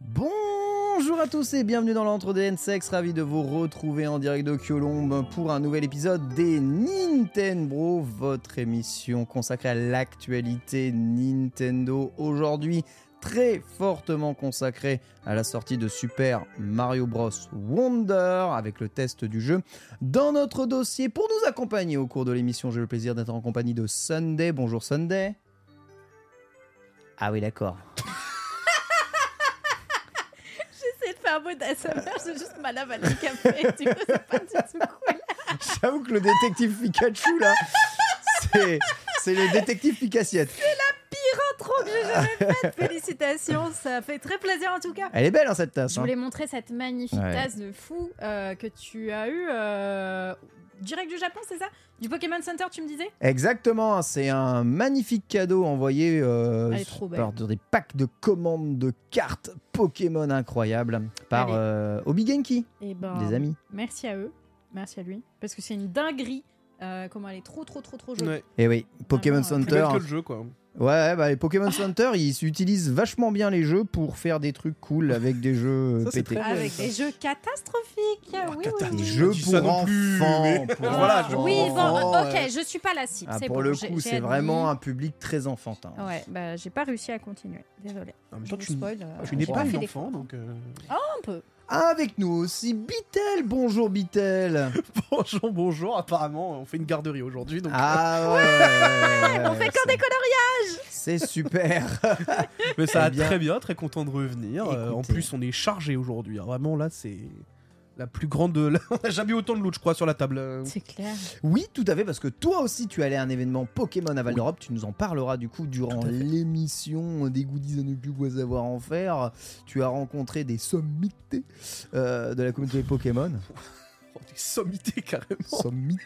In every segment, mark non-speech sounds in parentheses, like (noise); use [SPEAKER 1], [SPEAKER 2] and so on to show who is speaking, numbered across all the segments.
[SPEAKER 1] Bonjour à tous et bienvenue dans l'entre des N-Sex. Ravi de vous retrouver en direct de Kyolombe pour un nouvel épisode des Nintendo, votre émission consacrée à l'actualité Nintendo. Aujourd'hui, très fortement consacrée à la sortie de Super Mario Bros. Wonder avec le test du jeu. Dans notre dossier, pour nous accompagner au cours de l'émission, j'ai le plaisir d'être en compagnie de Sunday. Bonjour Sunday. Ah oui, d'accord.
[SPEAKER 2] J'essaie de faire un mot d'ASMR, j'ai juste ma lave à le café, du coup c'est pas du tout cool.
[SPEAKER 1] J'avoue que le détective Pikachu, là, c'est, c'est le détective Picassiette.
[SPEAKER 2] Pire intro que j'ai jamais faite, félicitations, ça fait très plaisir en tout cas.
[SPEAKER 1] Elle est belle, hein, cette tasse.
[SPEAKER 2] Je
[SPEAKER 1] hein.
[SPEAKER 2] voulais montrer cette magnifique
[SPEAKER 1] Ouais.
[SPEAKER 2] tasse de fou euh, que tu as eue euh, direct du Japon, c'est ça Du Pokémon Center, tu me disais
[SPEAKER 1] Exactement, hein, c'est un magnifique cadeau envoyé euh,
[SPEAKER 2] Elle est trop belle.
[SPEAKER 1] par des packs de commandes de cartes Pokémon incroyables par
[SPEAKER 2] Allez.
[SPEAKER 1] euh, Obigenki,
[SPEAKER 2] Eh ben,
[SPEAKER 1] des amis.
[SPEAKER 2] merci à eux, merci à lui, parce que c'est une dinguerie. euh, comment elle est trop trop trop trop jolie.
[SPEAKER 3] Ouais,
[SPEAKER 1] Et Eh oui, Pokémon
[SPEAKER 2] Vraiment, euh,
[SPEAKER 3] plus belle
[SPEAKER 1] Center.
[SPEAKER 3] que le jeu, quoi.
[SPEAKER 1] Ouais, ouais, bah, les Pokémon Center, ils utilisent vachement bien les jeux pour faire des trucs cool avec des jeux
[SPEAKER 3] Ah, Ça, c'est
[SPEAKER 1] pétés.
[SPEAKER 3] très bien.
[SPEAKER 2] Avec des jeux catastrophiques. oui, oui,
[SPEAKER 1] Des
[SPEAKER 2] oui.
[SPEAKER 1] jeux
[SPEAKER 3] dis
[SPEAKER 1] pour
[SPEAKER 3] ça non
[SPEAKER 1] enfants.
[SPEAKER 3] plus, mais-
[SPEAKER 1] pour
[SPEAKER 3] (laughs) Voilà, je-
[SPEAKER 1] enfants,
[SPEAKER 2] oui, bon,
[SPEAKER 1] euh,
[SPEAKER 2] ok, je suis pas la cible.
[SPEAKER 1] ah,
[SPEAKER 2] c'est
[SPEAKER 1] pour
[SPEAKER 2] bon,
[SPEAKER 1] le
[SPEAKER 2] j'ai-
[SPEAKER 1] coup,
[SPEAKER 2] j'ai
[SPEAKER 1] c'est
[SPEAKER 2] admis.
[SPEAKER 1] vraiment un public très enfantin.
[SPEAKER 2] Ouais, bah j'ai pas réussi à continuer. Désolé.
[SPEAKER 3] En même
[SPEAKER 2] Je
[SPEAKER 3] temps,
[SPEAKER 2] vous
[SPEAKER 3] tu n-
[SPEAKER 2] spoil, euh,
[SPEAKER 3] tu n'es
[SPEAKER 2] j'ai
[SPEAKER 3] pas
[SPEAKER 2] fait
[SPEAKER 3] une
[SPEAKER 2] des-
[SPEAKER 3] enfant, donc. euh,
[SPEAKER 2] Un peu.
[SPEAKER 1] Avec nous aussi Bitel, bonjour
[SPEAKER 3] (laughs)
[SPEAKER 1] Bitel.
[SPEAKER 3] (laughs) Bonjour, bonjour. Apparemment, on fait une garderie aujourd'hui, donc.
[SPEAKER 1] Ah ouais,
[SPEAKER 2] on fait quand des coloriages.
[SPEAKER 1] C'est super.
[SPEAKER 3] (laughs) Mais ça
[SPEAKER 1] Eh
[SPEAKER 3] va
[SPEAKER 1] bien.
[SPEAKER 3] très bien, très content de revenir. Euh, en
[SPEAKER 1] Écoutez.
[SPEAKER 3] plus, on est chargé aujourd'hui. hein. Vraiment, là, c'est la (laughs) plus grande. là, on n'a jamais eu autant de loot, je crois, sur la table.
[SPEAKER 2] (laughs)
[SPEAKER 3] Euh,
[SPEAKER 2] C'est clair.
[SPEAKER 1] Oui, tout à fait, parce que toi aussi tu allais à un événement Pokémon à Val d'Europe, tu nous en parleras du coup durant l'émission des goodies à ne plus quoi savoir en faire. Tu as rencontré des sommités euh, de la communauté
[SPEAKER 3] (laughs)
[SPEAKER 1] Pokémon.
[SPEAKER 3] oh, des sommités, carrément.
[SPEAKER 1] Sommités.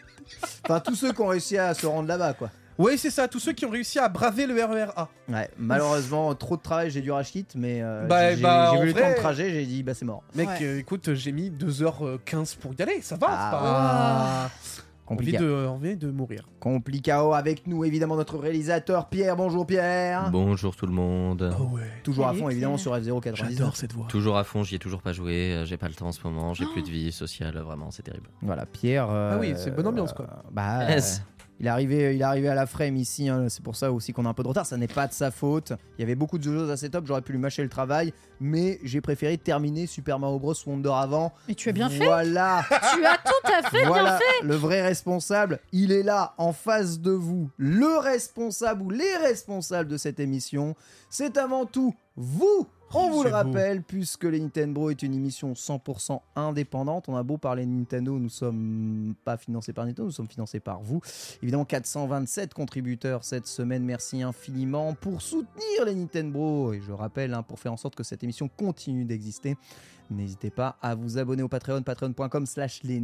[SPEAKER 1] Enfin, tous ceux qui ont réussi à se rendre là-bas, quoi.
[SPEAKER 3] Oui, c'est ça. Tous ceux qui ont réussi à braver le E RERA.
[SPEAKER 1] Ouais, malheureusement, trop de travail, j'ai du rachit, mais euh,
[SPEAKER 3] Bah,
[SPEAKER 1] j'ai,
[SPEAKER 3] bah,
[SPEAKER 1] j'ai
[SPEAKER 3] en
[SPEAKER 1] vu le
[SPEAKER 3] vrai-
[SPEAKER 1] temps de trajet, j'ai dit bah c'est mort.
[SPEAKER 3] Mec,
[SPEAKER 2] Ouais.
[SPEAKER 3] euh, écoute, j'ai mis 2h15 pour y aller. Ça va,
[SPEAKER 1] Ah.
[SPEAKER 3] c'est pas. Envie
[SPEAKER 1] Compliqué.
[SPEAKER 3] de, envie de mourir.
[SPEAKER 1] Complicao avec nous, évidemment, notre réalisateur Pierre. Bonjour Pierre.
[SPEAKER 4] Bonjour tout le monde.
[SPEAKER 3] ouais.
[SPEAKER 1] Toujours à
[SPEAKER 2] Salut,
[SPEAKER 1] fond, évidemment, sur
[SPEAKER 2] Pierre.
[SPEAKER 1] F099.
[SPEAKER 3] J'adore cette voix.
[SPEAKER 4] Toujours à fond, j'y ai toujours pas joué, euh, j'ai pas le temps en ce moment, j'ai plus de vie sociale, vraiment, c'est terrible.
[SPEAKER 1] Voilà, Pierre. euh,
[SPEAKER 3] Ah oui, c'est bonne ambiance, quoi.
[SPEAKER 1] euh, Bah, euh,
[SPEAKER 4] Yes.
[SPEAKER 1] il, est arrivé, il est arrivé à la frame ici, hein, c'est pour ça aussi qu'on a un peu de retard. Ça n'est pas de sa faute. Il y avait beaucoup de choses assez top, j'aurais pu lui mâcher le travail, mais j'ai préféré terminer Super Mario Bros. Wonder avant.
[SPEAKER 2] Mais tu as bien fait.
[SPEAKER 1] Voilà.
[SPEAKER 2] tu as tout à fait bien
[SPEAKER 1] voilà
[SPEAKER 2] fait.
[SPEAKER 1] le vrai responsable. Il est là, en face de vous. Le responsable ou les responsables de cette émission, c'est avant tout vous, On vous le
[SPEAKER 3] C'est beau.
[SPEAKER 1] rappelle, puisque les Nintendo est une émission 100% indépendante, on a beau parler de Nintendo, nous sommes pas financés par Nintendo, nous sommes financés par vous. Évidemment, 427 contributeurs cette semaine, merci infiniment pour soutenir les Nintendo. Et je rappelle, hein, pour faire en sorte que cette émission continue d'exister, n'hésitez pas à vous abonner au Patreon, patreon.com slash les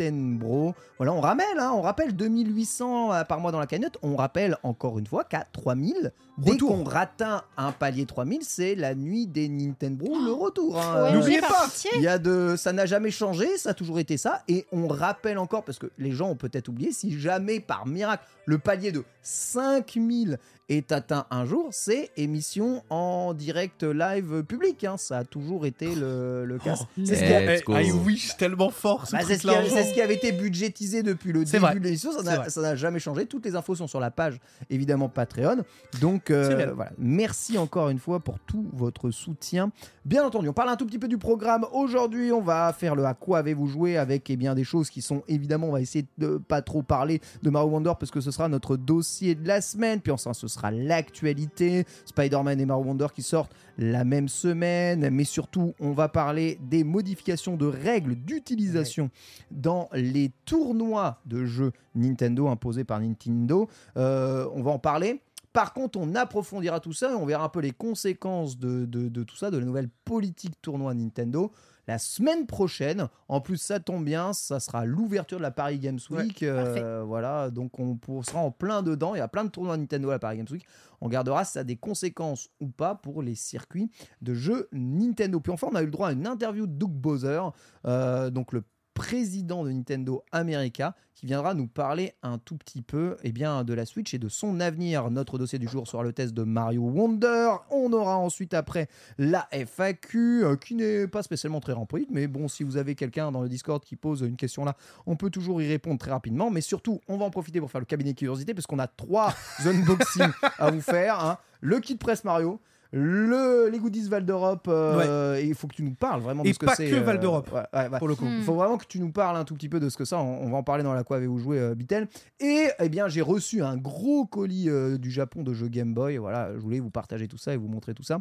[SPEAKER 1] Nintendo. Voilà, on rappelle, hein, on rappelle 2800 euh, par mois dans la cagnotte, on rappelle encore une fois qu'à 3000, dès
[SPEAKER 3] Retour.
[SPEAKER 1] qu'on atteint un palier 3000, c'est la nuit des Nintendo, le retour. hein.
[SPEAKER 2] Ouais,
[SPEAKER 3] Euh, N'oubliez
[SPEAKER 2] ouais,
[SPEAKER 3] pas,
[SPEAKER 2] par pitié.
[SPEAKER 1] Il y a de, ça n'a jamais changé, ça a toujours été ça, et on rappelle encore parce que les gens ont peut-être oublié, si jamais par miracle le palier de 5000 est atteint un jour, c'est émission en direct live public. hein. Ça a toujours été le, le
[SPEAKER 3] Oh,
[SPEAKER 1] cas.
[SPEAKER 2] Oh,
[SPEAKER 1] c'est ce
[SPEAKER 3] eh.
[SPEAKER 1] qui a-
[SPEAKER 4] Let's go.
[SPEAKER 3] I wish tellement fort ce
[SPEAKER 1] bah, c'est ce, qui
[SPEAKER 3] truc-là.
[SPEAKER 1] a- c'est ce qui avait été budgétisé depuis le
[SPEAKER 3] C'est
[SPEAKER 1] début
[SPEAKER 3] vrai.
[SPEAKER 1] de l'émission. Ça
[SPEAKER 3] C'est
[SPEAKER 1] n'a-
[SPEAKER 3] vrai.
[SPEAKER 1] Ça n'a jamais changé. Toutes les infos sont sur la page, évidemment, Patreon. Donc, euh,
[SPEAKER 3] C'est réel.
[SPEAKER 1] voilà. Merci encore une fois pour tout votre soutien. Bien entendu, on parle un tout petit peu du programme. Aujourd'hui, on va faire le à quoi avez-vous joué avec eh bien, des choses qui sont évidemment, on va essayer de pas trop parler de Mario Wonder parce que ce sera notre dossier de la semaine. Puis enfin, ce sera l'actualité. Spider-Man et Mario Wonder qui sortent la même semaine. Mais surtout, on va parler des modifications de règles d'utilisation dans les tournois de jeux Nintendo imposés par Nintendo. Euh, on va en parler. Par contre, on approfondira tout ça et on verra un peu les conséquences de, de- de tout ça, de la nouvelle politique tournoi Nintendo. La semaine prochaine, en plus ça tombe bien, ça sera l'ouverture de la Paris Games Week. euh, voilà, donc on pour- sera en plein dedans. Il y a plein de tournois Nintendo à la Paris Games Week. On regardera si ça a des conséquences ou pas pour les circuits de jeux Nintendo. Puis enfin, on a eu le droit à une interview de Doug Bowser, euh, donc le président de Nintendo America, qui viendra nous parler un tout petit peu eh bien, de la Switch et de son avenir. Notre dossier du jour sera le test de Mario Wonder. On aura ensuite après la FAQ, euh, qui n'est pas spécialement très remplie, mais bon, si vous avez quelqu'un dans le Discord qui pose une question là, on peut toujours y répondre très rapidement. Mais surtout, on va en profiter pour faire le cabinet curiosité, parce qu'on a trois
[SPEAKER 3] (laughs)
[SPEAKER 1] unboxings à vous faire. hein. Le kit presse Mario. Le, les goodies Val d'Europe, euh, et il faut que tu nous parles vraiment de
[SPEAKER 3] Et
[SPEAKER 1] ce que
[SPEAKER 3] pas
[SPEAKER 1] c'est.
[SPEAKER 3] que Val d'Europe.
[SPEAKER 1] ouais, ouais, ouais.
[SPEAKER 3] Pour le coup.
[SPEAKER 2] Hmm.
[SPEAKER 1] Il faut vraiment que tu nous parles un tout petit peu de ce que ça. On, on va en parler dans la quoi avez-vous joué, euh, Bitel. Et eh bien, j'ai reçu un gros colis euh, du Japon de jeux Game Boy. Voilà, je voulais vous partager tout ça et vous montrer tout ça.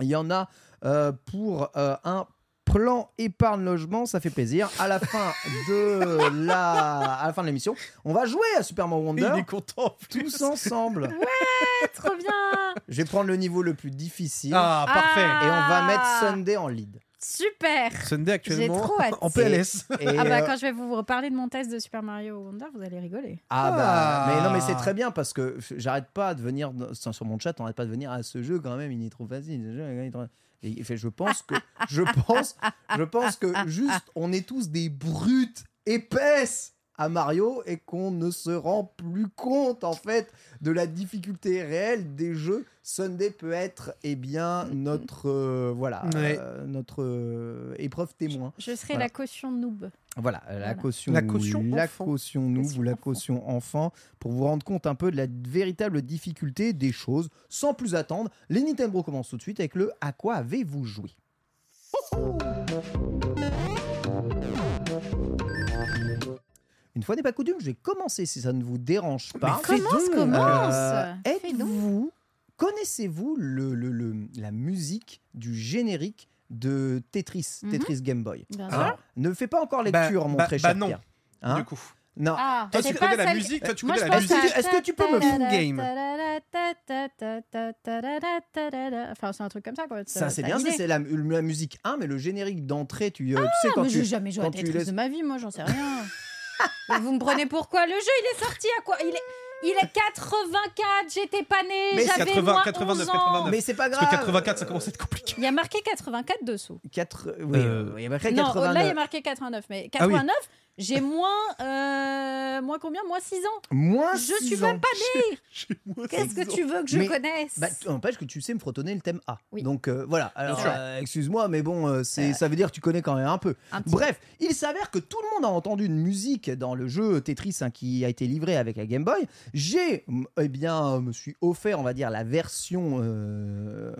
[SPEAKER 1] Il y en a euh, pour euh, un plan épargne logement, ça fait plaisir. À la fin
[SPEAKER 3] (laughs)
[SPEAKER 1] de la, à la fin de l'émission, on va jouer à Super Mario
[SPEAKER 3] Il
[SPEAKER 1] Wonder
[SPEAKER 3] est content. en plus. (laughs)
[SPEAKER 1] tous ensemble.
[SPEAKER 2] Trop bien.
[SPEAKER 1] Je vais prendre le niveau le plus difficile
[SPEAKER 3] Ah,
[SPEAKER 2] Ah.
[SPEAKER 3] parfait.
[SPEAKER 1] et on va mettre Sunday en lead.
[SPEAKER 2] Super.
[SPEAKER 3] Sunday actuellement
[SPEAKER 2] trop hâte.
[SPEAKER 3] en PLS.
[SPEAKER 1] Et,
[SPEAKER 2] Ah bah
[SPEAKER 1] euh,
[SPEAKER 2] quand je vais vous reparler de mon test de Super Mario Wonder, vous allez rigoler.
[SPEAKER 1] Ah bah,
[SPEAKER 3] Ah.
[SPEAKER 1] mais non mais c'est très bien parce que f- j'arrête pas de venir dans- sur sur mon chat, on arrête pas de venir à ce jeu quand même, il est trop facile. ce jeu, il est trop- Et il fait, je pense que
[SPEAKER 3] (laughs)
[SPEAKER 1] je pense je pense que juste on est tous des brutes épaisses à Mario et qu'on ne se rend plus compte en fait de la difficulté réelle des jeux. Sunday peut être eh bien notre euh, voilà
[SPEAKER 3] Mm-hmm. Ouais.
[SPEAKER 1] euh, notre euh, épreuve témoin.
[SPEAKER 2] Je serai
[SPEAKER 1] Voilà.
[SPEAKER 2] la caution noob.
[SPEAKER 1] Voilà, euh, la
[SPEAKER 2] Voilà.
[SPEAKER 1] caution,
[SPEAKER 3] La caution
[SPEAKER 1] la
[SPEAKER 3] enfant.
[SPEAKER 1] caution nous,
[SPEAKER 2] Caution
[SPEAKER 1] ou la
[SPEAKER 2] enfant.
[SPEAKER 1] caution enfant, pour vous rendre compte un peu de la véritable difficulté des choses. Sans plus attendre, les Nintendo commencent tout de suite avec le à quoi avez-vous joué. Une fois n'est pas coutume, je vais commencer si ça ne vous dérange pas. Euh,
[SPEAKER 2] fais Commence, donc. commence. Fais
[SPEAKER 1] Êtes-vous, connaissez-vous le, le- le- la musique du générique de Tetris,
[SPEAKER 2] Mhm.
[SPEAKER 1] Tetris Game Boy
[SPEAKER 2] Bien
[SPEAKER 3] Ah.
[SPEAKER 2] sûr.
[SPEAKER 1] ne fais pas encore
[SPEAKER 3] Bah,
[SPEAKER 1] lecture, mon
[SPEAKER 3] bah-
[SPEAKER 1] très
[SPEAKER 3] bah
[SPEAKER 1] cher
[SPEAKER 3] non.
[SPEAKER 1] Pierre. Hein
[SPEAKER 3] Du coup.
[SPEAKER 1] Non.
[SPEAKER 2] Ah,
[SPEAKER 3] Toi,
[SPEAKER 2] c'est
[SPEAKER 3] tu
[SPEAKER 2] pas
[SPEAKER 3] connais la
[SPEAKER 2] celle-
[SPEAKER 3] musique, toi, tu
[SPEAKER 2] Moi,
[SPEAKER 3] connais
[SPEAKER 2] je
[SPEAKER 3] la
[SPEAKER 2] pense
[SPEAKER 3] musique.
[SPEAKER 2] à-
[SPEAKER 1] Est-ce que tu peux me-
[SPEAKER 2] Enfin, c'est un truc comme ça quoi.
[SPEAKER 1] Ça, c'est
[SPEAKER 2] T'as
[SPEAKER 1] bien,
[SPEAKER 2] une
[SPEAKER 1] ça,
[SPEAKER 2] idée.
[SPEAKER 1] c'est la, la musique 1, mais le générique d'entrée, tu, euh, tu sais
[SPEAKER 2] Ah,
[SPEAKER 1] quand
[SPEAKER 2] mais
[SPEAKER 1] tu.
[SPEAKER 2] j'ai jamais joué à
[SPEAKER 1] quand tu
[SPEAKER 2] Tetris
[SPEAKER 1] laisses-
[SPEAKER 2] de ma vie, moi, j'en sais rien. Mais Vous me prenez pourquoi Le jeu, il est sorti à quoi Il est il est 84, j'étais pas née,
[SPEAKER 1] Mais
[SPEAKER 2] j'avais
[SPEAKER 3] 80,
[SPEAKER 2] moins
[SPEAKER 3] 89,
[SPEAKER 2] 11 ans.
[SPEAKER 3] 89.
[SPEAKER 1] Mais c'est pas grave.
[SPEAKER 3] Parce que 84, ça commence à être compliqué.
[SPEAKER 2] Il y a marqué 84 dessous.
[SPEAKER 1] Quatre- Oui,
[SPEAKER 3] Euh,
[SPEAKER 1] euh, il y a marqué
[SPEAKER 2] non,
[SPEAKER 1] 89.
[SPEAKER 2] au-delà, il y a marqué 89. Mais
[SPEAKER 3] Ah oui.
[SPEAKER 2] 89, j'ai moins. euh, moins combien Moins 6 ans.
[SPEAKER 1] Moins
[SPEAKER 2] Je
[SPEAKER 1] six
[SPEAKER 2] suis
[SPEAKER 1] ans. (laughs)
[SPEAKER 2] même pas née. Qu'est-ce que tu veux que je
[SPEAKER 1] Mais-
[SPEAKER 2] connaisse
[SPEAKER 1] Bah, tu- n'empêche que tu sais me frotonner le thème A.
[SPEAKER 2] Oui.
[SPEAKER 1] Donc euh, voilà. Alors,
[SPEAKER 2] sûr.
[SPEAKER 1] euh, excuse-moi, mais bon, euh, c'est, ça veut dire que tu connais quand même un peu.
[SPEAKER 2] Un petit-
[SPEAKER 1] Bref, il s'avère que tout le monde a entendu une musique dans le jeu Tetris hein, qui a été livré avec la Game Boy. J'ai, mm, eh bien, euh, me suis offert, on va dire, la version euh,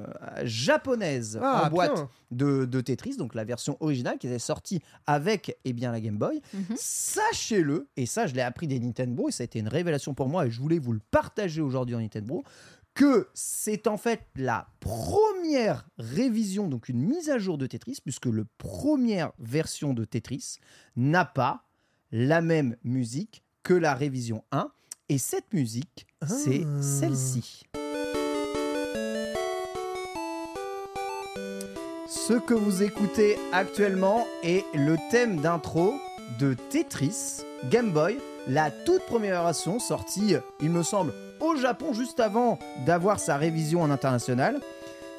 [SPEAKER 1] japonaise
[SPEAKER 3] Ah,
[SPEAKER 1] en boîte
[SPEAKER 3] bien.
[SPEAKER 1] de, de Tetris, donc la version originale qui était sortie avec, eh bien, la Game Boy.
[SPEAKER 2] Mhm.
[SPEAKER 1] Sachez-le, et ça, je l'ai appris des Nintendo, et ça a été une révélation pour moi, et je voulais vous le partager aujourd'hui en Nintendo, que c'est en fait la première révision, donc une mise à jour de Tetris, puisque la première version de Tetris n'a pas la même musique que la révision 1. Et cette musique, c'est
[SPEAKER 3] Ah.
[SPEAKER 1] celle-ci. Ce que vous écoutez actuellement est le thème d'intro de Tetris Game Boy, la toute première version sortie, il me semble, au Japon juste avant d'avoir sa révision en international.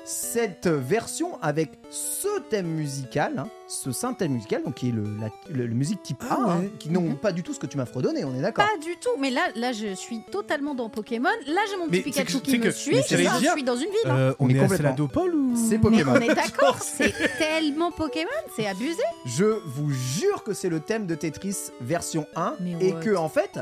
[SPEAKER 1] Cette version avec ce thème musical, hein, ce simple thème musical, donc qui est le, la- le- le musique type
[SPEAKER 3] Ah
[SPEAKER 1] A, hein,
[SPEAKER 3] ouais.
[SPEAKER 1] qui n'ont pas du tout ce que tu m'as fredonné, on est d'accord.
[SPEAKER 2] Pas du tout. Mais là, là, je suis totalement dans Pokémon. Là, j'ai mon
[SPEAKER 3] Mais
[SPEAKER 2] petit
[SPEAKER 3] c'est
[SPEAKER 2] Pikachu
[SPEAKER 3] que- c'est Euh,
[SPEAKER 2] qui
[SPEAKER 3] que-
[SPEAKER 2] me suit.
[SPEAKER 3] mais
[SPEAKER 2] Je
[SPEAKER 3] j'allais dire-
[SPEAKER 2] suis dans une ville. hein.
[SPEAKER 3] Euh, on
[SPEAKER 1] Ah, Mais
[SPEAKER 3] est à
[SPEAKER 1] complètement.
[SPEAKER 3] Céladopole ou
[SPEAKER 1] C'est
[SPEAKER 2] Mais
[SPEAKER 1] Pokémon.
[SPEAKER 2] on
[SPEAKER 3] (laughs)
[SPEAKER 2] est d'accord, c'est tellement Pokémon, c'est abusé.
[SPEAKER 1] Je vous jure que c'est le thème de Tetris version 1
[SPEAKER 2] Mais
[SPEAKER 1] et
[SPEAKER 2] what
[SPEAKER 1] que en fait,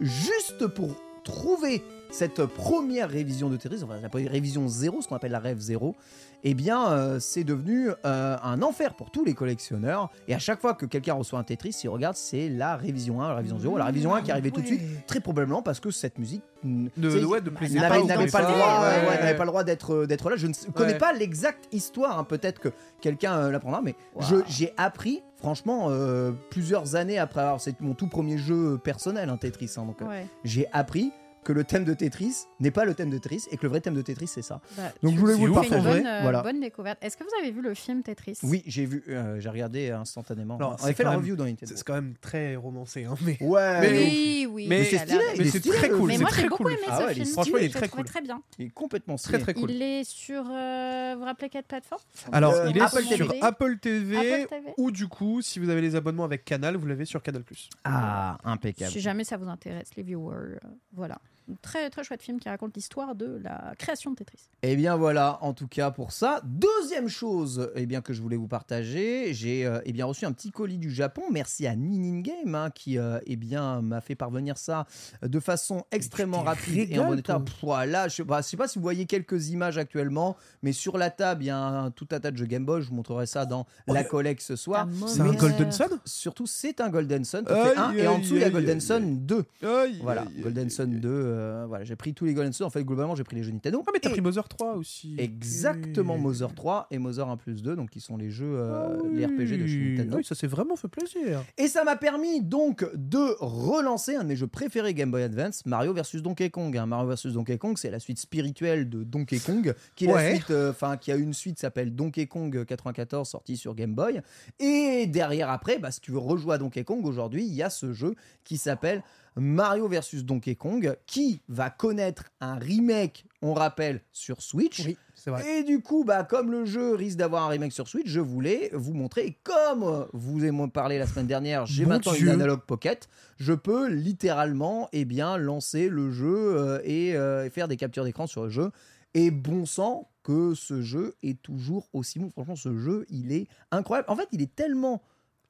[SPEAKER 1] juste pour trouver cette première révision de Tetris, enfin la première révision 0, ce qu'on appelle la rêve 0, eh bien euh, c'est devenu euh, un enfer pour tous les collectionneurs et à chaque fois que quelqu'un reçoit un Tetris, il regarde c'est la révision 1, la révision 0, la révision 1 qui arrivait tout de suite, très probablement parce que cette musique mm,
[SPEAKER 3] De,
[SPEAKER 1] tu sais,
[SPEAKER 3] ouais, de plaisir.
[SPEAKER 1] n'avait,
[SPEAKER 3] ou
[SPEAKER 1] n'avait
[SPEAKER 3] plaisir
[SPEAKER 1] pas le droit,
[SPEAKER 3] Ouais,
[SPEAKER 1] ouais,
[SPEAKER 3] ouais.
[SPEAKER 1] ouais, n'avait pas le droit d'être, euh, d'être là. Je ne sais- connais
[SPEAKER 3] Ouais.
[SPEAKER 1] pas l'exacte histoire. hein. Peut-être que quelqu'un euh, l'apprendra, mais je, j'ai appris, franchement, euh, plusieurs années après. Alors, c'est mon tout premier jeu personnel, hein, Tetris. hein, donc, euh, j'ai appris que le thème de Tetris n'est pas le thème de Tetris et que le vrai thème de Tetris, c'est ça. Bah,
[SPEAKER 3] Bah,
[SPEAKER 1] Donc, je voulais vous le
[SPEAKER 3] ouf, en
[SPEAKER 2] une
[SPEAKER 1] partager.
[SPEAKER 2] bonne, euh,
[SPEAKER 1] voilà.
[SPEAKER 2] bonne découverte. Est-ce que vous avez vu le film Tetris
[SPEAKER 1] Oui, j'ai vu, euh, j'ai regardé instantanément.
[SPEAKER 3] Alors,
[SPEAKER 1] On avait
[SPEAKER 3] c'est
[SPEAKER 1] fait la
[SPEAKER 3] quand même-
[SPEAKER 1] review dans Nintendo.
[SPEAKER 3] C'est c'est quand même très romancé, hein, mais.
[SPEAKER 1] Ouais,
[SPEAKER 3] Mais-
[SPEAKER 1] mais
[SPEAKER 2] oui, oui.
[SPEAKER 3] mais
[SPEAKER 2] oui,
[SPEAKER 3] c'est
[SPEAKER 2] ça a l'air
[SPEAKER 1] stylé,
[SPEAKER 2] d'être-
[SPEAKER 3] Mais
[SPEAKER 1] il est
[SPEAKER 3] c'est
[SPEAKER 1] stylé,
[SPEAKER 3] très
[SPEAKER 1] le
[SPEAKER 3] cool.
[SPEAKER 2] Mais
[SPEAKER 3] c'est
[SPEAKER 2] moi, j'ai
[SPEAKER 3] très
[SPEAKER 2] beaucoup
[SPEAKER 3] cool.
[SPEAKER 2] aimé
[SPEAKER 1] Ah
[SPEAKER 2] ce
[SPEAKER 1] ouais, il est
[SPEAKER 2] film.
[SPEAKER 3] Franchement, il est
[SPEAKER 2] Je l'ai
[SPEAKER 3] très
[SPEAKER 2] trouvé
[SPEAKER 3] cool.
[SPEAKER 2] très bien.
[SPEAKER 1] il est complètement
[SPEAKER 3] Très
[SPEAKER 1] stylé.
[SPEAKER 3] très cool.
[SPEAKER 2] Il est sur. euh, vous vous rappelez quelle plateforme
[SPEAKER 3] Alors,
[SPEAKER 1] Euh,
[SPEAKER 3] il est
[SPEAKER 1] Apple
[SPEAKER 3] sur
[SPEAKER 2] TV.
[SPEAKER 3] Apple TV,
[SPEAKER 2] Apple TV.
[SPEAKER 3] ou du coup, si vous avez les abonnements avec Canal, vous l'avez sur Canal+.
[SPEAKER 1] Ah, impeccable.
[SPEAKER 2] Si jamais ça vous intéresse, les viewers. euh, Voilà. Un Très, très chouette film qui raconte l'histoire de la création de Tetris.
[SPEAKER 1] Eh bien voilà, en tout cas pour ça. Deuxième chose eh bien, que je voulais vous partager, j'ai euh, eh bien, reçu un petit colis du Japon. Merci à Ninin Game hein, qui euh, eh bien, m'a fait parvenir ça de façon extrêmement
[SPEAKER 3] t'es
[SPEAKER 1] rapide et en
[SPEAKER 3] régalé,
[SPEAKER 1] bon état.
[SPEAKER 3] toi.
[SPEAKER 1] Pff, Voilà, je sais pas, je sais pas si vous voyez quelques images actuellement, mais sur la table, il y a un- tout un tas de jeux Game Boy. Je vous montrerai ça dans la collecte ce soir.
[SPEAKER 3] C'est un
[SPEAKER 1] Mais-
[SPEAKER 3] Golden Sun
[SPEAKER 1] Surtout, c'est un Golden Sun, t'en
[SPEAKER 3] Aïe,
[SPEAKER 1] fais un, et en
[SPEAKER 3] aïe,
[SPEAKER 1] dessous, il y a
[SPEAKER 3] aïe,
[SPEAKER 1] Golden
[SPEAKER 3] aïe,
[SPEAKER 1] Sun 2.
[SPEAKER 3] Aïe,
[SPEAKER 1] Voilà,
[SPEAKER 3] aïe, aïe,
[SPEAKER 1] Golden
[SPEAKER 3] aïe,
[SPEAKER 1] Sun
[SPEAKER 3] aïe.
[SPEAKER 1] 2, euh, voilà, j'ai pris tous les Golden Sun. En fait, globalement, j'ai pris les jeux Nintendo.
[SPEAKER 3] Ah, mais t'as
[SPEAKER 1] Et-
[SPEAKER 3] pris Mother 3 aussi.
[SPEAKER 1] Exactement,
[SPEAKER 3] Oui.
[SPEAKER 1] Mother 3 et Mother 1 plus 2, donc qui sont les jeux,
[SPEAKER 3] Ah
[SPEAKER 1] euh, les RPG de
[SPEAKER 3] oui.
[SPEAKER 1] chez Nintendo.
[SPEAKER 3] Oui, ça s'est vraiment fait plaisir.
[SPEAKER 1] Et ça m'a permis donc de relancer un de mes jeux préférés Game Boy Advance, Mario vs Donkey Kong. hein. Mario vs Donkey Kong, c'est la suite spirituelle de Donkey Kong, qui, est la
[SPEAKER 3] Ouais.
[SPEAKER 1] suite, euh, enfin, qui a une suite qui s'appelle Donkey Kong 94, sortie sur Game Boy. Et derrière, après, bah, si tu veux rejouer à Donkey Kong aujourd'hui, il y a ce jeu qui s'appelle Mario vs Donkey Kong, qui va connaître un remake, on rappelle, sur Switch.
[SPEAKER 3] Oui, c'est vrai.
[SPEAKER 1] Et du coup, bah, comme le jeu risque d'avoir un remake sur Switch, je voulais vous montrer. Et comme euh, vous et moi parlé la semaine dernière, j'ai
[SPEAKER 3] Mon
[SPEAKER 1] maintenant
[SPEAKER 3] Dieu.
[SPEAKER 1] une Analog Pocket, je peux littéralement eh bien, lancer le jeu euh, et, euh, et faire des captures d'écran sur le jeu. Et bon sang que ce jeu est toujours aussi bon. Franchement, ce jeu, il est incroyable. En fait, il est tellement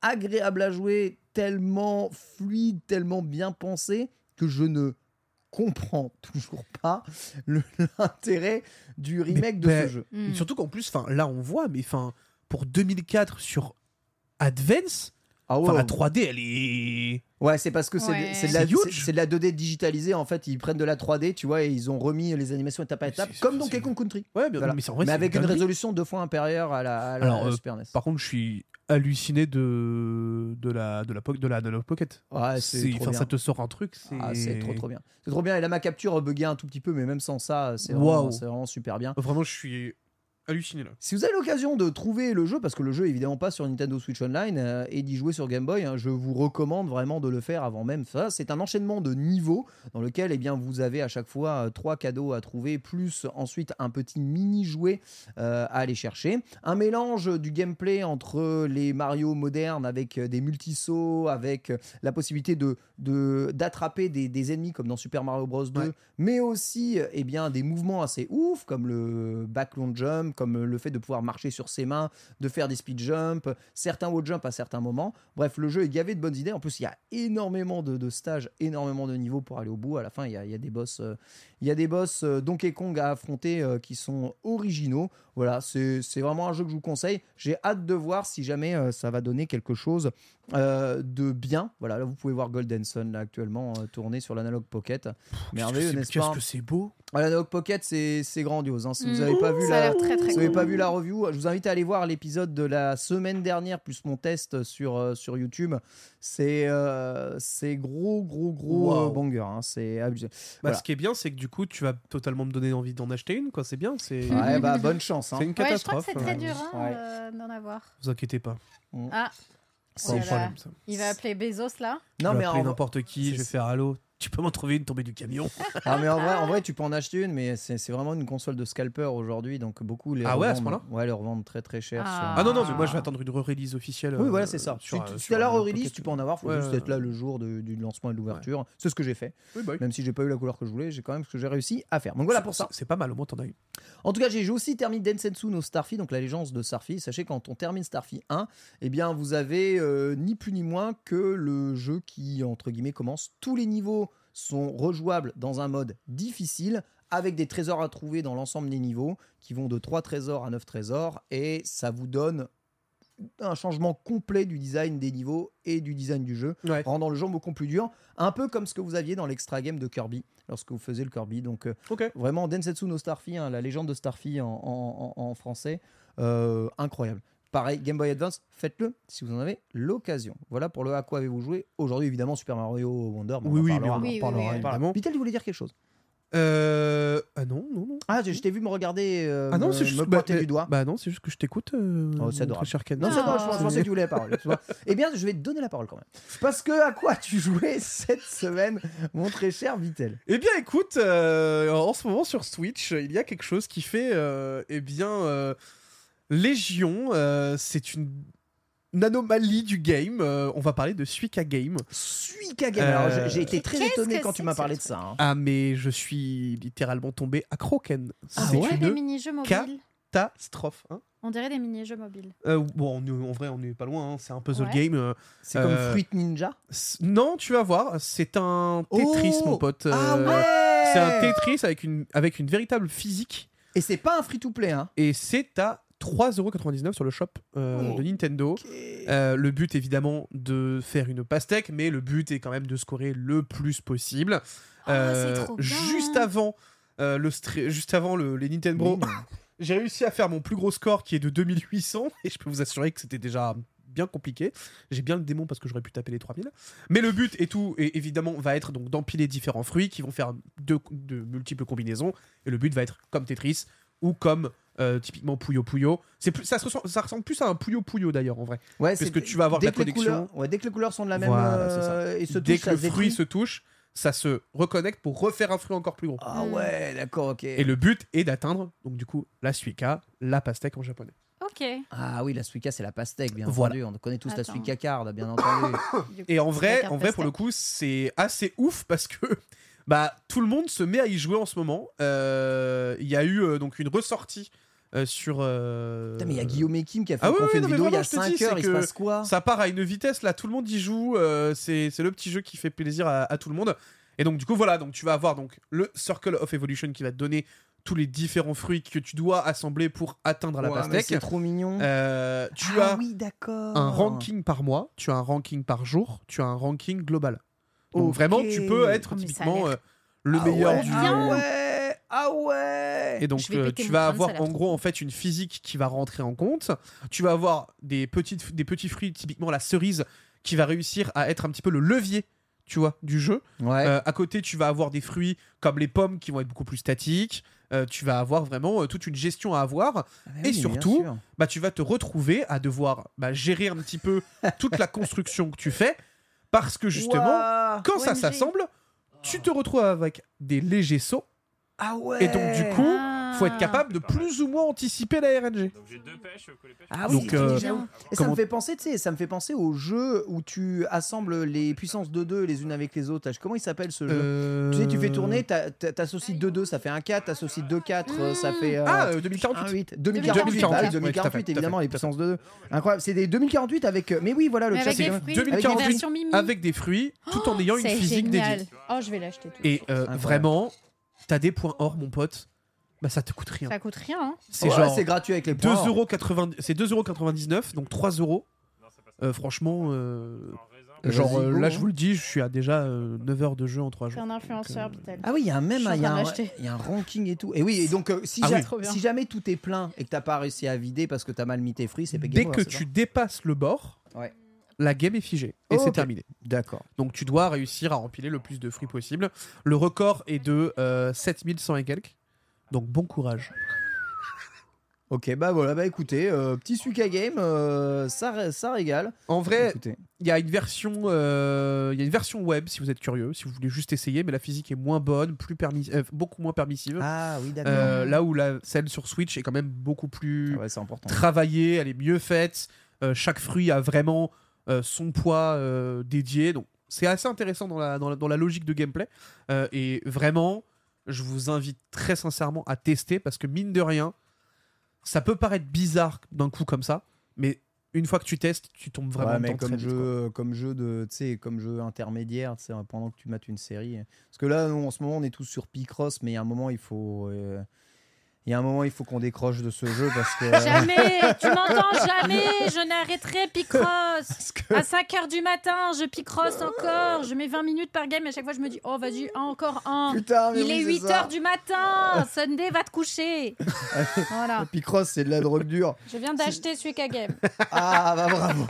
[SPEAKER 1] agréable à jouer, tellement fluide, tellement bien pensé, que je ne comprends toujours pas le- (laughs) l'intérêt du remake de
[SPEAKER 3] ben,
[SPEAKER 1] ce jeu.
[SPEAKER 2] Hmm.
[SPEAKER 3] Surtout qu'en plus, enfin, là, on voit, mais enfin, pour 2004 sur Advance,
[SPEAKER 1] Ah
[SPEAKER 3] enfin,
[SPEAKER 1] ouais,
[SPEAKER 3] la 3D, elle est.
[SPEAKER 1] ouais c'est parce que c'est de-
[SPEAKER 2] Ouais.
[SPEAKER 1] c'est de, la-
[SPEAKER 3] C'est huge.
[SPEAKER 1] c'est- c'est de la 2D digitalisée en fait. Ils prennent de la 3D, tu vois, et ils ont remis les animations étape à
[SPEAKER 3] Mais
[SPEAKER 1] étape,
[SPEAKER 3] c'est-
[SPEAKER 1] comme
[SPEAKER 3] c'est-
[SPEAKER 1] Donkey
[SPEAKER 3] c'est-
[SPEAKER 1] Kong Country.
[SPEAKER 3] Ouais, bien-
[SPEAKER 1] Voilà.
[SPEAKER 3] mais c'est- en vrai,
[SPEAKER 1] mais
[SPEAKER 3] c'est
[SPEAKER 1] avec
[SPEAKER 3] une
[SPEAKER 1] une
[SPEAKER 3] dinguerie.
[SPEAKER 1] résolution deux fois inférieure à la, à la-
[SPEAKER 3] Alors,
[SPEAKER 1] à la
[SPEAKER 3] euh,
[SPEAKER 1] Super E NES.
[SPEAKER 3] Par contre, je suis halluciné de de la de la po- de la Analog Pocket.
[SPEAKER 1] Ouais,
[SPEAKER 3] C'est-
[SPEAKER 1] Ah, c'est trop
[SPEAKER 3] enfin,
[SPEAKER 1] bien.
[SPEAKER 3] ça te sort un truc, c'est
[SPEAKER 1] Ah, c'est trop trop bien. C'est trop bien. Et là, ma capture buguait un tout petit peu, mais même sans ça, c'est vraiment-
[SPEAKER 3] Waouh.
[SPEAKER 1] c'est vraiment super bien.
[SPEAKER 3] Vraiment, je suis halluciné là.
[SPEAKER 1] Si vous avez l'occasion de trouver le jeu, parce que le jeu est évidemment pas sur Nintendo Switch Online euh, et d'y jouer sur Game Boy, hein, je vous recommande vraiment de le faire avant même ça. C'est un enchaînement de niveaux dans lequel eh bien, vous avez à chaque fois euh, trois cadeaux à trouver, plus ensuite un petit mini-jouet euh, à aller chercher. Un mélange du gameplay entre les Mario modernes avec euh, des multisauts, avec euh, la possibilité de de- d'attraper des, des ennemis comme dans Super Mario Bros 2,
[SPEAKER 3] Ouais.
[SPEAKER 1] mais aussi eh bien des mouvements assez ouf comme le back long jump, comme le fait de pouvoir marcher sur ses mains, de faire des speed jumps, certains wall jump à certains moments. Bref, le jeu est gavé de bonnes idées. En plus, il y a énormément de, de stages, énormément de niveaux pour aller au bout. À la fin, il y a, il y a des boss, euh, il y a des boss euh, Donkey Kong à affronter euh, qui sont originaux. Voilà, c'est c'est vraiment un jeu que je vous conseille. J'ai hâte de voir si jamais euh, ça va donner quelque chose euh, de bien. Voilà, là vous pouvez voir Golden Sun là, actuellement euh, tourné sur l'analog pocket. Merveilleux,
[SPEAKER 3] Qu'est-ce que
[SPEAKER 1] n'est-ce
[SPEAKER 3] c'est-
[SPEAKER 1] pas
[SPEAKER 3] Qu'est-ce que c'est beau Bah,
[SPEAKER 1] Ah, la Naok Pocket, c'est c'est grandiose. hein. Si vous
[SPEAKER 2] Mm.
[SPEAKER 1] n'avez pas vu
[SPEAKER 5] Ça a
[SPEAKER 1] la,
[SPEAKER 5] l'air très très
[SPEAKER 1] si vous
[SPEAKER 5] cool.
[SPEAKER 1] avez pas vu la review, je vous invite à aller voir l'épisode de la semaine dernière, plus mon test sur, euh, sur YouTube. C'est euh, c'est gros, gros, gros
[SPEAKER 3] Wow.
[SPEAKER 1] euh, banger. hein. C'est abusé.
[SPEAKER 3] Bah,
[SPEAKER 1] Voilà.
[SPEAKER 3] Ce qui est bien, c'est que du coup, tu vas totalement me donner envie d'en acheter une, quoi. C'est bien, c'est
[SPEAKER 1] Ouais, bah, bonne chance. hein.
[SPEAKER 3] c'est une
[SPEAKER 5] Ouais, je crois que
[SPEAKER 3] catastrophe.
[SPEAKER 5] c'est très
[SPEAKER 3] hein.
[SPEAKER 5] dur hein,
[SPEAKER 1] Ouais.
[SPEAKER 5] euh, d'en avoir.
[SPEAKER 3] Vous inquiétez pas.
[SPEAKER 2] Ah,
[SPEAKER 3] C'est
[SPEAKER 2] Oh
[SPEAKER 3] un
[SPEAKER 2] là là.
[SPEAKER 3] problème, ça.
[SPEAKER 2] il va appeler Bezos là.
[SPEAKER 1] Non, mais, en,
[SPEAKER 3] n'importe qui, je vais
[SPEAKER 1] c'est-
[SPEAKER 3] faire allô. Tu peux m'en trouver une tombée du camion.
[SPEAKER 1] ah, mais en, vrai, en vrai, tu peux en acheter une, mais c'est c'est vraiment une console de scalper aujourd'hui. Donc, beaucoup les
[SPEAKER 3] Ah ouais, à ce
[SPEAKER 1] revendent-
[SPEAKER 3] point-là
[SPEAKER 1] Ouais, les revendent très très cher. sur-
[SPEAKER 2] Ah.
[SPEAKER 3] Ah non, non, mais moi je vais attendre une re-release officielle.
[SPEAKER 1] Oui,
[SPEAKER 3] euh,
[SPEAKER 1] voilà, c'est ça.
[SPEAKER 3] sur,
[SPEAKER 1] Tu-
[SPEAKER 3] euh,
[SPEAKER 1] tout
[SPEAKER 3] sur
[SPEAKER 1] à l'heure,
[SPEAKER 3] le
[SPEAKER 1] au release,
[SPEAKER 3] Pocket.
[SPEAKER 1] tu peux en avoir. faut
[SPEAKER 3] Ouais,
[SPEAKER 1] juste
[SPEAKER 3] ouais,
[SPEAKER 1] être là
[SPEAKER 3] ouais.
[SPEAKER 1] le jour de- du lancement et de l'ouverture. C'est ce que j'ai fait.
[SPEAKER 3] Oui, bah oui.
[SPEAKER 1] Même si j'ai pas eu la couleur que je voulais, j'ai quand même ce que j'ai réussi à faire. Donc voilà pour ça.
[SPEAKER 3] C'est pas mal, au moins t'en as eu.
[SPEAKER 1] En tout cas, j'ai j'ai aussi terminé Densetsu no Starfy, donc la légende de Starfy. Sachez quand on termine Starfy 1, eh bien vous avez euh, ni plus ni moins que le jeu qui entre guillemets commence. Tous les niveaux sont rejouables dans un mode difficile avec des trésors à trouver dans l'ensemble des niveaux qui vont de 3 trésors à 9 trésors et ça vous donne un changement complet du design des niveaux et du design du jeu
[SPEAKER 3] Ouais.
[SPEAKER 1] rendant le jeu beaucoup plus dur, un peu comme ce que vous aviez dans l'extra game de Kirby lorsque vous faisiez le Kirby. Donc euh,
[SPEAKER 3] Ok.
[SPEAKER 1] vraiment Densetsu no Starfy, hein, la légende de Starfy en, en- en- en français, euh, incroyable. Pareil, Game Boy Advance, faites-le si vous en avez l'occasion. Voilà pour le à quoi avez-vous joué aujourd'hui. Évidemment, Super Mario Wonder. bon, on
[SPEAKER 3] Oui,
[SPEAKER 1] en
[SPEAKER 3] oui,
[SPEAKER 1] parlera,
[SPEAKER 3] bien
[SPEAKER 1] on en
[SPEAKER 2] Oui, oui, oui,
[SPEAKER 1] parlera, on en parlera.
[SPEAKER 3] évidemment.
[SPEAKER 1] Vitel, tu voulais dire quelque chose
[SPEAKER 3] Euh. Ah non, non, non.
[SPEAKER 1] Ah, je, je t'ai vu me regarder. euh,
[SPEAKER 3] Ah non,
[SPEAKER 1] me-
[SPEAKER 3] c'est juste.
[SPEAKER 1] me
[SPEAKER 3] bah,
[SPEAKER 1] pointer
[SPEAKER 3] mais-
[SPEAKER 1] du doigt.
[SPEAKER 3] Bah non, c'est juste que je t'écoute. euh,
[SPEAKER 1] Oh, c'est
[SPEAKER 3] mon
[SPEAKER 1] adorable.
[SPEAKER 3] très cher Ken.
[SPEAKER 1] Non, c'est
[SPEAKER 5] Ah.
[SPEAKER 1] bon, je, je pensais que tu voulais la parole. tu vois. eh bien, je vais te donner la parole quand même. Parce que à quoi tu jouais cette semaine, mon très cher Vitel
[SPEAKER 3] Eh bien, écoute, euh, en ce moment sur Switch, il y a quelque chose qui fait, euh, eh bien, euh, Légion, euh, c'est une, une anomalie du game. Euh, on va parler de Suika Game.
[SPEAKER 1] Suika Game. Alors,
[SPEAKER 3] Euh,
[SPEAKER 1] j'ai- j'ai été très
[SPEAKER 5] Qu'est-ce
[SPEAKER 1] étonné
[SPEAKER 5] que
[SPEAKER 1] quand tu
[SPEAKER 5] c'est
[SPEAKER 1] m'as
[SPEAKER 5] que
[SPEAKER 1] parlé
[SPEAKER 5] ce
[SPEAKER 1] de ça. hein.
[SPEAKER 3] Ah, mais je suis littéralement tombé à Croken.
[SPEAKER 1] Ah
[SPEAKER 3] c'est
[SPEAKER 1] ouais
[SPEAKER 2] des
[SPEAKER 3] une
[SPEAKER 2] mini-jeux mobiles.
[SPEAKER 3] K. catastrophe. hein.
[SPEAKER 2] On dirait des mini-jeux mobiles.
[SPEAKER 3] Euh, bon, on est- en vrai, on n'est pas loin. hein, C'est un puzzle
[SPEAKER 2] Ouais.
[SPEAKER 3] game. euh,
[SPEAKER 1] C'est comme
[SPEAKER 3] Euh,
[SPEAKER 1] Fruit Ninja.
[SPEAKER 3] c- non, tu vas voir, c'est un Tetris,
[SPEAKER 1] Oh
[SPEAKER 3] mon pote.
[SPEAKER 1] Ah
[SPEAKER 3] Euh,
[SPEAKER 1] ouais
[SPEAKER 3] C'est un Tetris avec une, avec une véritable physique.
[SPEAKER 1] Et c'est pas un free-to-play, hein
[SPEAKER 3] et c'est à 3,99€ sur le shop euh,
[SPEAKER 1] Oh.
[SPEAKER 3] de Nintendo. Euh, le but évidemment de faire une pastèque, mais le but est quand même de scorer le plus possible.
[SPEAKER 5] Oh,
[SPEAKER 3] Euh,
[SPEAKER 5] c'est trop bien.
[SPEAKER 3] juste avant euh, le stre- juste avant le- les Nintendo,
[SPEAKER 1] Oui, mais-
[SPEAKER 3] j'ai réussi à faire mon plus gros score qui est de 2800 et je peux vous assurer que c'était déjà bien compliqué. J'ai bien le démon parce que j'aurais pu taper les 3000. Mais le but et tout, et évidemment, va être donc d'empiler différents fruits qui vont faire de, de multiples combinaisons. Et le but va être comme Tetris ou comme euh, typiquement Puyo Puyo. C'est plus, ça, se ressemble, ça ressemble plus à un Puyo Puyo d'ailleurs en vrai.
[SPEAKER 1] Ouais,
[SPEAKER 3] Parce
[SPEAKER 1] c'est-
[SPEAKER 3] que tu vas avoir de
[SPEAKER 1] dès
[SPEAKER 3] la
[SPEAKER 1] que les
[SPEAKER 3] connexion.
[SPEAKER 1] couleurs- ouais, dès que les couleurs sont de la même
[SPEAKER 3] Voilà, c'est ça.
[SPEAKER 1] euh, et se
[SPEAKER 3] Dès
[SPEAKER 1] touchent,
[SPEAKER 3] que
[SPEAKER 1] ça
[SPEAKER 3] le
[SPEAKER 1] se
[SPEAKER 3] fruit
[SPEAKER 1] détruit.
[SPEAKER 3] se touche, ça se reconnecte pour refaire un fruit encore plus gros.
[SPEAKER 1] Ah ouais, d'accord, ok.
[SPEAKER 3] Et le but est d'atteindre donc du coup la suika, la pastèque en japonais.
[SPEAKER 2] Ok.
[SPEAKER 1] Ah oui, la Suika, c'est la pastèque, bien
[SPEAKER 3] Voilà.
[SPEAKER 1] entendu. On connaît tous la
[SPEAKER 2] Attends.
[SPEAKER 1] Suika card, bien
[SPEAKER 3] (coughs)
[SPEAKER 1] entendu.
[SPEAKER 2] Du coup,
[SPEAKER 3] Et en
[SPEAKER 2] c'est la
[SPEAKER 3] vrai,
[SPEAKER 2] carte
[SPEAKER 3] en vrai pour le
[SPEAKER 2] pastèque.
[SPEAKER 3] coup, c'est assez ouf parce que (laughs) bah tout le monde se met à y jouer en ce moment. Euh, Il y a eu euh, donc une ressortie euh, sur. euh,
[SPEAKER 1] Putain, mais il y a Guillaume et Kim qui a fait,
[SPEAKER 3] Ah
[SPEAKER 1] qu'on
[SPEAKER 3] oui,
[SPEAKER 1] fait
[SPEAKER 3] oui, non,
[SPEAKER 1] une
[SPEAKER 3] mais
[SPEAKER 1] vidéo il y a
[SPEAKER 3] vraiment,
[SPEAKER 1] 5
[SPEAKER 3] je te dis, c'est
[SPEAKER 1] heures, il se
[SPEAKER 3] que
[SPEAKER 1] passe quoi
[SPEAKER 3] Ça part à une vitesse là, tout le monde y joue. euh, c'est c'est le petit jeu qui fait plaisir à, à tout le monde. Et donc du coup voilà, donc tu vas avoir donc le Circle of Evolution qui va te donner tous les différents fruits que tu dois assembler pour atteindre la
[SPEAKER 1] Ouah, mais
[SPEAKER 3] pastèque.
[SPEAKER 1] C'est trop mignon.
[SPEAKER 3] Euh, tu
[SPEAKER 1] ah
[SPEAKER 3] as
[SPEAKER 1] oui, d'accord.
[SPEAKER 3] un ranking par mois, tu as un ranking par jour, tu as un ranking global. Donc
[SPEAKER 1] Ok.
[SPEAKER 3] vraiment, tu peux être
[SPEAKER 2] Oh, mais ça a
[SPEAKER 3] typiquement
[SPEAKER 2] l'air
[SPEAKER 3] euh, le
[SPEAKER 1] Ah
[SPEAKER 3] meilleur
[SPEAKER 1] ouais,
[SPEAKER 3] du.
[SPEAKER 1] Ah ouais Ah ouais
[SPEAKER 3] Et donc
[SPEAKER 2] Je vais
[SPEAKER 3] euh,
[SPEAKER 2] péter
[SPEAKER 3] tu
[SPEAKER 2] mon
[SPEAKER 3] vas
[SPEAKER 2] crâne, ça a
[SPEAKER 3] avoir
[SPEAKER 2] l'air
[SPEAKER 3] en
[SPEAKER 2] trop
[SPEAKER 3] gros en fait une physique qui va rentrer en compte. Tu vas avoir des petites des petits fruits typiquement la cerise qui va réussir à être un petit peu le levier, tu vois, du jeu.
[SPEAKER 1] Ouais.
[SPEAKER 3] Euh, à côté, tu vas avoir des fruits comme les pommes qui vont être beaucoup plus statiques. Euh, tu vas avoir vraiment euh, toute une gestion à avoir.
[SPEAKER 1] Ah bah
[SPEAKER 3] et
[SPEAKER 1] oui, bien
[SPEAKER 3] surtout,
[SPEAKER 1] sûr.
[SPEAKER 3] bah, tu vas te retrouver à devoir bah, gérer un petit peu toute la construction que tu fais, parce que justement,
[SPEAKER 1] Ouah.
[SPEAKER 3] quand ça
[SPEAKER 2] OMG.
[SPEAKER 3] s'assemble, tu te retrouves avec des légers sauts,
[SPEAKER 1] Ah ouais
[SPEAKER 3] et donc du coup, faut être
[SPEAKER 2] Ah.
[SPEAKER 3] capable de plus ou moins anticiper la RNG.
[SPEAKER 1] Ah
[SPEAKER 3] Donc,
[SPEAKER 1] oui,
[SPEAKER 3] euh,
[SPEAKER 1] oui, j'avoue. Et ça
[SPEAKER 3] comment-
[SPEAKER 1] me fait penser, tu sais, ça me fait penser au jeu où tu assembles les puissances de deux les unes avec les autres. là. Comment il s'appelle ce jeu Tu sais, tu fais
[SPEAKER 3] Euh,
[SPEAKER 1] tourner, t'as- t'as- t'associes 2-2, ça fait un 4, t'associes 2-4, euh, ça fait. euh,
[SPEAKER 3] Ah, euh, 2048.
[SPEAKER 1] 1-8. 2048, bah oui,
[SPEAKER 3] 2048, ouais, tout à fait,
[SPEAKER 1] 2048,
[SPEAKER 3] tout à
[SPEAKER 1] évidemment,
[SPEAKER 3] fait,
[SPEAKER 1] les
[SPEAKER 3] tout à
[SPEAKER 1] puissances de 2. Incroyable, c'est des 2048 avec. euh, Mais oui, voilà, le
[SPEAKER 2] Mais
[SPEAKER 1] chat,
[SPEAKER 2] avec
[SPEAKER 1] c'est
[SPEAKER 2] les
[SPEAKER 1] quand même-
[SPEAKER 2] fruits,
[SPEAKER 3] avec
[SPEAKER 2] les versions mimi. Oh,
[SPEAKER 3] Avec des fruits, tout en ayant une
[SPEAKER 2] C'est
[SPEAKER 3] physique
[SPEAKER 2] génial.
[SPEAKER 3] dédiée.
[SPEAKER 2] Oh, je vais l'acheter tout.
[SPEAKER 3] Et euh,
[SPEAKER 1] Incroyable.
[SPEAKER 3] vraiment, t'as des points or, mon pote. Bah ça te coûte rien. Ah,
[SPEAKER 2] Ça coûte rien. hein.
[SPEAKER 3] C'est
[SPEAKER 1] Ouais,
[SPEAKER 3] genre
[SPEAKER 1] c'est gratuit avec les points.
[SPEAKER 3] 2,90 c'est 2,99€, donc 3€. euros. Euh, franchement, euh, Genre
[SPEAKER 1] Vas-y,
[SPEAKER 3] euh,
[SPEAKER 1] go,
[SPEAKER 3] là,
[SPEAKER 1] hein.
[SPEAKER 3] je vous le dis, je suis à déjà 9 heures de jeu en 3
[SPEAKER 5] Je suis
[SPEAKER 3] jours. euh,
[SPEAKER 5] un influenceur, peut-être.
[SPEAKER 1] Ah oui, il y a un même,
[SPEAKER 5] Je suis en
[SPEAKER 1] il y, a
[SPEAKER 5] train
[SPEAKER 1] un-
[SPEAKER 5] d'acheter.
[SPEAKER 1] il y a un ranking et tout. Et oui, et donc euh, si,
[SPEAKER 3] Ah
[SPEAKER 1] ja-
[SPEAKER 3] oui.
[SPEAKER 5] Trop bien.
[SPEAKER 1] si jamais tout est plein et que t'as pas réussi à vider parce que t'as mal mis tes fruits, c'est Peggy
[SPEAKER 3] Dès
[SPEAKER 1] Over,
[SPEAKER 3] que
[SPEAKER 1] c'est ça
[SPEAKER 3] tu dépasses le bord,
[SPEAKER 1] Ouais. Oh,
[SPEAKER 3] la game est figée et
[SPEAKER 1] Ok.
[SPEAKER 3] c'est terminé.
[SPEAKER 1] D'accord.
[SPEAKER 3] Donc tu dois réussir à empiler le plus de fruits possible. Le record est de euh, 7100 et quelques. Donc bon courage.
[SPEAKER 1] Ok, bah voilà, bah écoutez, euh, petit Suka Game, euh, ça, ré- ça régale.
[SPEAKER 3] En vrai,
[SPEAKER 1] Écoutez.
[SPEAKER 3] il y a une version, euh, il y a une version web si vous êtes curieux, si vous voulez juste essayer, mais la physique est moins bonne, plus permis, euh, beaucoup moins permissive.
[SPEAKER 1] Ah oui, d'accord.
[SPEAKER 3] Euh, là où la scène sur Switch est quand même beaucoup plus
[SPEAKER 1] Ah ouais, c'est important.
[SPEAKER 3] travaillée, elle est mieux faite. euh, chaque fruit a vraiment euh, son poids euh, dédié. Donc c'est assez intéressant dans la, dans la, dans la logique de gameplay. Euh, et vraiment, je vous invite très sincèrement à tester parce que mine de rien, ça peut paraître bizarre d'un coup comme ça, mais une fois que tu testes, tu tombes vraiment
[SPEAKER 1] Ouais, mais
[SPEAKER 3] dedans
[SPEAKER 1] comme
[SPEAKER 3] très vite,
[SPEAKER 1] jeu,
[SPEAKER 3] quoi.
[SPEAKER 1] euh, comme jeu de, tu sais, comme jeu intermédiaire, tu sais, pendant que tu mates une série. Parce que là, nous, en ce moment, on est tous sur Picross, mais il y a un moment, il faut, euh, il y a un moment, il faut qu'on décroche de ce jeu parce
[SPEAKER 2] (laughs)
[SPEAKER 1] que.
[SPEAKER 3] (laughs)
[SPEAKER 2] Jamais, tu m'entends jamais, je n'arrêterai Picross. À 5 h du matin, je Picross encore. Je mets 20 minutes par game et à chaque fois je me dis, oh vas-y, un, encore un.
[SPEAKER 3] Ah,
[SPEAKER 1] Putain, mais
[SPEAKER 2] Il
[SPEAKER 1] oui,
[SPEAKER 2] est 8
[SPEAKER 1] c'est ça.
[SPEAKER 2] h du
[SPEAKER 3] (laughs)
[SPEAKER 2] matin, Sunday va te coucher. voilà,
[SPEAKER 1] Picross, c'est de la drogue dure.
[SPEAKER 2] je viens d'acheter Suika Game.
[SPEAKER 1] Ah bah
[SPEAKER 2] (laughs)
[SPEAKER 1] bravo.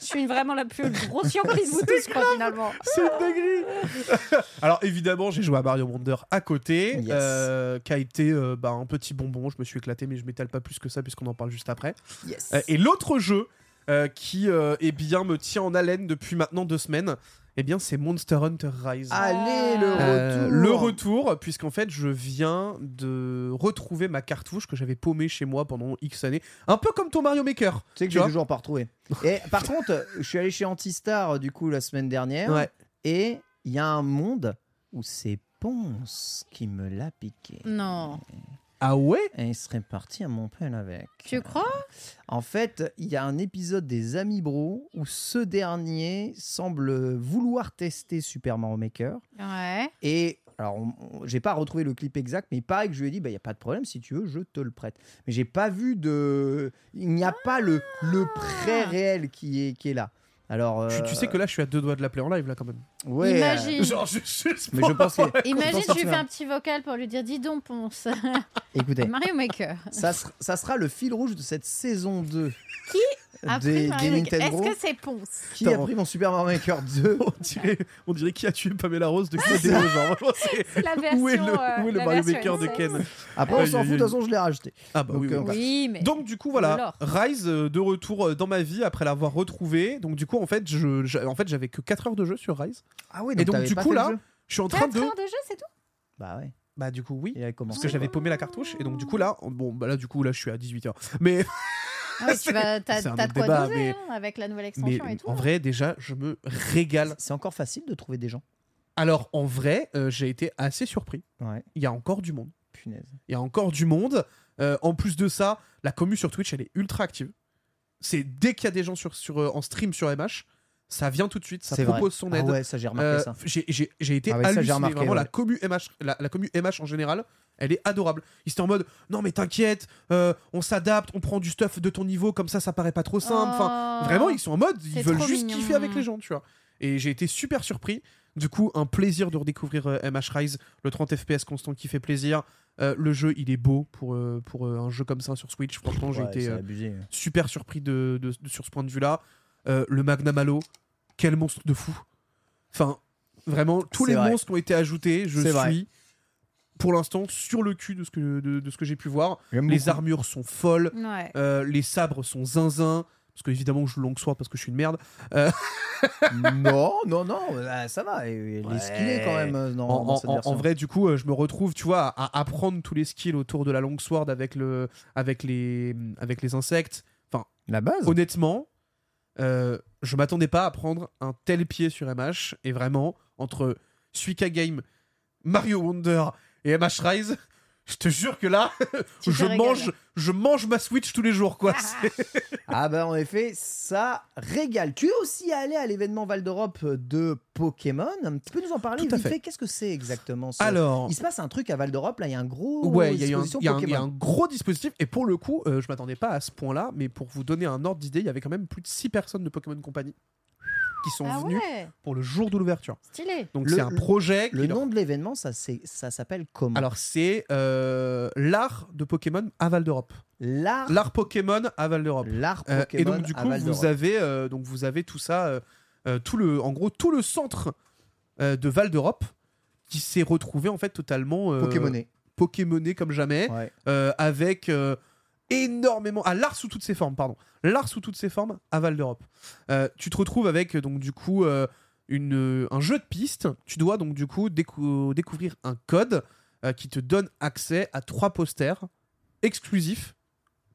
[SPEAKER 2] Je suis vraiment la plus
[SPEAKER 3] (laughs)
[SPEAKER 2] grosse yogalise vous tous, je crois, finalement.
[SPEAKER 3] C'est une dinguerie. (laughs) Alors évidemment, j'ai joué à Mario Wonder à côté,
[SPEAKER 1] Yes.
[SPEAKER 3] euh, qui a été euh, bah, un petit bonbon. Je me suis éclaté, mais je m'étale pas plus que ça puisqu'on en parle juste après.
[SPEAKER 1] Yes.
[SPEAKER 3] Euh, et l'autre jeu euh, qui euh, eh bien me tient en haleine depuis maintenant deux semaines, eh bien c'est Monster Hunter Rise.
[SPEAKER 2] Ah.
[SPEAKER 1] Allez Ah, le retour.
[SPEAKER 3] Euh, le retour, puisqu'en fait, je viens de retrouver ma cartouche que j'avais paumée chez moi pendant X années. Un peu comme ton Mario Maker.
[SPEAKER 1] Tu sais que
[SPEAKER 3] tu
[SPEAKER 1] j'ai
[SPEAKER 3] vois
[SPEAKER 1] toujours pas
[SPEAKER 3] (laughs)
[SPEAKER 1] retrouvé. Et par contre, je suis allé chez Antistar euh, du coup la semaine dernière
[SPEAKER 3] Ouais.
[SPEAKER 1] et il y a un monde où c'est Ponce qui me l'a piqué.
[SPEAKER 5] Non.
[SPEAKER 3] Ah ouais
[SPEAKER 1] Et il serait parti à Montpellier avec.
[SPEAKER 5] Tu crois
[SPEAKER 1] En fait, il y a un épisode des Amis Bro où ce dernier semble vouloir tester Super Mario Maker.
[SPEAKER 5] Ouais.
[SPEAKER 1] Et alors, on- on- j'ai pas retrouvé le clip exact, mais il paraît que je lui ai dit, il bah, n'y a pas de problème, si tu veux, je te le prête. Mais j'ai pas vu de. Il n'y a pas le, le
[SPEAKER 5] Ah
[SPEAKER 1] prêt réel qui est, qui est là. Alors.
[SPEAKER 3] Tu-
[SPEAKER 1] euh,
[SPEAKER 3] Tu sais que là, je suis à deux doigts de l'appeler en live, là, quand même.
[SPEAKER 1] ouais, euh,
[SPEAKER 5] Imagine.
[SPEAKER 3] Genre, je (laughs) juste
[SPEAKER 1] mais
[SPEAKER 3] pour
[SPEAKER 1] je pense que.
[SPEAKER 3] (laughs)
[SPEAKER 5] Imagine,
[SPEAKER 1] pense
[SPEAKER 5] je
[SPEAKER 1] que
[SPEAKER 5] lui
[SPEAKER 1] tu
[SPEAKER 5] fais
[SPEAKER 1] vas-
[SPEAKER 5] un petit vocal pour lui dire dis donc, Ponce.
[SPEAKER 1] Écoutez,
[SPEAKER 5] (laughs) Mario Maker.
[SPEAKER 1] ça, ser- ça sera le fil rouge de cette saison 2.
[SPEAKER 5] Qui Après,
[SPEAKER 1] des,
[SPEAKER 5] Mario
[SPEAKER 1] des
[SPEAKER 5] Maker.
[SPEAKER 1] Nintendo
[SPEAKER 5] Est-ce que c'est Ponce
[SPEAKER 1] Qui a pris mon Super Mario Maker
[SPEAKER 3] (laughs)
[SPEAKER 1] 2
[SPEAKER 3] on dirait, on dirait qui a tué Pamela Rose
[SPEAKER 2] (laughs)
[SPEAKER 3] de Ken Genre, franchement, c'est.
[SPEAKER 2] La version,
[SPEAKER 3] (laughs) Où est le,
[SPEAKER 2] euh,
[SPEAKER 3] où est le
[SPEAKER 2] la
[SPEAKER 3] Mario
[SPEAKER 2] version
[SPEAKER 3] Maker de
[SPEAKER 5] E
[SPEAKER 2] NC.
[SPEAKER 3] Ken
[SPEAKER 1] Après,
[SPEAKER 3] Aïe,
[SPEAKER 1] on s'en
[SPEAKER 3] aïe,
[SPEAKER 1] fout, de toute
[SPEAKER 3] aïe.
[SPEAKER 1] façon, je l'ai racheté.
[SPEAKER 3] Ah bah
[SPEAKER 1] Donc,
[SPEAKER 3] oui, oui.
[SPEAKER 1] euh,
[SPEAKER 2] Oui, mais.
[SPEAKER 3] Donc du coup voilà,
[SPEAKER 2] Alors.
[SPEAKER 3] Rise euh, de retour euh, dans ma vie après l'avoir retrouvé. Donc du coup en fait je, j'a- en fait j'avais que 4 heures de jeu sur Rise.
[SPEAKER 1] Ah oui,
[SPEAKER 3] Et donc,
[SPEAKER 1] t'avais
[SPEAKER 3] du
[SPEAKER 1] pas
[SPEAKER 3] coup,
[SPEAKER 1] fait le
[SPEAKER 3] là-
[SPEAKER 1] jeu
[SPEAKER 3] Je suis en train
[SPEAKER 2] 4
[SPEAKER 3] de
[SPEAKER 2] heures de jeu, c'est
[SPEAKER 3] (laughs)
[SPEAKER 2] tout
[SPEAKER 1] Bah ouais,
[SPEAKER 3] bah du coup oui
[SPEAKER 1] il a
[SPEAKER 3] parce
[SPEAKER 1] commencé.
[SPEAKER 3] que j'avais paumé la cartouche et donc du coup là bon bah là du coup là je suis à 18 heures. Mais
[SPEAKER 5] Ah ouais, tu vas, t'as,
[SPEAKER 3] c'est un
[SPEAKER 5] t'as de
[SPEAKER 3] autre
[SPEAKER 5] quoi
[SPEAKER 3] débat,
[SPEAKER 5] doser
[SPEAKER 3] mais-
[SPEAKER 5] hein, avec la nouvelle
[SPEAKER 3] mais
[SPEAKER 5] extension et tout.
[SPEAKER 2] hein.
[SPEAKER 3] en vrai déjà je me régale.
[SPEAKER 1] C'est encore facile de trouver des gens.
[SPEAKER 3] Alors en vrai euh, j'ai été assez surpris.
[SPEAKER 1] Ouais,
[SPEAKER 3] Il y a encore du monde.
[SPEAKER 1] punaise.
[SPEAKER 3] Il y a encore du monde. Euh, en plus de ça, la commu sur Twitch, elle est ultra active. C'est dès qu'il y a des gens sur, sur, euh, en stream sur MH, ça vient tout de suite, ça
[SPEAKER 1] C'est vrai.
[SPEAKER 3] propose son aide.
[SPEAKER 1] Ah ouais, ça j'ai remarqué
[SPEAKER 3] Euh,
[SPEAKER 1] ça.
[SPEAKER 3] j'ai- J'ai j'ai été
[SPEAKER 1] Ah ouais, ça, j'ai
[SPEAKER 3] halluciné.
[SPEAKER 1] remarqué,
[SPEAKER 3] vraiment,
[SPEAKER 1] ouais.
[SPEAKER 3] la, commu MH, la, la commu MH en général, elle est adorable. Ils étaient en mode Non, mais t'inquiète, euh, on s'adapte, on prend du stuff de ton niveau, comme ça, ça paraît pas trop simple. Enfin,
[SPEAKER 5] Oh.
[SPEAKER 3] Vraiment, ils sont en mode, ils
[SPEAKER 5] c'est
[SPEAKER 3] veulent
[SPEAKER 5] trop
[SPEAKER 3] juste
[SPEAKER 5] mignon.
[SPEAKER 3] kiffer avec les gens, tu vois. Et j'ai été super surpris. Du coup, un plaisir de redécouvrir euh, MH Rise, le 30 FPS constant qui fait plaisir. Euh, le jeu, il est beau pour, euh, pour euh, un jeu comme ça sur Switch. Franchement, j'ai
[SPEAKER 1] Ouais,
[SPEAKER 3] été
[SPEAKER 1] c'est
[SPEAKER 3] euh,
[SPEAKER 1] abusé.
[SPEAKER 3] super surpris de, de- de- sur ce point de vue-là. Euh, le Magnum Halo, quel monstre de fou. Enfin, vraiment, tous
[SPEAKER 1] C'est
[SPEAKER 3] les
[SPEAKER 1] vrai.
[SPEAKER 3] monstres qui ont été ajoutés, je suis
[SPEAKER 1] C'est vrai.
[SPEAKER 3] pour l'instant sur le cul de ce que, de, de ce que j'ai pu voir.
[SPEAKER 1] J'aime
[SPEAKER 3] Les
[SPEAKER 1] beaucoup. (laughs)
[SPEAKER 3] armures sont folles.
[SPEAKER 5] Oh. Ouais.
[SPEAKER 3] Euh, les sabres sont zinzin. Parce que évidemment je longue sois parce que je suis une merde.
[SPEAKER 1] non, non, non,
[SPEAKER 3] bah,
[SPEAKER 1] là, ça va. et- et Les skillés quand même euh, dans,
[SPEAKER 3] En,
[SPEAKER 1] dans
[SPEAKER 3] en-
[SPEAKER 1] cette
[SPEAKER 3] en-
[SPEAKER 1] version.
[SPEAKER 3] en vrai du coup euh, je me retrouve tu vois à, à apprendre tous les skills autour de la longue sword avec le avec les avec les insectes.
[SPEAKER 1] la base.
[SPEAKER 3] Honnêtement euh, je m'attendais pas à prendre un tel pied sur MH et vraiment entre Suika Game, Mario Wonder et MH Rise, je te jure que là
[SPEAKER 5] Tu te
[SPEAKER 3] (laughs) je
[SPEAKER 5] régales.
[SPEAKER 3] mange je mange ma Switch tous les jours quoi. C'est-
[SPEAKER 1] Ah bah en effet, ça régale. Tu es aussi allé à l'événement Val d'Europe euh, de Pokémon. Tu peux nous en parler
[SPEAKER 3] Tout à
[SPEAKER 1] vite
[SPEAKER 3] fait.
[SPEAKER 1] fait. Qu'est-ce que c'est exactement ce-
[SPEAKER 3] Alors
[SPEAKER 1] Il se passe un truc à Val d'Europe. Là, il y a un gros.
[SPEAKER 5] euh,
[SPEAKER 3] Ouais, il y, a eu un-
[SPEAKER 1] exposition
[SPEAKER 3] il y a un- il y
[SPEAKER 1] Pokémon.
[SPEAKER 3] a un gros dispositif. Et pour le coup, euh, je m'attendais pas à ce point-là, mais pour vous donner un ordre d'idée, il y avait quand même plus de 6 personnes de Pokémon Company qui sont
[SPEAKER 5] Ah
[SPEAKER 3] venus
[SPEAKER 5] ouais,
[SPEAKER 3] pour le jour de l'ouverture.
[SPEAKER 5] stylé.
[SPEAKER 3] Donc
[SPEAKER 1] Le-
[SPEAKER 3] c'est un projet.
[SPEAKER 1] Le
[SPEAKER 3] qui leur-
[SPEAKER 1] nom de l'événement, ça, c'est- ça s'appelle comment
[SPEAKER 3] Alors c'est euh, l'art de Pokémon à Val d'Europe.
[SPEAKER 5] Ah.
[SPEAKER 1] l'art,
[SPEAKER 3] L'art Pokémon à Val d'Europe.
[SPEAKER 1] l'art
[SPEAKER 3] Euh,
[SPEAKER 1] Pokémon
[SPEAKER 3] et donc du
[SPEAKER 1] à
[SPEAKER 3] coup
[SPEAKER 1] Val
[SPEAKER 3] vous
[SPEAKER 1] d'Europe.
[SPEAKER 3] avez euh, donc vous avez tout ça euh, euh, tout le en gros tout le centre euh, de Val d'Europe qui s'est retrouvé en fait totalement euh,
[SPEAKER 1] Pokémoné.
[SPEAKER 3] Pokémoné comme jamais
[SPEAKER 1] Ouais.
[SPEAKER 3] euh, avec euh, énormément à l'art sous toutes ses formes pardon l'art sous toutes ses formes à Val d'Europe Euh, tu te retrouves avec euh, donc du coup euh, une, euh, un jeu de piste tu dois donc du coup décou- découvrir un code euh, qui te donne accès à trois posters exclusifs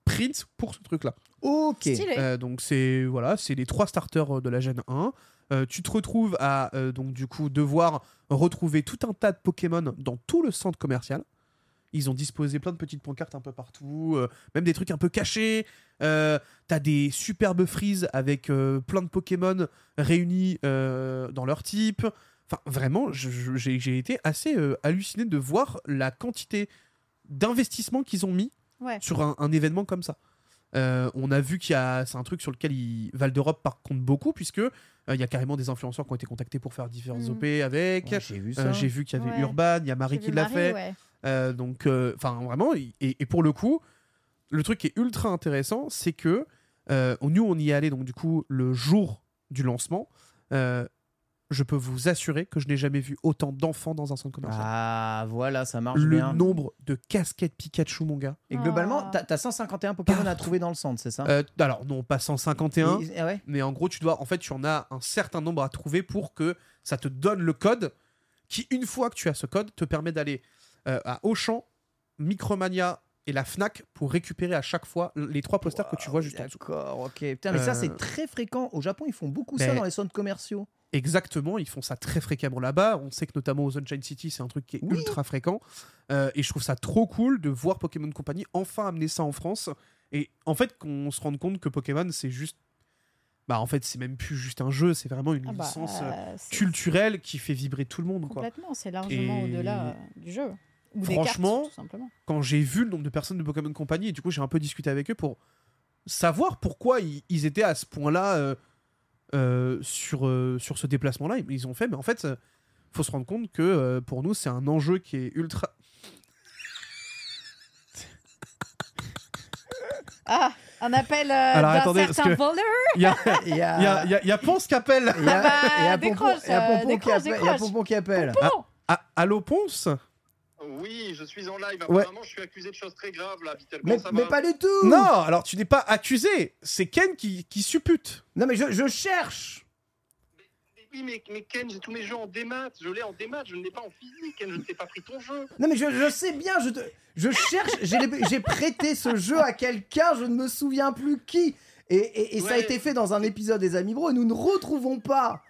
[SPEAKER 3] print pour ce truc là
[SPEAKER 1] Ok.
[SPEAKER 5] Stylé.
[SPEAKER 3] euh, donc c'est voilà, c'est les trois starters euh, de la Gen 1. Euh, tu te retrouves à euh, donc du coup devoir retrouver tout un tas de Pokémon dans tout le centre commercial. Ils ont disposé plein de petites pancartes un peu partout, euh, même des trucs un peu cachés. Euh, T'as des superbes frises avec euh, plein de Pokémon réunis euh, dans leur type. Enfin, vraiment, je- je- j'ai j'ai été assez euh, halluciné de voir la quantité d'investissement qu'ils ont mis
[SPEAKER 5] Ouais.
[SPEAKER 3] sur un, un événement comme ça. Euh, on a vu qu'il y a, c'est un truc sur lequel il, Val d'Europe par contre beaucoup puisque euh, il y a carrément des influenceurs qui ont été contactés pour faire différents
[SPEAKER 5] Mhm.
[SPEAKER 3] OP avec.
[SPEAKER 1] Ouais, j'ai vu ça.
[SPEAKER 3] Euh, j'ai vu qu'il y avait
[SPEAKER 5] Ouais.
[SPEAKER 3] Urban, il y a Marie
[SPEAKER 5] J'ai
[SPEAKER 3] qui
[SPEAKER 5] vu
[SPEAKER 3] l'a
[SPEAKER 5] Marie,
[SPEAKER 3] fait.
[SPEAKER 5] ouais.
[SPEAKER 3] Euh, donc, euh, enfin, vraiment, et, et pour le coup, le truc qui est ultra intéressant, c'est que euh, nous, on y est allé, donc du coup, le jour du lancement. Euh, je peux vous assurer que je n'ai jamais vu autant d'enfants dans un centre commercial.
[SPEAKER 1] Ah, voilà, ça marche
[SPEAKER 3] le
[SPEAKER 1] bien.
[SPEAKER 3] nombre de casquettes Pikachu, mon gars.
[SPEAKER 1] Et globalement,
[SPEAKER 5] Ah.
[SPEAKER 1] t'as t'as 151 Pokémon à trouver dans le centre, c'est ça
[SPEAKER 3] Euh, alors, non, pas 151.
[SPEAKER 1] Et- ah ouais
[SPEAKER 3] mais en gros tu dois en fait tu en as un certain nombre à trouver pour que ça te donne le code qui une fois que tu as ce code te permet d'aller euh, à Auchan, Micromania et la Fnac pour récupérer à chaque fois les trois posters que tu vois juste en dessous.
[SPEAKER 1] D'accord, ok. Putain, mais ça,
[SPEAKER 3] Euh, Ben
[SPEAKER 1] c'est très fréquent. Au Japon, ils font beaucoup ça
[SPEAKER 3] mais-
[SPEAKER 1] dans les centres
[SPEAKER 3] (laughs)
[SPEAKER 1] commerciaux.
[SPEAKER 3] Exactement, ils font ça très fréquemment là-bas. On sait que notamment aux Sunshine City, c'est un truc qui est
[SPEAKER 1] Oui.
[SPEAKER 3] ultra fréquent. Euh, et je trouve ça trop cool de voir Pokémon Company enfin amener ça en France. Et en fait, qu'on se rende compte que Pokémon, c'est juste. Bah, en fait, c'est même plus juste un jeu, c'est vraiment une
[SPEAKER 5] Ah bah,
[SPEAKER 3] licence euh,
[SPEAKER 5] euh, c'est-
[SPEAKER 3] culturelle qui fait vibrer tout le monde. Quoi.
[SPEAKER 5] Complètement, c'est largement
[SPEAKER 3] Et-
[SPEAKER 5] au-delà euh, du jeu. Ou des
[SPEAKER 3] Franchement,
[SPEAKER 5] cartes, tout simplement.
[SPEAKER 3] quand j'ai vu le nombre de personnes de Pokémon Company, et du coup j'ai un peu discuté avec eux pour savoir pourquoi ils, ils étaient à ce point-là euh, euh, sur, euh, sur ce déplacement-là. Ils- Ils ont fait, mais en fait, euh, faut se rendre compte que euh, pour nous, c'est un enjeu qui est ultra. (laughs)
[SPEAKER 5] Ah, un appel euh,
[SPEAKER 3] Alors,
[SPEAKER 5] d'un
[SPEAKER 3] attendez, parce
[SPEAKER 5] certain
[SPEAKER 3] que-
[SPEAKER 5] voleur.
[SPEAKER 3] Il y a,
[SPEAKER 1] Il y
[SPEAKER 3] il y a, il y a- il y a Ponce qui appelle
[SPEAKER 1] il y a-
[SPEAKER 5] Ah bah,
[SPEAKER 1] il y a Pompon-
[SPEAKER 5] décroche,
[SPEAKER 1] il y a
[SPEAKER 5] euh,
[SPEAKER 1] Pompon qui
[SPEAKER 5] décroche,
[SPEAKER 1] appelle- il y a
[SPEAKER 5] décroche.
[SPEAKER 1] Pompon qui appelle.
[SPEAKER 3] Ah, Allô Ponce
[SPEAKER 6] Oui, je suis en live.
[SPEAKER 3] Ouais.
[SPEAKER 6] Apparemment, je suis accusé de choses très graves là. Vitel,
[SPEAKER 1] Mais,
[SPEAKER 6] comment ça
[SPEAKER 1] mais
[SPEAKER 6] va
[SPEAKER 1] pas du tout
[SPEAKER 3] Non, alors tu n'es pas accusé, c'est Ken qui, qui suppute.
[SPEAKER 1] Non, mais je, je cherche
[SPEAKER 6] Mais Oui, mais, mais Ken, j'ai tous mes jeux en démat. Je l'ai en démat, je ne l'ai pas en physique. Ken, je ne t'ai pas pris ton jeu.
[SPEAKER 1] Non, mais je, je sais bien, je, te- je cherche. J'ai les- j'ai prêté ce jeu à quelqu'un, je ne me souviens plus qui. Et, et- et ça a
[SPEAKER 6] Ouais.
[SPEAKER 1] été fait dans un épisode des Amis Bro et nous ne retrouvons pas.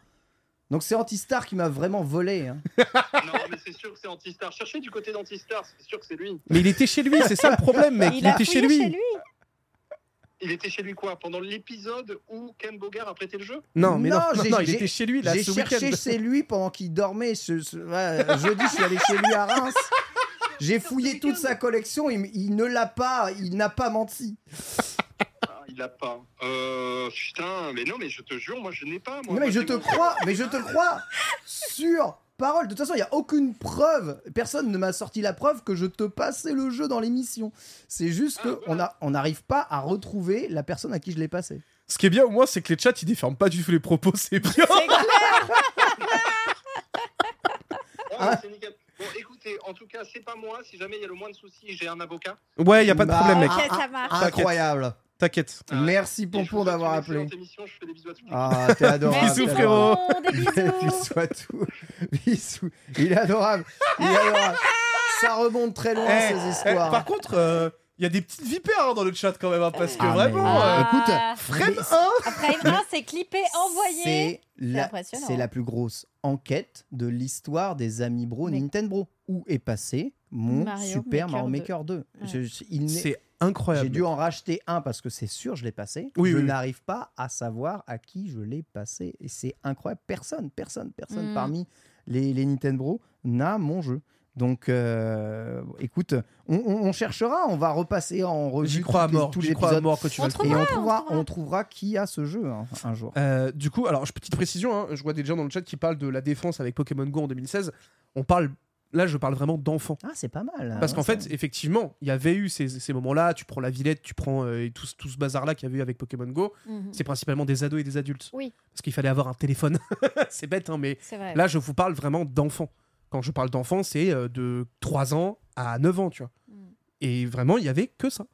[SPEAKER 1] Donc c'est Antistar qui m'a vraiment volé. hein.
[SPEAKER 6] (laughs) non, mais c'est sûr que c'est Antistar. Cherchez du côté d'Antistar, c'est sûr que c'est lui.
[SPEAKER 3] Mais il était chez lui, c'est ça le problème, mec. Il,
[SPEAKER 5] a
[SPEAKER 3] était
[SPEAKER 5] fouillé
[SPEAKER 3] chez lui.
[SPEAKER 6] Il était chez lui quoi Pendant l'épisode où Ken Bogard a prêté le jeu
[SPEAKER 3] Non, mais non,
[SPEAKER 1] Non,
[SPEAKER 3] non,
[SPEAKER 1] j'ai-
[SPEAKER 3] non, il
[SPEAKER 1] j'ai-
[SPEAKER 3] était chez lui là
[SPEAKER 1] J'ai
[SPEAKER 3] ce
[SPEAKER 1] cherché
[SPEAKER 3] week-end.
[SPEAKER 1] chez lui pendant qu'il dormait. ce- ce- ouais, jeudi, je suis allé chez lui à Reims. J'ai fouillé toute sa collection. Il, il ne l'a pas. Il n'a pas menti.
[SPEAKER 6] Ah, Il l'a pas. Euh, putain, mais non, mais je te jure, moi je n'ai pas. Moi,
[SPEAKER 1] Non, mais
[SPEAKER 6] Moi,
[SPEAKER 1] je
[SPEAKER 6] c'est
[SPEAKER 1] te
[SPEAKER 6] mon-
[SPEAKER 1] crois. Mais
[SPEAKER 6] (laughs)
[SPEAKER 1] je te crois sur parole. De toute façon, il n'y a aucune preuve. Personne ne m'a sorti la preuve que je te passais le jeu dans l'émission. C'est juste
[SPEAKER 6] Ah,
[SPEAKER 1] que
[SPEAKER 6] voilà.
[SPEAKER 1] on a- on n'arrive pas à retrouver la personne à qui je l'ai passé.
[SPEAKER 3] Ce qui est bien au moins, c'est que les chats ils déforment pas du tout les propos, c'est bien. (laughs)
[SPEAKER 6] Oh,
[SPEAKER 1] Ah.
[SPEAKER 6] c'est nickel. Bon, écoutez, en tout cas, c'est pas moi. Si jamais il y a le moins de soucis, j'ai un avocat.
[SPEAKER 3] Ouais, il y a pas de
[SPEAKER 1] Bah,
[SPEAKER 3] problème, mec.
[SPEAKER 1] ah,
[SPEAKER 5] Ok,
[SPEAKER 1] ah,
[SPEAKER 5] ça marche.
[SPEAKER 1] Incroyable.
[SPEAKER 3] T'inquiète.
[SPEAKER 6] Ah,
[SPEAKER 1] Merci
[SPEAKER 6] Et je vous
[SPEAKER 1] Pompon
[SPEAKER 6] souhaite
[SPEAKER 1] d'avoir
[SPEAKER 6] une
[SPEAKER 1] appelé.
[SPEAKER 6] excellente émission, je fais des bisous à tout le monde.
[SPEAKER 1] Ah,
[SPEAKER 6] (laughs)
[SPEAKER 1] t'es adorable.
[SPEAKER 3] Bisous,
[SPEAKER 1] t'es
[SPEAKER 3] frérot.
[SPEAKER 2] Des
[SPEAKER 1] adorable. (laughs)
[SPEAKER 3] (laughs)
[SPEAKER 2] bisous.
[SPEAKER 1] Bisous à tous. Bisous. Il est adorable. Il est adorable. Ça remonte très loin,
[SPEAKER 3] Eh,
[SPEAKER 1] hein, ces
[SPEAKER 3] eh,
[SPEAKER 1] histoires.
[SPEAKER 3] par contre, euh, il y a des petites vipères hein, dans le chat quand même, hein, parce que
[SPEAKER 1] Ah, mais-
[SPEAKER 3] vraiment.
[SPEAKER 1] Ah.
[SPEAKER 3] euh,
[SPEAKER 2] Ah.
[SPEAKER 1] écoute,
[SPEAKER 3] Fred
[SPEAKER 1] Mais-
[SPEAKER 3] 1 (laughs)
[SPEAKER 2] Après une heure, c'est clippé, envoyé.
[SPEAKER 1] C'est la,
[SPEAKER 5] impressionnant.
[SPEAKER 1] c'est la plus grosse enquête de l'histoire des Amis Bro
[SPEAKER 5] Mais-
[SPEAKER 1] Nintendo Bro. Où est passé mon
[SPEAKER 5] Mario
[SPEAKER 1] Super Mario
[SPEAKER 5] Maker
[SPEAKER 1] Maker 2,
[SPEAKER 5] Ouais.
[SPEAKER 1] Je- je- il n'est-
[SPEAKER 3] C'est
[SPEAKER 1] J'ai
[SPEAKER 3] incroyable.
[SPEAKER 1] dû en racheter un parce que c'est sûr, je l'ai passé.
[SPEAKER 3] Oui,
[SPEAKER 1] je
[SPEAKER 3] oui, oui.
[SPEAKER 1] n'arrive pas à savoir à qui je l'ai passé. Et c'est incroyable. Personne, personne, personne
[SPEAKER 2] Mm.
[SPEAKER 1] parmi les, les Nintendo n'a mon jeu. Donc, euh, écoute, on, on- on cherchera, on va repasser en revue
[SPEAKER 3] J'y crois à
[SPEAKER 1] tous les-
[SPEAKER 3] mort,
[SPEAKER 1] tous les
[SPEAKER 3] j'y crois à
[SPEAKER 1] épisodes.
[SPEAKER 3] mort que tu vas le faire.
[SPEAKER 1] Et on trouvera, on trouvera qui a ce jeu hein, un jour.
[SPEAKER 3] Euh, du coup, alors, je- petite précision, hein, je vois des gens dans le chat qui parlent de la défense avec Pokémon Go en 2016. On parle, là, je parle vraiment d'enfants.
[SPEAKER 1] Ah, c'est pas mal.
[SPEAKER 3] Parce
[SPEAKER 1] hein,
[SPEAKER 3] qu'en
[SPEAKER 1] ça.
[SPEAKER 3] fait, effectivement, il y avait eu ces, ces moments-là. Tu prends la Villette, tu prends euh, tout, ce- tout ce bazar-là qu'il y avait eu avec Pokémon Go.
[SPEAKER 2] Mhm.
[SPEAKER 3] C'est principalement des ados et des adultes.
[SPEAKER 2] Oui.
[SPEAKER 3] Parce qu'il fallait avoir un téléphone. (laughs) c'est bête, hein, mais
[SPEAKER 2] C'est vrai.
[SPEAKER 3] là, je vous parle vraiment d'enfants. Quand je parle d'enfants, c'est euh, de 3 ans à 9 ans, tu vois.
[SPEAKER 5] Mm.
[SPEAKER 3] Et vraiment, il y avait que ça.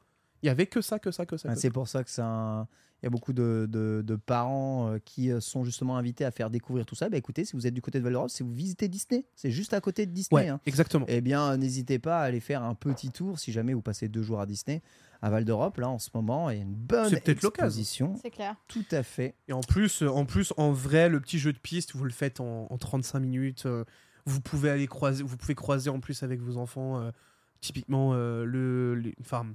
[SPEAKER 3] Il y avait que ça, que ça, que ça.
[SPEAKER 1] Ah,
[SPEAKER 3] que
[SPEAKER 1] c'est pour ça que c'est un- Il y a beaucoup de, de- de parents euh, qui euh, sont justement invités à faire découvrir tout ça. Bah écoutez, si vous êtes du côté de Val d'Europe, si vous visitez Disney, c'est juste à côté de Disney.
[SPEAKER 3] Ouais,
[SPEAKER 1] hein.
[SPEAKER 3] exactement.
[SPEAKER 1] Eh bien, n'hésitez pas à aller faire un petit tour si jamais vous passez deux jours à Disney. À Val d'Europe, là, en ce moment, il y a une bonne
[SPEAKER 3] C'est peut-être l'occasion.
[SPEAKER 1] exposition.
[SPEAKER 5] C'est clair.
[SPEAKER 1] Tout à fait.
[SPEAKER 3] Et en plus, euh, en plus, en vrai, le petit jeu de piste, vous le faites en, en 35 minutes. euh, Vous pouvez aller croiser, vous pouvez croiser en plus avec vos enfants, euh, typiquement euh, le, les, enfin,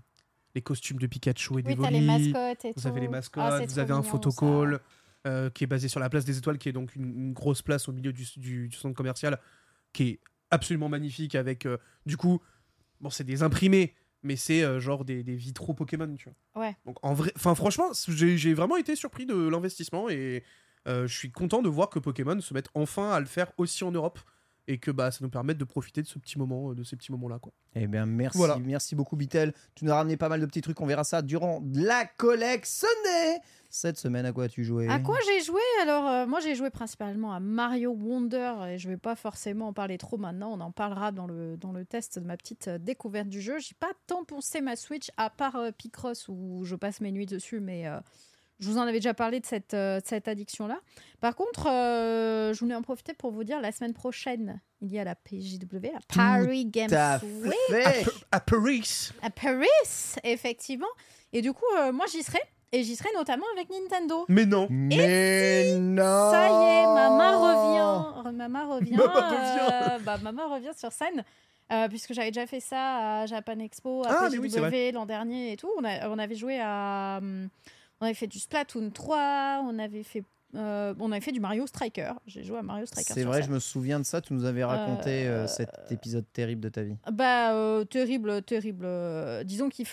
[SPEAKER 3] les costumes de Pikachu et
[SPEAKER 5] Oui, t'as
[SPEAKER 3] d'Evoli.
[SPEAKER 5] les mascottes et
[SPEAKER 3] vous
[SPEAKER 5] tout.
[SPEAKER 3] avez les
[SPEAKER 5] Ah,
[SPEAKER 3] mascottes,
[SPEAKER 5] c'est
[SPEAKER 3] vous
[SPEAKER 5] trop
[SPEAKER 3] avez un
[SPEAKER 5] mignon, ça.
[SPEAKER 3] photocall euh, qui est basé sur la place des étoiles, qui est donc une, une grosse place au milieu du, du- du centre commercial, qui est absolument magnifique avec, euh, du coup, bon, c'est des imprimés, mais c'est euh, genre des, des vitraux Pokémon, tu vois.
[SPEAKER 5] Ouais.
[SPEAKER 3] Donc en vrai, enfin franchement, c- j'ai j'ai vraiment été surpris de l'investissement et euh, je suis content de voir que Pokémon se mette enfin à le faire aussi en Europe et que bah ça nous permette de profiter de ce petit moment, euh, de ces petits moments là quoi.
[SPEAKER 1] Eh bien, merci,
[SPEAKER 3] Voilà.
[SPEAKER 1] merci beaucoup, Bitel. Tu nous as ramené pas mal de petits trucs. On verra ça durant la collectionnée. Cette semaine, à quoi as-tu joué
[SPEAKER 2] À quoi j'ai joué Alors, euh, moi, j'ai joué principalement à Mario Wonder et je vais pas forcément en parler trop maintenant. On en parlera dans le, dans le test de ma petite euh, découverte du jeu. J'ai pas tant poncé ma Switch à part euh, Picross où je passe mes nuits dessus, mais euh, je vous en avais déjà parlé de cette, euh, de cette addiction-là. Par contre, euh, je voulais en profiter pour vous dire la semaine prochaine, il y a la PJW, la Paris Games
[SPEAKER 1] à
[SPEAKER 2] Week
[SPEAKER 1] fait.
[SPEAKER 3] À Paris.
[SPEAKER 2] à Paris, effectivement. Et du coup, euh, moi, j'y serai. Et j'y serai notamment avec Nintendo.
[SPEAKER 3] Mais non.
[SPEAKER 1] Mais non.
[SPEAKER 2] Ça y est, maman revient. Re-
[SPEAKER 3] (laughs)
[SPEAKER 2] Maman revient.
[SPEAKER 3] Maman
[SPEAKER 2] euh,
[SPEAKER 3] revient.
[SPEAKER 2] bah, maman revient sur scène. euh, puisque j'avais déjà fait ça à Japan Expo, à
[SPEAKER 3] Ah, mais
[SPEAKER 2] PJW
[SPEAKER 3] oui, c'est vrai.
[SPEAKER 2] l'an dernier et tout. On, a- on avait joué à. hum, On avait fait du Splatoon 3, on avait fait, euh, on avait fait du Mario Striker. J'ai joué à Mario Striker.
[SPEAKER 1] C'est
[SPEAKER 2] sur
[SPEAKER 1] vrai,
[SPEAKER 2] scène.
[SPEAKER 1] je me souviens de ça. Tu nous avais raconté
[SPEAKER 2] Euh,
[SPEAKER 1] euh, cet épisode terrible de ta vie.
[SPEAKER 2] Bah, euh, terrible, terrible. Euh, Disons qu'il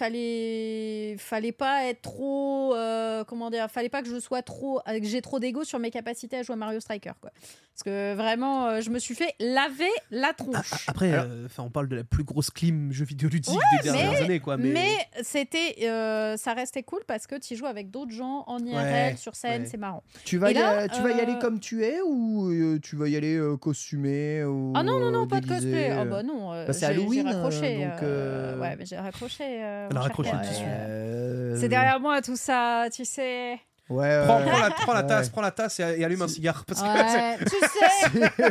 [SPEAKER 2] fallait, fallait pas être trop, euh, comment dire, fallait pas que je sois trop, euh, que j'ai trop d'ego sur mes capacités à jouer à Mario Striker, quoi. Parce que vraiment, euh, je me suis fait laver la
[SPEAKER 1] Ah,
[SPEAKER 2] tronche.
[SPEAKER 3] Après, euh, enfin, on parle de la plus grosse clim jeux vidéo ludique des dernières
[SPEAKER 2] mais-
[SPEAKER 3] années
[SPEAKER 1] euh,
[SPEAKER 3] quoi.
[SPEAKER 2] Mais, c'était, euh, ça restait cool parce que tu joues avec d'autres gens en IRL
[SPEAKER 3] Ouais,
[SPEAKER 2] sur scène,
[SPEAKER 3] ouais.
[SPEAKER 2] c'est marrant.
[SPEAKER 1] Tu vas,
[SPEAKER 2] Et
[SPEAKER 1] y,
[SPEAKER 2] là,
[SPEAKER 1] aller- tu vas y
[SPEAKER 2] euh,
[SPEAKER 1] aller comme tu es ou euh, tu vas y aller euh, costumé ou,
[SPEAKER 2] Ah non, non, non,
[SPEAKER 1] euh,
[SPEAKER 2] pas de
[SPEAKER 1] déguisé,
[SPEAKER 2] cosplay. Ah
[SPEAKER 1] euh,
[SPEAKER 2] bah non. euh,
[SPEAKER 1] bah, c'est
[SPEAKER 2] j'ai- j'ai
[SPEAKER 1] Halloween,
[SPEAKER 2] raccroché,
[SPEAKER 1] euh, donc,
[SPEAKER 2] euh,
[SPEAKER 1] euh,
[SPEAKER 2] Ouais, mais j'ai raccroché. euh,
[SPEAKER 3] Elle a
[SPEAKER 2] mon cher
[SPEAKER 3] raccroché
[SPEAKER 2] Ken.
[SPEAKER 3] le tissu.
[SPEAKER 1] euh,
[SPEAKER 2] C'est derrière moi tout ça, tu sais.
[SPEAKER 1] Ouais, ouais,
[SPEAKER 3] Prends,
[SPEAKER 1] ouais.
[SPEAKER 3] prends la, prends la
[SPEAKER 1] Ouais.
[SPEAKER 3] tasse, prends la tasse et, et allume un cigare parce que
[SPEAKER 2] Ouais, tu
[SPEAKER 1] (laughs)
[SPEAKER 2] sais.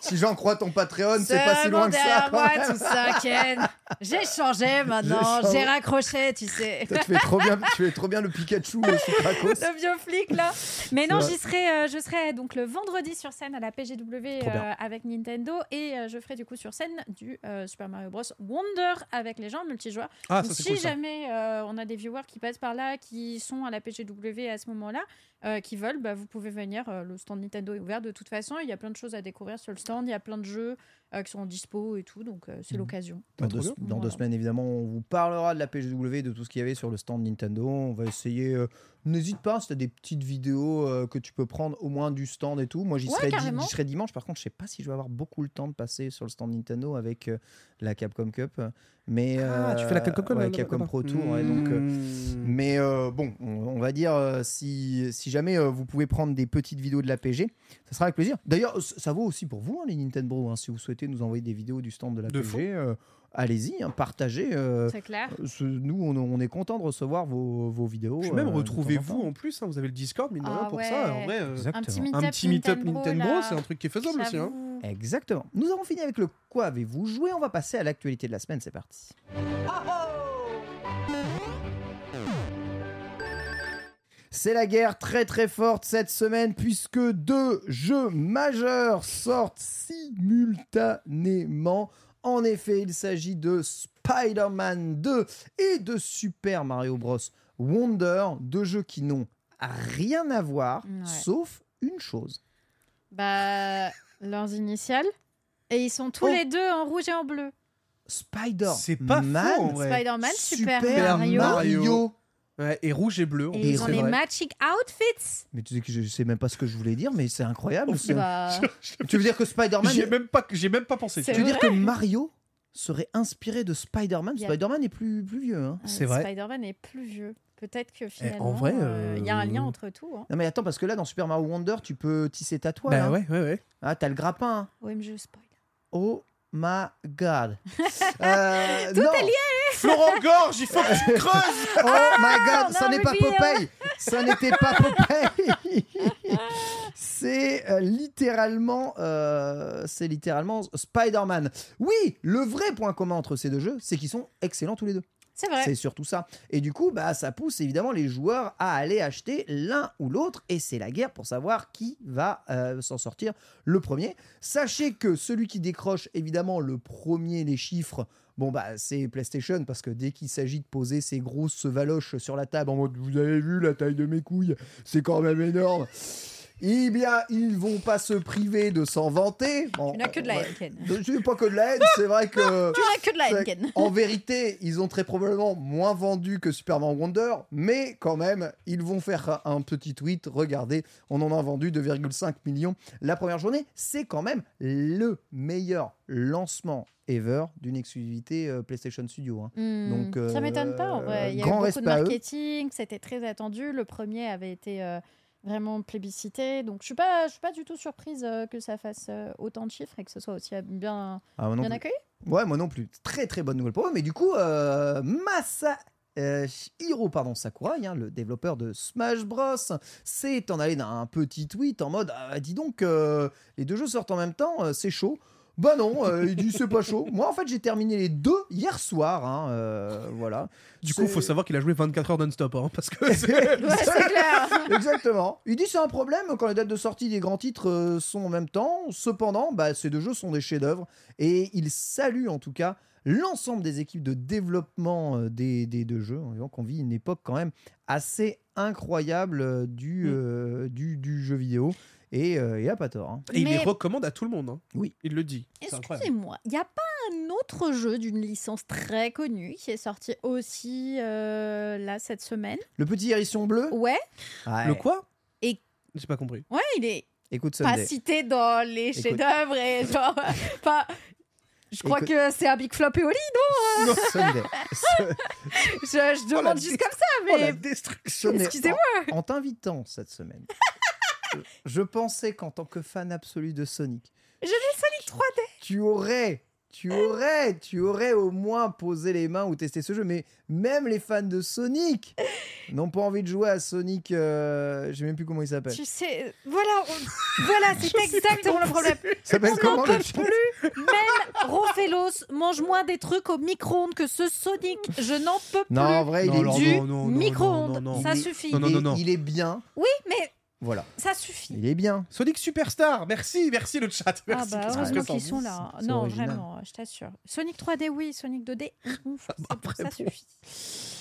[SPEAKER 1] Si j'en crois ton Patreon, c'est
[SPEAKER 2] C'est
[SPEAKER 1] pas si loin que ça.
[SPEAKER 2] derrière
[SPEAKER 1] quand (laughs)
[SPEAKER 2] moi,
[SPEAKER 1] même.
[SPEAKER 2] tout ça, Ken. J'ai changé maintenant,
[SPEAKER 1] J'ai changé.
[SPEAKER 2] j'ai raccroché, tu
[SPEAKER 1] (laughs)
[SPEAKER 2] sais.
[SPEAKER 1] Putain, tu, fais trop bien, tu fais trop bien le Pikachu, euh, le
[SPEAKER 2] (laughs)
[SPEAKER 1] Sucracos.
[SPEAKER 2] Le vieux flic là. Mais non,
[SPEAKER 1] vrai.
[SPEAKER 2] j'y serai, euh, je serai donc le vendredi sur scène à la PGW
[SPEAKER 1] Trop bien.
[SPEAKER 2] euh, avec Nintendo et euh, je ferai du coup sur scène du euh, Super Mario Bros Wonder avec les gens multijoueurs.
[SPEAKER 3] ah
[SPEAKER 2] Donc,
[SPEAKER 3] ça c'est
[SPEAKER 2] si
[SPEAKER 3] cool. Ça.
[SPEAKER 2] jamais euh, on a des viewers qui passent par là, qui sont à la PGW à ce moment-là, euh, qui veulent, bah, vous pouvez venir. euh, le stand Nintendo est ouvert de toute façon. Il y a plein de choses à découvrir sur le stand. Il y a plein de jeux euh, qui sont en dispo et tout. Donc euh, c'est
[SPEAKER 1] Mhm.
[SPEAKER 2] l'occasion.
[SPEAKER 1] Dans,
[SPEAKER 3] Bah, Trop
[SPEAKER 1] deux,
[SPEAKER 3] bien.
[SPEAKER 1] dans deux
[SPEAKER 2] Voilà.
[SPEAKER 1] semaines, évidemment, on vous parlera de la PGW, de tout ce qu'il y avait sur le stand Nintendo. On va essayer. euh, N'hésite pas, si tu des petites vidéos euh, que tu peux prendre au moins du stand et tout. Moi, j'y
[SPEAKER 2] Ouais,
[SPEAKER 1] serai, di-
[SPEAKER 2] carrément.
[SPEAKER 1] j'y serai dimanche. Par contre, je sais pas si je vais avoir beaucoup le temps de passer sur le stand Nintendo avec euh, la Capcom Cup. Mais,
[SPEAKER 3] Ah, tu fais la
[SPEAKER 1] euh,
[SPEAKER 3] Capcom,
[SPEAKER 1] ouais,
[SPEAKER 3] là,
[SPEAKER 1] Capcom
[SPEAKER 3] là-bas.
[SPEAKER 1] Pro Tour. ouais, donc, euh,
[SPEAKER 3] Mmh.
[SPEAKER 1] Mais euh, bon, on, on va dire, euh, si, si jamais euh, vous pouvez prendre des petites vidéos de la PG, ça sera avec plaisir. D'ailleurs, c- ça vaut aussi pour vous, hein, les Nintendo. hein, si vous souhaitez nous envoyer des vidéos du stand de la
[SPEAKER 3] De fou.
[SPEAKER 1] PG, euh, allez-y, hein, partagez. euh,
[SPEAKER 2] C'est clair.
[SPEAKER 1] ce- nous, on, on est content de recevoir vos, vos vidéos.
[SPEAKER 3] Puis
[SPEAKER 1] euh,
[SPEAKER 3] même
[SPEAKER 1] de temps en
[SPEAKER 3] retrouvez-vous
[SPEAKER 1] temps.
[SPEAKER 3] en plus, hein, vous avez le Discord, mais
[SPEAKER 2] Ah
[SPEAKER 3] pour ça, en
[SPEAKER 2] ouais.
[SPEAKER 3] vrai,
[SPEAKER 2] Un
[SPEAKER 3] euh,
[SPEAKER 2] petit
[SPEAKER 1] Exactement.
[SPEAKER 2] meet-up
[SPEAKER 3] un petit meet-up
[SPEAKER 2] Nintendo,
[SPEAKER 3] Nintendo,
[SPEAKER 2] là.
[SPEAKER 3] c'est un truc qui est faisable aussi. hein.
[SPEAKER 2] J'avoue.
[SPEAKER 1] Exactement. Nous avons fini avec le quoi avez-vous joué. On va passer à l'actualité de la semaine. C'est parti. C'est la guerre très très forte cette semaine puisque deux jeux majeurs sortent simultanément. En effet, il s'agit de Spider-Man 2 et de Super Mario Bros. Wonder, deux jeux qui n'ont rien à voir
[SPEAKER 2] Ouais.
[SPEAKER 1] sauf une chose.
[SPEAKER 2] Bah, leurs initiales Et ils sont tous
[SPEAKER 3] Oh.
[SPEAKER 2] les deux en rouge et en bleu.
[SPEAKER 1] Spider.
[SPEAKER 3] C'est pas
[SPEAKER 1] Man.
[SPEAKER 3] faux, en vrai.
[SPEAKER 2] Spider-Man, Super,
[SPEAKER 1] Super
[SPEAKER 2] Mario.
[SPEAKER 1] Mario.
[SPEAKER 3] hein. Ouais, et rouge et bleu. en
[SPEAKER 2] Et
[SPEAKER 3] plus,
[SPEAKER 2] ils ont
[SPEAKER 3] c'est
[SPEAKER 2] les
[SPEAKER 3] vrai.
[SPEAKER 2] magic outfits.
[SPEAKER 1] Mais tu sais que je sais même pas ce que je voulais dire, mais c'est incroyable. c'est-
[SPEAKER 2] Bah,
[SPEAKER 1] Tu veux dire que Spider-Man.
[SPEAKER 3] J'y ai même pas, j'y ai même pas pensé.
[SPEAKER 2] C'est
[SPEAKER 1] Tu veux dire que Mario serait inspiré de Spider-Man
[SPEAKER 2] Y a-
[SPEAKER 1] Spider-Man est plus, plus vieux.
[SPEAKER 2] Ah,
[SPEAKER 1] Hein.
[SPEAKER 3] C'est vrai.
[SPEAKER 2] Euh, Spider-Man est plus vieux. Peut-être
[SPEAKER 1] Eh,
[SPEAKER 2] que finalement,
[SPEAKER 3] vrai,
[SPEAKER 2] euh, il y a un lien
[SPEAKER 3] euh,
[SPEAKER 2] entre tout. Hein.
[SPEAKER 1] Non, mais attends, parce que là, dans Super Mario Wonder, tu peux tisser ta toile.
[SPEAKER 3] Bah
[SPEAKER 1] hein.
[SPEAKER 3] ouais, ouais, ouais.
[SPEAKER 1] Ah, t'as le grappin. hein.
[SPEAKER 2] OMG spoil.
[SPEAKER 1] Oh my
[SPEAKER 2] (laughs)
[SPEAKER 1] god. Euh, non.
[SPEAKER 3] Florent Gorge, il faut
[SPEAKER 2] (laughs)
[SPEAKER 3] que tu creuses
[SPEAKER 1] Oh my god,
[SPEAKER 2] on a
[SPEAKER 1] ça n'est pas
[SPEAKER 2] oublié,
[SPEAKER 1] Popeye. Ça n'était pas Popeye. c'est euh, littéralement, euh, c'est littéralement Spider-Man. Oui, le vrai point commun entre ces deux jeux, c'est qu'ils sont excellents tous les deux.
[SPEAKER 2] C'est vrai.
[SPEAKER 1] C'est surtout ça. Et du coup, bah, ça pousse évidemment les joueurs à aller acheter l'un ou l'autre. Et c'est la guerre pour savoir qui va euh, s'en sortir le premier. Sachez que celui qui décroche évidemment le premier les chiffres, bon, bah, c'est PlayStation. Parce que dès qu'il s'agit de poser ses grosses valoches sur la table en mode Vous avez vu la taille de mes couilles C'est quand même énorme. Eh bien, ils vont pas se priver de s'en vanter. Bon, euh,
[SPEAKER 2] Tu n'as que de la
[SPEAKER 1] ouais.
[SPEAKER 2] haine, Ken.
[SPEAKER 1] Je n'ai pas que de la haine, c'est vrai que.
[SPEAKER 2] (laughs) Tu n'as que de la haine,
[SPEAKER 1] C'est-
[SPEAKER 2] Ken.
[SPEAKER 1] En vérité, ils ont très probablement moins vendu que Superman Wonder, mais quand même, ils vont faire un petit tweet. Regardez, on en a vendu 2,5 millions la première journée. C'est quand même le meilleur lancement ever d'une exclusivité euh, PlayStation Studio. hein.
[SPEAKER 2] Hmm,
[SPEAKER 1] Donc, euh,
[SPEAKER 2] ça m'étonne pas en vrai. Il y a eu
[SPEAKER 1] grand
[SPEAKER 2] beaucoup
[SPEAKER 1] respect
[SPEAKER 2] de
[SPEAKER 1] à eux.
[SPEAKER 2] marketing, c'était très attendu. Le premier avait été euh, vraiment plébiscité, donc je suis pas, je suis pas du tout surprise euh, que ça fasse euh, autant de chiffres et que ce soit aussi bien,
[SPEAKER 1] Ah, moi non
[SPEAKER 2] bien
[SPEAKER 1] plus.
[SPEAKER 2] accueilli.
[SPEAKER 1] Ouais, moi non plus. Très très bonne nouvelle pour moi. Mais du coup, euh, Masa. euh, Hiro pardon, Sakurai, hein, le développeur de Smash Bros, s'est en allé d'un petit tweet en mode Ah, Dis donc, euh, les deux jeux sortent en même temps, euh, c'est chaud. Bah non, euh, il dit C'est pas chaud. Moi en fait, j'ai terminé les deux hier soir. hein, euh, voilà.
[SPEAKER 3] Du coup,
[SPEAKER 1] C'est-
[SPEAKER 3] faut savoir qu'il a joué 24 heures non-stop, hein, parce que c'est- (laughs)
[SPEAKER 2] Ouais, c'est
[SPEAKER 1] (laughs)
[SPEAKER 2] clair.
[SPEAKER 1] Exactement. Il dit c'est un problème quand les dates de sortie des grands titres euh, sont en même temps. Cependant, bah, ces deux jeux sont des chefs-d'œuvre et il salue en tout cas l'ensemble des équipes de développement euh, des, des deux jeux. En disant qu'on vit une époque quand même assez incroyable euh, du,
[SPEAKER 2] Mm.
[SPEAKER 1] euh, du, du jeu vidéo. Et euh, il a pas tort. hein.
[SPEAKER 3] Et il les
[SPEAKER 2] Mais-
[SPEAKER 3] recommande à tout le monde. hein.
[SPEAKER 1] Oui.
[SPEAKER 3] Il le dit. C'est incroyable.
[SPEAKER 2] Excusez-moi, il n'y a pas un autre jeu d'une licence très connue qui est sorti aussi euh, là cette semaine
[SPEAKER 1] Le petit hérisson bleu. Ah
[SPEAKER 2] Ouais,
[SPEAKER 1] Ouais.
[SPEAKER 3] Le quoi
[SPEAKER 2] Et-
[SPEAKER 3] J'ai pas compris.
[SPEAKER 2] ouais, il est
[SPEAKER 1] Écoute
[SPEAKER 2] pas
[SPEAKER 1] Sunday.
[SPEAKER 2] cité dans les
[SPEAKER 1] Écoute.
[SPEAKER 2] chefs-d'œuvre
[SPEAKER 1] (laughs)
[SPEAKER 2] et genre. pas- je crois
[SPEAKER 1] Écoute. (laughs)
[SPEAKER 2] que c'est un Big Flop et Oli, (laughs)
[SPEAKER 1] Sunday. Oh,
[SPEAKER 2] je, je demande juste comme ça,
[SPEAKER 3] Oh,
[SPEAKER 2] mais
[SPEAKER 3] la destruction
[SPEAKER 1] Sonnet,
[SPEAKER 2] Excusez-moi.
[SPEAKER 1] En, en t'invitant cette semaine, je- je pensais qu'en tant que fan absolu de Sonic,
[SPEAKER 2] je l'ai Sonic 3D.
[SPEAKER 1] tu aurais, tu aurais, tu aurais au moins posé les mains ou testé ce jeu. Mais même les fans de Sonic n'ont pas envie de jouer à Sonic. euh, je sais même plus comment il s'appelle.
[SPEAKER 2] Tu sais, voilà, on- voilà
[SPEAKER 1] (laughs)
[SPEAKER 2] c'est exactement le problème.
[SPEAKER 1] Il s'appelle
[SPEAKER 2] On n'en
[SPEAKER 1] comment le
[SPEAKER 2] peut
[SPEAKER 1] jeu
[SPEAKER 2] plus. Même Rofelos mange moins des trucs au micro-ondes que ce Sonic. Je n'en peux
[SPEAKER 1] Non, en vrai, Ah, il
[SPEAKER 3] Non,
[SPEAKER 1] est
[SPEAKER 3] alors,
[SPEAKER 2] plus du
[SPEAKER 3] non, non, non, non,
[SPEAKER 2] micro-ondes.
[SPEAKER 3] non, non.
[SPEAKER 2] Ça
[SPEAKER 1] Il est-
[SPEAKER 2] suffit.
[SPEAKER 3] Non, non,
[SPEAKER 1] il
[SPEAKER 3] non,
[SPEAKER 1] est-
[SPEAKER 3] non.
[SPEAKER 1] Il est bien.
[SPEAKER 2] Oui, mais
[SPEAKER 1] Voilà,
[SPEAKER 2] ça suffit.
[SPEAKER 1] il est bien.
[SPEAKER 3] Sonic Superstar, merci, merci le chat.
[SPEAKER 2] Ah
[SPEAKER 3] Merci.
[SPEAKER 2] bah
[SPEAKER 3] qu'est-ce que
[SPEAKER 2] heureusement
[SPEAKER 3] c'est que
[SPEAKER 2] qu'ils
[SPEAKER 3] ça
[SPEAKER 2] sont là.
[SPEAKER 1] C'est
[SPEAKER 2] Non,
[SPEAKER 1] original.
[SPEAKER 2] vraiment, je t'assure. Sonic 3D, oui. Sonic 2D, ouf, c'est
[SPEAKER 1] Ah, bah,
[SPEAKER 2] bon, ça suffit.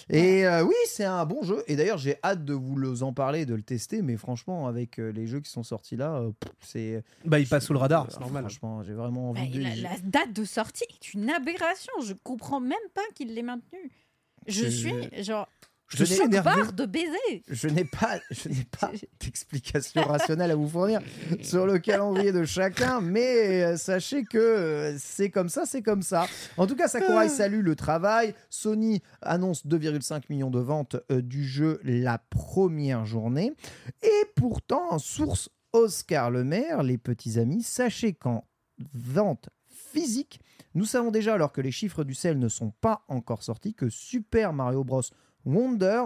[SPEAKER 1] Et euh, oui, c'est un bon jeu. Et d'ailleurs, j'ai hâte de vous le- en parler, de le tester. Mais franchement, avec euh, les jeux qui sont sortis là, euh, pff, c'est
[SPEAKER 3] Bah, il passe sous le radar, c'est
[SPEAKER 1] Ah,
[SPEAKER 3] normal.
[SPEAKER 1] Franchement, j'ai vraiment
[SPEAKER 2] Bah,
[SPEAKER 1] envie de.
[SPEAKER 2] la, la date de sortie est une aberration. Je comprends même pas qu'il l'ait maintenue. Je
[SPEAKER 1] Je-
[SPEAKER 2] suis genre
[SPEAKER 1] Je
[SPEAKER 2] je
[SPEAKER 1] l'ai
[SPEAKER 2] suis
[SPEAKER 1] énervé.
[SPEAKER 2] barre de baiser.
[SPEAKER 1] Je n'ai pas, je n'ai pas d'explication rationnelle à vous fournir sur le calendrier de chacun, mais euh, sachez que euh, c'est comme ça, c'est comme ça. En tout cas, Sakurai salue le travail. Sony annonce 2,5 millions de ventes euh, du jeu la première journée. Et pourtant, en source Oscar Le Maire, les petits amis, sachez qu'en vente physique, nous savons déjà, alors que les chiffres du sel ne sont pas encore sortis, que Super Mario Bros. Wonder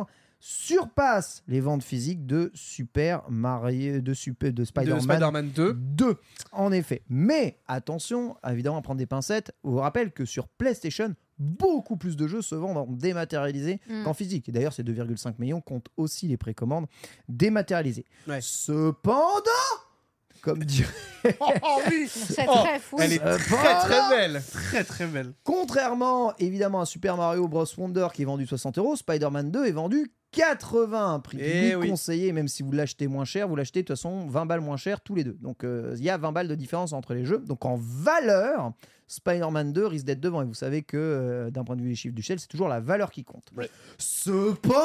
[SPEAKER 1] surpasse les ventes physiques de Super Mario, de, Super, de
[SPEAKER 3] De
[SPEAKER 1] Spider-Man
[SPEAKER 3] Spider-Man 2.
[SPEAKER 1] 2, en effet. Mais attention, évidemment, à prendre des pincettes. On vous rappelle que sur PlayStation, beaucoup plus de jeux se vendent en dématérialisé
[SPEAKER 2] Mm.
[SPEAKER 1] qu'en physique. Et D'ailleurs, ces 2,5 millions comptent aussi les précommandes dématérialisées.
[SPEAKER 3] (laughs) Ouais.
[SPEAKER 1] Cependant, comme dirait.
[SPEAKER 2] (laughs) C'est
[SPEAKER 3] Oh,
[SPEAKER 2] très fou.
[SPEAKER 3] Elle est
[SPEAKER 1] Euh,
[SPEAKER 3] très
[SPEAKER 1] voilà.
[SPEAKER 3] très belle, très très belle.
[SPEAKER 1] Contrairement évidemment à Super Mario Bros Wonder qui est vendu 60 euros, Spider-Man 2 est vendu 81 prix
[SPEAKER 3] Eh
[SPEAKER 1] public
[SPEAKER 3] oui.
[SPEAKER 1] conseillé, même si vous l'achetez moins cher, vous l'achetez de toute façon 20 balles moins cher tous les deux. Donc euh, il y a 20 balles de différence entre les jeux. Donc en valeur, Spider-Man 2 risque d'être devant. Et vous savez que euh, d'un point de vue des chiffres du Shell, c'est toujours la valeur qui compte. Cependant,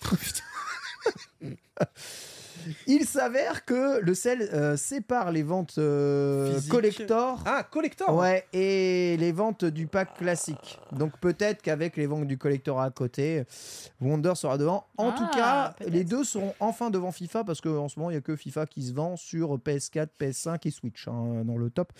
[SPEAKER 1] (laughs) il s'avère que le sel euh, sépare les ventes euh,
[SPEAKER 3] Physique.
[SPEAKER 1] collector.
[SPEAKER 3] Ah, collector
[SPEAKER 1] Ouais, et les ventes du pack classique. Donc peut-être qu'avec les ventes du collector à côté, Wonder sera devant. En
[SPEAKER 2] Ah,
[SPEAKER 1] tout cas,
[SPEAKER 2] peut-être.
[SPEAKER 1] les deux seront enfin devant FIFA parce qu'en ce moment, il n'y a que FIFA qui se vend sur PS4, PS5 et Switch hein, dans le top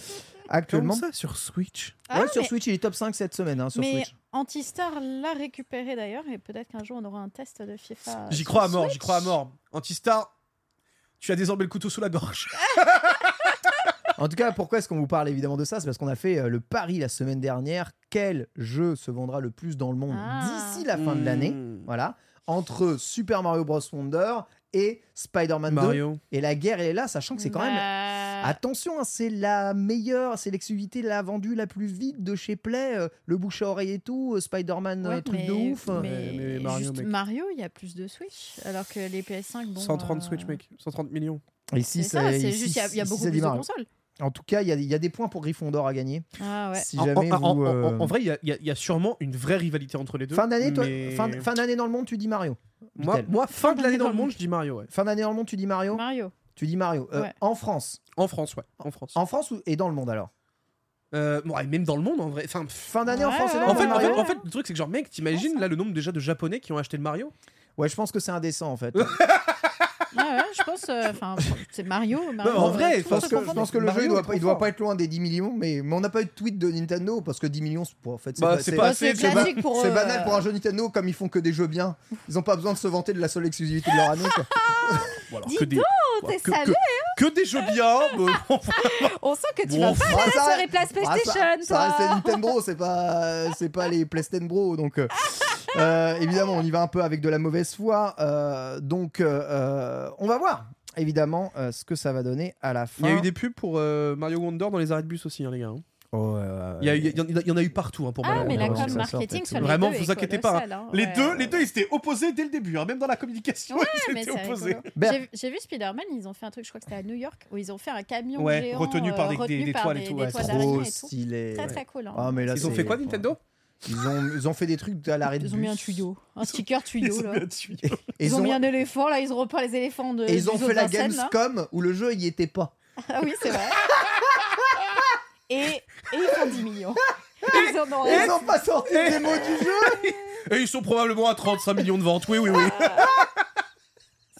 [SPEAKER 1] actuellement.
[SPEAKER 3] Comment ça sur Switch
[SPEAKER 2] Ah,
[SPEAKER 1] ouais, sur
[SPEAKER 2] mais-
[SPEAKER 1] Switch, il est top 5 cette semaine hein, sur
[SPEAKER 2] Mais
[SPEAKER 1] Switch.
[SPEAKER 2] Antistar l'a récupéré d'ailleurs et peut-être qu'un jour on aura un test de FIFA. Ah,
[SPEAKER 3] J'y
[SPEAKER 2] sur
[SPEAKER 3] crois à mort, j'y
[SPEAKER 2] Switch.
[SPEAKER 3] crois à mort. Antistar, tu as désormais le couteau sous la gorge.
[SPEAKER 1] En tout cas, pourquoi est-ce qu'on vous parle évidemment de ça C'est parce qu'on a fait euh, le pari la semaine dernière. Quel jeu se vendra le plus dans le monde
[SPEAKER 2] Ah.
[SPEAKER 1] d'ici la fin
[SPEAKER 3] Hmm.
[SPEAKER 1] de l'année Voilà. Entre Super Mario Bros. Wonder et Spider-Man 2.
[SPEAKER 3] Mario.
[SPEAKER 1] Et la guerre, elle est là, sachant que c'est quand même.
[SPEAKER 2] Bah,
[SPEAKER 1] Attention, hein, c'est la meilleure, c'est l'exclusivité la vendue la plus vite de chez Play. euh, le bouche à oreille et tout, euh, Spider-Man,
[SPEAKER 2] ouais,
[SPEAKER 1] euh, truc de
[SPEAKER 2] mais-
[SPEAKER 1] ouf.
[SPEAKER 2] Mais,
[SPEAKER 3] Mais- mais Mario,
[SPEAKER 2] juste
[SPEAKER 3] mec.
[SPEAKER 2] Mario, il y a plus de Switch. Alors que les PS5, bon.
[SPEAKER 3] 130
[SPEAKER 2] euh,
[SPEAKER 3] Switch, mec. 130 millions.
[SPEAKER 1] Ici,
[SPEAKER 2] C'est ça,
[SPEAKER 1] euh,
[SPEAKER 2] c'est juste, il y a- il y a beaucoup plus de consoles.
[SPEAKER 1] En tout cas, il y, a- il y a des points pour Gryffondor à gagner.
[SPEAKER 2] Ah ouais.
[SPEAKER 1] Si
[SPEAKER 3] En-
[SPEAKER 1] jamais
[SPEAKER 3] en, en-
[SPEAKER 1] vous,
[SPEAKER 3] en- en-
[SPEAKER 1] euh,
[SPEAKER 3] en vrai, il y a- il y, a- il y a sûrement une vraie rivalité entre les deux.
[SPEAKER 1] Fin d'année, toi,
[SPEAKER 3] mais-
[SPEAKER 1] fin, fin d'année dans le monde, tu dis Mario.
[SPEAKER 3] moi,
[SPEAKER 1] Vitel.
[SPEAKER 3] moi, fin de l'année dans le monde, je dis Mario, ouais.
[SPEAKER 1] Fin d'année dans le monde, tu dis Mario.
[SPEAKER 2] Mario.
[SPEAKER 1] Tu dis Mario. Euh,
[SPEAKER 2] Ouais.
[SPEAKER 1] En France,
[SPEAKER 3] En France, ouais. En France.
[SPEAKER 1] en France ou- et dans le monde alors.
[SPEAKER 3] Euh, ouais, même dans le monde, en vrai. Enfin, pff.
[SPEAKER 1] Fin d'année en
[SPEAKER 2] Ouais,
[SPEAKER 1] France et
[SPEAKER 2] ouais,
[SPEAKER 1] dans
[SPEAKER 3] En
[SPEAKER 1] le
[SPEAKER 3] fait,
[SPEAKER 1] monde,
[SPEAKER 3] en, fait,
[SPEAKER 1] Mario
[SPEAKER 3] en fait, le truc, c'est que genre, mec, t'imagines là le nombre déjà de japonais qui ont acheté le Mario
[SPEAKER 1] Ouais, je pense que c'est indécent en fait.
[SPEAKER 3] (laughs)
[SPEAKER 2] Ah ouais, je pense. euh, Enfin, c'est Mario. Mario
[SPEAKER 3] en vrai,
[SPEAKER 2] tout
[SPEAKER 1] je
[SPEAKER 2] le monde
[SPEAKER 1] pense
[SPEAKER 3] parce
[SPEAKER 2] se
[SPEAKER 1] que, je
[SPEAKER 2] comprend.
[SPEAKER 1] pense que le
[SPEAKER 3] Mario
[SPEAKER 1] jeu il
[SPEAKER 3] est
[SPEAKER 1] doit,
[SPEAKER 3] trop
[SPEAKER 1] pas, il doit
[SPEAKER 3] fort.
[SPEAKER 1] pas être loin des 10 millions, mais, mais on n'a pas eu de tweet de Nintendo parce que 10 millions, c'est pour- en fait, c'est pas-
[SPEAKER 3] Bah, c'est
[SPEAKER 1] c'est-
[SPEAKER 3] pas
[SPEAKER 2] c'est
[SPEAKER 3] assez.
[SPEAKER 1] C'est ba-
[SPEAKER 2] classique pour
[SPEAKER 1] c'est
[SPEAKER 2] eux,
[SPEAKER 1] banal
[SPEAKER 2] euh.
[SPEAKER 1] pour un jeu Nintendo, comme ils font que des jeux bien. Ils n'ont pas besoin de se vanter de la seule exclusivité de leur année.
[SPEAKER 2] (laughs)
[SPEAKER 1] quoi.
[SPEAKER 3] Bon, alors,
[SPEAKER 2] Dis
[SPEAKER 3] que des...
[SPEAKER 2] t'es
[SPEAKER 3] que,
[SPEAKER 2] salé,
[SPEAKER 3] que- que des jeux bien, mais bon,
[SPEAKER 2] On sent que tu
[SPEAKER 3] Bon,
[SPEAKER 2] vas pas
[SPEAKER 1] Ah, ça-
[SPEAKER 2] sur les places
[SPEAKER 1] ah, ça-
[SPEAKER 2] PlayStation,
[SPEAKER 1] ça,
[SPEAKER 2] toi.
[SPEAKER 1] c'est Nintendo, c'est pas, c'est pas les PlayStation Bro. Donc, euh, euh, évidemment, on y va un peu avec de la mauvaise foi. euh, donc, euh, euh, on va voir, évidemment, euh, ce que ça va donner à la fin.
[SPEAKER 3] Il y a eu des pubs pour euh, Mario Wonder dans les arrêts de bus aussi, hein, les gars. hein.
[SPEAKER 1] Oh, ouais, ouais, ouais.
[SPEAKER 3] Il y, a eu- il y en a- il y en a eu partout hein, pour
[SPEAKER 2] Ah,
[SPEAKER 3] Mario
[SPEAKER 2] mais
[SPEAKER 1] on
[SPEAKER 2] la
[SPEAKER 3] Wonder.
[SPEAKER 1] verra si
[SPEAKER 2] com
[SPEAKER 1] ça
[SPEAKER 2] marketing
[SPEAKER 1] sort,
[SPEAKER 2] sur les
[SPEAKER 3] Vraiment,
[SPEAKER 2] deux
[SPEAKER 3] vous
[SPEAKER 2] est
[SPEAKER 3] inquiétez pas, hein.
[SPEAKER 2] colossale, hein.
[SPEAKER 3] Les,
[SPEAKER 2] Ouais,
[SPEAKER 3] deux,
[SPEAKER 2] ouais.
[SPEAKER 3] les deux, ils étaient opposés dès le début, hein, même dans la communication, (laughs)
[SPEAKER 2] Ouais,
[SPEAKER 3] ils
[SPEAKER 2] mais
[SPEAKER 3] étaient
[SPEAKER 2] c'est
[SPEAKER 3] opposés.
[SPEAKER 2] rigolo.
[SPEAKER 1] Ber-
[SPEAKER 2] J'ai- J'ai vu Spider-Man, ils ont fait un truc, je crois que c'était à New York, où ils ont fait un camion
[SPEAKER 3] Ouais,
[SPEAKER 2] géant euh,
[SPEAKER 3] retenu par des- des-
[SPEAKER 2] retenu
[SPEAKER 3] des
[SPEAKER 2] par
[SPEAKER 3] toiles et tout, ouais,
[SPEAKER 2] toiles
[SPEAKER 3] c'est
[SPEAKER 2] d'araignée
[SPEAKER 1] Trop
[SPEAKER 2] et tout.
[SPEAKER 1] stylé.
[SPEAKER 2] Très très cool. hein.
[SPEAKER 1] Ah, mais là,
[SPEAKER 3] Ils ont
[SPEAKER 1] c'est-
[SPEAKER 3] fait quoi, Nintendo
[SPEAKER 1] ils ont, ils ont fait des trucs à l'arrêt de
[SPEAKER 2] ils ont mis un
[SPEAKER 1] bus.
[SPEAKER 2] tuyau, un sticker tuyau
[SPEAKER 3] (laughs) Ils ont
[SPEAKER 2] là.
[SPEAKER 3] (laughs) mis un tuyau.
[SPEAKER 1] Et
[SPEAKER 2] Ils ont mis un éléphant là, ils ont repeint les éléphants de.
[SPEAKER 1] et ils
[SPEAKER 2] du
[SPEAKER 1] ont
[SPEAKER 2] zoo
[SPEAKER 1] fait la
[SPEAKER 2] de Vincennes, là.
[SPEAKER 1] Gamescom où le jeu y était pas.
[SPEAKER 2] Ah oui, c'est
[SPEAKER 1] (laughs)
[SPEAKER 2] vrai. et, et ils font 10 millions. Ils en ont
[SPEAKER 1] Et ils ont pas sorti de démo du
[SPEAKER 3] (laughs)
[SPEAKER 1] jeu.
[SPEAKER 3] Et ils sont probablement à 35 millions de ventes, oui, oui, oui.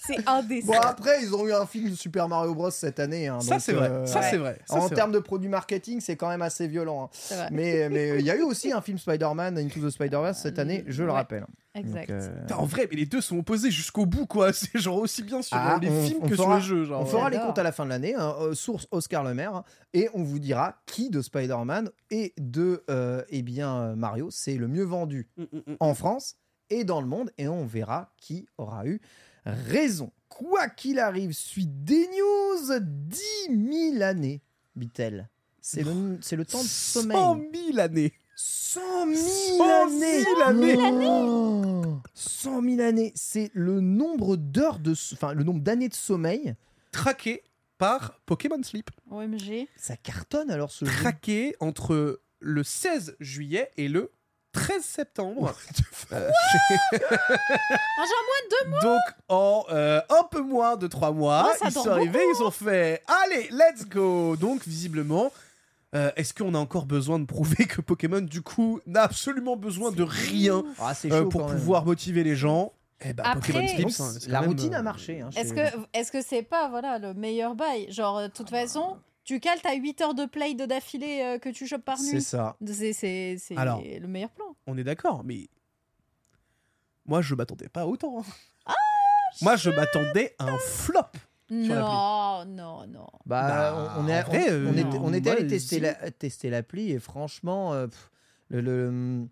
[SPEAKER 2] C'est indécent.
[SPEAKER 1] Bon après ils ont eu un film Super Mario Bros cette année. hein,
[SPEAKER 3] Ça,
[SPEAKER 1] donc,
[SPEAKER 3] c'est vrai.
[SPEAKER 1] euh,
[SPEAKER 3] Ça,
[SPEAKER 1] ouais.
[SPEAKER 3] c'est vrai. Ça,
[SPEAKER 1] En
[SPEAKER 3] c'est
[SPEAKER 1] termes de produits marketing, c'est quand même assez violent. hein.
[SPEAKER 2] C'est vrai.
[SPEAKER 1] Mais mais il y a eu aussi un film Spider-Man Into the Spider-Verse cette année, je le
[SPEAKER 2] Ouais.
[SPEAKER 1] rappelle.
[SPEAKER 2] Exact.
[SPEAKER 1] Donc, euh,
[SPEAKER 3] Putain, En vrai, mais les deux sont opposés jusqu'au bout, quoi. (laughs) C'est genre aussi bien sur
[SPEAKER 1] Ah,
[SPEAKER 3] euh, les
[SPEAKER 1] on-
[SPEAKER 3] films
[SPEAKER 1] on
[SPEAKER 3] que sur
[SPEAKER 1] fera-
[SPEAKER 3] les jeux. Genre,
[SPEAKER 1] On fera
[SPEAKER 3] ouais.
[SPEAKER 1] les
[SPEAKER 2] j'adore.
[SPEAKER 1] comptes à la fin de l'année, hein, euh, source Oscar Le Maire, hein, et on vous dira qui de Spider-Man et de euh, eh bien, euh, Mario, c'est le mieux vendu
[SPEAKER 3] Mm, mm, mm.
[SPEAKER 1] en France et dans le monde, et on verra qui aura eu raison. Quoi qu'il arrive, suite des news, 10 000 années, Bitel. C'est le, c'est le temps de
[SPEAKER 3] 100
[SPEAKER 1] sommeil.
[SPEAKER 3] 000 années.
[SPEAKER 1] 100
[SPEAKER 3] 100
[SPEAKER 1] 000
[SPEAKER 3] 000
[SPEAKER 1] années
[SPEAKER 3] années.
[SPEAKER 1] 100 000 années, c'est le nombre d'heures de... s- Enfin, le nombre d'années de sommeil
[SPEAKER 3] Traqué par Pokémon Sleep.
[SPEAKER 1] Mm-hmm.
[SPEAKER 2] OMG.
[SPEAKER 1] Ça cartonne alors ce jeu.
[SPEAKER 3] Traqué entre le 16 juillet et le 13 septembre. Euh,
[SPEAKER 2] Ah, genre,
[SPEAKER 3] Donc en euh, un peu moins de 3 mois,
[SPEAKER 1] Oh,
[SPEAKER 2] Ouais, ça
[SPEAKER 3] ils
[SPEAKER 2] dort
[SPEAKER 3] sont arrivés, ils ont fait allez, let's go. Donc visiblement euh, est-ce qu'on a encore besoin de prouver que Pokémon du coup n'a absolument besoin de rien
[SPEAKER 1] Ah, c'est
[SPEAKER 3] euh,
[SPEAKER 1] chaud
[SPEAKER 3] pour
[SPEAKER 1] quand même.
[SPEAKER 3] pouvoir motiver les gens Eh ben,
[SPEAKER 2] Après-
[SPEAKER 3] Pokémon Sleep,
[SPEAKER 1] Donc,
[SPEAKER 3] ça, c'est quand
[SPEAKER 1] la
[SPEAKER 3] même,
[SPEAKER 1] routine
[SPEAKER 3] euh,
[SPEAKER 1] a marché. hein,
[SPEAKER 2] Est-ce
[SPEAKER 1] chez-
[SPEAKER 2] que est-ce que c'est pas voilà le meilleur bail Genre, euh, de
[SPEAKER 1] Ah,
[SPEAKER 2] toute façon, tu cales ta 8 heures de play de d'affilée euh, que tu chopes par
[SPEAKER 1] C'est
[SPEAKER 2] nuit.
[SPEAKER 1] ça.
[SPEAKER 2] C'est c'est- c'est
[SPEAKER 3] Alors.
[SPEAKER 2] le meilleur plan.
[SPEAKER 3] On est d'accord, mais moi je m'attendais pas à autant. hein.
[SPEAKER 1] Ah,
[SPEAKER 3] moi je m'attendais à un flop. Sur l'appli.
[SPEAKER 2] Non, non, non. Ah
[SPEAKER 1] Bah,
[SPEAKER 3] Bah,
[SPEAKER 1] on, on est-
[SPEAKER 3] en vrai,
[SPEAKER 1] on- on
[SPEAKER 3] euh,
[SPEAKER 1] était, on était
[SPEAKER 3] moi,
[SPEAKER 1] allé tester
[SPEAKER 3] si.
[SPEAKER 1] la- tester l'appli et franchement, euh, pff, le, le-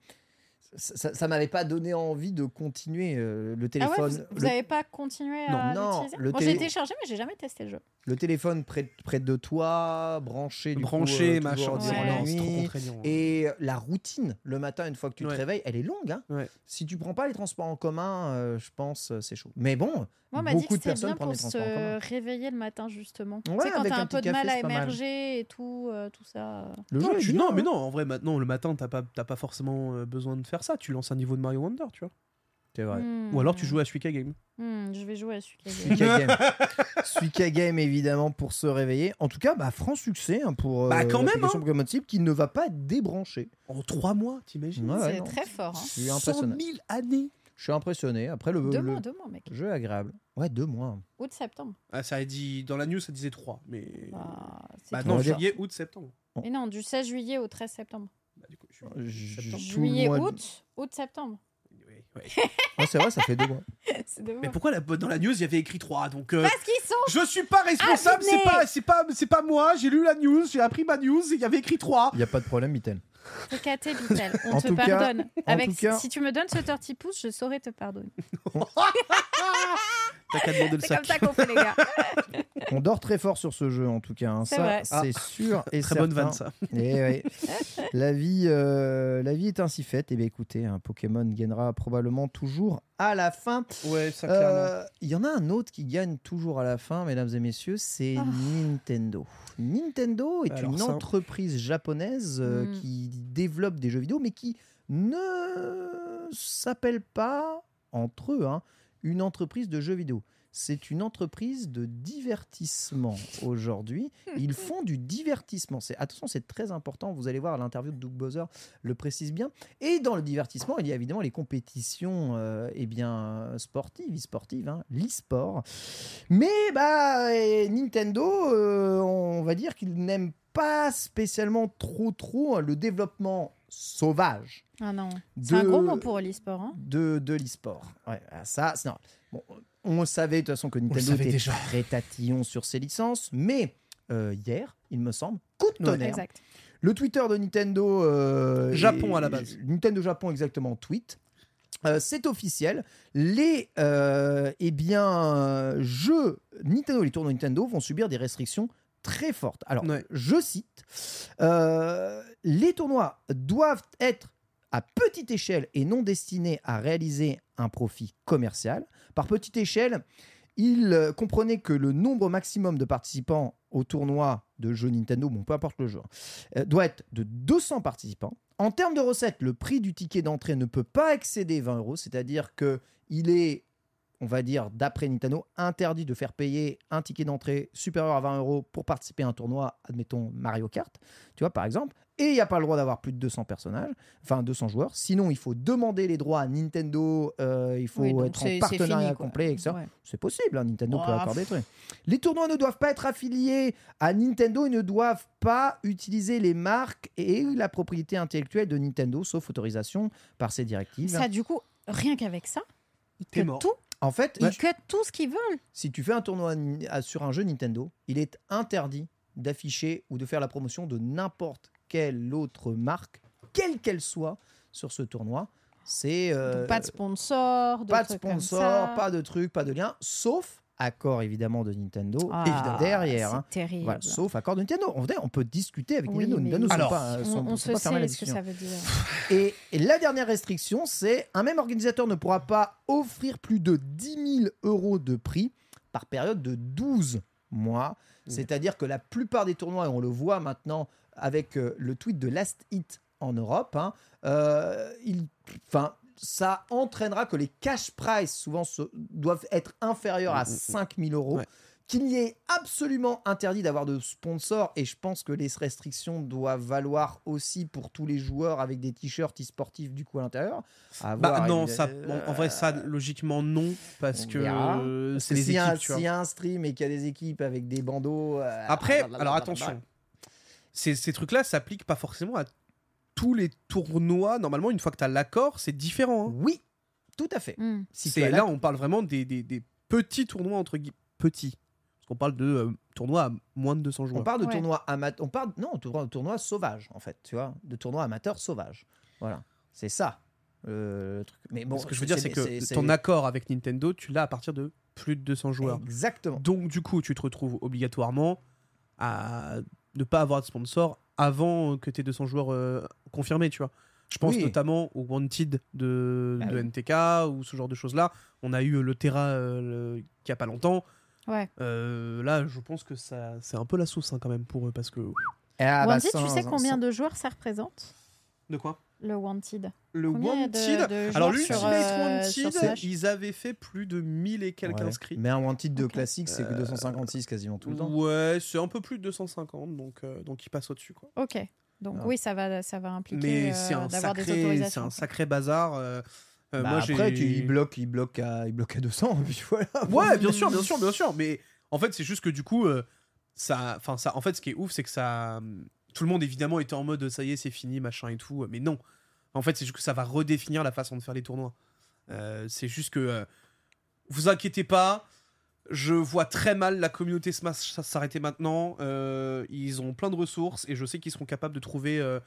[SPEAKER 1] ça, ça m'avait pas donné envie de continuer euh, le
[SPEAKER 2] Ah ouais,
[SPEAKER 1] téléphone.
[SPEAKER 2] vous- vous
[SPEAKER 1] le-
[SPEAKER 2] n'avez pas continué
[SPEAKER 1] Non.
[SPEAKER 2] à
[SPEAKER 1] Non,
[SPEAKER 2] l'utiliser
[SPEAKER 1] le
[SPEAKER 2] Moi,
[SPEAKER 1] télé-
[SPEAKER 2] j'ai téléchargé, mais j'ai jamais testé le jeu.
[SPEAKER 1] Le téléphone près, près de toi, branché, du coup,
[SPEAKER 3] Branché,
[SPEAKER 1] euh,
[SPEAKER 3] machin,
[SPEAKER 1] toujours durant
[SPEAKER 3] ouais.
[SPEAKER 1] la
[SPEAKER 3] Non, c'est
[SPEAKER 1] nuit.
[SPEAKER 3] trop contraignant.
[SPEAKER 1] Et euh, la routine le matin, une fois que tu
[SPEAKER 3] Ouais.
[SPEAKER 1] te réveilles, elle est longue. hein. Si tu prends pas les transports en commun, euh, je pense euh, c'est chaud. Mais bon,
[SPEAKER 2] Moi, on m'a dit que
[SPEAKER 1] beaucoup de
[SPEAKER 2] c'était
[SPEAKER 1] personnes
[SPEAKER 2] bien
[SPEAKER 1] prennent
[SPEAKER 2] pour
[SPEAKER 1] les transports en commun.
[SPEAKER 2] se réveiller le matin, justement.
[SPEAKER 1] Ouais,
[SPEAKER 2] tu sais, quand
[SPEAKER 1] avec
[SPEAKER 2] t'as
[SPEAKER 1] un
[SPEAKER 2] un, peu
[SPEAKER 1] petit
[SPEAKER 2] de
[SPEAKER 1] café,
[SPEAKER 2] mal à
[SPEAKER 1] c'est pas mal.
[SPEAKER 2] émerger et tout, euh, tout ça. euh.
[SPEAKER 3] non,
[SPEAKER 1] jeu est
[SPEAKER 3] tu-
[SPEAKER 1] bien,
[SPEAKER 3] non,
[SPEAKER 1] hein.
[SPEAKER 3] mais non, en vrai, maintenant, le matin, t'as pas, t'as pas forcément euh, besoin de faire ça. Tu lances un niveau de Mario Wonder, tu vois.
[SPEAKER 1] C'est vrai.
[SPEAKER 2] Hmm.
[SPEAKER 3] Ou alors
[SPEAKER 1] Mm.
[SPEAKER 3] tu joues à Suika Game.
[SPEAKER 2] Hmm, je vais jouer à celui-là.
[SPEAKER 1] Suika Game. Suika Game, évidemment, pour se réveiller. En tout cas, bah, franc succès hein, pour euh,
[SPEAKER 3] Bah, quand même,
[SPEAKER 1] l'application Pokémon Type qui ne va pas débrancher.
[SPEAKER 3] En trois mois, t'imagines
[SPEAKER 1] Ouais, ouais,
[SPEAKER 2] C'est
[SPEAKER 1] non.
[SPEAKER 2] très fort. hein.
[SPEAKER 1] Je suis impressionné.
[SPEAKER 3] 100 000 années
[SPEAKER 1] Je suis impressionné. Après, le,
[SPEAKER 2] Deux
[SPEAKER 1] Euh, le
[SPEAKER 2] mois, deux mois, mec.
[SPEAKER 1] jeu est agréable. Ouais, deux mois. hein.
[SPEAKER 2] Août, septembre.
[SPEAKER 3] ah, ça a dit, Dans la news, ça disait trois. Mais.
[SPEAKER 1] Ah,
[SPEAKER 2] Bah, c'est
[SPEAKER 3] Bah
[SPEAKER 2] trop
[SPEAKER 3] non,
[SPEAKER 1] On va dire-
[SPEAKER 2] fort.
[SPEAKER 3] juillet, août, septembre.
[SPEAKER 2] Mais non, du 16 juillet au 13 septembre.
[SPEAKER 3] Bah, du coup, je suis-
[SPEAKER 1] Je-
[SPEAKER 3] Septembre.
[SPEAKER 1] tout le
[SPEAKER 2] Juillet,
[SPEAKER 1] mois de-
[SPEAKER 2] août, août, septembre.
[SPEAKER 3] Ouais,
[SPEAKER 1] (laughs)
[SPEAKER 3] ouais.
[SPEAKER 1] Ouais, c'est vrai, ça fait deux mois.
[SPEAKER 2] (laughs) C'est de
[SPEAKER 3] Mais
[SPEAKER 2] ouf.
[SPEAKER 3] pourquoi la- dans la news, il y avait écrit 3 donc, euh,
[SPEAKER 2] Parce qu'ils sont
[SPEAKER 3] Je suis pas responsable, c'est
[SPEAKER 2] Abonnés.
[SPEAKER 3] pas, c'est pas, c'est pas moi. J'ai lu la news, j'ai appris ma news, il y avait écrit 3
[SPEAKER 1] Il n'y a pas de problème, Mitaine.
[SPEAKER 2] Caté,
[SPEAKER 1] (laughs)
[SPEAKER 2] Vitel, on
[SPEAKER 1] En
[SPEAKER 2] te
[SPEAKER 1] tout cas-
[SPEAKER 2] pardonne.
[SPEAKER 1] en
[SPEAKER 2] Avec,
[SPEAKER 1] tout cas-
[SPEAKER 2] Si tu me donnes ce 30 pouces, je saurais te pardonner.
[SPEAKER 3] (laughs) T'as qu'à demander le
[SPEAKER 2] C'est comme
[SPEAKER 3] sac.
[SPEAKER 2] ça qu'on fait, les
[SPEAKER 1] (laughs)
[SPEAKER 2] gars.
[SPEAKER 1] On dort très fort sur ce jeu, en tout cas. hein.
[SPEAKER 2] C'est
[SPEAKER 1] Ça,
[SPEAKER 2] vrai.
[SPEAKER 1] c'est sûr et
[SPEAKER 3] (laughs) Très bonne
[SPEAKER 1] certain.
[SPEAKER 3] vanne ça.
[SPEAKER 1] Eh ouais. la, vie, euh, la vie est ainsi faite. Et bien écoutez, un Pokémon gagnera probablement toujours à la fin.
[SPEAKER 3] Ouais, ça
[SPEAKER 1] Euh, Il y en a un autre qui gagne toujours à la fin, mesdames et messieurs, c'est
[SPEAKER 2] Ah.
[SPEAKER 1] Nintendo. Nintendo est
[SPEAKER 3] Alors
[SPEAKER 1] une
[SPEAKER 3] ça-
[SPEAKER 1] entreprise japonaise euh,
[SPEAKER 2] Hmm.
[SPEAKER 1] qui développe des jeux vidéo, mais qui ne s'appelle pas, entre eux, hein, une entreprise de jeux vidéo. C'est une entreprise de divertissement
[SPEAKER 2] (laughs)
[SPEAKER 1] aujourd'hui. Ils font du divertissement. C'est- Attention, c'est très important. Vous allez voir, l'interview de Doug Bowser le précise bien. Et dans le divertissement, il y a évidemment les compétitions euh, eh bien, sportives, e-sportives, hein, l'e-sport. Mais bah, euh, Nintendo, euh, on va dire qu'ils n'aiment pas spécialement trop trop hein, le développement sauvage
[SPEAKER 2] Ah non. C'est
[SPEAKER 1] de,
[SPEAKER 2] un gros mot pour l'e-sport. hein.
[SPEAKER 1] de, de l'e-sport. Ouais, ah, ça, c'est normal. Bon, on savait de toute façon que Nintendo
[SPEAKER 3] savait
[SPEAKER 1] était
[SPEAKER 3] déjà.
[SPEAKER 1] très tatillon sur ses licences, mais euh, hier, il me semble, coup de
[SPEAKER 3] Ouais.
[SPEAKER 1] tonnerre,
[SPEAKER 2] Exact.
[SPEAKER 1] le Twitter de Nintendo. euh,
[SPEAKER 3] Japon
[SPEAKER 1] est-
[SPEAKER 3] à la base.
[SPEAKER 1] Nintendo Japon, exactement, tweet. Euh, c'est officiel. Les euh, eh bien, euh, jeux Nintendo, les tournois Nintendo vont subir des restrictions très fortes. Alors,
[SPEAKER 3] Ouais.
[SPEAKER 1] je cite euh, Les tournois doivent être à petite échelle et non destinés à réaliser un profit commercial. Par petite échelle, il euh, comprenait que le nombre maximum de participants au tournoi de jeux Nintendo, bon, peu importe le jeu, hein, euh, doit être de 200 participants. En termes de recettes, le prix du ticket d'entrée ne peut pas excéder 20 euros, c'est-à-dire que il est, on va dire, d'après Nintendo, interdit de faire payer un ticket d'entrée supérieur à 20 euros pour participer à un tournoi, admettons Mario Kart, tu vois, par exemple. Et il n'y a pas le droit d'avoir plus de 200 personnages, enfin 200 joueurs. Sinon, il faut demander les droits à Nintendo, euh, il faut
[SPEAKER 2] Oui, donc
[SPEAKER 1] être
[SPEAKER 2] c'est-
[SPEAKER 1] en
[SPEAKER 2] c'est
[SPEAKER 1] partenariat
[SPEAKER 2] fini, quoi.
[SPEAKER 1] complet, etc.
[SPEAKER 2] Ouais.
[SPEAKER 1] C'est possible, hein, Nintendo peut
[SPEAKER 2] Ouah,
[SPEAKER 1] accorder des trucs. Les tournois ne doivent pas être affiliés à Nintendo et ne doivent pas utiliser les marques et la propriété intellectuelle de Nintendo, sauf autorisation par ces directives.
[SPEAKER 2] Ça, du coup, rien qu'avec ça, ils
[SPEAKER 3] T'es
[SPEAKER 2] cut
[SPEAKER 3] mort.
[SPEAKER 2] tout.
[SPEAKER 1] En fait,
[SPEAKER 2] Ils cut tout ce qu'ils veulent.
[SPEAKER 1] si tu fais un tournoi ni- à- sur un jeu Nintendo, il est interdit d'afficher ou de faire la promotion de n'importe quelle autre marque, quelle qu'elle soit, sur ce tournoi. C'est euh,
[SPEAKER 2] Donc, pas de sponsor,
[SPEAKER 1] pas de
[SPEAKER 2] trucs comme
[SPEAKER 1] sponsor,
[SPEAKER 2] ça.
[SPEAKER 1] pas de truc, pas de lien, sauf accord évidemment de Nintendo
[SPEAKER 2] Ah,
[SPEAKER 1] évidemment, derrière.
[SPEAKER 2] C'est
[SPEAKER 1] hein.
[SPEAKER 2] terrible.
[SPEAKER 1] Voilà, sauf accord de Nintendo. En vrai, on peut discuter avec
[SPEAKER 2] Oui,
[SPEAKER 1] Nintendo.
[SPEAKER 2] mais-
[SPEAKER 1] Nintendo sont
[SPEAKER 3] Alors,
[SPEAKER 1] pas, euh, sont-
[SPEAKER 2] On, on
[SPEAKER 1] sont
[SPEAKER 2] se
[SPEAKER 1] pas fermés à la
[SPEAKER 2] sait ce que
[SPEAKER 1] discussion.
[SPEAKER 2] ça veut dire.
[SPEAKER 1] Et, et la dernière restriction, c'est un même organisateur ne pourra pas offrir plus de 10 000 euros de prix par période de 12 mois. C'est-à-dire que la plupart des tournois, et on le voit maintenant avec euh, le tweet de Last Hit en Europe, hein, euh, il, enfin, ça entraînera que les cash prize souvent se- doivent être inférieurs à 5 000 euros.
[SPEAKER 3] Ouais.
[SPEAKER 1] Qu'il y est absolument interdit d'avoir de sponsors, et je pense que les restrictions doivent valoir aussi pour tous les joueurs avec des t-shirts e-sportifs du coup à l'intérieur. À
[SPEAKER 3] Bah
[SPEAKER 1] voir,
[SPEAKER 3] non,
[SPEAKER 1] évidemment.
[SPEAKER 3] ça, en, en vrai, ça, logiquement, non, parce
[SPEAKER 1] Euh, On
[SPEAKER 3] que
[SPEAKER 1] verra.
[SPEAKER 3] euh,
[SPEAKER 1] Parce
[SPEAKER 3] c'est
[SPEAKER 1] que
[SPEAKER 3] les
[SPEAKER 1] s'il y a un-
[SPEAKER 3] équipes, tu vois.
[SPEAKER 1] S'il y a un stream et qu'il y a des équipes avec des bandeaux. euh,
[SPEAKER 3] Après,
[SPEAKER 1] blablabla, bah.
[SPEAKER 3] alors attention, ces, ces trucs-là s'appliquent pas forcément à tous les tournois. Normalement, une fois que t'as l'accord, c'est différent. hein.
[SPEAKER 1] Oui, tout à fait.
[SPEAKER 2] Hmm.
[SPEAKER 1] Si tu
[SPEAKER 3] c'est
[SPEAKER 1] as
[SPEAKER 3] là,
[SPEAKER 1] l'accord-
[SPEAKER 3] on parle vraiment des, des- des petits tournois entre guillemets petits, parce qu'on parle de euh, tournois à moins de 200 joueurs.
[SPEAKER 1] on parle de
[SPEAKER 2] Ouais.
[SPEAKER 1] tournoi amateur. On parle non, tournoi, tournoi sauvage en fait, tu vois, de tournoi amateur sauvage. Voilà, c'est ça. euh, le truc. Mais bon,
[SPEAKER 3] Ce que je veux dire, c'est que ton
[SPEAKER 1] acte
[SPEAKER 3] accord avec Nintendo, tu l'as à partir de plus de 200 joueurs.
[SPEAKER 1] Exactement.
[SPEAKER 3] Donc, du coup, tu te retrouves obligatoirement à ne pas avoir de sponsor avant que tes 200 joueurs euh, confirmés, tu vois. Je pense
[SPEAKER 1] Oui.
[SPEAKER 3] notamment au Wanted de,
[SPEAKER 1] Ah
[SPEAKER 3] de
[SPEAKER 1] oui.
[SPEAKER 3] NTK ou ce genre de choses-là. On a eu le Terra euh, le- il n'y a pas longtemps.
[SPEAKER 2] Ouais.
[SPEAKER 3] Euh, là, je pense que ça, c'est un peu la sauce hein, quand même pour eux parce que.
[SPEAKER 1] Ah,
[SPEAKER 2] Wanted, tu sais combien de joueurs ça représente
[SPEAKER 3] De quoi
[SPEAKER 2] Le Wanted.
[SPEAKER 3] Le
[SPEAKER 2] Combien de-
[SPEAKER 3] Wanted.
[SPEAKER 2] de joueurs
[SPEAKER 3] Alors, l'Ultimate
[SPEAKER 2] sur, euh, sur
[SPEAKER 3] Wanted,
[SPEAKER 2] Smash
[SPEAKER 3] ils avaient fait plus de 1000 et quelques inscrits.
[SPEAKER 1] Mais un Wanted de classique, c'est que 256 quasiment
[SPEAKER 3] Euh,
[SPEAKER 1] tout le temps.
[SPEAKER 3] Ouais, c'est un peu plus de 250, donc, euh, donc ils passent au-dessus. Quoi.
[SPEAKER 2] Ok. Donc
[SPEAKER 1] Ah.
[SPEAKER 2] oui, ça va, ça va impliquer
[SPEAKER 3] Mais
[SPEAKER 2] euh,
[SPEAKER 3] c'est un,
[SPEAKER 2] d'avoir des
[SPEAKER 3] sacré- c'est
[SPEAKER 2] autorisations.
[SPEAKER 3] un sacré bazar. euh,
[SPEAKER 1] Bah,
[SPEAKER 3] euh, moi,
[SPEAKER 1] après,
[SPEAKER 3] j'ai-
[SPEAKER 1] tu, il, bloque, il, bloque à, il bloque à 200, et (laughs) puis voilà.
[SPEAKER 3] Ouais, bien sûr, bien sûr, bien sûr. Mais en fait, c'est juste que du coup, euh, ça, enfin ça, en fait, ce qui est ouf, c'est que ça, hum, tout le monde évidemment était en mode ça y est, c'est fini, machin et tout. Mais non, en fait, c'est juste que ça va redéfinir la façon de faire les tournois. Euh, c'est juste que euh, vous inquiétez pas. Je vois très mal la communauté Smash s- s'arrêter maintenant. Euh, ils ont plein de ressources et je sais qu'ils seront capables de trouver euh,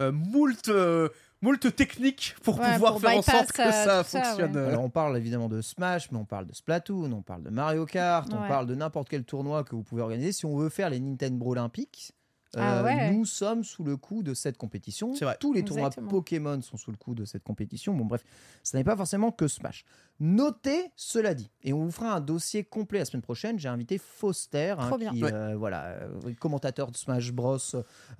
[SPEAKER 3] euh, moult, euh, moult techniques pour
[SPEAKER 2] Ouais,
[SPEAKER 3] pouvoir
[SPEAKER 2] pour
[SPEAKER 3] faire en
[SPEAKER 2] bypass,
[SPEAKER 3] sorte que
[SPEAKER 2] euh,
[SPEAKER 3] ça
[SPEAKER 2] tout ça, ouais.
[SPEAKER 3] fonctionne. euh,
[SPEAKER 1] Alors on parle évidemment de Smash, mais on parle de Splatoon, on parle de Mario Kart, on
[SPEAKER 2] Ouais.
[SPEAKER 1] parle de n'importe quel tournoi que vous pouvez organiser. Si on veut faire les Nintendo Olympiques, euh,
[SPEAKER 2] Ah ouais.
[SPEAKER 1] nous sommes sous le coup de cette compétition.
[SPEAKER 3] C'est vrai.
[SPEAKER 1] Tous les tournois
[SPEAKER 2] Exactement.
[SPEAKER 1] Pokémon sont sous le coup de cette compétition. Bon bref, ce n'est pas forcément que Smash. Notez cela dit, et on vous fera un dossier complet la semaine prochaine. J'ai invité Foster, hein,
[SPEAKER 2] Trop bien.
[SPEAKER 1] qui
[SPEAKER 3] Ouais.
[SPEAKER 1] euh, voilà, euh, commentateur de Smash Bros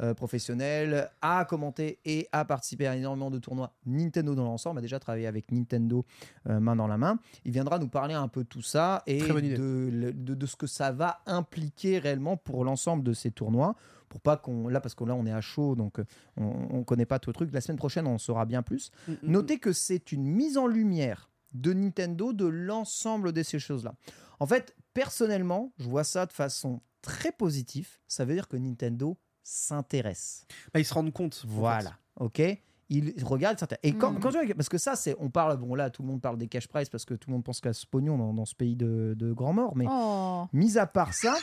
[SPEAKER 1] euh, professionnel, a commenté et a participé à énormément de tournois Nintendo dans l'ensemble, a déjà travaillé avec Nintendo euh, main dans la main. Il viendra nous parler un peu de tout ça et
[SPEAKER 3] Très bonne idée.
[SPEAKER 1] de, le- de- de ce que ça va impliquer réellement pour l'ensemble de ces tournois. Pour pas qu'on. Là, parce que là, on est à chaud, donc euh, on ne connaît pas tout le truc. La semaine prochaine, on en saura bien plus.
[SPEAKER 3] hum, Mm.
[SPEAKER 1] Notez que c'est une mise en lumière de Nintendo de l'ensemble de ces choses-là. En fait, personnellement, je vois ça de façon très positive. Ça veut dire que Nintendo s'intéresse.
[SPEAKER 3] Bah, ils se rendent compte. en fait.
[SPEAKER 1] Voilà, ok il regarde certains. Et quand,
[SPEAKER 2] Mm.
[SPEAKER 1] quand tu regardes- parce que ça, c'est, on parle, bon là, tout le monde parle des cash prizes parce que tout le monde pense qu'à ce pognon dans, dans ce pays de, de grands morts, mais
[SPEAKER 2] Oh,
[SPEAKER 1] mis à part
[SPEAKER 2] (laughs)
[SPEAKER 1] ça,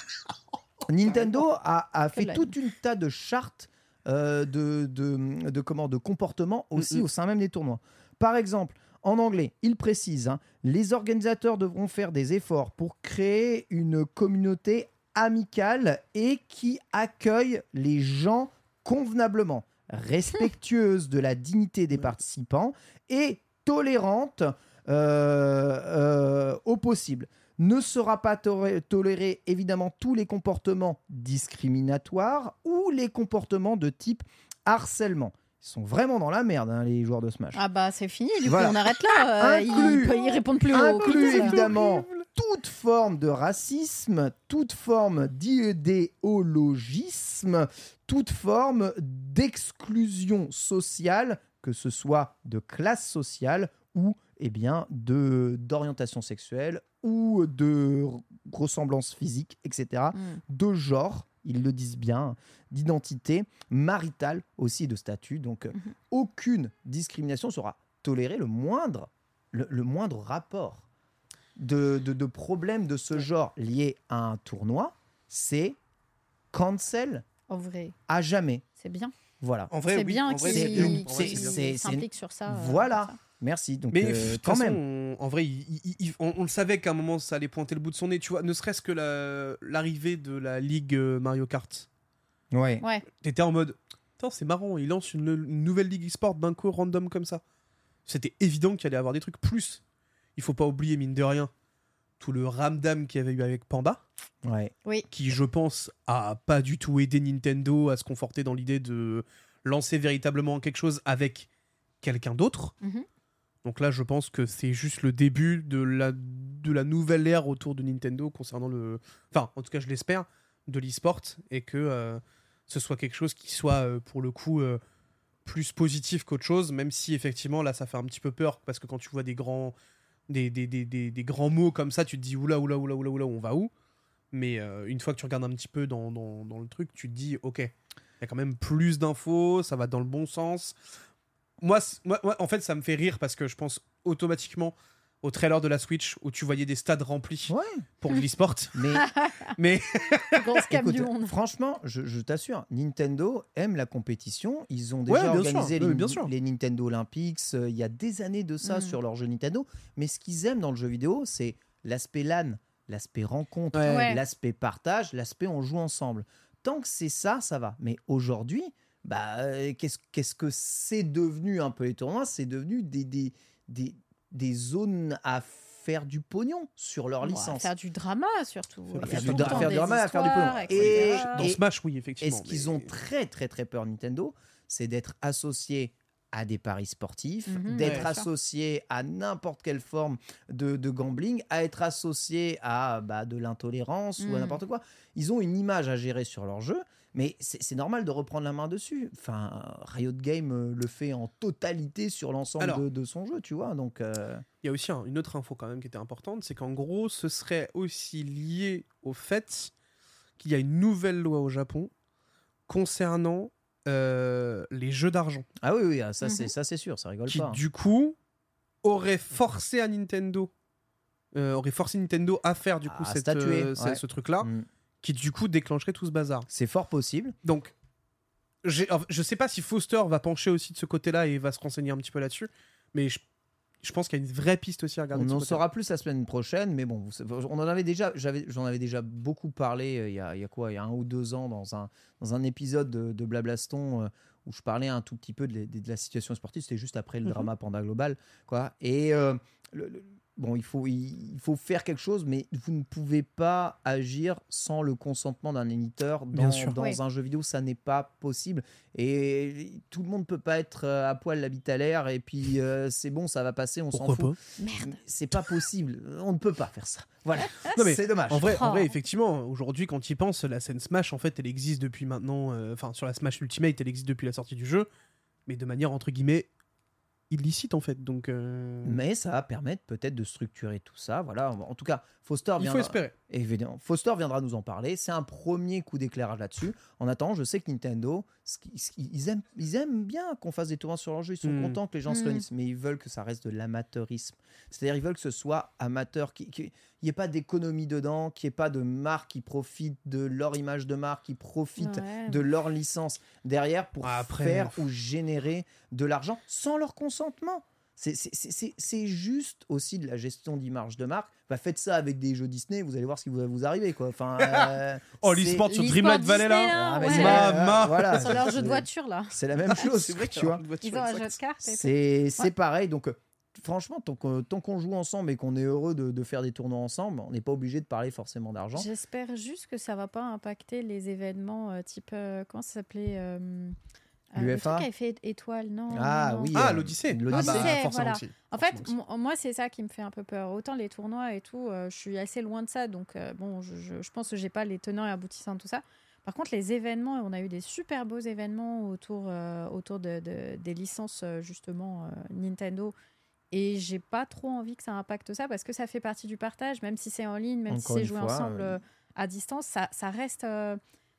[SPEAKER 1] Nintendo a, a
[SPEAKER 2] Que de
[SPEAKER 1] fait
[SPEAKER 2] la
[SPEAKER 1] toute une tas de chartes euh, de, de, de, comment, de comportement aussi
[SPEAKER 3] Mm, mm.
[SPEAKER 1] au sein même des tournois. Par exemple, en anglais, il précise hein, les organisateurs devront faire des efforts pour créer une communauté amicale et qui accueille les gens convenablement, respectueuse de la dignité des participants et tolérante euh, euh, au possible. Ne sera pas toré- toléré évidemment tous les comportements discriminatoires ou les comportements de type harcèlement. Ils sont vraiment dans la merde, hein, les joueurs de Smash.
[SPEAKER 2] ah bah c'est fini, du
[SPEAKER 1] Voilà.
[SPEAKER 2] coup on arrête là. euh, ils-
[SPEAKER 1] Inclus.
[SPEAKER 2] ils, peuvent- ils répondent plus au
[SPEAKER 1] Inclus évidemment toute forme de racisme, toute forme d'idéologisme, toute forme d'exclusion sociale, que ce soit de classe sociale ou eh bien de d'orientation sexuelle ou de re- ressemblance physique, etc.
[SPEAKER 2] Hmm.
[SPEAKER 1] De genre, ils le disent bien, d'identité maritale aussi de statut. Donc euh,
[SPEAKER 2] Mhm.
[SPEAKER 1] aucune discrimination sera tolérée, le moindre, le, le moindre rapport de, de, de problème de ce genre lié à un tournoi, c'est cancel
[SPEAKER 2] En vrai,
[SPEAKER 1] à jamais.
[SPEAKER 2] c'est bien.
[SPEAKER 1] Voilà.
[SPEAKER 3] En vrai,
[SPEAKER 2] C'est
[SPEAKER 3] oui,
[SPEAKER 2] bien
[SPEAKER 3] en vrai,
[SPEAKER 2] qu'ils
[SPEAKER 3] c'est bien. En vrai,
[SPEAKER 1] c'est-
[SPEAKER 2] qu'ils
[SPEAKER 3] bien.
[SPEAKER 1] c'est-
[SPEAKER 2] s'impliquent sur ça. euh,
[SPEAKER 1] voilà.
[SPEAKER 2] comme ça.
[SPEAKER 1] Merci. Donc,
[SPEAKER 3] Mais
[SPEAKER 1] euh,
[SPEAKER 3] pff, de toute
[SPEAKER 1] quand
[SPEAKER 3] façon,
[SPEAKER 1] même.
[SPEAKER 3] on- en vrai, il- il- il- on, on le savait qu'à un moment ça allait pointer le bout de son nez, tu vois. Ne serait-ce que la- l'arrivée de la ligue euh, Mario Kart.
[SPEAKER 1] Ouais.
[SPEAKER 2] Ouais.
[SPEAKER 3] T'étais en mode, putain, c'est marrant, ils lancent une, une nouvelle ligue e-sport d'un coup random comme ça. C'était évident qu'il allait avoir des trucs plus. Il faut pas oublier, mine de rien, tout le ramdam qu'il y avait eu avec Panda,
[SPEAKER 1] ouais.
[SPEAKER 2] (laughs)
[SPEAKER 3] qui, je pense, a pas du tout aidé Nintendo à se conforter dans l'idée de lancer véritablement quelque chose avec quelqu'un d'autre.
[SPEAKER 2] Mhm.
[SPEAKER 3] Donc là, je pense que c'est juste le début de la, de la nouvelle ère autour de Nintendo concernant le. Enfin, en tout cas, je l'espère, de l'e-sport et que euh, ce soit quelque chose qui soit euh, pour le coup euh, plus positif qu'autre chose, même si effectivement là, ça fait un petit peu peur parce que quand tu vois des grands, des, des, des, des, des grands mots comme ça, tu te dis oula, oula, oula, oula, oula, on va où Mais euh, une fois que tu regardes un petit peu dans, dans, dans le truc, tu te dis ok, il y a quand même plus d'infos, ça va dans le bon sens moi, c- moi, moi, en fait, ça me fait rire parce que je pense automatiquement au trailer de la Switch où tu voyais des stades remplis pour
[SPEAKER 1] Mm.
[SPEAKER 3] de l'e-sport.
[SPEAKER 1] Mais,
[SPEAKER 3] mais...
[SPEAKER 1] Écoute, franchement, je, je t'assure, Nintendo aime la compétition. Ils ont
[SPEAKER 3] Ouais,
[SPEAKER 1] déjà
[SPEAKER 3] bien sûr,
[SPEAKER 1] organisé
[SPEAKER 3] oui,
[SPEAKER 1] les,
[SPEAKER 3] bien sûr.
[SPEAKER 1] les Nintendo Olympics. euh, Il y a des années de ça
[SPEAKER 3] Mm.
[SPEAKER 1] sur leur jeu Nintendo. Mais ce qu'ils aiment dans le jeu vidéo, c'est l'aspect LAN, l'aspect rencontre,
[SPEAKER 3] Ouais.
[SPEAKER 5] Ouais.
[SPEAKER 1] l'aspect partage, l'aspect on joue ensemble. Tant que c'est ça, ça va. Mais aujourd'hui, bah, euh, qu'est-ce qu'est-ce que c'est devenu un peu les tournois C'est devenu des, des, des, des zones à faire du pognon sur leur
[SPEAKER 2] Bon,
[SPEAKER 1] licence.
[SPEAKER 2] À faire du drama surtout.
[SPEAKER 1] À
[SPEAKER 2] Il y
[SPEAKER 1] faire
[SPEAKER 2] a
[SPEAKER 1] du
[SPEAKER 2] tout le
[SPEAKER 1] dra-
[SPEAKER 2] temps
[SPEAKER 1] faire du
[SPEAKER 2] des
[SPEAKER 1] drama, à faire du
[SPEAKER 2] histoires,
[SPEAKER 1] pognon.
[SPEAKER 2] etc.
[SPEAKER 3] Dans Smash, oui,
[SPEAKER 1] Et
[SPEAKER 3] effectivement.
[SPEAKER 1] ce qu'ils ont très très très peur Nintendo, c'est d'être associé à des paris sportifs,
[SPEAKER 3] Mhm. Ouais,
[SPEAKER 1] d'être
[SPEAKER 3] bien sûr.
[SPEAKER 1] associé à n'importe quelle forme de, de gambling, à être associé à bah, de l'intolérance ou à
[SPEAKER 3] Mhm.
[SPEAKER 2] Mm.
[SPEAKER 1] n'importe quoi. Ils ont une image à gérer sur leur jeu, mais c'est c'est normal de reprendre la main dessus. Enfin, Riot Game euh, le fait en totalité sur l'ensemble
[SPEAKER 3] Alors.
[SPEAKER 1] de, de son jeu, tu vois. Donc, euh,
[SPEAKER 3] Il y a aussi un- une autre info quand même qui était importante, c'est qu'en gros, ce serait aussi lié au fait qu'il y a une nouvelle loi au Japon concernant euh, les jeux d'argent,
[SPEAKER 1] ah oui, oui, ah, ça c'est
[SPEAKER 2] Mhm.
[SPEAKER 1] ça c'est sûr, ça rigole
[SPEAKER 3] qui
[SPEAKER 1] pas. hein.
[SPEAKER 3] du coup aurait forcé à Nintendo, euh, aurait forcé Nintendo à faire du coup
[SPEAKER 1] À
[SPEAKER 3] cette,
[SPEAKER 1] statuer,
[SPEAKER 3] euh, ce-
[SPEAKER 1] ouais.
[SPEAKER 3] ce truc-là,
[SPEAKER 1] Mm.
[SPEAKER 3] qui du coup déclencherait tout ce bazar.
[SPEAKER 1] C'est fort possible.
[SPEAKER 3] Donc, j'ai- en fait, je sais pas si Foster va pencher aussi de ce côté-là et va se renseigner un petit peu là-dessus, mais je, je pense qu'il y a une vraie piste aussi à regarder.
[SPEAKER 1] On
[SPEAKER 3] de ce
[SPEAKER 1] en
[SPEAKER 3] côté-là.
[SPEAKER 1] saura plus la semaine prochaine, mais bon, vous savez- on en avait déjà, j'avais, j'en avais déjà beaucoup parlé euh, il y a, il y a quoi, il y a un ou deux ans dans un, dans un épisode de, de Blablaston euh, où je parlais un tout petit peu de, la- de la situation sportive. C'était juste après le
[SPEAKER 3] Mhm.
[SPEAKER 1] drama Panda Global, quoi. Et euh, le- le- bon, il faut, il, il faut faire quelque chose, mais vous ne pouvez pas agir sans le consentement d'un éditeur dans,
[SPEAKER 3] Bien sûr.
[SPEAKER 1] dans
[SPEAKER 2] Oui.
[SPEAKER 1] un jeu vidéo. Ça n'est pas possible. Et tout le monde peut pas être euh, à poil la bite à l'air et puis euh, c'est bon, ça va passer, on s'en fout. Merde. C'est pas possible. On ne peut pas faire ça. (laughs) Voilà.
[SPEAKER 3] Non, mais
[SPEAKER 1] c'est dommage.
[SPEAKER 3] En vrai, en
[SPEAKER 2] Oh.
[SPEAKER 3] vrai effectivement, aujourd'hui, quand tu y penses, la scène Smash, en fait, elle existe depuis maintenant. euh, Enfin, sur la Smash Ultimate, elle existe depuis la sortie du jeu, mais de manière entre guillemets illicite, en fait. Donc, euh,
[SPEAKER 1] Mais ça va permettre peut-être de structurer tout ça. Voilà. En tout cas, Foster
[SPEAKER 3] il
[SPEAKER 1] viendra.
[SPEAKER 3] faut espérer.
[SPEAKER 1] Évidemment. Foster viendra nous en parler. C'est un premier coup d'éclairage là-dessus. En attendant, je sais que Nintendo, ce qui- ce qui- ils, aiment, ils aiment bien qu'on fasse des tournois sur leur jeu. Ils sont
[SPEAKER 3] Mm.
[SPEAKER 1] contents que les gens se
[SPEAKER 2] Mm.
[SPEAKER 1] réunissent, mais ils veulent que ça reste de l'amateurisme. C'est-à-dire, ils veulent que ce soit amateur, qu'il qu'il n'y ait pas d'économie dedans, qu'il n'y ait pas de marque qui profite de leur image de marque, qui profite
[SPEAKER 2] Ouais.
[SPEAKER 1] de leur licence derrière pour
[SPEAKER 3] Ah, après,
[SPEAKER 1] faire
[SPEAKER 3] pff.
[SPEAKER 1] ou générer de l'argent sans leur consentement. C'est- c'est- C'est c'est- c'est juste aussi de la gestion d'image de marque. Bah, faites ça avec des jeux Disney, vous allez voir ce qui va vous arriver. Quoi.
[SPEAKER 3] (laughs)
[SPEAKER 1] Enfin, euh,
[SPEAKER 3] Oh,
[SPEAKER 1] c'est-
[SPEAKER 3] l'e-sport sur
[SPEAKER 2] L'e-sport
[SPEAKER 3] Dreamlight Valley,
[SPEAKER 2] Disney,
[SPEAKER 3] là
[SPEAKER 2] là.
[SPEAKER 1] Ah, mais
[SPEAKER 2] ouais.
[SPEAKER 1] c'est-
[SPEAKER 3] Ma- ma-
[SPEAKER 1] voilà.
[SPEAKER 2] Sur leur jeu
[SPEAKER 1] C'est-
[SPEAKER 2] de voiture là.
[SPEAKER 1] Ah, C'est la
[SPEAKER 3] (laughs)
[SPEAKER 1] même chose,
[SPEAKER 2] (laughs)
[SPEAKER 1] tu vois.
[SPEAKER 2] Ils ont un jeu de cartes. et tout.
[SPEAKER 1] C'est c'est
[SPEAKER 2] Ouais.
[SPEAKER 1] pareil. Donc, euh, franchement, tant qu'on tant qu'on joue ensemble et qu'on est heureux de, de faire des tournois ensemble, on n'est pas obligé de parler forcément d'argent.
[SPEAKER 2] J'espère juste que ça va pas impacter les événements euh, type euh, comment ça s'appelait euh, euh, le
[SPEAKER 1] L'UEFA?
[SPEAKER 2] truc avait fait étoile non
[SPEAKER 1] Ah
[SPEAKER 2] non, non.
[SPEAKER 1] oui,
[SPEAKER 3] Ah,
[SPEAKER 1] euh,
[SPEAKER 3] l'Odyssée.
[SPEAKER 1] l'Odyssée.
[SPEAKER 3] Ah, bah,
[SPEAKER 2] L'Odyssée,
[SPEAKER 3] forcément
[SPEAKER 2] voilà.
[SPEAKER 3] aussi,
[SPEAKER 2] En
[SPEAKER 3] forcément
[SPEAKER 2] fait,
[SPEAKER 3] aussi.
[SPEAKER 2] mo- moi, c'est ça qui me fait un peu peur. Autant les tournois et tout, euh, je suis assez loin de ça. Donc, euh, bon, je, je- je pense que j'ai pas les tenants et aboutissants de tout ça. Par contre, les événements, on a eu des super beaux événements autour, euh, autour de, de- des licences, euh, justement, euh, Nintendo. Et j'ai pas trop envie que ça impacte ça parce que ça fait partie du partage, même si c'est en ligne, même
[SPEAKER 1] Encore
[SPEAKER 2] si c'est
[SPEAKER 1] une
[SPEAKER 2] joué
[SPEAKER 1] fois,
[SPEAKER 2] ensemble
[SPEAKER 1] euh,
[SPEAKER 2] euh, à distance, ça, ça reste. euh,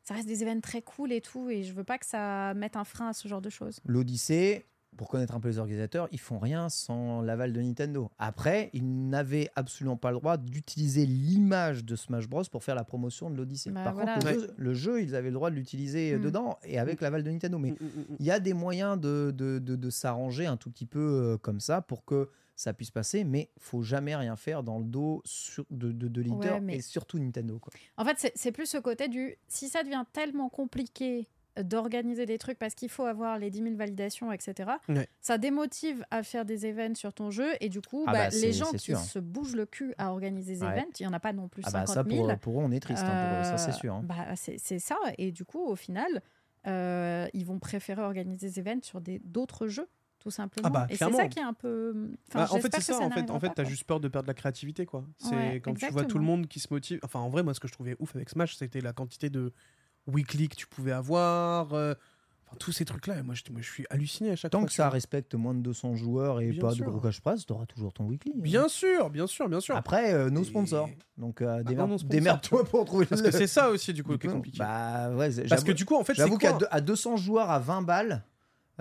[SPEAKER 2] ça reste des événements très cool et tout, et je veux pas que ça mette un frein à ce genre de choses.
[SPEAKER 1] l'Odyssée, pour connaître un peu les organisateurs, ils font rien sans l'aval de Nintendo. Après, ils n'avaient absolument pas le droit d'utiliser l'image de Smash Bros pour faire la promotion de l'Odyssée.
[SPEAKER 2] Bah,
[SPEAKER 1] Par
[SPEAKER 2] voilà.
[SPEAKER 1] contre, le, jeu, le jeu, ils avaient le droit de l'utiliser
[SPEAKER 2] Mm.
[SPEAKER 1] dedans et avec l'aval de Nintendo. Mais il y a des moyens de, de- de- de s'arranger un tout petit peu euh, comme ça pour que ça puisse passer, mais faut jamais rien faire dans le dos sur- de, de, de l'éditeur
[SPEAKER 2] Ouais, mais-
[SPEAKER 1] et surtout Nintendo. Quoi.
[SPEAKER 2] En fait, c'est- c'est plus ce côté du si ça devient tellement compliqué d'organiser des trucs parce qu'il faut avoir les 10 000 validations, etc.
[SPEAKER 3] Ouais.
[SPEAKER 2] Ça démotive à faire des events sur ton jeu et du coup,
[SPEAKER 1] Ah
[SPEAKER 2] bah,
[SPEAKER 1] bah, c'est-
[SPEAKER 2] les gens
[SPEAKER 1] c'est
[SPEAKER 2] qui
[SPEAKER 1] sûr.
[SPEAKER 2] se bougent le cul à organiser des
[SPEAKER 1] Ouais.
[SPEAKER 2] events, il n'y en a pas non plus
[SPEAKER 1] Ah bah
[SPEAKER 2] 50
[SPEAKER 1] ça,
[SPEAKER 2] 000.
[SPEAKER 1] pour, pour eux, on est triste, hein, pour eux, ça c'est
[SPEAKER 2] Euh,
[SPEAKER 1] sûr. hein.
[SPEAKER 2] bah, c'est c'est ça. Et du coup, au final, euh, ils vont préférer organiser des events sur des- d'autres jeux, tout simplement.
[SPEAKER 3] Ah bah,
[SPEAKER 2] et c'est
[SPEAKER 3] clairement.
[SPEAKER 2] ça qui est un peu. enfin,
[SPEAKER 3] Bah, en fait,
[SPEAKER 2] j'espère
[SPEAKER 3] c'est
[SPEAKER 2] que
[SPEAKER 3] ça. En fait,
[SPEAKER 2] n'arrivera
[SPEAKER 3] en fait,
[SPEAKER 2] pas,
[SPEAKER 3] t'as
[SPEAKER 2] quoi.
[SPEAKER 3] juste peur de perdre la créativité, quoi. C'est
[SPEAKER 2] Ouais,
[SPEAKER 3] quand tu vois tout le
[SPEAKER 2] exactement.
[SPEAKER 3] monde qui se motive. Enfin, en vrai, moi, ce que je trouvais ouf avec Smash, c'était la quantité de weekly que tu pouvais avoir. euh, Enfin, tous ces trucs-là. Et Moi, je, moi, je suis halluciné à chaque
[SPEAKER 1] Tant
[SPEAKER 3] fois.
[SPEAKER 1] que
[SPEAKER 3] tu
[SPEAKER 1] ça
[SPEAKER 3] vois.
[SPEAKER 1] respecte moins de 200 joueurs et
[SPEAKER 3] Bien
[SPEAKER 1] pas
[SPEAKER 3] sûr.
[SPEAKER 1] de gros cash prize, t'auras toujours ton weekly. hein.
[SPEAKER 3] Bien sûr, bien sûr, bien sûr.
[SPEAKER 1] Après, euh, nos
[SPEAKER 3] Et-
[SPEAKER 1] sponsors. Donc, euh,
[SPEAKER 3] Bah,
[SPEAKER 1] démer-
[SPEAKER 3] non, nos sponsors.
[SPEAKER 1] démerde-toi pour trouver
[SPEAKER 3] Parce
[SPEAKER 1] le-
[SPEAKER 3] que c'est ça aussi, du coup,
[SPEAKER 1] le
[SPEAKER 3] qui est
[SPEAKER 1] plan.
[SPEAKER 3] compliqué.
[SPEAKER 1] Bah, ouais,
[SPEAKER 3] Parce que
[SPEAKER 1] j'avoue-
[SPEAKER 3] du coup, en fait, c'est
[SPEAKER 1] j'avoue qu'à
[SPEAKER 3] quoi
[SPEAKER 1] deux- à 200 joueurs à 20 balles,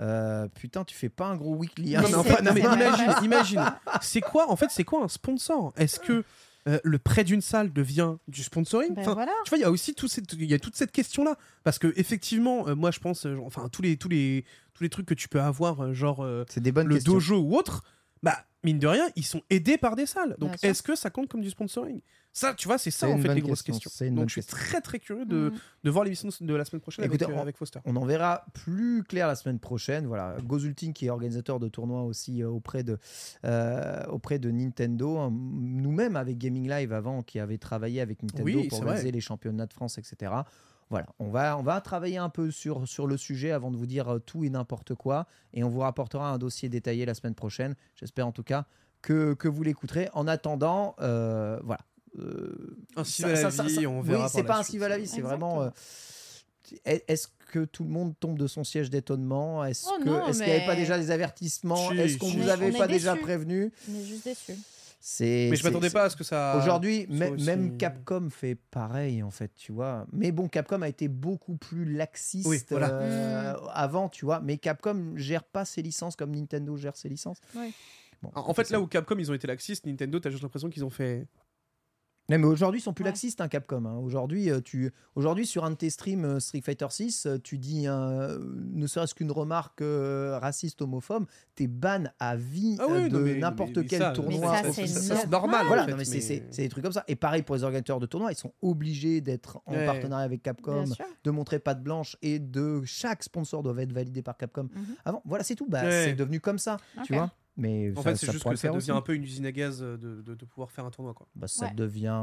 [SPEAKER 1] Euh, putain, tu fais pas un gros weekly. hein,
[SPEAKER 3] Non, mais,
[SPEAKER 1] non,
[SPEAKER 3] enfin, non, mais
[SPEAKER 1] Panama.
[SPEAKER 3] imagine, imagine. C'est quoi, en fait, c'est quoi un sponsor Est-ce que euh, le prêt d'une salle devient du sponsoring
[SPEAKER 5] Ben
[SPEAKER 3] Enfin,
[SPEAKER 5] voilà.
[SPEAKER 3] Tu vois, il y a aussi tout cette, il y a toute cette question-là, parce que effectivement, euh, moi, je pense, euh, genre, enfin, tous les, tous les, tous les trucs que tu peux avoir, euh, genre euh,
[SPEAKER 1] C'est des bonnes
[SPEAKER 3] le
[SPEAKER 1] questions.
[SPEAKER 3] dojo ou autre, bah mine de rien, ils sont aidés par des salles. Donc,
[SPEAKER 5] Bien sûr.
[SPEAKER 3] est-ce que ça compte comme du sponsoring Ça, tu vois, c'est ça
[SPEAKER 1] C'est
[SPEAKER 3] en
[SPEAKER 1] une
[SPEAKER 3] fait
[SPEAKER 1] bonne
[SPEAKER 3] les grosses
[SPEAKER 1] question,
[SPEAKER 3] questions.
[SPEAKER 1] c'est une
[SPEAKER 3] Donc,
[SPEAKER 1] bonne
[SPEAKER 3] je suis
[SPEAKER 1] question.
[SPEAKER 3] très très curieux de,
[SPEAKER 1] Mm.
[SPEAKER 5] Mhm.
[SPEAKER 3] de voir l'émission de la semaine prochaine
[SPEAKER 1] Écoutez,
[SPEAKER 3] avec, euh,
[SPEAKER 1] on-
[SPEAKER 3] avec Foster.
[SPEAKER 1] On en verra plus clair la semaine prochaine. Voilà, Gozulting qui est organisateur de tournois aussi euh, auprès de, euh, auprès de Nintendo. hein. Nous-mêmes avec Gaming Live avant, qui avait travaillé avec Nintendo
[SPEAKER 3] Oui,
[SPEAKER 1] pour
[SPEAKER 3] c'est vrai.
[SPEAKER 1] organiser les championnats de France, etc. Voilà, on va, on va travailler un peu sur, sur le sujet avant de vous dire euh, tout et n'importe quoi. Et on vous rapportera un dossier détaillé la semaine prochaine. J'espère en tout cas que, que vous l'écouterez. En attendant, euh, voilà. Euh,
[SPEAKER 3] Ainsi
[SPEAKER 1] ça-
[SPEAKER 3] va la
[SPEAKER 1] ça- ça-
[SPEAKER 3] vie,
[SPEAKER 1] ça-
[SPEAKER 3] on verra
[SPEAKER 1] Oui, c'est
[SPEAKER 3] par la
[SPEAKER 1] pas ainsi
[SPEAKER 3] suite.
[SPEAKER 1] va la vie, c'est vraiment.
[SPEAKER 5] Exactement.
[SPEAKER 1] euh, est- Est-ce que tout le monde tombe de son siège d'étonnement Est-ce
[SPEAKER 5] Oh
[SPEAKER 1] que-
[SPEAKER 5] non,
[SPEAKER 1] est-ce qu'il n'y avait
[SPEAKER 5] mais-
[SPEAKER 1] pas déjà des avertissements
[SPEAKER 3] Si,
[SPEAKER 1] Est-ce qu'on
[SPEAKER 3] si.
[SPEAKER 1] vous
[SPEAKER 5] Mais
[SPEAKER 1] avait
[SPEAKER 5] on est
[SPEAKER 1] pas déjà
[SPEAKER 5] déçus.
[SPEAKER 1] prévenu
[SPEAKER 5] On est juste déçus.
[SPEAKER 1] C'est.
[SPEAKER 3] Mais je
[SPEAKER 1] c'est-
[SPEAKER 3] m'attendais
[SPEAKER 1] c'est-
[SPEAKER 3] pas à ce que ça.
[SPEAKER 1] Aujourd'hui,
[SPEAKER 3] soit
[SPEAKER 1] mê-
[SPEAKER 3] aussi-
[SPEAKER 1] même Capcom fait pareil en fait, tu vois. Mais bon, Capcom a été beaucoup plus laxiste
[SPEAKER 3] Oui, voilà.
[SPEAKER 5] Mmh.
[SPEAKER 1] euh, avant, tu vois. Mais Capcom gère pas ses licences comme Nintendo gère ses licences.
[SPEAKER 5] Ouais.
[SPEAKER 1] Bon,
[SPEAKER 3] En en fait, là où Capcom ils ont été laxistes, Nintendo, t'as juste l'impression qu'ils ont fait.
[SPEAKER 1] Non, mais aujourd'hui, ils sont plus
[SPEAKER 5] Ouais.
[SPEAKER 1] laxistes, hein, Capcom. hein. Aujourd'hui, euh, tu... aujourd'hui, sur un de tes streams euh, Street Fighter 6, tu dis euh, ne serait-ce qu'une remarque euh, raciste, homophobe, t'es ban à vie
[SPEAKER 3] Ah oui,
[SPEAKER 1] euh,
[SPEAKER 3] non, mais-
[SPEAKER 1] de
[SPEAKER 3] mais-
[SPEAKER 1] n'importe
[SPEAKER 3] mais
[SPEAKER 1] quel
[SPEAKER 3] ça,
[SPEAKER 1] tournoi.
[SPEAKER 5] Mais ça,
[SPEAKER 1] au-
[SPEAKER 5] c'est
[SPEAKER 3] c'est normal.
[SPEAKER 1] voilà,
[SPEAKER 3] en fait,
[SPEAKER 1] non, mais c'est-
[SPEAKER 3] mais-
[SPEAKER 1] c'est c'est des trucs comme ça. Et pareil pour les organisateurs de tournois, ils sont obligés d'être en
[SPEAKER 3] Ouais.
[SPEAKER 1] partenariat avec Capcom,
[SPEAKER 5] Bien sûr.
[SPEAKER 1] de montrer patte blanche et de chaque sponsor doit être validé par Capcom.
[SPEAKER 5] Mhm.
[SPEAKER 1] Avant, voilà, c'est tout. Bah,
[SPEAKER 3] Ouais.
[SPEAKER 1] C'est devenu comme ça, tu
[SPEAKER 5] Ok.
[SPEAKER 2] (laughs)
[SPEAKER 1] vois. Mais
[SPEAKER 3] En
[SPEAKER 1] ça-
[SPEAKER 3] fait, c'est
[SPEAKER 1] ça
[SPEAKER 3] juste
[SPEAKER 1] pourra
[SPEAKER 3] que
[SPEAKER 1] le
[SPEAKER 3] ça
[SPEAKER 1] faire
[SPEAKER 3] devient
[SPEAKER 1] aussi.
[SPEAKER 3] un peu une usine à gaz euh, de, de, de pouvoir faire un tournoi. Quoi.
[SPEAKER 1] Bah, ça
[SPEAKER 5] Ouais.
[SPEAKER 1] devient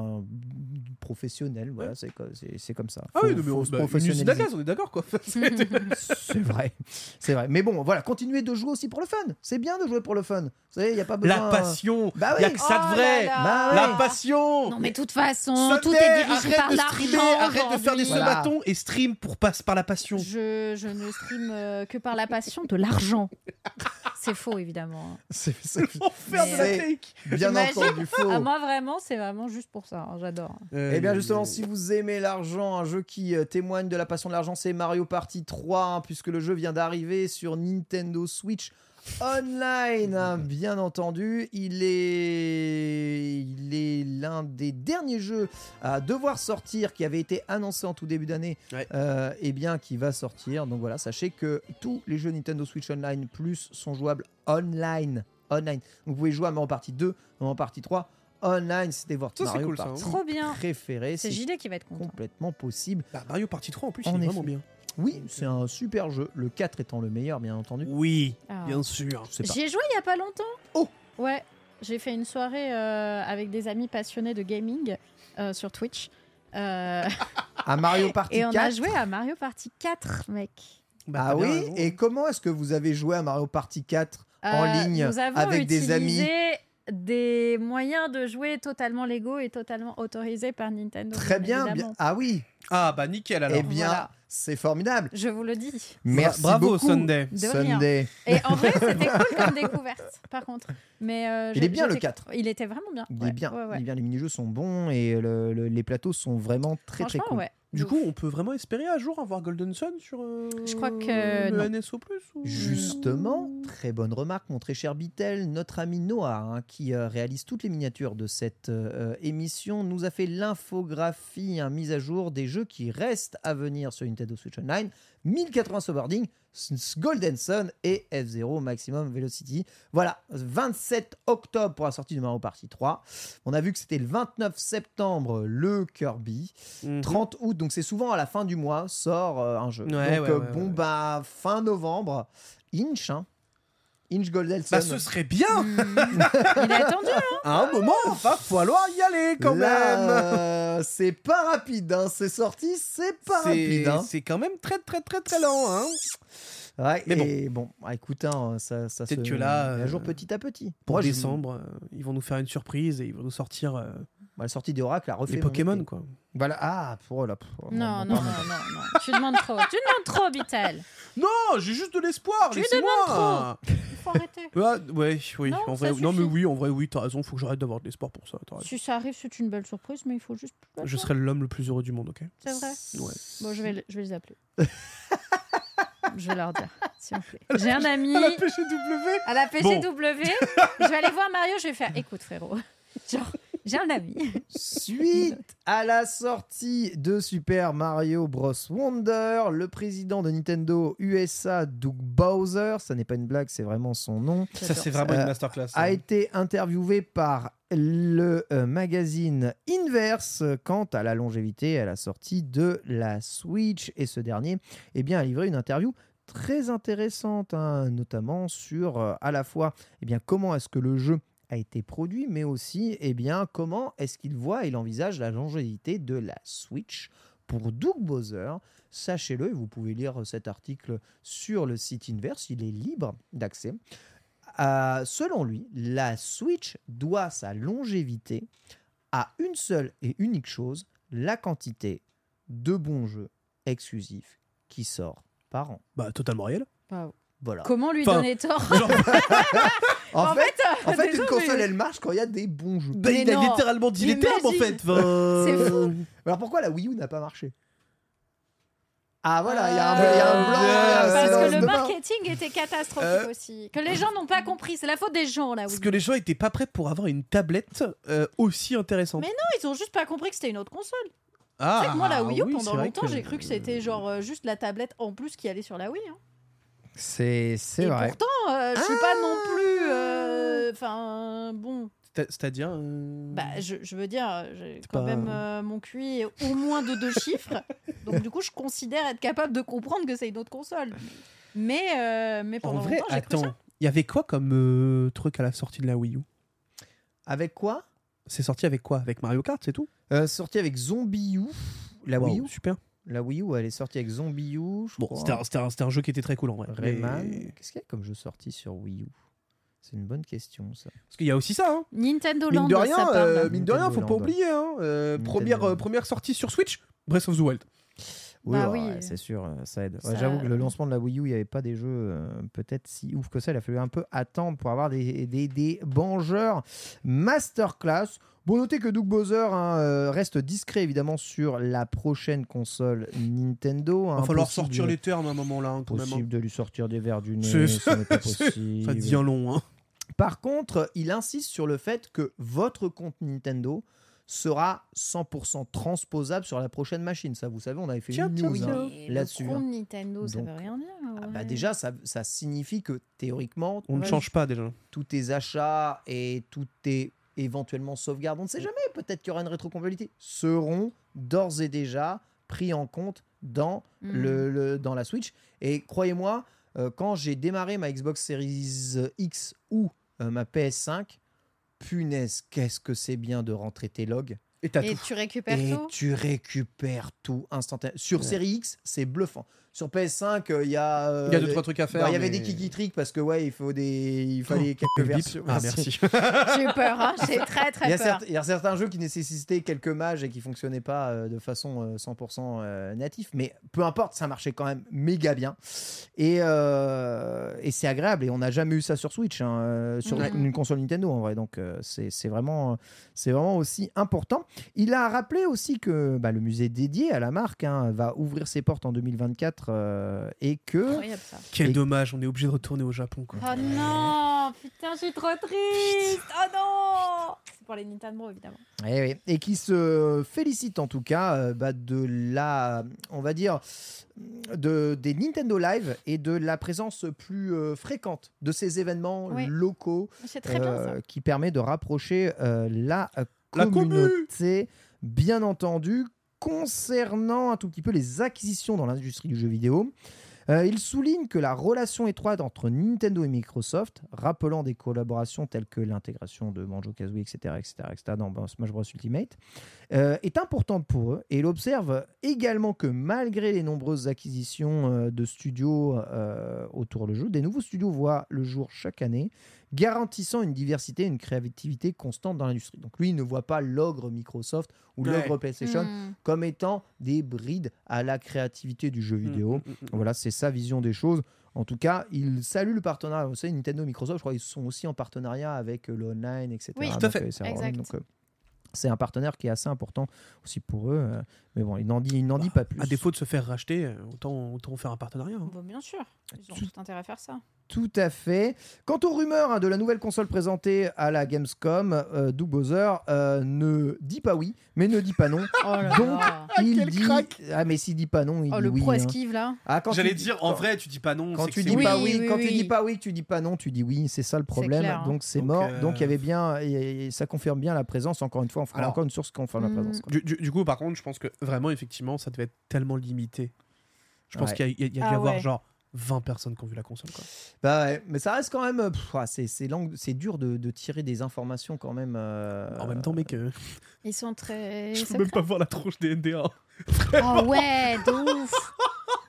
[SPEAKER 1] professionnel, voilà, c'est co- c'est c'est comme ça.
[SPEAKER 3] Ah
[SPEAKER 1] Faut-
[SPEAKER 3] oui, non, mais
[SPEAKER 1] faut
[SPEAKER 3] on,
[SPEAKER 1] se
[SPEAKER 3] bah, une usine à
[SPEAKER 1] professionnaliser.
[SPEAKER 3] gaz, on est d'accord
[SPEAKER 1] (laughs)
[SPEAKER 3] quoi.
[SPEAKER 1] C'est vrai, c'est vrai. Mais bon, voilà, continuez de jouer aussi pour le fun. C'est bien de jouer pour le fun. Vous savez, il n'y a pas besoin.
[SPEAKER 3] La passion
[SPEAKER 1] Bah
[SPEAKER 3] y a
[SPEAKER 1] oui.
[SPEAKER 3] que ça de
[SPEAKER 5] Oh là
[SPEAKER 3] vrai
[SPEAKER 1] là.
[SPEAKER 3] La
[SPEAKER 1] Ah Ouais.
[SPEAKER 3] passion
[SPEAKER 5] Non, mais de toute façon,
[SPEAKER 3] Sunday,
[SPEAKER 5] tout est dirigé
[SPEAKER 3] arrête
[SPEAKER 5] par
[SPEAKER 3] de streamer,
[SPEAKER 5] l'argent.
[SPEAKER 3] Arrête de faire des
[SPEAKER 5] aujourd'hui.
[SPEAKER 1] Voilà.
[SPEAKER 3] sous-bâtons et stream pour passe par la passion. (laughs)
[SPEAKER 2] Je, je ne stream euh, que par la passion de l'argent. (laughs) C'est faux, évidemment.
[SPEAKER 1] C'est c'est
[SPEAKER 3] Enfer de la
[SPEAKER 1] Mais-
[SPEAKER 3] cake
[SPEAKER 1] bien
[SPEAKER 2] J'imagine.
[SPEAKER 1] entendu faux.
[SPEAKER 3] Oh.
[SPEAKER 2] Ah, moi, vraiment, c'est vraiment juste pour ça. hein, J'adore.
[SPEAKER 1] Eh
[SPEAKER 3] Euh,
[SPEAKER 1] bien justement, si vous aimez l'argent, un jeu qui euh, témoigne de la passion de l'argent, c'est Mario Party 3, hein, puisque le jeu vient d'arriver sur Nintendo Switch Online,
[SPEAKER 3] (laughs)
[SPEAKER 1] hein, bien entendu. Il est, il est l'un des derniers jeux à devoir sortir, qui avait été annoncé en tout début d'année,
[SPEAKER 3] Ouais.
[SPEAKER 1] euh, eh bien qui va sortir. Donc voilà, sachez que tous les jeux Nintendo Switch Online Plus sont jouables online. Online. Vous pouvez jouer à Mario Party 2, Mario Party 3. Online, c'était votre
[SPEAKER 3] Ça, c'est
[SPEAKER 1] Mario
[SPEAKER 3] cool, ça, hein.
[SPEAKER 1] Party
[SPEAKER 2] Trop bien.
[SPEAKER 1] préféré.
[SPEAKER 2] C'est hein,
[SPEAKER 1] C'est
[SPEAKER 2] JD qui va être content.
[SPEAKER 1] complètement possible.
[SPEAKER 3] Bah, Mario Party 3 en plus,
[SPEAKER 1] En
[SPEAKER 3] il est
[SPEAKER 1] effet.
[SPEAKER 3] vraiment bien.
[SPEAKER 1] Oui, c'est un super jeu. Le 4 étant le meilleur, bien entendu.
[SPEAKER 3] Oui,
[SPEAKER 2] Ah.
[SPEAKER 3] bien sûr.
[SPEAKER 1] Je sais pas.
[SPEAKER 2] J'y ai joué il y a pas longtemps.
[SPEAKER 1] Oh
[SPEAKER 2] Ouais, j'ai fait une soirée euh, avec des amis passionnés de gaming euh, sur Twitch. Euh,
[SPEAKER 3] Ah,
[SPEAKER 1] À Mario Party
[SPEAKER 2] et on
[SPEAKER 1] 4.
[SPEAKER 2] a joué à Mario Party 4, mec.
[SPEAKER 3] Bah,
[SPEAKER 1] Ah
[SPEAKER 3] t'as
[SPEAKER 1] oui,
[SPEAKER 3] bien raison.
[SPEAKER 1] et comment est-ce que vous avez joué à Mario Party 4 en
[SPEAKER 2] Euh,
[SPEAKER 1] ligne
[SPEAKER 2] nous avons
[SPEAKER 1] avec des amis
[SPEAKER 2] utilisé des moyens de jouer totalement légaux et totalement autorisés par Nintendo.
[SPEAKER 1] Très bien, bien.
[SPEAKER 2] évidemment.
[SPEAKER 1] Ah oui,
[SPEAKER 3] Ah bah nickel alors.
[SPEAKER 1] eh bien,
[SPEAKER 2] voilà.
[SPEAKER 1] c'est formidable.
[SPEAKER 2] Je vous le dis.
[SPEAKER 1] Merci
[SPEAKER 3] Bravo
[SPEAKER 1] beaucoup.
[SPEAKER 3] Sunday.
[SPEAKER 2] De rien.
[SPEAKER 1] Sunday.
[SPEAKER 2] Et en vrai,
[SPEAKER 1] (laughs)
[SPEAKER 2] c'était cool comme découverte, par contre. Mais euh,
[SPEAKER 1] Il
[SPEAKER 2] j'ai-
[SPEAKER 1] est bien, le
[SPEAKER 2] j'étais-
[SPEAKER 1] 4.
[SPEAKER 2] Il était vraiment bien.
[SPEAKER 1] Il
[SPEAKER 2] Ouais,
[SPEAKER 1] est bien,
[SPEAKER 2] ouais, ouais.
[SPEAKER 1] il est bien, les mini-jeux sont bons et le- le- les plateaux sont vraiment très très
[SPEAKER 2] Franchement,
[SPEAKER 1] cool.
[SPEAKER 2] ouais.
[SPEAKER 3] Du
[SPEAKER 2] De
[SPEAKER 3] coup, on peut vraiment espérer un jour avoir Golden Sun sur euh,
[SPEAKER 2] Je crois que
[SPEAKER 3] le
[SPEAKER 2] non.
[SPEAKER 3] NSO Plus ou...
[SPEAKER 1] Justement, très bonne remarque, mon très cher Bitel. Notre ami Noah, hein, qui euh, réalise toutes les miniatures de cette euh, émission, nous a fait l'infographie, hein, mise à jour des jeux qui restent à venir sur Nintendo Switch Online 1080 Sobording, Golden Sun et F-Zero Maximum Velocity. Voilà, 27 octobre pour la sortie de Mario Party 3. On a vu que c'était le 29 septembre le Kirby.
[SPEAKER 3] Mhm.
[SPEAKER 1] 30 août, donc c'est souvent à la fin du mois, sort euh, un jeu.
[SPEAKER 3] Ouais,
[SPEAKER 1] donc,
[SPEAKER 3] ouais,
[SPEAKER 1] euh,
[SPEAKER 3] ouais,
[SPEAKER 1] bon,
[SPEAKER 3] ouais.
[SPEAKER 1] bah, fin novembre, Inch, hein. Inch Golden
[SPEAKER 3] Bah
[SPEAKER 1] Sun.
[SPEAKER 3] ce serait bien
[SPEAKER 2] Hmm. Il est attendu,
[SPEAKER 3] (laughs)
[SPEAKER 2] hein.
[SPEAKER 1] (laughs)
[SPEAKER 3] À un moment, va falloir y aller quand même
[SPEAKER 1] Là, euh, (laughs) c'est pas rapide, hein. C'est sorti, c'est pas rapide, hein.
[SPEAKER 3] c'est quand même très très très très lent. Hein.
[SPEAKER 1] Ouais,
[SPEAKER 3] Mais bon.
[SPEAKER 1] et bon, ah, écoute, hein, ça, ça se
[SPEAKER 3] Peut-être que là,
[SPEAKER 1] met à jour
[SPEAKER 3] euh,
[SPEAKER 1] petit à petit.
[SPEAKER 3] Pour
[SPEAKER 1] Moi, je-
[SPEAKER 3] décembre, euh, ils vont nous faire une surprise et ils vont nous sortir euh,
[SPEAKER 1] bah, la sortie d'Oracle a refait
[SPEAKER 3] les
[SPEAKER 1] mon
[SPEAKER 3] Pokémon
[SPEAKER 1] été.
[SPEAKER 3] quoi.
[SPEAKER 1] Voilà, ah, pour là. pour-
[SPEAKER 2] Non,
[SPEAKER 1] on
[SPEAKER 2] non, non,
[SPEAKER 1] parle pas.
[SPEAKER 2] non, non. Tu demandes trop. Tu demandes trop, Bitel.
[SPEAKER 3] Non, j'ai juste de l'espoir,
[SPEAKER 2] Tu lui
[SPEAKER 3] laissez-moi
[SPEAKER 2] Il faut arrêter.
[SPEAKER 3] Ah, Ouais, oui,
[SPEAKER 2] Non,
[SPEAKER 3] en vrai,
[SPEAKER 2] ça
[SPEAKER 3] non mais
[SPEAKER 2] suffit.
[SPEAKER 3] oui, en vrai, oui, t'as raison, faut que j'arrête d'avoir de l'espoir pour ça. t'as raison.
[SPEAKER 2] Si ça arrive, c'est une belle surprise, mais il faut juste. plus
[SPEAKER 3] Je
[SPEAKER 2] attendre.
[SPEAKER 3] serai l'homme le plus heureux du monde, ok
[SPEAKER 2] C'est vrai.
[SPEAKER 3] Ouais.
[SPEAKER 1] (laughs)
[SPEAKER 2] Bon, je vais, le- je vais les appeler. je vais leur dire. s'il
[SPEAKER 1] (laughs)
[SPEAKER 2] vous plaît. J'ai un ami.
[SPEAKER 3] À la PGW
[SPEAKER 2] À la PGW, je vais aller voir Mario, je vais faire écoute, frérot. Genre, j'ai un ami.
[SPEAKER 1] Suite à la sortie de Super Mario Bros. Wonder, le président de Nintendo USA, Doug Bowser, ça n'est pas une blague, c'est vraiment son nom,
[SPEAKER 3] Ça, c'est vraiment
[SPEAKER 1] Euh,
[SPEAKER 3] une masterclass.
[SPEAKER 1] a
[SPEAKER 3] hein.
[SPEAKER 1] été interviewé par le euh, magazine Inverse quant à la longévité à la sortie de la Switch. Et ce dernier eh bien, a livré une interview très intéressante, hein, notamment sur euh, à la fois eh bien, comment est-ce que le jeu a été produit, mais aussi eh bien, comment est-ce qu'il voit et il envisage la longévité de la Switch. Pour Doug Bowser, sachez-le, et vous pouvez lire cet article sur le site Inverse, il est libre d'accès. Euh, selon lui, la Switch doit sa longévité à une seule et unique chose, la quantité de bons jeux exclusifs qui sort par an.
[SPEAKER 3] Bah, totalement (laughs) réel.
[SPEAKER 1] Voilà.
[SPEAKER 2] Comment lui
[SPEAKER 3] Enfin,
[SPEAKER 2] donner tort
[SPEAKER 1] En,
[SPEAKER 2] En
[SPEAKER 1] fait,
[SPEAKER 2] fait,
[SPEAKER 1] en fait,
[SPEAKER 2] désolé.
[SPEAKER 1] une console, elle marche quand il y a des bons jeux.
[SPEAKER 3] Bah,
[SPEAKER 2] Mais
[SPEAKER 3] il a
[SPEAKER 2] non.
[SPEAKER 3] littéralement dit les termes en
[SPEAKER 2] Imagine.
[SPEAKER 3] fait. Enfin,
[SPEAKER 2] C'est fou.
[SPEAKER 3] euh,
[SPEAKER 1] Alors pourquoi la Wii U n'a pas marché Ah voilà, il y a un,
[SPEAKER 2] Euh,
[SPEAKER 1] il y a un blanc. il y a un
[SPEAKER 2] Parce
[SPEAKER 1] silence
[SPEAKER 2] que le
[SPEAKER 1] de mort.
[SPEAKER 2] marketing était catastrophique
[SPEAKER 3] Euh.
[SPEAKER 2] aussi. Que les gens n'ont pas compris. C'est la faute des gens, là. Ah Oui.
[SPEAKER 3] Parce que les gens étaient pas prêts pour avoir une tablette euh, aussi intéressante.
[SPEAKER 2] Mais Non, ils ont juste pas compris que c'était une autre console.
[SPEAKER 3] Ah,
[SPEAKER 2] c'est que moi, la Wii U,
[SPEAKER 3] oui, c'est
[SPEAKER 2] pendant
[SPEAKER 3] vrai
[SPEAKER 2] longtemps, j'ai cru que c'était genre euh, juste la tablette en plus qui allait sur la Wii. hein.
[SPEAKER 1] C'est c'est
[SPEAKER 2] Et
[SPEAKER 1] vrai.
[SPEAKER 2] pourtant, euh, je suis pas non
[SPEAKER 1] Ah.
[SPEAKER 2] plus. euh, Enfin, bon.
[SPEAKER 3] C'est- C'est-à-dire. euh,
[SPEAKER 1] Hmm.
[SPEAKER 2] Bah, je, je veux dire, j'ai
[SPEAKER 3] C'est
[SPEAKER 2] quand
[SPEAKER 3] pas-
[SPEAKER 2] même euh, mon QI est au moins de
[SPEAKER 1] (laughs)
[SPEAKER 2] deux chiffres. Donc, du coup, je considère être capable de comprendre que c'est une autre console. Mais, euh, mais
[SPEAKER 3] En
[SPEAKER 2] pendant
[SPEAKER 3] vrai,
[SPEAKER 2] longtemps, j'ai cru ça.
[SPEAKER 3] attends, il y avait quoi comme euh, truc à la sortie de la Wii U
[SPEAKER 1] Avec quoi
[SPEAKER 3] C'est sorti avec quoi Avec Mario Kart, c'est tout
[SPEAKER 1] Euh, Sortie avec Zombie U. La
[SPEAKER 3] Waouh,
[SPEAKER 1] Wii U
[SPEAKER 3] Super.
[SPEAKER 1] La Wii U, elle est sortie avec Zombie U. Je
[SPEAKER 3] Bon,
[SPEAKER 1] crois.
[SPEAKER 3] c'était un, c'était un- c'était un jeu qui était très cool en vrai.
[SPEAKER 1] Rayman.
[SPEAKER 3] Mais-
[SPEAKER 1] Qu'est-ce qu'il y a comme jeu sorti sur Wii U C'est une bonne question, ça.
[SPEAKER 3] Parce qu'il y a aussi ça, hein
[SPEAKER 2] Nintendo
[SPEAKER 3] Mine
[SPEAKER 2] Land,
[SPEAKER 3] de rien,
[SPEAKER 2] ça parle.
[SPEAKER 3] euh, mine de rien, faut pas
[SPEAKER 1] Nintendo Land.
[SPEAKER 3] oublier, hein, euh,
[SPEAKER 1] Nintendo
[SPEAKER 3] première, euh,
[SPEAKER 1] Land.
[SPEAKER 3] première sortie sur Switch, Breath of the Wild.
[SPEAKER 2] Bah
[SPEAKER 1] ouais,
[SPEAKER 2] oui.
[SPEAKER 1] ouais, c'est sûr, euh, ça aide. Ouais,
[SPEAKER 2] Ça-
[SPEAKER 1] J'avoue que le lancement de la Wii U, il n'y avait pas des jeux euh, peut-être si ouf que ça. Il a fallu un peu attendre pour avoir des, des, des vengeurs masterclass. Bon, notez que Doug Bowser hein, euh, reste discret évidemment sur la prochaine console Nintendo. hein.
[SPEAKER 3] Il va falloir
[SPEAKER 1] Possible-
[SPEAKER 3] sortir les termes à un moment là, hein, quand même.
[SPEAKER 1] Possible de
[SPEAKER 3] hein.
[SPEAKER 1] lui sortir des verres du
[SPEAKER 3] C'est-
[SPEAKER 1] nez, ça (laughs) n'est pas
[SPEAKER 3] c'est-
[SPEAKER 1] possible.
[SPEAKER 3] Ça devient long, hein.
[SPEAKER 1] Par contre, il insiste sur le fait que votre compte Nintendo sera 100% transposable sur la prochaine machine. Ça, vous savez, on avait fait
[SPEAKER 3] Tiens,
[SPEAKER 1] une
[SPEAKER 3] tiens,
[SPEAKER 1] news
[SPEAKER 3] tiens.
[SPEAKER 1] hein,
[SPEAKER 2] Mais
[SPEAKER 1] là-dessus.
[SPEAKER 2] Le
[SPEAKER 1] hein.
[SPEAKER 2] compte Nintendo, ça veut
[SPEAKER 1] Donc,
[SPEAKER 2] rien dire.
[SPEAKER 1] Ah bah
[SPEAKER 2] ouais.
[SPEAKER 1] déjà, ça, ça signifie que théoriquement,
[SPEAKER 3] On ne
[SPEAKER 2] Ouais.
[SPEAKER 3] change pas déjà.
[SPEAKER 1] tous tes achats et tous tes éventuellement sauvegardes, on ne sait jamais, peut-être qu'il y aura une rétrocompatibilité, seront d'ores et déjà pris en compte dans,
[SPEAKER 2] Mm.
[SPEAKER 1] le, le- dans la Switch. Et croyez-moi, euh, quand j'ai démarré ma Xbox Series X ou euh, ma PS5, punaise, qu'est-ce que c'est bien de rentrer tes logs
[SPEAKER 3] Et t'as
[SPEAKER 2] Et
[SPEAKER 3] tout.
[SPEAKER 2] tu récupères
[SPEAKER 1] et
[SPEAKER 2] tout
[SPEAKER 1] tu récupères tout instantanément. Sur
[SPEAKER 3] Ouais.
[SPEAKER 1] Series X, c'est bluffant. Sur PS5, il y a... euh,
[SPEAKER 3] Il y a deux, trois trucs à faire.
[SPEAKER 1] bah, il y avait
[SPEAKER 3] mais-
[SPEAKER 1] des kiki tricks parce que ouais, il faut des, il fallait
[SPEAKER 3] Le
[SPEAKER 1] quelques
[SPEAKER 3] bip.
[SPEAKER 1] versions.
[SPEAKER 3] Ah,
[SPEAKER 1] (laughs)
[SPEAKER 3] merci.
[SPEAKER 2] J'ai eu peur, hein, j'ai très
[SPEAKER 1] Il y,
[SPEAKER 2] très peur.
[SPEAKER 1] a certes- il y a certains jeux qui nécessitaient quelques mages et qui fonctionnaient pas euh, de façon euh, 100% euh, natif, mais peu importe, ça marchait quand même méga bien. Et, euh, et c'est agréable, et on n'a jamais eu ça sur Switch, hein, euh, sur
[SPEAKER 2] Ouais.
[SPEAKER 1] une, une console Nintendo en vrai, donc euh, c'est c'est vraiment, c'est vraiment aussi important. Il a rappelé aussi que bah, le musée dédié à la marque hein, va ouvrir ses portes en 2024 euh, et que...
[SPEAKER 2] Incroyable ça.
[SPEAKER 3] (laughs) Quel
[SPEAKER 1] Et-
[SPEAKER 3] dommage, on est obligé de retourner au Japon. Quoi.
[SPEAKER 2] Oh non, putain, je suis trop triste. Oh non C'est pour les Nintendo évidemment.
[SPEAKER 1] Eh oui. Et qui se félicite en tout cas euh, bah, de la, on va dire, de, des Nintendo Live et de la présence plus euh, fréquente de ces événements
[SPEAKER 2] Oui.
[SPEAKER 1] locaux
[SPEAKER 2] C'est très bien ça.
[SPEAKER 1] euh, qui permet de rapprocher euh, la, euh,
[SPEAKER 3] La commu.
[SPEAKER 1] communauté, bien entendu, concernant un tout petit peu les acquisitions dans l'industrie du jeu vidéo. euh, il souligne que la relation étroite entre Nintendo et Microsoft, rappelant des collaborations telles que l'intégration de Banjo Kazooie, etc., etc., etc., dans Smash Bros Ultimate, euh, est importante pour eux. Et il observe également que malgré les nombreuses acquisitions euh, de studios euh, autour du jeu, des nouveaux studios voient le jour chaque année garantissant une diversité et une créativité constante dans l'industrie. Donc lui, il ne voit pas l'ogre Microsoft ou
[SPEAKER 3] Ouais.
[SPEAKER 1] l'ogre PlayStation
[SPEAKER 2] Mm.
[SPEAKER 1] comme étant des brides à la créativité du jeu vidéo.
[SPEAKER 3] Mm, mm, mm, mm.
[SPEAKER 1] Voilà, c'est sa vision des choses. En tout cas, il salue le partenariat. Vous savez, Nintendo, Microsoft, je crois qu'ils sont aussi en partenariat avec euh, le online, etc.
[SPEAKER 2] Oui, tout à
[SPEAKER 1] Donc,
[SPEAKER 3] fait.
[SPEAKER 1] euh, c'est vraiment-
[SPEAKER 2] Exact.
[SPEAKER 1] donc, euh, C'est un partenaire qui est assez important aussi pour eux. euh, Mais bon, il n'en dit, il n'en dit
[SPEAKER 2] Ah,
[SPEAKER 1] pas plus.
[SPEAKER 3] À défaut de se faire racheter, euh, autant, autant faire un partenariat. hein.
[SPEAKER 2] Bon, bien sûr, ils ont tout intérêt à faire ça.
[SPEAKER 1] Tout à fait. Quant aux rumeurs hein, de la nouvelle console présentée à la Gamescom, euh, Doug Bowser euh, ne dit pas oui, mais ne dit pas
[SPEAKER 2] (laughs)
[SPEAKER 1] non. Donc, il dit. Ah, mais s'il dit pas non, il
[SPEAKER 2] Oh,
[SPEAKER 1] dit
[SPEAKER 2] le
[SPEAKER 1] oui.
[SPEAKER 2] pro
[SPEAKER 1] hein.
[SPEAKER 2] esquive là.
[SPEAKER 1] Ah, quand
[SPEAKER 3] J'allais
[SPEAKER 1] tu dis-
[SPEAKER 3] dire, en vrai, tu dis pas non.
[SPEAKER 1] Quand
[SPEAKER 3] c'est
[SPEAKER 1] tu
[SPEAKER 3] que
[SPEAKER 1] dis
[SPEAKER 3] c'est
[SPEAKER 1] pas
[SPEAKER 3] oui.
[SPEAKER 1] oui,
[SPEAKER 2] Oui,
[SPEAKER 1] quand
[SPEAKER 2] oui,
[SPEAKER 1] tu
[SPEAKER 2] oui.
[SPEAKER 1] dis pas oui, tu dis pas non, tu dis oui, c'est ça le problème.
[SPEAKER 2] clair, hein.
[SPEAKER 1] Donc c'est
[SPEAKER 3] Donc,
[SPEAKER 1] mort.
[SPEAKER 3] euh,
[SPEAKER 1] Donc il y avait bien et, et ça confirme bien la présence. Encore une fois, on fera
[SPEAKER 3] Alors-
[SPEAKER 1] encore une source qui confirme la
[SPEAKER 2] Hmm.
[SPEAKER 1] présence. quoi.
[SPEAKER 3] Du, du- du coup, par contre, je pense que vraiment, effectivement, ça devait être tellement limité. Je pense
[SPEAKER 1] Ouais.
[SPEAKER 3] qu'il y a, il y a- il y a dû
[SPEAKER 2] Ah
[SPEAKER 3] y avoir
[SPEAKER 2] ouais.
[SPEAKER 3] genre 20 personnes qui ont vu la console. Quoi.
[SPEAKER 1] Bah ouais, mais ça reste quand même. euh, pff, ah, c'est c'est lang- c'est dur de, de tirer des informations quand même. euh,
[SPEAKER 3] En même temps, mec, euh,
[SPEAKER 2] Ils sont très.
[SPEAKER 3] je peux
[SPEAKER 2] secrets.
[SPEAKER 3] même pas voir la tronche des NDA.
[SPEAKER 2] Ah ouais, de ouf.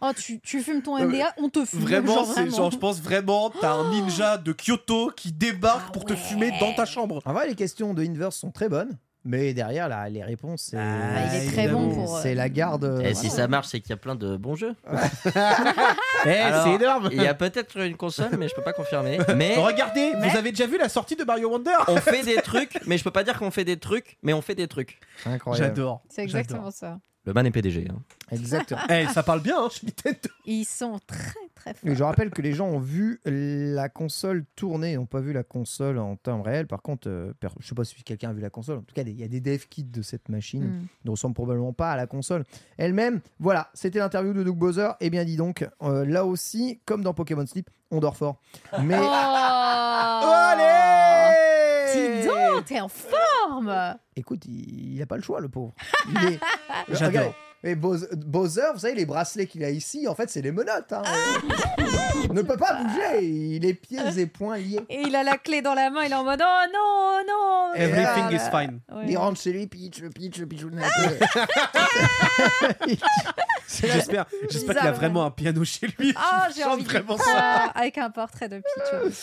[SPEAKER 2] Oh, tu, tu fumes ton
[SPEAKER 3] Non, mais
[SPEAKER 2] NDA, on te fume.
[SPEAKER 3] Vraiment,
[SPEAKER 2] genre,
[SPEAKER 3] c'est
[SPEAKER 2] vraiment.
[SPEAKER 3] genre, je pense vraiment, t'as un ninja de Kyoto qui débarque
[SPEAKER 2] Ah
[SPEAKER 3] pour te
[SPEAKER 2] ouais.
[SPEAKER 3] fumer dans ta chambre.
[SPEAKER 1] En vrai, les questions de Inverse sont très bonnes, mais derrière là, les réponses, c'est.
[SPEAKER 3] Ah, il est
[SPEAKER 1] c'est-
[SPEAKER 3] très bon
[SPEAKER 2] pour, euh,
[SPEAKER 1] C'est la garde. euh,
[SPEAKER 4] Et
[SPEAKER 1] voilà.
[SPEAKER 4] si ça marche, c'est qu'il y a plein de bons jeux. Alors,
[SPEAKER 3] Eh, c'est énorme.
[SPEAKER 4] Il y a peut-être une console, mais je peux pas confirmer.
[SPEAKER 2] Eh,
[SPEAKER 4] Mais
[SPEAKER 3] Regardez, vous avez déjà vu la sortie de Mario Wonder
[SPEAKER 4] on fait des trucs, mais je peux pas dire qu'on fait des trucs, mais on fait des trucs.
[SPEAKER 1] Incroyable.
[SPEAKER 3] J'adore.
[SPEAKER 2] C'est exactement ça.
[SPEAKER 4] Le man est PDG. hein.
[SPEAKER 1] Exactement.
[SPEAKER 3] Eh, ça parle bien, hein, chez Nintendo.
[SPEAKER 2] Ils sont très très forts.
[SPEAKER 1] Et je rappelle que les gens ont vu la console tourner, n'ont pas vu la console en temps réel. Par contre, euh, per- je sais pas si quelqu'un a vu la console. En tout cas, il y a des dev kits de cette machine
[SPEAKER 2] Mm.
[SPEAKER 1] ne ressemble probablement pas à la console elle-même. Voilà, c'était l'interview de Doug Bowser. Et bien, dis donc, euh, là aussi, comme dans Pokémon Sleep, on dort fort. Mais.
[SPEAKER 2] Oh
[SPEAKER 1] Allez
[SPEAKER 2] Dis donc, t'es en forme
[SPEAKER 1] Écoute, il n'a pas le choix, le pauvre. Il est- Ah,
[SPEAKER 3] J'adore.
[SPEAKER 1] Regardez, Et Bowser, Bowser, vous savez, les bracelets qu'il a ici, en fait, c'est les menottes. hein. Il ne peut pas bouger. Il est pieds et poings liés.
[SPEAKER 2] Et il a la clé dans la main, il est en mode Oh non, non
[SPEAKER 3] Everything
[SPEAKER 1] là,
[SPEAKER 3] is fine.
[SPEAKER 2] Ouais.
[SPEAKER 1] Il rentre chez lui, pitch, pitch, pitch.
[SPEAKER 3] J'espère j'espère qu'il a
[SPEAKER 2] Bizarre,
[SPEAKER 3] vraiment un piano chez lui.
[SPEAKER 2] Ah,
[SPEAKER 3] Il
[SPEAKER 2] j'ai
[SPEAKER 3] chante
[SPEAKER 2] envie
[SPEAKER 3] vraiment
[SPEAKER 2] de
[SPEAKER 3] ça.
[SPEAKER 2] ça Avec un portrait de Peach.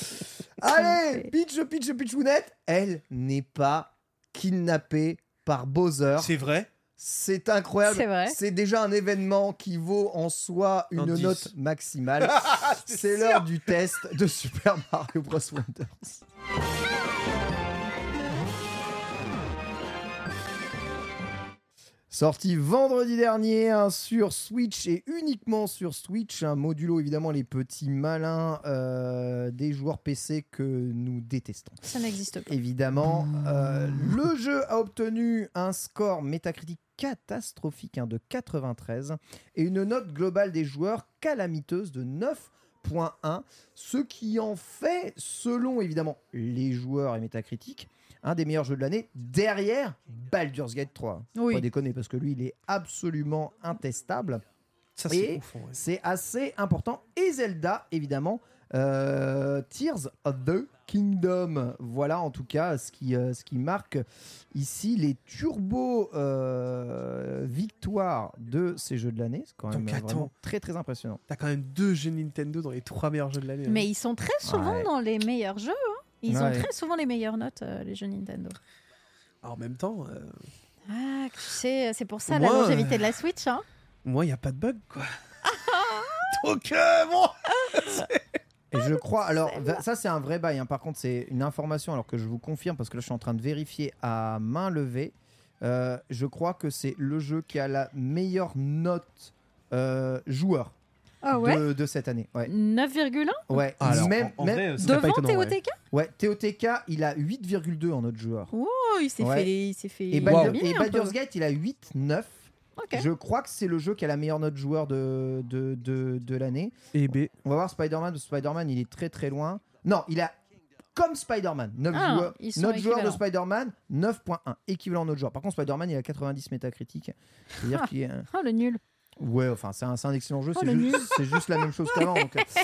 [SPEAKER 1] Allez, pitch, pitch, pitchounette. Elle n'est pas kidnappée par Bowser.
[SPEAKER 3] C'est vrai.
[SPEAKER 1] C'est incroyable.
[SPEAKER 2] C'est vrai.
[SPEAKER 1] déjà un événement qui vaut en soi une
[SPEAKER 3] Un dix.
[SPEAKER 1] note maximale. C'est
[SPEAKER 3] sûr.
[SPEAKER 1] l'heure du test de Super Mario Bros. Wonder. Sorti vendredi dernier hein, sur Switch et uniquement sur Switch, un modulo évidemment les petits malins euh, des joueurs PC que nous détestons.
[SPEAKER 2] Ça n'existe pas.
[SPEAKER 1] Évidemment, euh, le jeu a obtenu un score métacritique catastrophique hein, de 93 et une note globale des joueurs calamiteuse de 9.1, ce qui en fait, selon évidemment les joueurs et Metacritic, un des meilleurs jeux de l'année derrière Baldur's Gate 3.
[SPEAKER 2] Oui.
[SPEAKER 1] Pas déconner parce que lui, il est absolument intestable.
[SPEAKER 3] Ça,
[SPEAKER 1] Et-
[SPEAKER 3] c'est ouf. en vrai.
[SPEAKER 1] C'est assez important. Et Zelda, évidemment. Euh, Tears of the Kingdom. Voilà en tout cas ce qui, euh, ce qui marque ici les turbo euh, victoires de ces jeux de l'année. C'est quand même
[SPEAKER 3] Donc,
[SPEAKER 1] euh,
[SPEAKER 3] attends.
[SPEAKER 1] vraiment très très impressionnant.
[SPEAKER 3] T'as quand même deux jeux Nintendo dans les trois meilleurs jeux de l'année. hein.
[SPEAKER 2] Mais ils sont très souvent
[SPEAKER 1] Ouais.
[SPEAKER 2] dans les meilleurs jeux. hein. Ils ont
[SPEAKER 1] Ouais.
[SPEAKER 2] très souvent les meilleures notes, euh, les jeux Nintendo.
[SPEAKER 3] En même temps, euh,
[SPEAKER 2] Ah, tu sais, c'est pour ça
[SPEAKER 3] Moi,
[SPEAKER 2] la
[SPEAKER 1] euh,
[SPEAKER 2] longévité de la Switch. Hein.
[SPEAKER 3] moi, il n'y a pas de bug,
[SPEAKER 2] (laughs)
[SPEAKER 3] quoi. Donc, euh, bon.
[SPEAKER 1] Et je crois, alors va- ça c'est un vrai bail, hein. par contre c'est une information alors que je vous confirme parce que là je suis en train de vérifier à main levée. Euh, je crois que c'est le jeu qui a la meilleure note euh, joueur
[SPEAKER 2] Ah ouais
[SPEAKER 1] de, de cette année. Ouais,
[SPEAKER 2] 9,1
[SPEAKER 1] ouais.
[SPEAKER 3] Ah,
[SPEAKER 1] même, même-
[SPEAKER 2] devant TOTK
[SPEAKER 1] Ouais, TOTK, il a 8,2 en autre joueur.
[SPEAKER 2] Oh, il s'est
[SPEAKER 1] Ouais.
[SPEAKER 2] fait, il s'est fait.
[SPEAKER 1] Et, Baldur-
[SPEAKER 2] dominer
[SPEAKER 1] et
[SPEAKER 2] un peu.
[SPEAKER 1] Baldur's Gate, il a 8,9.
[SPEAKER 2] Ok.
[SPEAKER 1] Je crois que c'est le jeu qui a la meilleure note joueur de, de, de, de l'année.
[SPEAKER 3] Et B.
[SPEAKER 1] On va voir Spider-Man. Spider-Man, il est très très loin. Non, il a, comme Spider-Man, 9
[SPEAKER 2] Ah,
[SPEAKER 1] joueurs.
[SPEAKER 2] ils sont
[SPEAKER 1] Notre joueur de
[SPEAKER 2] équivalents.
[SPEAKER 1] Spider-Man, 9.1, équivalent à notre joueur. Par contre, Spider-Man, il a 90 métacritiques. C'est-à-dire qu'il est. un-
[SPEAKER 2] Ah, le nul.
[SPEAKER 1] Ouais, enfin, c'est un, c'est un excellent jeu.
[SPEAKER 2] Oh,
[SPEAKER 1] c'est
[SPEAKER 2] le
[SPEAKER 1] juste,
[SPEAKER 2] nul.
[SPEAKER 1] c'est juste la même chose qu'avant.
[SPEAKER 2] (laughs)
[SPEAKER 1] donc, euh,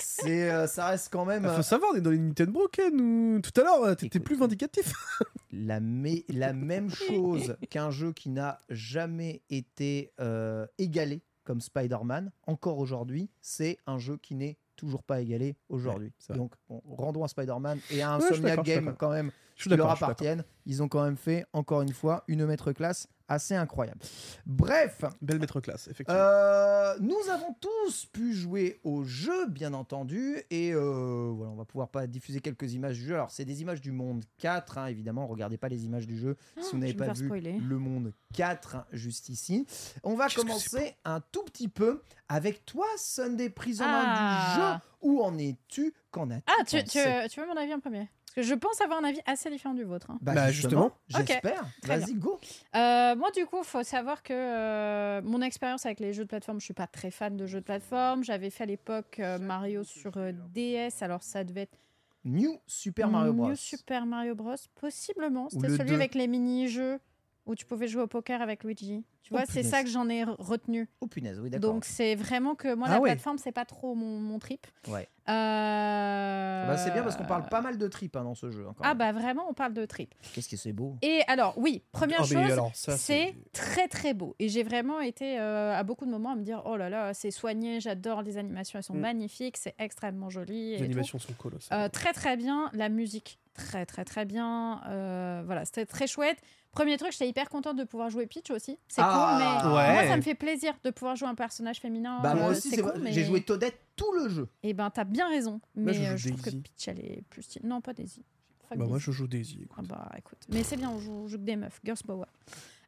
[SPEAKER 1] c'est, euh, ça reste quand même.
[SPEAKER 3] Il
[SPEAKER 2] Bah.
[SPEAKER 1] euh,
[SPEAKER 3] faut savoir, on est dans les Nintendo Broken. Ou... Tout à l'heure, euh, t'étais
[SPEAKER 1] Écoute.
[SPEAKER 3] plus vindicatif. (laughs)
[SPEAKER 1] la, mé- la même chose qu'un jeu qui n'a jamais été euh, égalé comme Spider-Man, encore aujourd'hui, c'est un jeu qui n'est toujours pas égalé aujourd'hui.
[SPEAKER 3] c'est vrai.
[SPEAKER 1] Donc, bon, rendons à Spider-Man et à
[SPEAKER 3] Ouais, je suis
[SPEAKER 1] Insomniac
[SPEAKER 3] d'accord, je suis
[SPEAKER 1] Game
[SPEAKER 3] d'accord.
[SPEAKER 1] quand même,
[SPEAKER 3] Je suis
[SPEAKER 1] qui leur
[SPEAKER 3] d'accord. je suis d'accord.
[SPEAKER 1] appartiennent. Ils ont quand même fait, encore une fois, une maître classe assez incroyable. Bref.
[SPEAKER 3] Belle maître classe, effectivement.
[SPEAKER 1] Euh, nous avons tous pu jouer au jeu, bien entendu, et euh, voilà, on va pouvoir pas diffuser quelques images du jeu. Alors, c'est des images du monde 4, hein, évidemment. Regardez pas les images du jeu si vous n'avez
[SPEAKER 2] je vais
[SPEAKER 1] pas
[SPEAKER 2] me
[SPEAKER 1] vu Mm.
[SPEAKER 2] faire spoiler.
[SPEAKER 1] le monde 4 hein, juste ici. On va commencer un tout petit peu avec toi, Sunday, prise en main
[SPEAKER 2] Ah.
[SPEAKER 1] du jeu. Où en es-tu Qu'en as-tu
[SPEAKER 2] Ah, tu, tu,
[SPEAKER 1] pensé
[SPEAKER 2] tu veux mon avis en premier Parce que je pense avoir un avis assez différent du vôtre. hein.
[SPEAKER 3] Bah,
[SPEAKER 2] Ok,
[SPEAKER 1] J'espère.
[SPEAKER 2] très
[SPEAKER 1] Vas-y,
[SPEAKER 2] bien.
[SPEAKER 1] go.
[SPEAKER 2] Euh, moi, du coup, faut savoir que euh, mon expérience avec les jeux de plateforme, je suis pas très fan de jeux de plateforme. J'avais fait à l'époque euh, Mario sur euh, DS, alors ça devait être
[SPEAKER 1] New Super Mario Bros.
[SPEAKER 2] New Super Mario Bros. Possiblement, c'était
[SPEAKER 1] le
[SPEAKER 2] celui
[SPEAKER 1] deux.
[SPEAKER 2] avec les mini-jeux où tu pouvais jouer au poker avec Luigi. Tu vois,
[SPEAKER 1] Oh,
[SPEAKER 2] c'est
[SPEAKER 1] punaise.
[SPEAKER 2] ça que j'en ai re- retenu.
[SPEAKER 1] Oh punaise, oui, d'accord.
[SPEAKER 2] Donc c'est vraiment que moi
[SPEAKER 1] Ah
[SPEAKER 2] la
[SPEAKER 1] ouais.
[SPEAKER 2] plateforme c'est pas trop mon, mon trip.
[SPEAKER 1] Ouais.
[SPEAKER 2] Euh,
[SPEAKER 1] Ah bah, c'est bien parce qu'on parle pas mal de trip hein, dans ce jeu. hein, quand
[SPEAKER 2] Ah
[SPEAKER 1] même.
[SPEAKER 2] bah vraiment on parle de trip.
[SPEAKER 1] Qu'est-ce que c'est beau.
[SPEAKER 2] Et alors, oui, première
[SPEAKER 3] Ah,
[SPEAKER 1] Oh, mais
[SPEAKER 2] chose,
[SPEAKER 1] alors, ça,
[SPEAKER 2] c'est très très beau. Et j'ai vraiment été euh, à beaucoup de moments à me dire oh là là, c'est soigné, j'adore les animations, elles sont
[SPEAKER 3] Mm.
[SPEAKER 2] magnifiques, c'est extrêmement joli. et
[SPEAKER 3] Les
[SPEAKER 2] tout.
[SPEAKER 3] animations sont colossales.
[SPEAKER 2] Euh, très très bien, la musique très très très bien. Euh, voilà, c'était très chouette. Premier truc, j'étais hyper contente de pouvoir jouer Peach aussi. C'est
[SPEAKER 1] Ah,
[SPEAKER 2] cool, mais
[SPEAKER 1] ouais.
[SPEAKER 2] moi ça me fait plaisir de pouvoir jouer un personnage féminin.
[SPEAKER 1] Bah, moi
[SPEAKER 2] Euh,
[SPEAKER 1] aussi,
[SPEAKER 2] c'est
[SPEAKER 1] c'est
[SPEAKER 2] con,
[SPEAKER 1] vrai,
[SPEAKER 2] mais-
[SPEAKER 1] j'ai joué Toadette tout le jeu.
[SPEAKER 2] Eh ben, t'as bien raison.
[SPEAKER 1] Moi,
[SPEAKER 2] Mais
[SPEAKER 1] je joue
[SPEAKER 2] euh, je, trouve
[SPEAKER 1] Daisy.
[SPEAKER 2] que Peach, elle est plus stylée. Non, pas Daisy. Fuck
[SPEAKER 3] Bah, moi,
[SPEAKER 2] Daisy.
[SPEAKER 3] je joue Daisy. écoute.
[SPEAKER 2] Ah bah écoute, mais c'est bien, on joue, on joue que des meufs, girls power.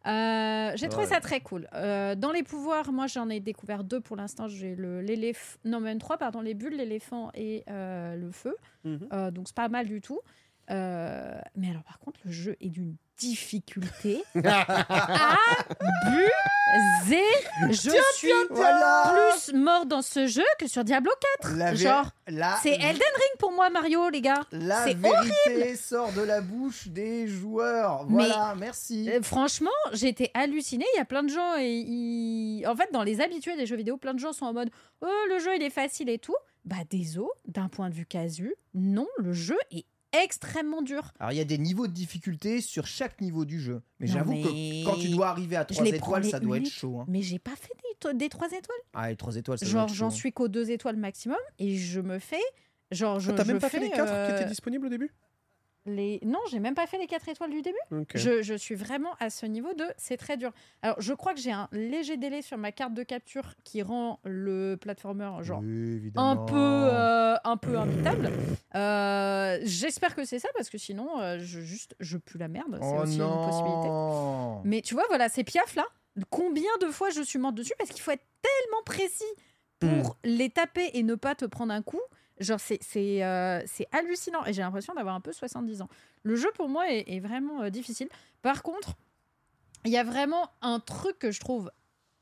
[SPEAKER 2] Euh, j'ai trouvé
[SPEAKER 3] Ouais.
[SPEAKER 2] ça très cool. Euh, dans les pouvoirs, moi j'en ai découvert deux pour l'instant. J'ai le l'éléphant, non même trois, pardon, les bulles, l'éléphant et euh, le feu.
[SPEAKER 3] Mhm.
[SPEAKER 2] Euh, donc c'est pas mal du tout. Euh, mais alors par contre, le jeu est d'une
[SPEAKER 3] (laughs)
[SPEAKER 2] difficulté
[SPEAKER 3] Ah
[SPEAKER 2] abusée. Je
[SPEAKER 1] Tiens,
[SPEAKER 2] suis
[SPEAKER 1] tiens, tiens.
[SPEAKER 2] plus mort dans ce jeu que sur Diablo 4.
[SPEAKER 1] La vé-
[SPEAKER 2] Genre,
[SPEAKER 3] Ah.
[SPEAKER 1] la-
[SPEAKER 2] c'est Elden Ring pour moi, Mario, les gars.
[SPEAKER 1] La
[SPEAKER 2] C'est
[SPEAKER 1] vérité sort de la bouche des joueurs. Voilà,
[SPEAKER 2] Mais-
[SPEAKER 1] merci.
[SPEAKER 2] Euh, Franchement, j'étais hallucinée. Il y a plein de gens. Et, ils- En fait, dans les habitués des jeux vidéo, plein de gens sont en mode Oh, le jeu, il est facile et tout. Bah, désolé, d'un point de vue casu, non, le jeu est extrêmement dur.
[SPEAKER 1] Alors, il y a des niveaux de difficulté sur chaque niveau du jeu. Mais
[SPEAKER 2] Non,
[SPEAKER 1] j'avoue
[SPEAKER 2] mais-
[SPEAKER 1] que quand tu dois arriver à
[SPEAKER 2] Je
[SPEAKER 1] 3
[SPEAKER 2] les prends
[SPEAKER 1] étoiles,
[SPEAKER 2] les
[SPEAKER 1] ça doit être
[SPEAKER 2] huit,
[SPEAKER 1] chaud. hein.
[SPEAKER 2] Mais j'ai pas fait des, to- des trois étoiles.
[SPEAKER 1] Ah, les 3 étoiles, ça doit
[SPEAKER 2] genre,
[SPEAKER 1] être
[SPEAKER 2] j'en
[SPEAKER 1] chaud, hein.
[SPEAKER 2] suis qu'aux deux étoiles maximum et je me fais. Genre, je.
[SPEAKER 3] Ah, T'as
[SPEAKER 2] je
[SPEAKER 3] même pas fait
[SPEAKER 2] fais,
[SPEAKER 3] les 4 qui
[SPEAKER 2] euh,
[SPEAKER 3] étaient disponibles au début
[SPEAKER 2] les... Non, j'ai même pas fait les quatre étoiles du début.
[SPEAKER 3] Ok.
[SPEAKER 2] Je, je suis vraiment à ce niveau de c'est très dur. Alors, je crois que j'ai un léger délai sur ma carte de capture qui rend le platformer genre un peu euh, un peu invitable. Euh, J'espère que c'est ça parce que sinon euh, je juste je pue la merde. C'est
[SPEAKER 1] Oh
[SPEAKER 2] aussi
[SPEAKER 1] non.
[SPEAKER 2] une possibilité.
[SPEAKER 1] Hein.
[SPEAKER 2] Mais tu vois voilà ces piafs là. Combien de fois je suis morte dessus parce qu'il faut être tellement précis pour les taper et ne pas te prendre un coup. Genre c'est c'est euh, c'est hallucinant et j'ai l'impression d'avoir un peu 70 ans. Le jeu pour moi est, est vraiment euh, difficile. Par contre, il y a vraiment un truc que je trouve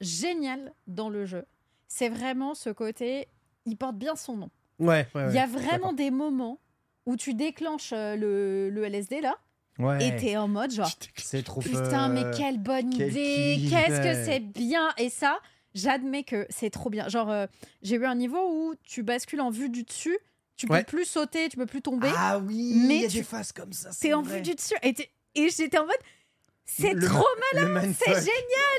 [SPEAKER 2] génial dans le jeu. C'est vraiment ce côté. Il porte bien son nom.
[SPEAKER 3] Ah Ouais,
[SPEAKER 2] Il y a vraiment des moments où tu déclenches euh, le, le LSD là
[SPEAKER 1] Ouais.
[SPEAKER 2] et t'es en mode genre
[SPEAKER 1] C'est trop
[SPEAKER 2] putain mais
[SPEAKER 1] fun.
[SPEAKER 2] quelle bonne
[SPEAKER 1] Quel
[SPEAKER 2] idée,
[SPEAKER 1] kiff.
[SPEAKER 2] qu'est-ce
[SPEAKER 1] Ouais.
[SPEAKER 2] que c'est bien et ça j'admets que c'est trop bien. Genre euh, j'ai eu un niveau où tu bascules en vue du dessus, tu peux
[SPEAKER 1] Ouais.
[SPEAKER 2] plus sauter, tu peux plus tomber.
[SPEAKER 1] Ah oui,
[SPEAKER 2] mais
[SPEAKER 1] il y a
[SPEAKER 2] tu-
[SPEAKER 1] des phases comme ça.
[SPEAKER 2] C'est en vue du dessus. Et, t'es- et j'étais en mode, c'est
[SPEAKER 1] Le-
[SPEAKER 2] trop
[SPEAKER 1] le
[SPEAKER 2] malin, c'est
[SPEAKER 1] mindfuck.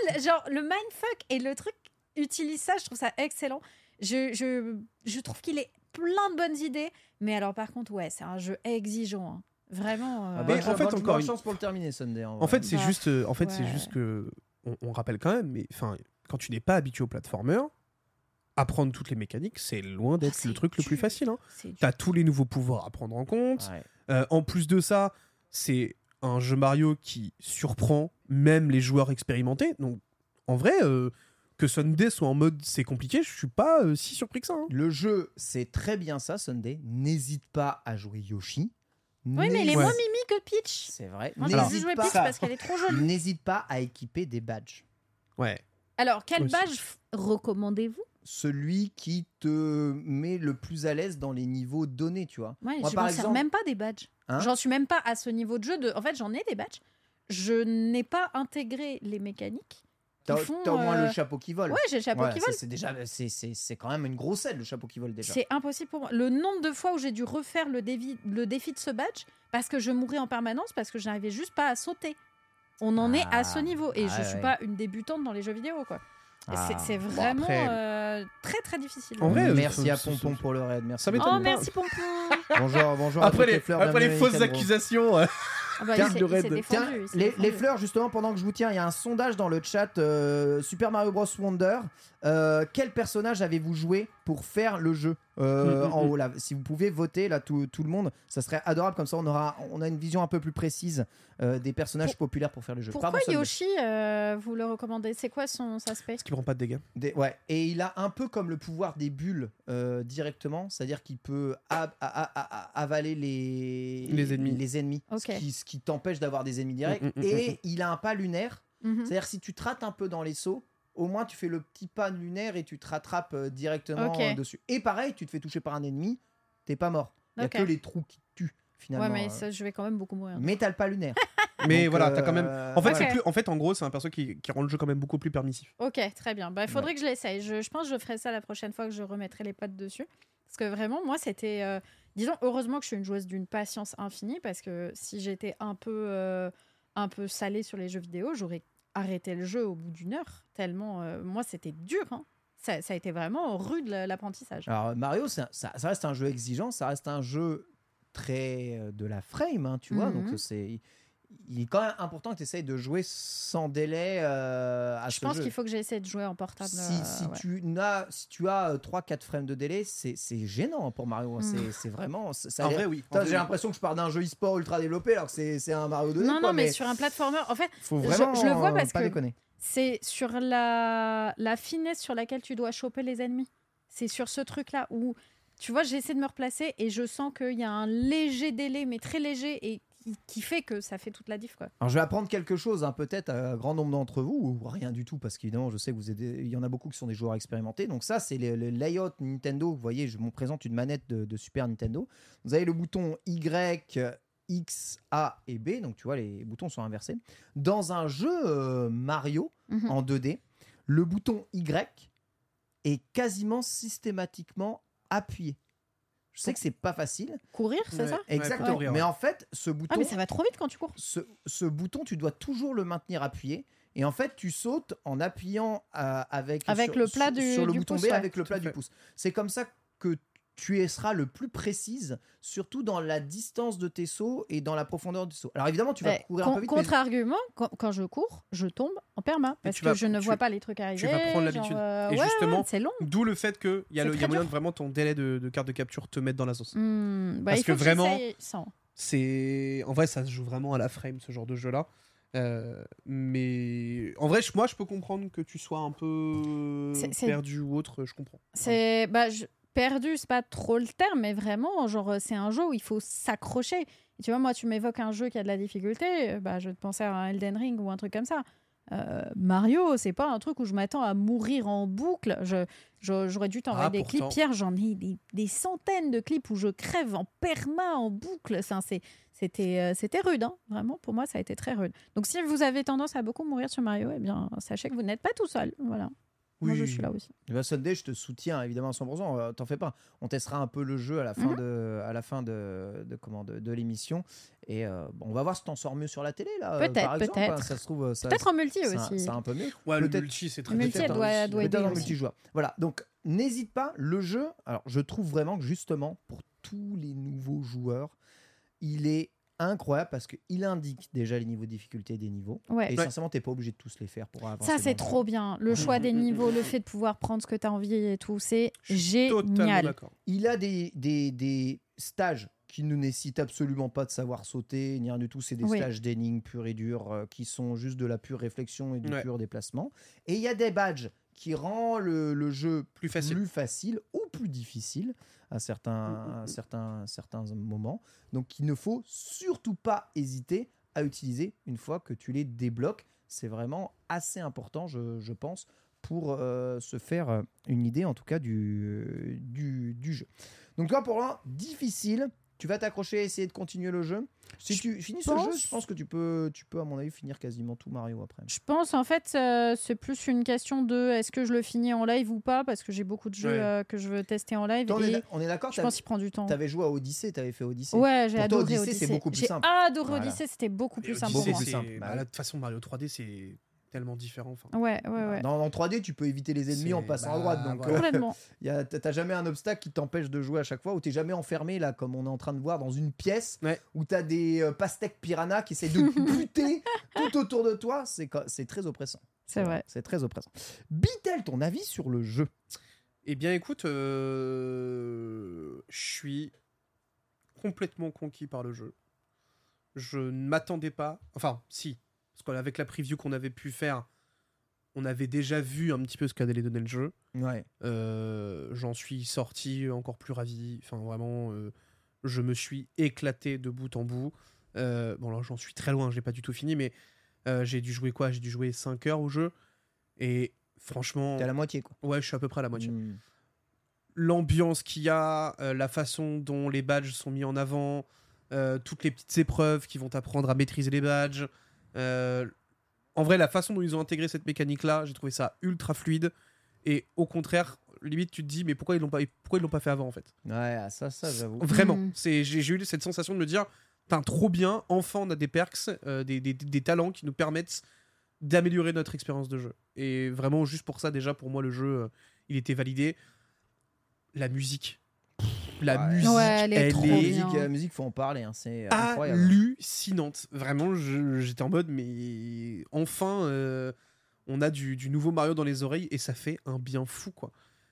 [SPEAKER 2] génial. Genre, le mindfuck et le truc utilise ça, je trouve ça excellent. Je, je, je trouve qu'il est plein de bonnes idées. Mais alors, par contre, ouais, c'est un jeu exigeant. hein. Vraiment.
[SPEAKER 1] Ah
[SPEAKER 2] euh,
[SPEAKER 3] bah, Mais en fait, encore une-
[SPEAKER 1] chance pour le terminer, Sunday.
[SPEAKER 3] En fait, c'est
[SPEAKER 2] Bah,
[SPEAKER 3] juste, euh, en fait, c'est
[SPEAKER 2] ouais.
[SPEAKER 3] juste que on, on rappelle quand même, mais enfin, quand tu n'es pas habitué au platformer, apprendre toutes les mécaniques, c'est loin d'être le truc le plus facile. Hein.
[SPEAKER 2] c'est Ah, dur.
[SPEAKER 3] T'as tous les nouveaux pouvoirs à prendre en compte.
[SPEAKER 1] Ouais.
[SPEAKER 3] Euh, en plus de ça, c'est un jeu Mario qui surprend même les joueurs expérimentés. Donc, en vrai, euh, que Sunday soit en mode c'est compliqué, je suis pas euh, si surpris que ça. hein.
[SPEAKER 1] Le jeu, c'est très bien ça, Sunday. N'hésite pas à jouer Yoshi.
[SPEAKER 2] Oui, mais il est
[SPEAKER 1] N'hésite-
[SPEAKER 2] moins mimi que Peach.
[SPEAKER 1] C'est vrai.
[SPEAKER 2] Moi,
[SPEAKER 3] Alors-
[SPEAKER 2] j'ai joué
[SPEAKER 1] N'hésite
[SPEAKER 2] Peach
[SPEAKER 1] pas-
[SPEAKER 2] parce qu'elle est trop jolie.
[SPEAKER 1] N'hésite pas à équiper des badges.
[SPEAKER 3] Ouais.
[SPEAKER 2] Alors, quel
[SPEAKER 3] Aussi.
[SPEAKER 2] badge f- recommandez-vous
[SPEAKER 1] Celui qui te met le plus à l'aise dans les niveaux donnés, tu vois.
[SPEAKER 2] Ouais,
[SPEAKER 1] Moi,
[SPEAKER 2] je
[SPEAKER 1] par
[SPEAKER 2] m'en sers
[SPEAKER 1] exemple-
[SPEAKER 2] même pas des badges.
[SPEAKER 1] Hein
[SPEAKER 2] J'en suis même pas à ce niveau de jeu. De... En fait, j'en ai des badges. Je n'ai pas intégré les mécaniques. qui
[SPEAKER 1] T'as
[SPEAKER 2] font,
[SPEAKER 1] t'as au moins
[SPEAKER 2] euh,
[SPEAKER 1] le chapeau qui vole.
[SPEAKER 2] Ouais, j'ai le chapeau
[SPEAKER 1] Voilà,
[SPEAKER 2] qui
[SPEAKER 1] ça,
[SPEAKER 2] vole.
[SPEAKER 1] C'est déjà, c'est- c'est c'est quand même une grosse aide le chapeau qui vole déjà.
[SPEAKER 2] C'est impossible pour moi. Le nombre de fois où j'ai dû refaire le, dévi- le défi de ce badge parce que je mourais en permanence parce que je n'arrivais juste pas à sauter. On en est
[SPEAKER 1] Ah,
[SPEAKER 2] à ce niveau et je
[SPEAKER 1] ah
[SPEAKER 2] suis
[SPEAKER 1] ouais.
[SPEAKER 2] pas une débutante dans les jeux vidéo quoi. Et c'est-
[SPEAKER 1] Ah.
[SPEAKER 2] C'est
[SPEAKER 3] Bon,
[SPEAKER 2] vraiment
[SPEAKER 3] après-
[SPEAKER 2] euh, très très difficile.
[SPEAKER 3] En vrai, euh,
[SPEAKER 1] merci
[SPEAKER 3] ce-
[SPEAKER 1] à
[SPEAKER 3] ce-
[SPEAKER 1] Pompon
[SPEAKER 3] ce-
[SPEAKER 1] pour le raid. Merci.
[SPEAKER 3] Ça m'étonne
[SPEAKER 2] oh
[SPEAKER 3] pas.
[SPEAKER 2] merci Pompon.
[SPEAKER 1] Bonjour, bonjour. à
[SPEAKER 3] Après
[SPEAKER 1] toutes
[SPEAKER 3] les,
[SPEAKER 1] fleurs,
[SPEAKER 3] après les
[SPEAKER 1] bienvenue à
[SPEAKER 3] fausses
[SPEAKER 1] Nickelbro.
[SPEAKER 3] accusations, euh,
[SPEAKER 2] Ah bah, il
[SPEAKER 1] Tiens,
[SPEAKER 2] s'est-
[SPEAKER 1] le
[SPEAKER 2] il s'est
[SPEAKER 1] raid.
[SPEAKER 2] défendu,
[SPEAKER 1] Tiens,
[SPEAKER 2] il s'est
[SPEAKER 1] les,
[SPEAKER 2] défendu.
[SPEAKER 1] les fleurs, justement, pendant que je vous tiens, il y a un sondage dans le chat euh, Super Mario Bros. Wonder. Euh, quel personnage avez-vous joué pour faire le jeu Euh,
[SPEAKER 3] (laughs) Mm, mm,
[SPEAKER 1] en
[SPEAKER 3] mm.
[SPEAKER 1] haut là Si vous pouvez voter là tout, tout le monde, ça serait adorable. Comme ça, on aura on a une vision un peu plus précise euh, des personnages populaires pour faire le jeu.
[SPEAKER 2] Pourquoi
[SPEAKER 1] Pardon, Solde.
[SPEAKER 2] Yoshi, euh, vous le recommandez C'est quoi son aspect
[SPEAKER 3] Qui prend pas de dégâts.
[SPEAKER 1] Des- ouais. Et il a un peu comme le pouvoir des bulles euh, directement, c'est-à-dire qu'il peut a- a- a- a- avaler les,
[SPEAKER 3] Les ennemis.
[SPEAKER 1] les ennemis
[SPEAKER 2] Ok.
[SPEAKER 1] ce qui, ce qui t'empêche d'avoir des ennemis directs.
[SPEAKER 3] Mm, mm, mm,
[SPEAKER 1] et
[SPEAKER 3] mm.
[SPEAKER 1] il a un pas lunaire,
[SPEAKER 2] Mhm.
[SPEAKER 1] c'est-à-dire si tu te rates un peu dans les sauts, au moins tu fais le petit pas lunaire et tu te rattrapes euh, directement
[SPEAKER 2] Ok.
[SPEAKER 1] euh, dessus. Et pareil, tu te fais toucher par un ennemi, t'es pas mort. Il y a
[SPEAKER 2] Ok.
[SPEAKER 1] que les trous qui te tuent finalement.
[SPEAKER 2] Ouais, mais
[SPEAKER 1] euh.
[SPEAKER 2] ça, je vais quand même beaucoup mourir.
[SPEAKER 1] Mais t'as le
[SPEAKER 2] (laughs)
[SPEAKER 1] pas lunaire.
[SPEAKER 3] (laughs) Mais
[SPEAKER 1] Donc,
[SPEAKER 3] voilà, t'as quand même.
[SPEAKER 1] euh,
[SPEAKER 3] En fait, c'est
[SPEAKER 2] Ok.
[SPEAKER 3] plus... en fait, en gros, c'est un perso qui... qui rend le jeu quand même beaucoup plus permissif.
[SPEAKER 2] Ok, très bien. Bah, Il faudrait que je l'essaye. Je, je pense que je ferai ça la prochaine fois que je remettrai les pattes dessus. Parce que vraiment, moi, c'était. euh, disons, heureusement que je suis une joueuse d'une patience infinie. Parce que si j'étais un peu, euh, un peu salée sur les jeux vidéo, j'aurais arrêté le jeu au bout d'une heure. Tellement. euh, moi, c'était dur. hein. Ça, ça a été vraiment rude l- l'apprentissage.
[SPEAKER 1] Alors euh, Mario, c'est un- ça, ça reste un jeu exigeant, ça reste un jeu très euh, de la frame, hein, tu vois.
[SPEAKER 2] Mhm.
[SPEAKER 1] Donc euh, c'est, il est quand même important que tu essayes de jouer sans délai euh, à
[SPEAKER 2] Je
[SPEAKER 1] ce
[SPEAKER 2] pense
[SPEAKER 1] jeu.
[SPEAKER 2] qu'il faut que j'essaie de jouer en portable.
[SPEAKER 1] Si,
[SPEAKER 2] euh,
[SPEAKER 1] si
[SPEAKER 2] ouais.
[SPEAKER 1] tu n'as, si tu as 3-4 frames de délai, c'est, c'est gênant pour Mario. hein.
[SPEAKER 2] Hmm.
[SPEAKER 1] C'est, c'est vraiment. c'est- ça a
[SPEAKER 3] En
[SPEAKER 1] l'air-
[SPEAKER 3] vrai, oui.
[SPEAKER 1] Putain,
[SPEAKER 3] En vrai,
[SPEAKER 1] j'ai
[SPEAKER 3] oui.
[SPEAKER 1] l'impression que je pars d'un jeu e-sport ultra développé alors que c'est, c'est un Mario 2.
[SPEAKER 2] Non,
[SPEAKER 1] quoi,
[SPEAKER 2] non, mais, sur un platformer. En fait,
[SPEAKER 1] faut
[SPEAKER 2] je-
[SPEAKER 1] vraiment
[SPEAKER 2] je, le vois
[SPEAKER 1] euh,
[SPEAKER 2] parce
[SPEAKER 1] pas
[SPEAKER 2] que
[SPEAKER 1] déconner.
[SPEAKER 2] c'est sur la, la finesse sur laquelle tu dois choper les ennemis. C'est sur ce truc-là où, tu vois, j'essaie de me replacer et je sens qu'il y a un léger délai, mais très léger, et qui, qui fait que ça fait toute la diff. Quoi.
[SPEAKER 1] Alors je vais apprendre quelque chose, hein, peut-être à un grand nombre d'entre vous, ou rien du tout, parce qu'évidemment, je sais que vous êtes des- il y en a beaucoup qui sont des joueurs expérimentés. Donc ça, c'est le, le layout Nintendo. Vous voyez, je vous présente une manette de, de Super Nintendo. Vous avez le bouton Y, X, A et B. Donc tu vois, les boutons sont inversés. Dans un jeu euh, Mario
[SPEAKER 2] Mhm.
[SPEAKER 1] en 2D, le bouton Y est quasiment systématiquement appuyé. Je sais que c'est pas facile.
[SPEAKER 2] Courir, c'est ça
[SPEAKER 3] faut
[SPEAKER 1] Exactement.
[SPEAKER 3] courir,
[SPEAKER 1] Mais
[SPEAKER 3] ouais.
[SPEAKER 1] en fait, ce bouton
[SPEAKER 2] Ah, mais ça va trop vite quand tu cours.
[SPEAKER 1] ce, ce bouton, tu dois toujours le maintenir appuyé. Et en fait, tu sautes en appuyant euh, avec,
[SPEAKER 2] Avec le plat du-
[SPEAKER 1] sur le
[SPEAKER 2] du
[SPEAKER 1] bouton
[SPEAKER 2] pouce,
[SPEAKER 1] B
[SPEAKER 2] ouais.
[SPEAKER 1] avec le
[SPEAKER 3] Tout
[SPEAKER 1] plat
[SPEAKER 3] à
[SPEAKER 1] du
[SPEAKER 3] fait.
[SPEAKER 1] pouce. C'est comme ça que tu y seras le plus précise, surtout dans la distance de tes sauts et dans la profondeur du saut. Alors évidemment, tu vas
[SPEAKER 2] Ouais,
[SPEAKER 1] courir un
[SPEAKER 2] con-
[SPEAKER 1] peu vite. mais-
[SPEAKER 2] Contre-argument, quand, quand je cours, je tombe en perma parce
[SPEAKER 3] tu
[SPEAKER 2] que
[SPEAKER 3] vas-
[SPEAKER 2] je ne
[SPEAKER 3] tu-
[SPEAKER 2] vois pas les trucs arriver.
[SPEAKER 3] vas prendre
[SPEAKER 2] genre,
[SPEAKER 3] l'habitude.
[SPEAKER 2] euh,
[SPEAKER 3] Et
[SPEAKER 2] ouais, ouais,
[SPEAKER 3] justement,
[SPEAKER 2] c'est long.
[SPEAKER 3] D'où le fait qu'il y a,
[SPEAKER 2] C'est
[SPEAKER 3] le, il y
[SPEAKER 2] très
[SPEAKER 3] a moyen
[SPEAKER 2] dur.
[SPEAKER 3] de vraiment ton délai de, de carte de capture te mettre dans la sauce.
[SPEAKER 2] Hmm, bah,
[SPEAKER 3] Parce
[SPEAKER 2] il faut
[SPEAKER 3] que vraiment-
[SPEAKER 2] j'essaye sans.
[SPEAKER 3] C'est en vrai ça se joue vraiment à la frame ce genre de jeu là. mais en vrai je- moi je peux comprendre que tu sois un peu
[SPEAKER 2] C'est- c'est-
[SPEAKER 3] perdu ou autre, je comprends.
[SPEAKER 2] C'est bah, je- perdu, c'est pas trop le terme, mais vraiment, genre, euh, c'est un jeu où il faut s'accrocher. Et Tu vois, moi, tu m'évoques un jeu qui a de la difficulté, euh, bah, je vais te pensais à un Elden Ring ou un truc comme ça. Euh, Mario, c'est pas un truc où je m'attends à mourir en boucle. Je, je- j'aurais dû t'envoyer
[SPEAKER 3] Ah,
[SPEAKER 2] des
[SPEAKER 3] pourtant.
[SPEAKER 2] clips. Pierre, j'en ai des, des centaines de clips où je crève en perma, en boucle. Ça, c'est, c'était, euh, c'était rude, hein. vraiment. Pour moi, ça a été très rude. Donc, si vous avez tendance à beaucoup mourir sur Mario, eh bien, sachez que vous n'êtes pas tout seul. Voilà. Moi, je
[SPEAKER 3] Oui.
[SPEAKER 2] suis là aussi.
[SPEAKER 1] Eh ben, Sunday, je te soutiens évidemment à 100%. euh, T'en fais pas. On testera un peu le jeu à la
[SPEAKER 2] Mhm.
[SPEAKER 1] fin de, à la fin de, de comment de, de l'émission. Et euh, bon, on va voir si t'en sors mieux sur la télé là. euh,
[SPEAKER 2] Peut-être,
[SPEAKER 1] par exemple,
[SPEAKER 2] peut-être.
[SPEAKER 1] hein, Ça se trouve, euh, ça,
[SPEAKER 2] Peut-être en multi
[SPEAKER 1] ça-
[SPEAKER 2] aussi.
[SPEAKER 1] ça un peu mieux.
[SPEAKER 3] Ouais,
[SPEAKER 1] Peut-être-
[SPEAKER 3] c'est
[SPEAKER 2] Le multi, elle
[SPEAKER 3] dur.
[SPEAKER 2] doit- elle doit
[SPEAKER 1] Mais
[SPEAKER 2] aider
[SPEAKER 1] dans le
[SPEAKER 2] aussi.
[SPEAKER 1] multijoueur. Voilà, donc n'hésite pas, le jeu, alors je trouve vraiment que justement pour tous les nouveaux joueurs, il est incroyable parce qu'il indique déjà les niveaux de difficulté des niveaux.
[SPEAKER 2] Ouais.
[SPEAKER 1] Et
[SPEAKER 3] Ouais.
[SPEAKER 1] sincèrement, t'es pas obligé de tous les faire pour avancer.
[SPEAKER 2] Ça, c'est
[SPEAKER 1] dans le
[SPEAKER 2] trop bien. Le choix des
[SPEAKER 3] Mm, mm,
[SPEAKER 2] niveaux,
[SPEAKER 3] mm,
[SPEAKER 2] le
[SPEAKER 3] mm.
[SPEAKER 2] fait de pouvoir prendre ce que tu as envie et tout, c'est
[SPEAKER 3] Je suis Totalement
[SPEAKER 2] génial.
[SPEAKER 3] d'accord.
[SPEAKER 1] Il a des, des, des stages qui ne nécessitent absolument pas de savoir sauter, ni rien du tout. C'est des
[SPEAKER 2] Oui.
[SPEAKER 1] stages d'énigmes purs et durs euh, qui sont juste de la pure réflexion et du
[SPEAKER 3] Ouais.
[SPEAKER 1] pur déplacement. Et il y a des badges qui rend le, le jeu
[SPEAKER 3] Plus facile. Mmh,
[SPEAKER 1] plus facile ou plus difficile à certains, à certains, certains moments. Donc il ne faut surtout pas hésiter à utiliser une fois que tu les débloques. C'est vraiment assez important, je, je pense, pour euh, se faire euh, une idée en tout cas du, euh, du, du jeu. Donc là pour l'un, difficile. Tu vas t'accrocher à essayer de continuer le jeu. Si tu finis ce jeu,
[SPEAKER 2] pense-
[SPEAKER 1] je pense que tu peux, tu peux, à mon avis, finir quasiment tout Mario après.
[SPEAKER 2] Je pense en fait, euh, c'est plus une question de est-ce que je le finis en live ou pas, parce que j'ai beaucoup de jeux
[SPEAKER 3] Ouais.
[SPEAKER 2] euh, que je veux tester en live.
[SPEAKER 1] Attends, on est
[SPEAKER 2] et
[SPEAKER 1] d'ac- on est d'accord
[SPEAKER 2] je pense qu'il prend du temps.
[SPEAKER 1] T'avais joué à Odyssey, t'avais fait Odyssey.
[SPEAKER 2] Ouais, j'ai
[SPEAKER 1] Pour toi,
[SPEAKER 2] adoré
[SPEAKER 1] Odyssée, c'est beaucoup plus
[SPEAKER 2] J'ai
[SPEAKER 1] simple.
[SPEAKER 2] adoré
[SPEAKER 1] Voilà.
[SPEAKER 2] Odyssey, c'était beaucoup plus
[SPEAKER 3] Et
[SPEAKER 2] simple pour
[SPEAKER 1] Beaucoup
[SPEAKER 3] Odyssey,
[SPEAKER 2] moi.
[SPEAKER 1] plus
[SPEAKER 3] c'est-
[SPEAKER 1] simple.
[SPEAKER 3] bah, là, de toute façon Mario 3D c'est tellement différent. Enfin,
[SPEAKER 2] Ouais, ouais, ouais.
[SPEAKER 1] Bah, Dans, en 3D, tu peux éviter les ennemis en
[SPEAKER 3] C'est-
[SPEAKER 1] passant à
[SPEAKER 3] bah,
[SPEAKER 1] droite. Donc, euh,
[SPEAKER 3] voilà.
[SPEAKER 1] (laughs)
[SPEAKER 2] Complètement.
[SPEAKER 1] y a- t'as t'as jamais un obstacle qui t'empêche de jouer à chaque fois, ou t'es jamais enfermé, là, comme on est en train de voir, dans une pièce
[SPEAKER 3] Ouais.
[SPEAKER 1] où t'as des euh, pastèques piranhas qui
[SPEAKER 2] (laughs)
[SPEAKER 1] essaient de buter tout autour de toi. C'est co- c'est très oppressant.
[SPEAKER 2] C'est vrai.
[SPEAKER 1] C'est très oppressant. Bitel, ton avis sur le jeu
[SPEAKER 3] Eh bien, écoute, euh, je suis complètement conquis par le jeu. Je ne m'attendais pas. Enfin, si. Parce qu'avec la preview qu'on avait pu faire, on avait déjà vu un petit peu ce qu'allait donner le jeu.
[SPEAKER 1] Ouais.
[SPEAKER 3] Euh, J'en suis sorti encore plus ravi. Enfin, vraiment, euh, je me suis éclaté de bout en bout. Euh, bon, alors j'en suis très loin, j'ai pas du tout fini, mais euh, j'ai dû jouer quoi J'ai dû jouer 5 heures au jeu. Et franchement.
[SPEAKER 1] T'es à la moitié, quoi.
[SPEAKER 3] Ouais, je suis à peu près à la moitié
[SPEAKER 1] Mm.
[SPEAKER 3] l'ambiance qu'il y a, euh, la façon dont les badges sont mis en avant, euh, toutes les petites épreuves qui vont t'apprendre à maîtriser les badges. Euh, en vrai, la façon dont ils ont intégré cette mécanique-là, j'ai trouvé ça ultra fluide. Et au contraire, limite, tu te dis, mais pourquoi ils l'ont pas, pourquoi ils l'ont pas fait avant en fait
[SPEAKER 1] Ouais, ah, ça, ça, j'avoue.
[SPEAKER 3] Vraiment,
[SPEAKER 2] Mm.
[SPEAKER 3] c'est j'ai j'ai eu cette sensation de me dire, putain, trop bien, enfin on a des perks, euh, des, des- des talents qui nous permettent d'améliorer notre expérience de jeu. Et vraiment, juste pour ça, déjà, pour moi, le jeu, euh, il était validé. La musique. La
[SPEAKER 1] Ouais.
[SPEAKER 3] musique,
[SPEAKER 2] Ouais, elle est
[SPEAKER 3] elle
[SPEAKER 2] trop
[SPEAKER 1] La
[SPEAKER 3] est
[SPEAKER 1] musique,
[SPEAKER 2] bien.
[SPEAKER 1] la musique, faut en parler, hein, c'est
[SPEAKER 3] Ah,
[SPEAKER 1] incroyable.
[SPEAKER 3] hallucinante. Vraiment, je- j'étais en mode, mais enfin, euh, on a du, du nouveau Mario dans les oreilles et ça fait un bien fou, quoi.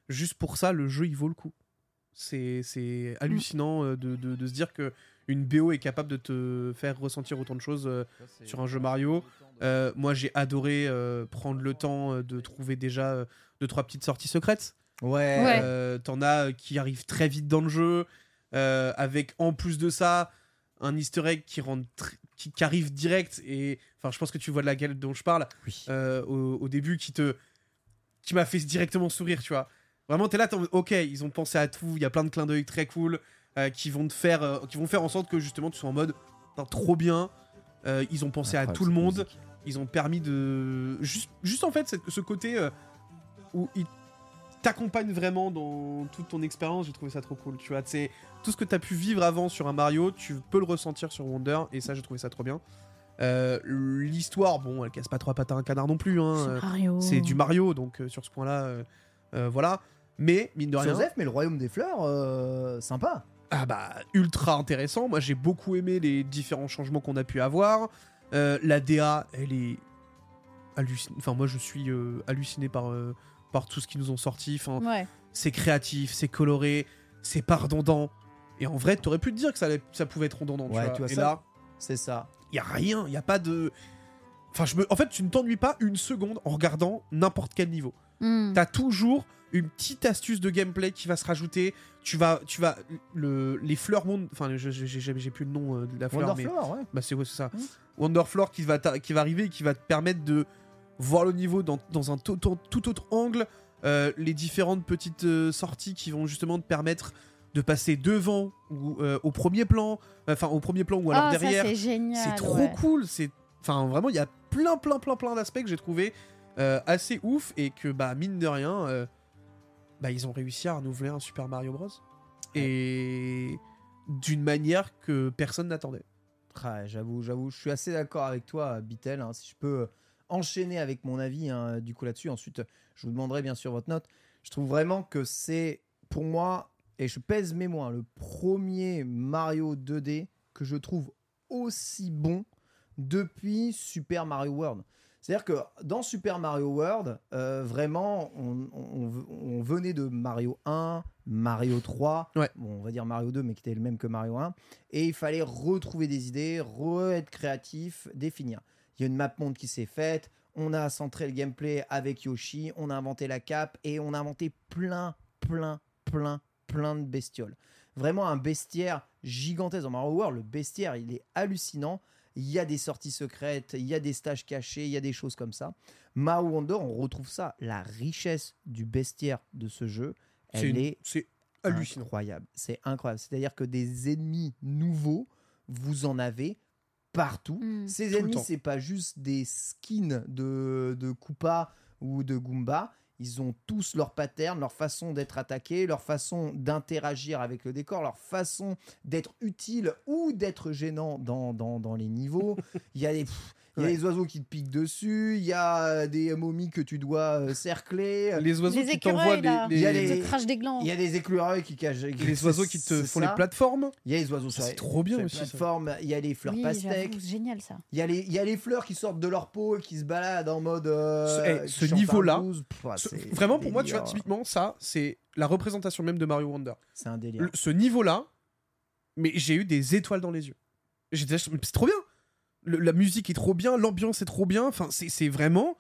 [SPEAKER 3] Juste pour ça, le jeu, il vaut le coup. C'est c'est hallucinant euh, de, de- de se dire que une BO est capable de te faire ressentir autant de choses euh, sur un jeu Mario. Euh, moi, j'ai adoré euh, prendre le temps euh, de trouver déjà euh, deux, trois petites sorties secrètes.
[SPEAKER 1] Ouais.
[SPEAKER 2] Ouais.
[SPEAKER 3] Euh, T'en as euh, qui arrivent très vite dans le jeu, euh, avec en plus de ça un Easter egg qui rentre, tr- qui, qui arrive direct et enfin je pense que tu vois de laquelle dont je parle
[SPEAKER 1] Oui.
[SPEAKER 3] euh, au, au début qui te qui m'a fait directement sourire, tu vois. Vraiment t'es là, t'es en mode, ok ils ont pensé à tout, il y a plein de clins d'œil très cool euh, qui vont te faire, euh, qui vont faire en sorte que justement tu sois en mode Putain, trop bien, Euh, ils ont pensé à
[SPEAKER 4] Incroyable,
[SPEAKER 3] tout le
[SPEAKER 4] cette
[SPEAKER 3] monde
[SPEAKER 4] musique.
[SPEAKER 3] ils ont permis de juste, juste en fait cette- ce côté euh, où ils t'accompagnent vraiment dans toute ton expérience j'ai trouvé ça trop cool tu vois c'est tout ce que t'as pu vivre avant sur un Mario tu peux le ressentir sur Wonder et ça j'ai trouvé ça trop bien Euh, l'histoire bon elle casse pas trois pattes à un canard non plus hein. Euh,
[SPEAKER 2] Mario.
[SPEAKER 3] c'est du Mario donc euh, sur ce point là voilà mais mine de rien
[SPEAKER 1] Joseph, mais le royaume des fleurs, euh, sympa.
[SPEAKER 3] ah bah ultra intéressant. Moi j'ai beaucoup aimé les différents changements qu'on a pu avoir. Euh, la DA, elle est hallucinante. Enfin moi je suis euh, halluciné par euh, par tout ce qu'ils nous ont sorti. Enfin
[SPEAKER 5] Ouais.
[SPEAKER 3] c'est créatif, c'est coloré, c'est pas redondant. Et en vrai t'aurais pu te dire que ça, allait- ça pouvait être redondant.
[SPEAKER 1] Ouais,
[SPEAKER 3] tu vois.
[SPEAKER 1] tu vois
[SPEAKER 3] Et
[SPEAKER 1] ça
[SPEAKER 3] là
[SPEAKER 1] C'est ça.
[SPEAKER 3] y a rien, y a pas de. Enfin je me. En fait tu ne t'ennuies pas une seconde en regardant n'importe quel niveau.
[SPEAKER 2] Mm.
[SPEAKER 3] T'as toujours une petite astuce de gameplay qui va se rajouter. Tu vas, tu vas, le, les fleurs monde, enfin, je- je- j'ai jamais- j'ai plus le nom euh, de la fleur,
[SPEAKER 1] Wonder
[SPEAKER 3] mais
[SPEAKER 1] Flower, ouais.
[SPEAKER 3] bah c'est ouais, c'est ça.
[SPEAKER 2] Mmh.
[SPEAKER 1] Mm.
[SPEAKER 3] Wonderfloor qui va, t'a- qui va arriver et qui va te permettre de voir le niveau dans, dans un tout, tout- tout autre angle. Euh, les différentes petites euh, sorties qui vont justement te permettre de passer devant ou euh, au premier plan, euh, enfin au premier plan ou alors
[SPEAKER 2] Ah, ça,
[SPEAKER 3] derrière.
[SPEAKER 2] c'est génial.
[SPEAKER 3] C'est trop
[SPEAKER 2] ouais.
[SPEAKER 3] cool. C'est, enfin, vraiment, il y a plein, plein, plein, plein d'aspects que j'ai trouvé euh, assez ouf et que, bah, mine de rien, euh, bah, ils ont réussi à renouveler un Super Mario Bros. Et d'une manière que personne n'attendait.
[SPEAKER 1] Ah, j'avoue, j'avoue, je suis assez d'accord avec toi, Bitel. hein, si je peux euh, enchaîner avec mon avis, hein, du coup là-dessus. Ensuite, je vous demanderai bien sûr votre note. Je trouve vraiment que c'est, pour moi, et je pèse mes mots, hein, le premier Mario 2D que je trouve aussi bon depuis Super Mario World. C'est-à-dire que dans Super Mario World, euh, vraiment, on, on- on venait de Mario 1, Mario 3,
[SPEAKER 3] Ouais.
[SPEAKER 1] bon, on va dire Mario 2, mais qui était le même que Mario 1, et il fallait retrouver des idées, re-être créatif, définir. Il y a une map monde qui s'est faite, on a centré le gameplay avec Yoshi, on a inventé la cape, et on a inventé plein, plein, plein, plein de bestioles. Vraiment un bestiaire gigantesque. Dans Mario World, le bestiaire, il est hallucinant il y a des sorties secrètes, il y a des stages cachés, il y a des choses comme ça. Mao Wonder, on retrouve ça, la richesse du bestiaire de ce jeu,
[SPEAKER 3] C'est,
[SPEAKER 1] elle
[SPEAKER 3] une-
[SPEAKER 1] est
[SPEAKER 3] c'est
[SPEAKER 1] Ah.
[SPEAKER 3] hallucinant.
[SPEAKER 1] incroyable. C'est incroyable. C'est-à-dire que des ennemis nouveaux, vous en avez partout.
[SPEAKER 2] Mm.
[SPEAKER 1] Ces
[SPEAKER 3] Tout le
[SPEAKER 1] ennemis,
[SPEAKER 3] temps.
[SPEAKER 1] c'est pas juste des skins de, de Koopa ou de Goomba. Ils ont tous leur pattern, leur façon d'être attaqué, leur façon d'interagir avec le décor, leur
[SPEAKER 3] (laughs)
[SPEAKER 1] façon d'être utile ou d'être gênant dans, dans, dans les niveaux. Il y a des, pff, Il y a des oiseaux qui te piquent dessus, il y a euh, des momies que tu dois euh, cercler.
[SPEAKER 3] Les oiseaux
[SPEAKER 5] Les qui t'envoient écureuils, les- là. les-
[SPEAKER 1] Il y a
[SPEAKER 5] Ils
[SPEAKER 1] les,
[SPEAKER 5] te crachent des glands.
[SPEAKER 1] Il y a des écureuils qui cachent. (laughs)
[SPEAKER 3] Les oiseaux qui te
[SPEAKER 1] c'est
[SPEAKER 3] font
[SPEAKER 1] ça.
[SPEAKER 3] les plateformes.
[SPEAKER 1] Il y a les oiseaux
[SPEAKER 3] Ça,
[SPEAKER 1] sur
[SPEAKER 3] Ah, c'est
[SPEAKER 1] les-
[SPEAKER 3] trop bien
[SPEAKER 1] sur les
[SPEAKER 3] aussi, ça.
[SPEAKER 1] plateformes. Il y a les fleurs
[SPEAKER 5] Oui,
[SPEAKER 1] pastèques.
[SPEAKER 5] j'avoue, c'est génial ça.
[SPEAKER 1] Il y, a les, il y a les fleurs qui sortent de leur peau et qui se baladent en mode. euh,
[SPEAKER 3] Ce- eh,
[SPEAKER 1] qui
[SPEAKER 3] ce
[SPEAKER 1] chantent un
[SPEAKER 3] niveau-là,
[SPEAKER 1] blues. Pff, ouais,
[SPEAKER 3] Ce-
[SPEAKER 1] Ah, c'est
[SPEAKER 3] Vraiment, pour moi, tu vois,
[SPEAKER 1] délire.
[SPEAKER 3] typiquement, ça, c'est la représentation même de Mario Wonder.
[SPEAKER 1] C'est un délire.
[SPEAKER 3] Le- ce niveau-là, mais j'ai eu des étoiles dans les yeux. J'étais là, je- mais c'est trop bien. Le- la musique est trop bien, l'ambiance est trop bien. Enfin, c'est c'est vraiment.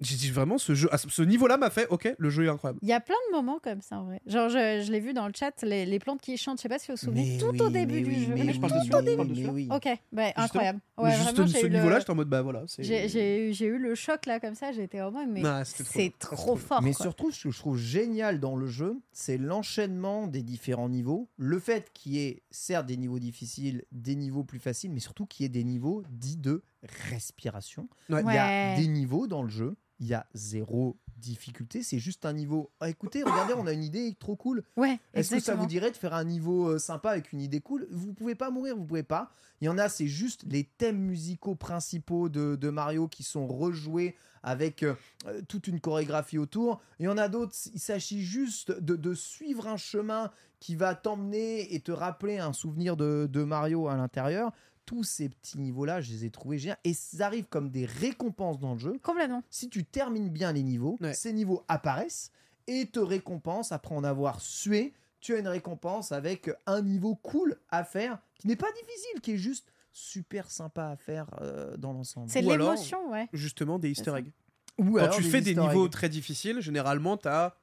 [SPEAKER 3] J'ai dit vraiment ce jeu, à ce ce niveau-là m'a fait, ok, le jeu est incroyable.
[SPEAKER 2] Il y a plein de moments comme ça en vrai. Genre, je, je l'ai vu dans le chat, les, les plantes qui chantent, je sais pas si vous vous souvenez,
[SPEAKER 1] Mais
[SPEAKER 2] tout au
[SPEAKER 1] oui,
[SPEAKER 2] début
[SPEAKER 1] mais
[SPEAKER 2] du
[SPEAKER 1] oui,
[SPEAKER 2] jeu.
[SPEAKER 1] mais
[SPEAKER 3] Mais je parle
[SPEAKER 1] oui,
[SPEAKER 2] (laughs)
[SPEAKER 3] de celui-là,
[SPEAKER 1] mais
[SPEAKER 3] je parle de
[SPEAKER 1] oui,
[SPEAKER 3] celui-là.
[SPEAKER 1] mais oui.
[SPEAKER 2] Ok, bah,
[SPEAKER 3] Justement.
[SPEAKER 2] incroyable.
[SPEAKER 3] Mais
[SPEAKER 2] Ouais,
[SPEAKER 3] juste
[SPEAKER 2] vraiment,
[SPEAKER 3] ce
[SPEAKER 2] j'ai eu le-
[SPEAKER 3] niveau-là, j'étais en mode, bah voilà. c'est-
[SPEAKER 2] j'ai- J'ai eu- j'ai eu le choc là comme ça, j'étais en mode, mais
[SPEAKER 3] Ouais, c'était trop
[SPEAKER 2] c'est
[SPEAKER 3] bien.
[SPEAKER 2] trop, fort.
[SPEAKER 1] Mais
[SPEAKER 2] quoi.
[SPEAKER 1] surtout, ce que je trouve génial dans le jeu, c'est l'enchaînement des différents niveaux. Le fait qu'il y ait, certes, des niveaux difficiles, des niveaux plus faciles, mais surtout qu'il y ait des niveaux dits de respiration.
[SPEAKER 3] Ouais.
[SPEAKER 1] Il y a
[SPEAKER 2] Ouais.
[SPEAKER 1] des niveaux dans le jeu, il y a zéro difficulté, c'est juste un niveau. Ah, écoutez, regardez, on a une idée trop cool.
[SPEAKER 2] Ouais,
[SPEAKER 1] Est-ce que ça
[SPEAKER 2] exactement.
[SPEAKER 1] vous dirait de faire un niveau euh, sympa avec une idée cool Vous pouvez pas mourir, vous pouvez pas. Il y en a, c'est juste les thèmes musicaux principaux de, de Mario qui sont rejoués avec euh, euh, toute une chorégraphie autour. Il y en a d'autres, il s'agit juste de, de suivre un chemin qui va t'emmener et te rappeler un souvenir de, de Mario à l'intérieur. Tous ces petits niveaux-là, je les ai trouvés géniaux. Et ça arrive comme des récompenses dans le jeu
[SPEAKER 2] Complètement.
[SPEAKER 1] si tu termines bien les niveaux,
[SPEAKER 3] Ouais.
[SPEAKER 1] ces niveaux apparaissent et te récompensent après en avoir sué. Tu as une récompense avec un niveau cool à faire qui n'est pas difficile, qui est juste super sympa à faire euh, dans l'ensemble.
[SPEAKER 2] C'est
[SPEAKER 3] Ou alors-
[SPEAKER 2] l'émotion, ouais.
[SPEAKER 3] Justement, des easter
[SPEAKER 2] ça.
[SPEAKER 3] eggs.
[SPEAKER 1] Ou
[SPEAKER 3] Quand
[SPEAKER 1] alors
[SPEAKER 3] tu fais des
[SPEAKER 1] easter eggs.
[SPEAKER 3] niveaux très difficiles, généralement, t'as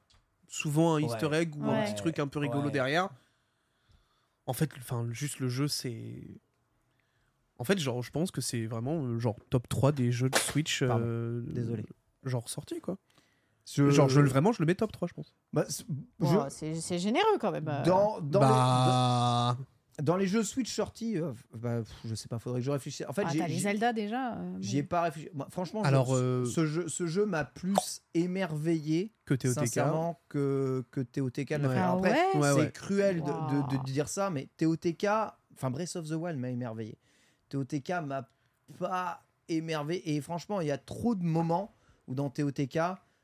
[SPEAKER 3] souvent un
[SPEAKER 1] Ouais.
[SPEAKER 3] easter egg ou un
[SPEAKER 2] Ouais.
[SPEAKER 3] petit truc un peu rigolo
[SPEAKER 1] Ouais.
[SPEAKER 3] derrière. En fait, enfin, juste le jeu, c'est. En fait, genre, je pense que c'est vraiment euh, genre top 3 des jeux de Switch. euh,
[SPEAKER 1] Désolé.
[SPEAKER 3] Genre sorti quoi.
[SPEAKER 1] Je-
[SPEAKER 3] Genre, je, le- vraiment, je le mets top 3, je pense.
[SPEAKER 1] Bah, c'est- je-
[SPEAKER 5] Wow, c'est c'est généreux quand même. euh.
[SPEAKER 1] dans, dans
[SPEAKER 3] bah.
[SPEAKER 1] les, dans les jeux Switch sortis, euh, bah, pff, je sais pas, faudrait que je réfléchisse. En fait,
[SPEAKER 2] Ah,
[SPEAKER 1] j'ai-
[SPEAKER 2] t'as les
[SPEAKER 1] j'ai-
[SPEAKER 2] Zelda déjà. euh,
[SPEAKER 1] j'y ai
[SPEAKER 2] mais-
[SPEAKER 1] pas réfléchi. Moi, franchement, je-
[SPEAKER 3] Alors, euh,
[SPEAKER 1] ce jeu, ce jeu m'a plus émerveillé
[SPEAKER 3] Que TOTK.
[SPEAKER 1] sincèrement que que TOTK. ne l'a
[SPEAKER 3] Ouais.
[SPEAKER 1] fait.
[SPEAKER 2] Ah
[SPEAKER 1] Après,
[SPEAKER 2] ouais
[SPEAKER 3] Ouais,
[SPEAKER 1] c'est
[SPEAKER 3] ouais.
[SPEAKER 1] cruel de, de- de
[SPEAKER 2] Wow.
[SPEAKER 1] dire ça, mais TOTK, enfin Breath of the Wild m'a émerveillé. TOTK m'a pas émerveillé. Et franchement, il y a trop de moments où dans TOTK,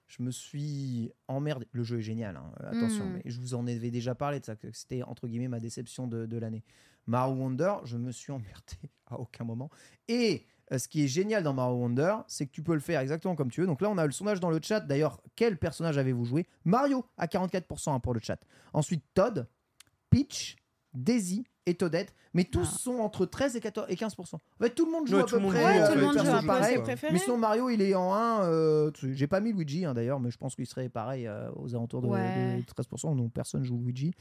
[SPEAKER 1] je me suis emmerdé. Le jeu est génial, hein, attention,
[SPEAKER 2] Mm.
[SPEAKER 1] mais je vous en avais déjà parlé de ça, que c'était entre guillemets ma déception de, de l'année. Mario Wonder, je me suis emmerdé (laughs) à aucun moment. Et euh, ce qui est génial dans Mario Wonder, c'est que tu peux le faire exactement comme tu veux. Donc là, on a le sondage dans le chat. D'ailleurs, quel personnage avez-vous joué Mario à 44% hein, pour le chat. Ensuite, Todd, Peach, Daisy et Toadette. Mais tous
[SPEAKER 2] Ah.
[SPEAKER 1] sont entre 13 et 14 et 15%. En fait, tout le monde joue
[SPEAKER 3] Ouais,
[SPEAKER 1] à
[SPEAKER 3] tout
[SPEAKER 1] peu
[SPEAKER 3] le monde
[SPEAKER 1] près.
[SPEAKER 3] joue,
[SPEAKER 5] Ouais,
[SPEAKER 3] en
[SPEAKER 1] euh,
[SPEAKER 5] tout le
[SPEAKER 3] fait,
[SPEAKER 5] monde
[SPEAKER 1] perso
[SPEAKER 5] joue à
[SPEAKER 3] perso,
[SPEAKER 5] quoi
[SPEAKER 3] pareil.
[SPEAKER 5] c'est préféré.
[SPEAKER 1] mais sinon, Mario, il est en 1. J'ai pas mis Luigi hein, d'ailleurs, mais je pense qu'il serait pareil euh, aux alentours de,
[SPEAKER 2] Ouais.
[SPEAKER 1] de 13%. Donc personne joue Luigi.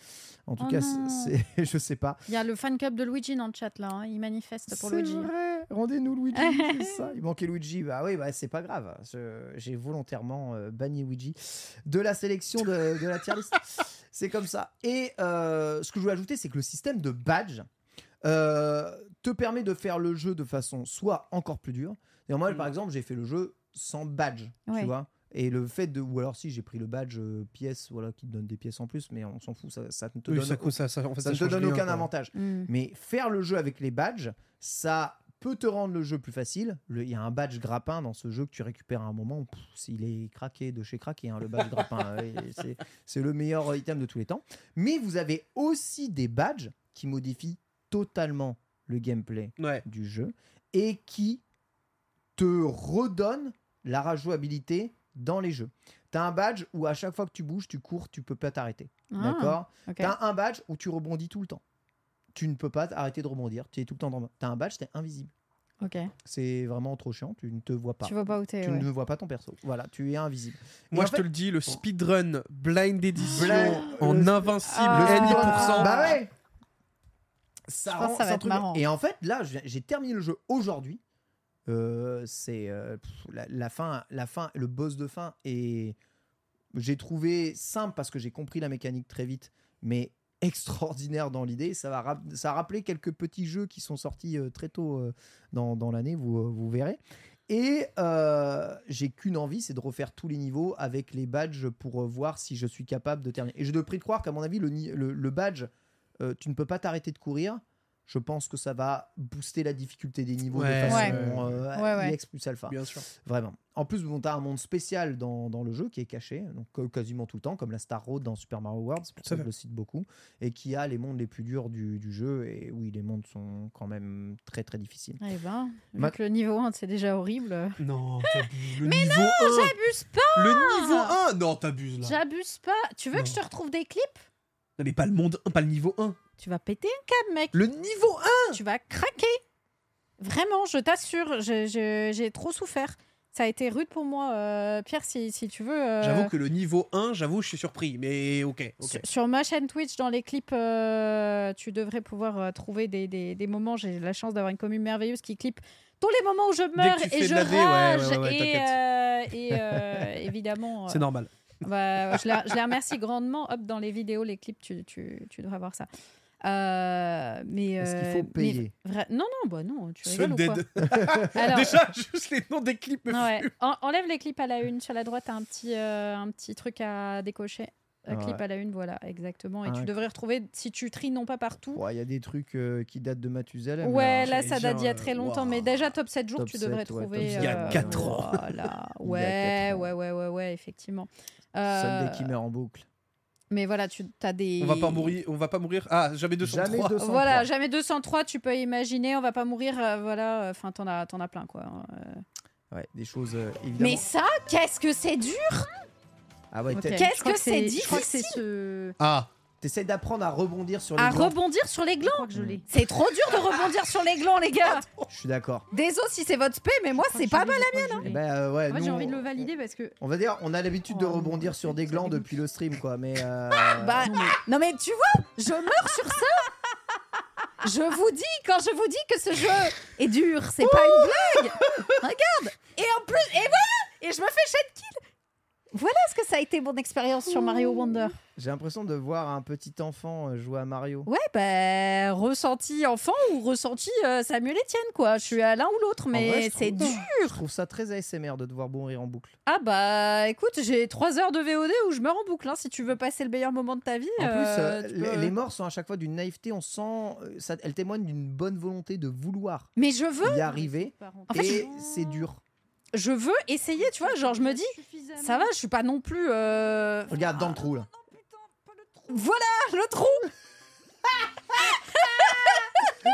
[SPEAKER 1] En tout
[SPEAKER 2] Oh
[SPEAKER 1] cas,
[SPEAKER 2] non.
[SPEAKER 1] c'est, c'est- (laughs) je sais pas.
[SPEAKER 2] Il y a le fan club de Luigi dans le chat là, hein, il manifeste pour
[SPEAKER 1] C'est
[SPEAKER 2] Luigi.
[SPEAKER 1] vrai, rendez-nous
[SPEAKER 2] (laughs)
[SPEAKER 1] Luigi. c'est ça. Il manquait Luigi. Bah oui, bah, c'est pas grave. Je- j'ai volontairement euh, banni Luigi de la sélection de, de la tier
[SPEAKER 2] (laughs)
[SPEAKER 1] list. c'est comme ça. Et euh, ce que je voulais ajouter, c'est que le système de badge euh, te permet de faire le jeu de façon soit encore plus dure. Et moi, par exemple, j'ai fait le jeu sans badge,
[SPEAKER 2] Mm. Ouais.
[SPEAKER 1] tu vois. Et le fait de. Ou alors, si j'ai pris le badge euh, pièce, voilà, qui te donne des pièces en plus, mais on s'en fout, ça, ça ne te
[SPEAKER 3] Oui,
[SPEAKER 1] donne,
[SPEAKER 3] ça, ça, ça, en fait,
[SPEAKER 1] ça
[SPEAKER 3] ça
[SPEAKER 1] ne te
[SPEAKER 3] change
[SPEAKER 1] donne
[SPEAKER 3] rien,
[SPEAKER 1] aucun
[SPEAKER 3] quoi.
[SPEAKER 1] avantage.
[SPEAKER 2] Mm.
[SPEAKER 1] Mais faire le jeu avec les badges, ça peut te rendre le jeu plus facile. Le- Il y a un badge grappin dans ce jeu que tu récupères à un moment. Pff, il est craqué de chez craqué, hein, le badge grappin. hein, et c'est- C'est le meilleur item de tous les temps. Mais vous avez aussi des badges qui modifient totalement le gameplay
[SPEAKER 3] Ouais.
[SPEAKER 1] du jeu et qui te redonne la rejouabilité dans les jeux. T'as un badge où à chaque fois que tu bouges, tu cours, tu peux pas t'arrêter.
[SPEAKER 2] Ah,
[SPEAKER 1] D'accord
[SPEAKER 2] ok.
[SPEAKER 1] T'as un badge où tu rebondis tout le temps. Tu ne peux pas arrêter de rebondir. Tu es tout le temps dans. T'as un badge, t'es invisible.
[SPEAKER 2] Ok.
[SPEAKER 1] C'est vraiment trop chiant. Tu ne te vois pas.
[SPEAKER 2] Tu vois pas où t'es.
[SPEAKER 1] Tu
[SPEAKER 2] ouais.
[SPEAKER 1] ne vois pas ton perso. Voilà, tu es invisible.
[SPEAKER 3] Moi,
[SPEAKER 1] en
[SPEAKER 3] je te
[SPEAKER 1] fait-
[SPEAKER 3] le dis, le speedrun blind edition
[SPEAKER 1] Blind-
[SPEAKER 3] en
[SPEAKER 1] le-
[SPEAKER 3] invincible
[SPEAKER 5] Ah.
[SPEAKER 3] N10%.
[SPEAKER 1] Bah ouais. Ça
[SPEAKER 2] Je pense que ça va
[SPEAKER 1] c'est un
[SPEAKER 2] être marrant.
[SPEAKER 1] Et en fait, là, je viens- j'ai terminé le jeu aujourd'hui. Euh, c'est euh, pff, la, la fin, la fin, le boss de fin est. J'ai trouvé simple parce que j'ai compris la mécanique très vite, mais (laughs) extraordinaire dans l'idée. Ça va, rap- ça a rappelé quelques petits jeux qui sont sortis euh, très tôt euh, dans, dans l'année. Vous, euh, vous verrez. Et euh, j'ai qu'une envie, c'est de refaire tous les niveaux avec les badges pour euh, voir si je suis capable de terminer. Et je te prie de croire qu'à mon avis, le, ni- le, le badge, euh, tu ne peux pas t'arrêter de courir. je pense que ça va booster la difficulté des niveaux
[SPEAKER 3] Ouais.
[SPEAKER 1] de façon
[SPEAKER 3] Ouais.
[SPEAKER 1] euh,
[SPEAKER 3] Ouais, ouais.
[SPEAKER 1] IX plus alpha.
[SPEAKER 3] Bien sûr.
[SPEAKER 1] Vraiment. En plus, bon, t'as un monde spécial dans, dans le jeu qui est caché, donc euh, quasiment tout le temps, comme la Star Road dans Super Mario World, c'est pour ça que je le cite beaucoup, et qui a les mondes les plus durs du, du jeu, et oui, les mondes sont quand même très très difficiles.
[SPEAKER 2] Eh ben, vu
[SPEAKER 1] Ma-
[SPEAKER 2] que le niveau 1, c'est déjà horrible.
[SPEAKER 3] Non,
[SPEAKER 2] Mais
[SPEAKER 3] niveau
[SPEAKER 2] non,
[SPEAKER 3] un.
[SPEAKER 2] j'abuse pas
[SPEAKER 3] Le niveau 1 Non, t'abuses là.
[SPEAKER 2] J'abuse pas Tu veux que je te retrouve des clips
[SPEAKER 3] Non, mais pas le monde 1, pas le niveau 1.
[SPEAKER 2] Tu vas péter un câble, mec
[SPEAKER 3] Le niveau
[SPEAKER 2] 1 Tu vas craquer Vraiment, je t'assure, je- je- j'ai trop souffert. Ça a été rude pour moi, euh, Pierre, si, si tu veux. euh,
[SPEAKER 3] J'avoue que le niveau 1, j'avoue, je suis surpris, mais ok. ok.
[SPEAKER 2] Sur, sur ma chaîne Twitch, dans les clips, euh, tu devrais pouvoir euh, trouver des, des- des moments. J'ai la chance d'avoir une commune merveilleuse qui clip tous les moments où je meurs
[SPEAKER 3] tu
[SPEAKER 2] et
[SPEAKER 3] fais
[SPEAKER 2] je
[SPEAKER 3] de la D, ouais,
[SPEAKER 2] rage.
[SPEAKER 3] ouais, ouais, ouais,
[SPEAKER 2] et euh, et, euh, (laughs) évidemment.
[SPEAKER 3] C'est
[SPEAKER 2] euh,
[SPEAKER 3] normal.
[SPEAKER 2] bah, je, la, je la remercie grandement. Hop, dans les vidéos, les clips, tu, tu, tu devras voir ça. Euh, mais
[SPEAKER 1] Est-ce qu'il
[SPEAKER 2] euh,
[SPEAKER 1] faut
[SPEAKER 2] mais
[SPEAKER 1] payer
[SPEAKER 2] vra- Non, non, bah non, tu
[SPEAKER 3] Seul
[SPEAKER 2] rigoles ou
[SPEAKER 3] dead. (laughs)
[SPEAKER 2] quoi (laughs) Alors-
[SPEAKER 3] Déjà, juste les noms des clips. me
[SPEAKER 2] Ouais.
[SPEAKER 3] fusent.
[SPEAKER 2] En- enlève les clips à la une. Sur la droite, t'as un petit, euh, un petit truc à décocher. Un
[SPEAKER 1] Ah
[SPEAKER 2] clip
[SPEAKER 1] ouais.
[SPEAKER 2] à la une, voilà, exactement. Et
[SPEAKER 1] Ah,
[SPEAKER 2] tu
[SPEAKER 1] ok.
[SPEAKER 2] devrais retrouver, si tu tries non pas partout.
[SPEAKER 1] Il y a des trucs euh, qui datent de Mathusalem.
[SPEAKER 2] Ouais, là,
[SPEAKER 1] là.
[SPEAKER 2] ça date d'il y a très longtemps, mais déjà top 7 jours,
[SPEAKER 1] Top
[SPEAKER 2] tu devrais
[SPEAKER 1] 7, ouais,
[SPEAKER 2] trouver. euh,
[SPEAKER 1] top 7, euh, Il y a quatre ans.
[SPEAKER 2] voilà.
[SPEAKER 1] Il y a
[SPEAKER 2] Ouais,
[SPEAKER 1] quatre ans.
[SPEAKER 2] ouais, ouais, ouais, ouais, effectivement. Euh,
[SPEAKER 1] Sunday qui meurt en boucle.
[SPEAKER 2] mais voilà, tu as des.
[SPEAKER 3] On va pas mourir. On va pas mourir. Ah, jamais 203.
[SPEAKER 1] Jamais 203.
[SPEAKER 2] Voilà, jamais 203, tu peux imaginer, on va pas mourir, euh, voilà, enfin, t'en as, t'en as plein, quoi. Euh,
[SPEAKER 1] Ouais, des choses euh, évidemment.
[SPEAKER 2] Mais ça, qu'est-ce que c'est dur
[SPEAKER 1] Ah ouais, t'as-
[SPEAKER 2] Qu'est-ce
[SPEAKER 1] je crois
[SPEAKER 2] que c'est
[SPEAKER 1] je
[SPEAKER 2] difficile
[SPEAKER 1] crois que c'est-
[SPEAKER 3] Ah.
[SPEAKER 1] T'essayes d'apprendre à rebondir sur les
[SPEAKER 2] à
[SPEAKER 1] glands.
[SPEAKER 2] rebondir sur les glands. C'est trop dur de rebondir sur les glands, les gars.
[SPEAKER 1] Je suis d'accord.
[SPEAKER 2] Désolé si c'est votre spé, mais moi c'est pas mal la mienne. hein.
[SPEAKER 1] Eh ben, euh, ouais, nous, on-
[SPEAKER 2] valider parce que.
[SPEAKER 1] On va dire, on a l'habitude de rebondir sur des glands depuis le stream, quoi. Mais euh,
[SPEAKER 2] (laughs) Bah, non mais tu vois, je meurs sur ça. Je vous dis quand je vous dis que ce jeu est dur, c'est pas une blague. Regarde. Et en plus, et voilà, et je me fais shade kill. Voilà ce que ça a été mon expérience sur Mario Wonder.
[SPEAKER 1] j'ai l'impression de voir un petit enfant euh, jouer à Mario.
[SPEAKER 2] Ouais, bah, ressenti enfant ou ressenti euh, Samuel Etienne, quoi. Je suis à l'un ou l'autre,
[SPEAKER 1] En vrai,
[SPEAKER 2] mais
[SPEAKER 1] je trouve-
[SPEAKER 2] c'est dur.
[SPEAKER 1] Je trouve ça très ASMR de devoir mourir en boucle.
[SPEAKER 2] Ah bah écoute, j'ai 3 heures de VOD où je meurs en boucle. hein. Si tu veux passer le meilleur moment de ta vie,
[SPEAKER 1] En plus,
[SPEAKER 2] euh,
[SPEAKER 1] euh,
[SPEAKER 2] tu
[SPEAKER 1] les,
[SPEAKER 2] peux-
[SPEAKER 1] les morts sont à chaque fois d'une naïveté. On sent, euh, ça, elles témoignent d'une bonne volonté de vouloir
[SPEAKER 2] Mais je veux,
[SPEAKER 1] y arriver.
[SPEAKER 2] En fait,
[SPEAKER 1] et c'est dur.
[SPEAKER 2] je veux essayer, tu vois. Genre, je me dis, ça va, je suis pas non plus. euh,
[SPEAKER 1] Regarde dans le trou (laughs) là.
[SPEAKER 2] Voilà le trou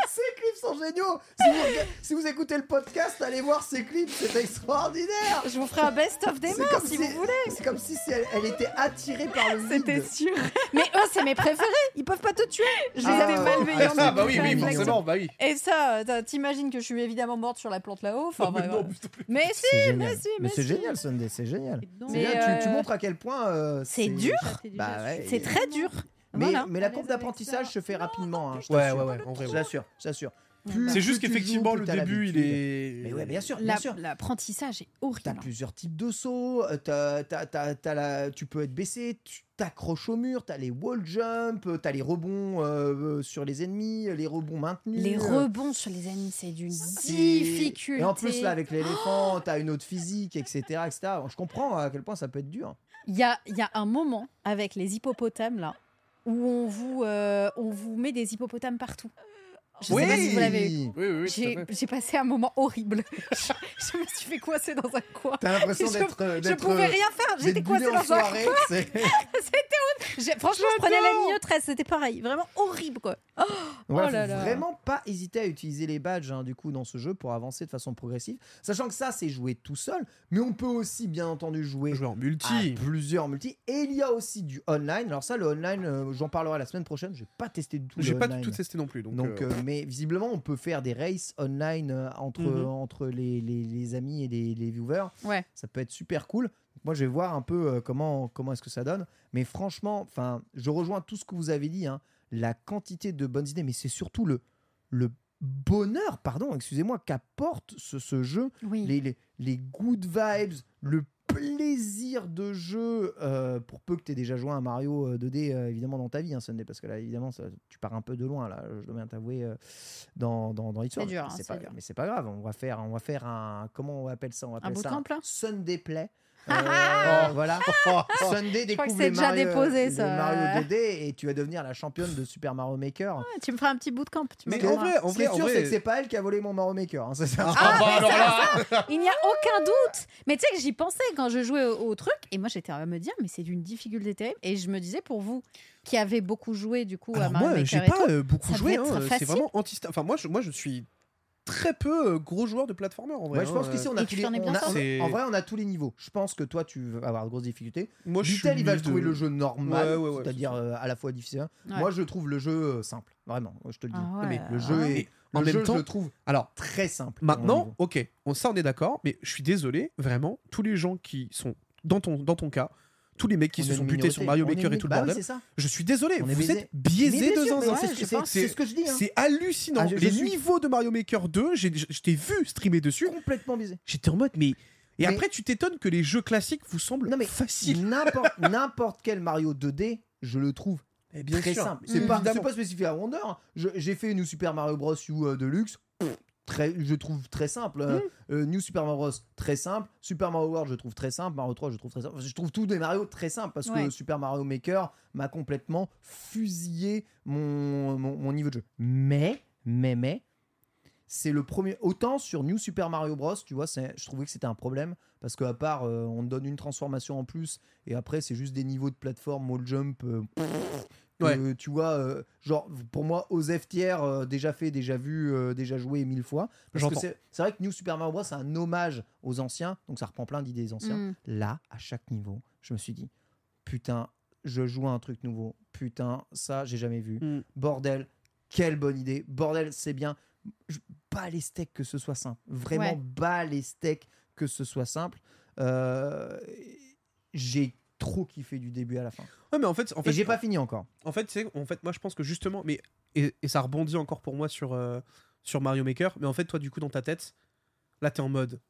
[SPEAKER 1] ces clips sont géniaux. Si vous, rega- si vous écoutez le podcast, allez voir ces clips, c'est extraordinaire.
[SPEAKER 2] Je vous ferai un best-of des
[SPEAKER 1] C'est
[SPEAKER 2] morts
[SPEAKER 1] comme
[SPEAKER 2] si vous voulez.
[SPEAKER 1] C'est comme si c'est- elle, elle était attirée par le vide.
[SPEAKER 2] C'était sûr. Mais eux, c'est mes préférés. Ils peuvent pas te tuer. Je les
[SPEAKER 1] Ah,
[SPEAKER 2] avais
[SPEAKER 1] ouais.
[SPEAKER 3] Ah,
[SPEAKER 2] malveillants.
[SPEAKER 3] ça,
[SPEAKER 2] depuis
[SPEAKER 3] bah oui,
[SPEAKER 2] la
[SPEAKER 3] oui,
[SPEAKER 1] mignon.
[SPEAKER 2] blague.
[SPEAKER 3] forcément, bah oui.
[SPEAKER 2] Et ça, euh, t'as- t'imagines que je suis évidemment morte sur la plante là-haut. Enfin,
[SPEAKER 3] mais
[SPEAKER 2] bref,
[SPEAKER 3] non,
[SPEAKER 2] Oh, bah, voilà.
[SPEAKER 3] s'il te plaît.
[SPEAKER 2] mais si,
[SPEAKER 1] C'est génial.
[SPEAKER 2] mais si, mais,
[SPEAKER 1] c'est
[SPEAKER 2] si.
[SPEAKER 1] génial, Sunday, c'est génial. C'est
[SPEAKER 2] Mais,
[SPEAKER 1] génial. Tu, tu
[SPEAKER 2] euh,
[SPEAKER 1] montres à quel point euh,
[SPEAKER 2] C'est dur.
[SPEAKER 1] Bah ouais.
[SPEAKER 2] C'est très dur.
[SPEAKER 1] Mais,
[SPEAKER 2] Voilà.
[SPEAKER 1] mais la courbe d'apprentissage se fait rapidement. hein, je
[SPEAKER 3] Ouais,
[SPEAKER 1] t'assure.
[SPEAKER 3] ouais, ouais, en vrai, ouais.
[SPEAKER 1] Je l'assure, je l'assure. Plus
[SPEAKER 3] C'est juste
[SPEAKER 1] tu joues,
[SPEAKER 3] qu'effectivement,
[SPEAKER 1] plus
[SPEAKER 3] le
[SPEAKER 1] t'as
[SPEAKER 3] début, il
[SPEAKER 1] l'habitude.
[SPEAKER 3] est.
[SPEAKER 1] Mais ouais, bien sûr, bien
[SPEAKER 2] La-
[SPEAKER 1] sûr.
[SPEAKER 2] L'apprentissage est
[SPEAKER 1] T'as
[SPEAKER 2] horrible.
[SPEAKER 1] plusieurs types de sauts, euh, t'as- t'as- t'as- t'as la- tu peux être baissé, tu t'accroches au mur, t'as les wall jump, euh, t'as les rebonds euh, euh, sur les ennemis, les rebonds maintenus.
[SPEAKER 2] Les
[SPEAKER 1] euh,
[SPEAKER 2] rebonds sur les ennemis, c'est d'une
[SPEAKER 1] c'est-
[SPEAKER 2] difficulté.
[SPEAKER 1] Et en plus, là, avec
[SPEAKER 2] Oh
[SPEAKER 1] l'éléphant, t'as une autre physique, etc., etc. Je comprends hein, à quel point ça peut être dur.
[SPEAKER 2] Il y a, il y a un moment avec les hippopotames, là, où on vous, euh, on vous met des hippopotames partout. Je
[SPEAKER 3] Oui.
[SPEAKER 2] sais pas si vous l'avez eu.
[SPEAKER 3] Oui, oui, oui. tout à
[SPEAKER 2] J'ai
[SPEAKER 3] fait.
[SPEAKER 2] j'ai passé un moment horrible. (laughs) je, je me suis fait coincer dans un coin.
[SPEAKER 1] T'as l'impression
[SPEAKER 2] Je-
[SPEAKER 1] d'être. euh,
[SPEAKER 2] Je
[SPEAKER 1] d'être,
[SPEAKER 2] pouvais
[SPEAKER 1] euh,
[SPEAKER 2] rien faire.
[SPEAKER 1] d'être
[SPEAKER 2] J'étais coincée
[SPEAKER 1] bullé en
[SPEAKER 2] dans un coin.
[SPEAKER 1] soirée,
[SPEAKER 2] (laughs)
[SPEAKER 1] c'est-
[SPEAKER 2] J'ai- Franchement, je prenais la ligne 13. C'était pareil. Vraiment horrible, quoi. Oh,
[SPEAKER 1] Ouais,
[SPEAKER 2] Oh
[SPEAKER 1] faut
[SPEAKER 2] là là.
[SPEAKER 1] vraiment pas hésiter à utiliser les badges hein, du coup dans ce jeu pour avancer de façon progressive, sachant que ça c'est jouer tout seul, mais on peut aussi bien entendu jouer,
[SPEAKER 3] Jouer en
[SPEAKER 1] à
[SPEAKER 3] multi.
[SPEAKER 1] Ah, plusieurs multi. Et il y a aussi du online. Alors ça le online, euh, j'en parlerai la semaine prochaine. J'ai pas testé du tout.
[SPEAKER 3] J'ai
[SPEAKER 1] le
[SPEAKER 3] pas
[SPEAKER 1] online.
[SPEAKER 3] tout testé non plus. Donc,
[SPEAKER 1] Donc,
[SPEAKER 3] euh,
[SPEAKER 1] euh, mais visiblement, on peut faire des races online euh, entre,
[SPEAKER 3] Mhm.
[SPEAKER 1] entre les, les- les amis et les, les viewers.
[SPEAKER 2] Ouais.
[SPEAKER 1] Ça peut être super cool. Moi, je vais voir un peu euh, comment, comment est-ce que ça donne. Mais franchement, enfin, je rejoins tout ce que vous avez dit. hein. La quantité de bonnes idées, mais c'est surtout le, le bonheur, pardon, excusez-moi, qu'apporte ce, ce jeu
[SPEAKER 2] Oui.
[SPEAKER 1] les, les, les good vibes, le plaisir de jeu, euh, pour peu que tu aies déjà joué à un Mario euh, 2D, euh, évidemment, dans ta vie, hein, Sunday, parce que là, évidemment, ça- tu pars un peu de loin, là, je dois bien t'avouer, euh, dans, dans, dans l'histoire.
[SPEAKER 2] dur, hein,
[SPEAKER 1] C'est
[SPEAKER 2] c'est
[SPEAKER 1] pas-
[SPEAKER 2] dur.
[SPEAKER 1] Mais c'est pas grave, on va faire, on va faire un. Comment on appelle ça On appelle ça
[SPEAKER 2] bootcamp, là (laughs)
[SPEAKER 1] Sunday Play. Euh, voilà. Sunday
[SPEAKER 2] Je crois que
[SPEAKER 1] découvre
[SPEAKER 2] c'est
[SPEAKER 1] les
[SPEAKER 2] déjà
[SPEAKER 1] Mario,
[SPEAKER 2] déposé,
[SPEAKER 1] les
[SPEAKER 2] ça.
[SPEAKER 1] Mario 2D et tu vas devenir la championne de Super Mario Maker.
[SPEAKER 2] Ouais, tu me feras un petit bootcamp. Tu me
[SPEAKER 1] Ce qui est-
[SPEAKER 2] diras.
[SPEAKER 1] ce qui est sûr, c'est que c'est pas elle qui a volé mon Mario Maker. hein, c'est
[SPEAKER 3] bah,
[SPEAKER 1] ça.
[SPEAKER 2] Ah, mais ça, ça, il n'y a aucun doute. Mais tu sais que j'y pensais quand je jouais au, au truc, et moi j'étais à me dire, mais c'est d'une difficulté terrible. Et je me disais pour vous qui avez beaucoup joué du coup à
[SPEAKER 3] Alors
[SPEAKER 2] Mario
[SPEAKER 3] moi,
[SPEAKER 2] Maker
[SPEAKER 3] j'ai
[SPEAKER 2] et
[SPEAKER 3] pas
[SPEAKER 2] tout,
[SPEAKER 3] euh, beaucoup
[SPEAKER 2] ça
[SPEAKER 3] joué.
[SPEAKER 2] devait être
[SPEAKER 3] hein, C'est
[SPEAKER 2] facile.
[SPEAKER 3] vraiment anti. Enfin, moi, je, moi, je suis très peu euh, gros joueur de platformer en vrai.
[SPEAKER 1] Ouais, je pense
[SPEAKER 3] hein,
[SPEAKER 1] qu'ici
[SPEAKER 3] euh.
[SPEAKER 1] on a tous les... on a-
[SPEAKER 3] C'est-
[SPEAKER 1] En vrai, on a tous les niveaux. Je pense que toi, tu vas avoir de grosses difficultés.
[SPEAKER 3] Moi, je
[SPEAKER 1] Vitel,
[SPEAKER 3] suis
[SPEAKER 1] il va
[SPEAKER 3] de-
[SPEAKER 1] trouver le jeu normal,
[SPEAKER 3] Ouais, ouais, ouais,
[SPEAKER 1] c'est-à-dire euh, à la fois difficile.
[SPEAKER 3] Ouais.
[SPEAKER 1] Moi, je trouve le jeu euh, simple, vraiment. Je te le dis.
[SPEAKER 3] Ah ouais,
[SPEAKER 1] Mais le
[SPEAKER 3] euh,
[SPEAKER 1] jeu
[SPEAKER 3] ouais.
[SPEAKER 1] est.
[SPEAKER 3] Mais en
[SPEAKER 1] le
[SPEAKER 3] même
[SPEAKER 1] jeu,
[SPEAKER 3] temps-
[SPEAKER 1] je le trouve.
[SPEAKER 3] Alors,
[SPEAKER 1] très simple. mon
[SPEAKER 3] Maintenant,
[SPEAKER 1] niveau.
[SPEAKER 3] ok, on, ça on est d'accord, mais je suis désolé, vraiment, tous les gens qui sont dans ton, dans ton cas, tous les mecs qui
[SPEAKER 1] On
[SPEAKER 3] se
[SPEAKER 1] est
[SPEAKER 3] sont
[SPEAKER 1] une
[SPEAKER 3] butés sur
[SPEAKER 1] minorité.
[SPEAKER 3] Mario
[SPEAKER 1] On est
[SPEAKER 3] Maker
[SPEAKER 1] une
[SPEAKER 3] et tout
[SPEAKER 1] mi-
[SPEAKER 3] le
[SPEAKER 1] bah oui,
[SPEAKER 3] bordel,
[SPEAKER 1] c'est ça.
[SPEAKER 3] je suis désolé,
[SPEAKER 1] On est
[SPEAKER 3] vous
[SPEAKER 1] baisés.
[SPEAKER 3] êtes biaisés
[SPEAKER 1] Mais bien
[SPEAKER 3] de
[SPEAKER 1] sûr, mais
[SPEAKER 3] zinzin.
[SPEAKER 1] ouais, je pense, c'est ce que je dis, hein.
[SPEAKER 3] C'est hallucinant.
[SPEAKER 1] Ah, je- je
[SPEAKER 3] les
[SPEAKER 1] suis-
[SPEAKER 3] niveaux de Mario Maker 2, j'ai- je t'ai vu streamer dessus.
[SPEAKER 1] Complètement biaisé.
[SPEAKER 3] J'étais en mode, mais. Et
[SPEAKER 1] Mais-
[SPEAKER 3] après, tu t'étonnes que les jeux classiques vous semblent faciles.
[SPEAKER 1] N'importe- N'importe quel Mario 2D, je le trouve
[SPEAKER 3] bien
[SPEAKER 1] très
[SPEAKER 3] sûr,
[SPEAKER 1] simple. C'est
[SPEAKER 3] mm.
[SPEAKER 1] pas, c'est
[SPEAKER 3] évidemment.
[SPEAKER 1] pas spécifique à Wonder. hein. Je- J'ai fait New Super Mario Bros. U euh, Deluxe. pff, Très, je trouve très simple. Euh, euh, New Super Mario Bros. très simple. Super Mario World, je trouve très simple. Mario 3, je trouve très simple. Enfin, je trouve tous des Mario très simples parce
[SPEAKER 3] Ouais.
[SPEAKER 1] que Super Mario Maker m'a complètement fusillé mon, mon, mon niveau de jeu. Mais, mais, mais, c'est le premier. Autant sur New Super Mario Bros, tu vois, c'est- je trouvais que c'était un problème parce que à part, euh, on te donne une transformation en plus et après c'est juste des niveaux de plateforme, wall jump. euh, pff, que,
[SPEAKER 3] Ouais.
[SPEAKER 1] tu vois, euh, genre pour moi, aux FTR, euh, déjà fait, déjà vu, euh, déjà joué mille fois. Parce que
[SPEAKER 3] J'entends.
[SPEAKER 1] c'est c'est vrai que New Super Mario Bros, c'est un hommage aux anciens, donc ça reprend plein d'idées anciennes.
[SPEAKER 3] Mm.
[SPEAKER 1] Là, à chaque niveau, je me suis dit, putain, je joue à un truc nouveau. Putain, ça, j'ai jamais vu. Bordel, quelle bonne idée. Bordel, c'est bien. Je- Bas les steaks que ce soit simple. Vraiment,
[SPEAKER 3] Ouais.
[SPEAKER 1] bas les steaks que ce soit simple. Euh, j'ai trop kiffé du début à la fin.
[SPEAKER 3] Ouais, mais en fait, en
[SPEAKER 1] Et
[SPEAKER 3] fait
[SPEAKER 1] j'ai pas fini encore.
[SPEAKER 3] En fait, c'est en fait moi je pense que justement mais et, et ça rebondit encore pour moi sur euh, sur Mario Maker, mais en fait toi du coup dans ta tête là t'es en mode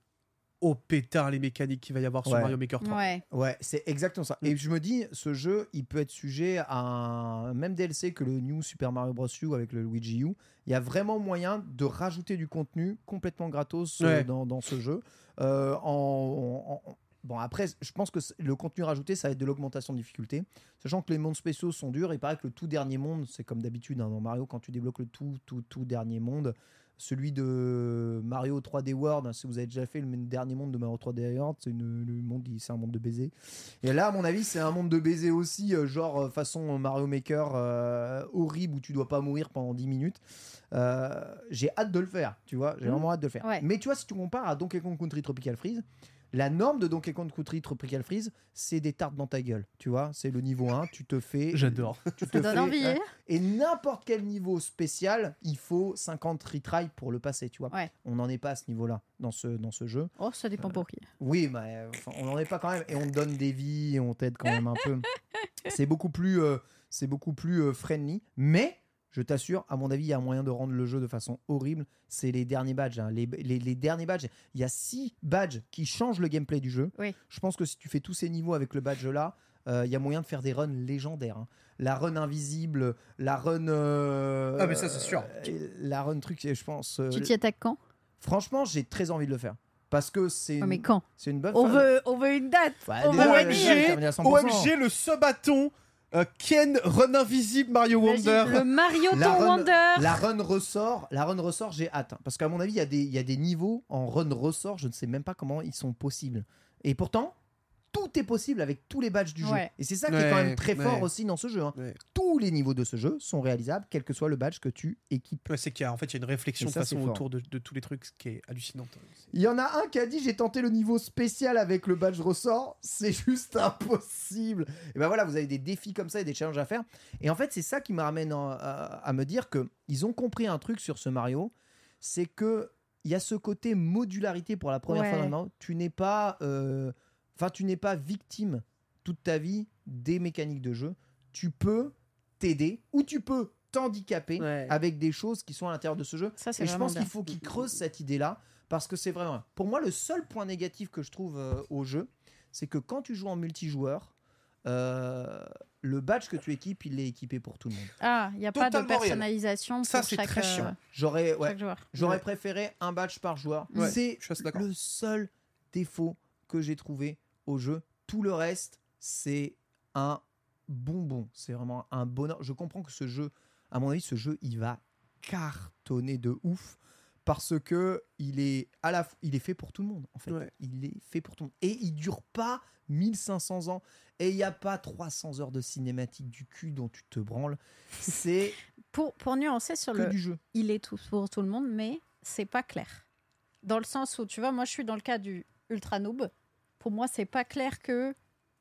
[SPEAKER 3] oh pétard les mécaniques qu'il va y avoir sur Mario Maker 3.
[SPEAKER 1] Ouais, c'est exactement ça. Et je me dis, ce jeu, il peut être sujet à un même DLC que le New Super Mario Bros. U avec le Luigi U. Il y a vraiment moyen de rajouter du contenu complètement gratos euh,
[SPEAKER 3] Ouais.
[SPEAKER 1] dans, dans ce jeu. Euh, en, en- en- Bon, après, je pense que c- le contenu rajouté, ça va être de l'augmentation de difficulté. Sachant que les mondes spéciaux sont durs, il paraît que le tout dernier monde, c'est comme d'habitude hein, dans Mario, quand tu débloques le tout, tout, tout dernier monde, celui de Mario 3D World, hein, si vous avez déjà fait le m- dernier monde de Mario 3D World, c'est une- le monde, il- c'est un monde de baiser. Et là, à mon avis, c'est un monde de baiser aussi, euh, genre euh, façon Mario Maker euh, horrible où tu dois pas mourir pendant 10 minutes. Euh, j'ai hâte de le faire, tu vois, j'ai
[SPEAKER 3] Mhm.
[SPEAKER 1] vraiment hâte de le faire.
[SPEAKER 3] Ouais.
[SPEAKER 1] Mais tu vois, si tu compares à Donkey Kong Country Tropical Freeze, la norme de Donkey Kong Country Tropical Freeze, c'est des tartes dans ta gueule, tu vois, c'est le niveau 1, tu te fais.
[SPEAKER 3] J'adore.
[SPEAKER 1] Tu
[SPEAKER 3] Ça donne envie, hein.
[SPEAKER 1] Et n'importe quel niveau spécial, il faut 50 retries pour le passer, tu vois. On n'en est pas à ce niveau-là dans ce, dans ce jeu.
[SPEAKER 2] Oh, ça dépend pour qui.
[SPEAKER 1] Oui, mais euh, enfin, on n'en est pas quand même. Et on te donne des vies, et on t'aide quand même un
[SPEAKER 2] (laughs)
[SPEAKER 1] peu. C'est beaucoup plus, euh, c'est beaucoup plus euh, friendly. Mais je t'assure, à mon avis, il y a moyen de rendre le jeu de façon horrible. C'est les derniers badges. hein. Les, les- les derniers badges. Il y a six badges qui changent le gameplay du jeu. Je pense que si tu fais tous ces niveaux avec le badge là, euh, il y a moyen de faire des runs légendaires. hein. La run invisible, la run. euh,
[SPEAKER 3] Ah, mais ça, c'est sûr.
[SPEAKER 1] euh, La run truc, je pense. euh,
[SPEAKER 2] Tu t'y attaques quand
[SPEAKER 1] Franchement, j'ai très envie de le faire. Parce que c'est.
[SPEAKER 2] Ouais,
[SPEAKER 1] une-
[SPEAKER 2] mais quand
[SPEAKER 1] C'est une bonne
[SPEAKER 2] on
[SPEAKER 1] phase.
[SPEAKER 2] veut, on veut une date.
[SPEAKER 1] Bah,
[SPEAKER 2] on
[SPEAKER 1] déjà,
[SPEAKER 2] veut
[SPEAKER 1] la
[SPEAKER 2] une
[SPEAKER 1] date
[SPEAKER 2] date.
[SPEAKER 1] est terminée à 100%.
[SPEAKER 3] OMG le subaton euh, Ken Run Invisible Mario
[SPEAKER 2] Imagine
[SPEAKER 3] Wonder.
[SPEAKER 2] le Mario
[SPEAKER 1] La run- La
[SPEAKER 2] Wonder.
[SPEAKER 1] run ressort, la run ressort, j'ai hâte. hein. Parce qu'à mon avis, il y, a des- il y a des niveaux en run ressort, je ne sais même pas comment ils sont possibles. Et pourtant, tout est possible avec tous les badges du jeu.
[SPEAKER 3] Ouais.
[SPEAKER 1] Et c'est ça qui
[SPEAKER 3] Ouais,
[SPEAKER 1] est quand même très
[SPEAKER 3] ouais.
[SPEAKER 1] fort aussi dans ce jeu. hein. Tous les niveaux de ce jeu sont réalisables, quel que soit le badge que tu équipes.
[SPEAKER 3] Ouais, c'est qu'il y a en fait il y a une
[SPEAKER 1] Et
[SPEAKER 3] réflexion de
[SPEAKER 1] ça,
[SPEAKER 3] façon
[SPEAKER 1] c'est fort.
[SPEAKER 3] autour de, de tous les trucs ce qui est hallucinante.
[SPEAKER 1] Il y en a un qui a dit j'ai tenté le niveau spécial avec le badge ressort, c'est juste impossible. Et ben voilà, vous avez des défis comme ça et des challenges à faire. Et en fait, c'est ça qui me ramène en- à, à me dire que ils ont compris un truc sur ce Mario, c'est que il y a ce côté modularité pour la première
[SPEAKER 3] Ouais.
[SPEAKER 1] fois dans le Mario. Tu n'es pas, euh, enfin tu n'es pas victime toute ta vie des mécaniques de jeu. Tu peux t'aider ou tu peux t'handicaper avec des choses qui sont à l'intérieur de ce jeu.
[SPEAKER 3] Ça, c'est
[SPEAKER 1] et je
[SPEAKER 3] vraiment
[SPEAKER 1] pense
[SPEAKER 3] bien.
[SPEAKER 1] qu'il faut qu'il creuse cette idée-là parce que c'est vraiment. Pour moi, le seul point négatif que je trouve euh, au jeu, c'est que quand tu joues en multijoueur, euh, le badge que tu équipes, il est équipé pour tout le monde.
[SPEAKER 2] Ah, il n'y a pas de
[SPEAKER 1] Totalement réel.
[SPEAKER 2] personnalisation. pour chaque, euh,
[SPEAKER 1] J'aurais ouais,
[SPEAKER 2] chaque joueur.
[SPEAKER 1] j'aurais
[SPEAKER 2] Ouais.
[SPEAKER 1] préféré un badge par joueur.
[SPEAKER 3] Ouais,
[SPEAKER 1] c'est
[SPEAKER 3] je suis assez d'accord.
[SPEAKER 1] le seul défaut que j'ai trouvé au jeu. Tout le reste, c'est un bonbon. C'est vraiment un bonheur. Je comprends que ce jeu, à mon avis, ce jeu, il va cartonner de ouf parce que il est à la f- il est fait pour tout le monde en fait il est fait pour tout le monde et il dure pas 1500 ans et il n'y a pas 300 heures de cinématique du cul dont tu te branles c'est
[SPEAKER 2] Pour, pour nuancer (laughs) sur
[SPEAKER 1] Que
[SPEAKER 2] le
[SPEAKER 1] du jeu.
[SPEAKER 2] il est tout pour tout le monde, mais c'est pas clair. Dans le sens où, tu vois, moi je suis dans le cas du ultra noob. Pour moi, c'est pas clair que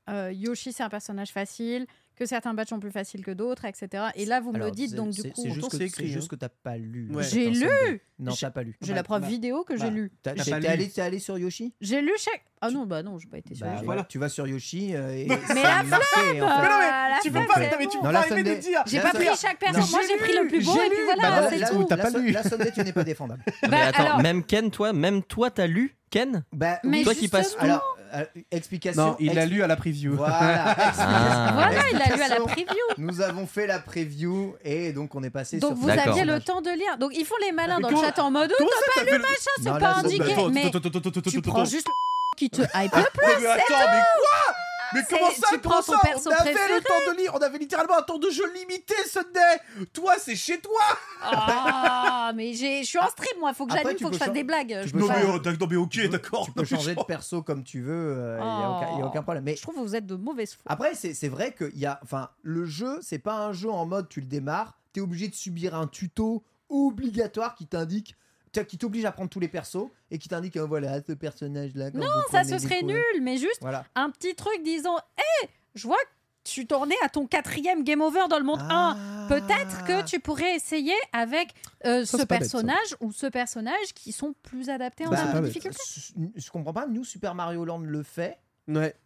[SPEAKER 2] euh, Yoshi c'est un personnage facile, que certains badges sont plus faciles que d'autres, etc. Et là, vous me le
[SPEAKER 1] Alors,
[SPEAKER 2] dites,
[SPEAKER 1] c'est-
[SPEAKER 2] donc du
[SPEAKER 1] c'est-
[SPEAKER 2] coup,
[SPEAKER 1] c'est juste
[SPEAKER 2] autant
[SPEAKER 1] que
[SPEAKER 2] c'est
[SPEAKER 1] c'est juste que t'as pas lu
[SPEAKER 2] Ouais.
[SPEAKER 1] hein,
[SPEAKER 2] J'ai
[SPEAKER 1] certains
[SPEAKER 2] lu.
[SPEAKER 1] CD. non
[SPEAKER 2] J'ai-
[SPEAKER 1] t'as pas lu
[SPEAKER 2] j'ai la preuve vidéo que j'ai lu.
[SPEAKER 1] t'as
[SPEAKER 2] Bah, T'as
[SPEAKER 1] t'es
[SPEAKER 2] pas lu.
[SPEAKER 1] allé, t'es allé sur Yoshi
[SPEAKER 2] J'ai lu chaque. Ah non, bah non, j'ai pas été sur
[SPEAKER 1] Bah,
[SPEAKER 2] Yoshi.
[SPEAKER 1] voilà tu vas sur Yoshi euh, et
[SPEAKER 2] Mais
[SPEAKER 1] ça
[SPEAKER 2] la
[SPEAKER 1] a marqué,
[SPEAKER 2] flemme
[SPEAKER 1] en fait.
[SPEAKER 2] Mais non,
[SPEAKER 3] Ah,
[SPEAKER 2] mais tu peux
[SPEAKER 1] Donc,
[SPEAKER 2] pas-
[SPEAKER 1] euh,
[SPEAKER 2] non, mais tu peux
[SPEAKER 1] non, la
[SPEAKER 2] pas aimer
[SPEAKER 1] Sunday-
[SPEAKER 2] nous dire. J'ai pas
[SPEAKER 1] la-
[SPEAKER 2] pris chaque personne, moi, j'ai
[SPEAKER 1] lu,
[SPEAKER 2] pris le plus beau,
[SPEAKER 1] j'ai
[SPEAKER 2] et puis
[SPEAKER 1] lu.
[SPEAKER 2] voilà,
[SPEAKER 1] Bah,
[SPEAKER 2] c'est
[SPEAKER 1] la-
[SPEAKER 2] tout. Bah
[SPEAKER 1] la-
[SPEAKER 2] T'as pas
[SPEAKER 1] la-
[SPEAKER 2] lu.
[SPEAKER 1] la Sunday tu n'es
[SPEAKER 2] (laughs)
[SPEAKER 1] pas défendable
[SPEAKER 4] mais attends, même Ken, toi, même toi, t'as lu Ken
[SPEAKER 1] Bah,
[SPEAKER 4] Mais Toi qui justement. passes tout.
[SPEAKER 1] Alors, euh, explication.
[SPEAKER 3] Non, il l'a
[SPEAKER 1] expli-
[SPEAKER 3] lu à la preview.
[SPEAKER 1] Voilà.
[SPEAKER 4] Ah.
[SPEAKER 2] Voilà, il l'a lu à la
[SPEAKER 1] Explication.
[SPEAKER 2] preview.
[SPEAKER 1] Nous avons fait la preview et donc on est passé
[SPEAKER 2] Donc
[SPEAKER 1] sur.
[SPEAKER 2] vous aviez le temps de lire. Donc ils font les malins
[SPEAKER 1] Mais
[SPEAKER 2] dans le
[SPEAKER 1] comment-
[SPEAKER 2] chat en mode oh,
[SPEAKER 1] comment ça,
[SPEAKER 2] t'as pas
[SPEAKER 1] t'as fait
[SPEAKER 2] lu
[SPEAKER 1] le-
[SPEAKER 2] machin, c'est
[SPEAKER 1] Non,
[SPEAKER 2] pas
[SPEAKER 1] là, c'est-
[SPEAKER 2] indiqué.
[SPEAKER 1] Attends,
[SPEAKER 2] Mais tu prends juste le qui te hype le
[SPEAKER 3] Mais,
[SPEAKER 2] plus.
[SPEAKER 3] mais
[SPEAKER 2] c'est
[SPEAKER 3] attends,
[SPEAKER 2] tout.
[SPEAKER 3] mais quoi Mais
[SPEAKER 2] C'est-
[SPEAKER 3] Ah, comment ça,
[SPEAKER 2] tu
[SPEAKER 3] comment
[SPEAKER 2] prends
[SPEAKER 3] ça
[SPEAKER 2] ton perso
[SPEAKER 3] On avait
[SPEAKER 2] préféré.
[SPEAKER 3] le temps de lire, on avait littéralement un temps de jeu limité, Sunday Toi, c'est chez toi
[SPEAKER 2] Ah, mais j'ai- je suis en stream moi, faut que
[SPEAKER 1] Après,
[SPEAKER 2] j'anime,
[SPEAKER 1] tu
[SPEAKER 2] faut que je
[SPEAKER 1] peux
[SPEAKER 2] fasse
[SPEAKER 1] chan-
[SPEAKER 2] des blagues.
[SPEAKER 1] tu
[SPEAKER 2] Je peux
[SPEAKER 1] peux Non,
[SPEAKER 2] pas-
[SPEAKER 1] mais, euh,
[SPEAKER 3] d'accord, mais ok, d'accord.
[SPEAKER 1] Tu peux changer de perso comme tu veux, euh, il
[SPEAKER 2] Oh.
[SPEAKER 1] n'y a, aucun problème. Mais
[SPEAKER 2] Je trouve que vous êtes de mauvaises fous.
[SPEAKER 1] après, c'est c'est vrai que y a, enfin, le jeu, c'est pas un jeu en mode tu le démarres, tu es obligé de subir un tuto obligatoire qui t'indique. t'as- Qui t'oblige à prendre tous les persos et qui t'indique, euh, voilà, ce personnage-là. quand
[SPEAKER 2] Non,
[SPEAKER 1] vous
[SPEAKER 2] ça
[SPEAKER 1] prenez
[SPEAKER 2] ce
[SPEAKER 1] des
[SPEAKER 2] serait
[SPEAKER 1] coups-
[SPEAKER 2] nul, mais juste
[SPEAKER 1] Voilà.
[SPEAKER 2] un petit truc disant Hé, je vois que tu t'en es à ton quatrième game over dans le monde
[SPEAKER 1] Ah.
[SPEAKER 2] 1. Peut-être que tu pourrais essayer avec euh,
[SPEAKER 3] Ça,
[SPEAKER 2] ce
[SPEAKER 3] c'est pas bête, ça.
[SPEAKER 2] personnage ou ce personnage qui sont plus adaptés en
[SPEAKER 1] Bah,
[SPEAKER 2] termes
[SPEAKER 3] pas
[SPEAKER 2] de
[SPEAKER 3] bête.
[SPEAKER 2] difficulté.
[SPEAKER 1] Je- Je comprends pas, nous, Super Mario Land le fait,
[SPEAKER 3] Ouais,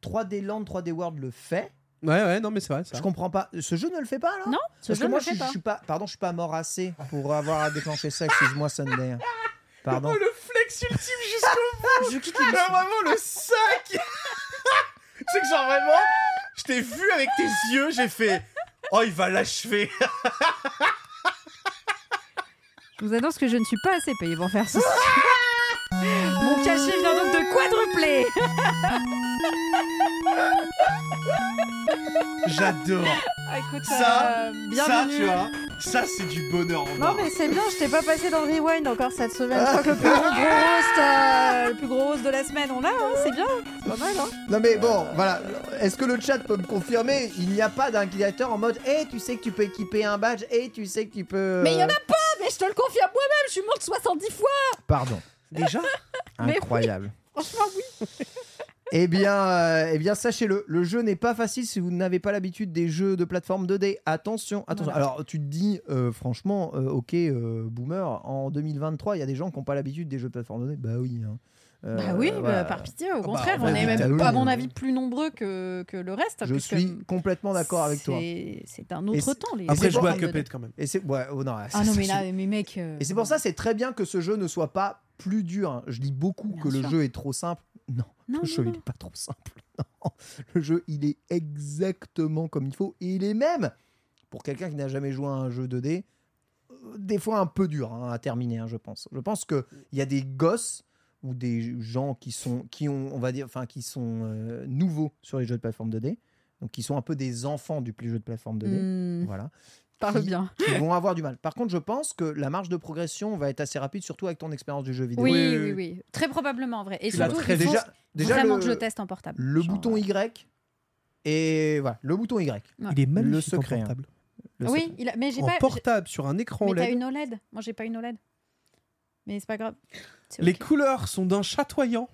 [SPEAKER 1] 3D Land, 3D World le fait.
[SPEAKER 3] ouais, ouais, non, mais c'est vrai. ça.
[SPEAKER 1] Je comprends pas. Ce jeu ne le fait pas alors
[SPEAKER 2] Non, ce
[SPEAKER 1] Parce
[SPEAKER 2] jeu
[SPEAKER 1] que
[SPEAKER 2] ne
[SPEAKER 1] moi,
[SPEAKER 2] le fait
[SPEAKER 1] je,
[SPEAKER 2] pas.
[SPEAKER 1] je suis pas. Pardon, je suis pas mort assez pour avoir à déclencher ça.
[SPEAKER 2] (laughs)
[SPEAKER 1] Excuse-moi, Sunday. Pardon.
[SPEAKER 3] Oh, le flex ultime (laughs) jusqu'au bout
[SPEAKER 2] Je quitte les
[SPEAKER 3] Mais Vraiment, le sac (laughs) Tu sais que genre, vraiment, je t'ai vu avec tes yeux, j'ai fait... Oh, il va l'achever
[SPEAKER 7] Je vous annonce que je ne suis pas assez payée pour faire ça. (laughs)
[SPEAKER 2] Mon cachet vient donc de quadrupler.
[SPEAKER 3] J'adore
[SPEAKER 2] Ah,
[SPEAKER 7] écoute,
[SPEAKER 3] Ça,
[SPEAKER 7] euh,
[SPEAKER 3] Ça,
[SPEAKER 7] bienvenue.
[SPEAKER 3] tu vois, ça, c'est du bonheur en
[SPEAKER 7] Non
[SPEAKER 3] or.
[SPEAKER 7] mais c'est bien, je t'ai pas passé dans le rewind encore cette semaine. Je crois que le
[SPEAKER 1] (laughs)
[SPEAKER 7] plus gros, gros roast, euh, le plus gros roast de la semaine, on l'a, hein, c'est bien, c'est pas mal. Hein.
[SPEAKER 1] Non mais bon, voilà. Est-ce que le chat peut me confirmer Il n'y a pas d'inclinateur en mode. Eh, tu sais que tu peux équiper un badge. Eh, tu sais que tu peux. euh,
[SPEAKER 2] Mais il y en a pas, Ah, mais je te le confirme moi-même, je suis morte 70 fois.
[SPEAKER 1] Pardon. (laughs)
[SPEAKER 3] Déjà
[SPEAKER 2] Mais oui.
[SPEAKER 1] Incroyable.
[SPEAKER 2] Franchement, oui.
[SPEAKER 1] Eh bien, euh, eh bien sachez-le, le jeu n'est pas facile si vous n'avez pas l'habitude des jeux de plateforme 2D. Attention, attention. Alors, tu te dis, euh, franchement, euh, ok, euh, boomer, en 2023, il y a des gens qui n'ont pas l'habitude des jeux de plateforme 2D. Bah oui. hein. Euh,
[SPEAKER 2] Bah oui, bah,
[SPEAKER 1] voilà.
[SPEAKER 2] par pitié, au
[SPEAKER 3] bah,
[SPEAKER 2] contraire,
[SPEAKER 3] bah
[SPEAKER 2] on est
[SPEAKER 3] oui,
[SPEAKER 1] bah
[SPEAKER 2] même,
[SPEAKER 1] oui.
[SPEAKER 2] à mon avis, plus nombreux que, que le reste.
[SPEAKER 1] Je
[SPEAKER 2] puisque
[SPEAKER 1] suis complètement d'accord avec toi.
[SPEAKER 2] c'est- C'est d'un
[SPEAKER 1] Et
[SPEAKER 2] autre
[SPEAKER 1] c'est-
[SPEAKER 2] temps. Les
[SPEAKER 3] Après,
[SPEAKER 2] les
[SPEAKER 3] je vois à
[SPEAKER 2] formes de-
[SPEAKER 3] Cuphead, quand même.
[SPEAKER 1] Et c'est ouais, oh non,
[SPEAKER 2] Ah non,
[SPEAKER 1] c'est-
[SPEAKER 2] mais là, mais mec. euh,
[SPEAKER 1] Et c'est pour ça, c'est très bien que ce jeu ne soit pas plus dur. hein. Je dis beaucoup
[SPEAKER 2] Bien
[SPEAKER 1] que le
[SPEAKER 2] sûr.
[SPEAKER 1] jeu est trop simple. Non,
[SPEAKER 2] Non,
[SPEAKER 1] le
[SPEAKER 2] non,
[SPEAKER 1] jeu,
[SPEAKER 2] non.
[SPEAKER 1] il est pas trop simple. (laughs) Non. Le jeu, il est exactement comme il faut. Et il est même, pour quelqu'un qui n'a jamais joué à un jeu 2D, euh, des fois un peu dur hein, à terminer, hein, je pense. Je pense qu'il y a des gosses ou des gens qui sont, qui ont, on va dire, enfin, qui sont euh, nouveaux sur les jeux de plateforme 2D, donc qui sont un peu des enfants du plus jeu de plateforme 2D.
[SPEAKER 2] hmm,
[SPEAKER 1] Voilà
[SPEAKER 2] parle bien.
[SPEAKER 1] qui vont avoir du mal. Par contre, je pense que la marge de progression va être assez rapide, surtout avec ton expérience du jeu vidéo.
[SPEAKER 2] Oui,
[SPEAKER 3] oui,
[SPEAKER 2] oui,
[SPEAKER 3] oui.
[SPEAKER 2] oui, Très probablement, en vrai. Et
[SPEAKER 3] Tu l'as
[SPEAKER 2] surtout,
[SPEAKER 3] très
[SPEAKER 2] il faut
[SPEAKER 1] déjà, déjà
[SPEAKER 2] vraiment
[SPEAKER 1] le,
[SPEAKER 2] que je teste en portable.
[SPEAKER 1] le
[SPEAKER 2] Genre,
[SPEAKER 1] bouton
[SPEAKER 2] euh,
[SPEAKER 1] Y et voilà, le bouton Y.
[SPEAKER 3] Il est magnifique
[SPEAKER 1] Le
[SPEAKER 3] en
[SPEAKER 1] secret, hein.
[SPEAKER 3] portable.
[SPEAKER 1] Le
[SPEAKER 2] Oui,
[SPEAKER 1] secret.
[SPEAKER 2] il a- mais j'ai
[SPEAKER 3] En
[SPEAKER 2] pas. j'ai-
[SPEAKER 3] portable, sur un écran
[SPEAKER 2] Mais t'as
[SPEAKER 3] OLED.
[SPEAKER 2] une OLED. Moi, j'ai pas une OLED. Mais c'est pas grave. C'est
[SPEAKER 3] Les
[SPEAKER 2] ok.
[SPEAKER 3] couleurs sont d'un chatoyant.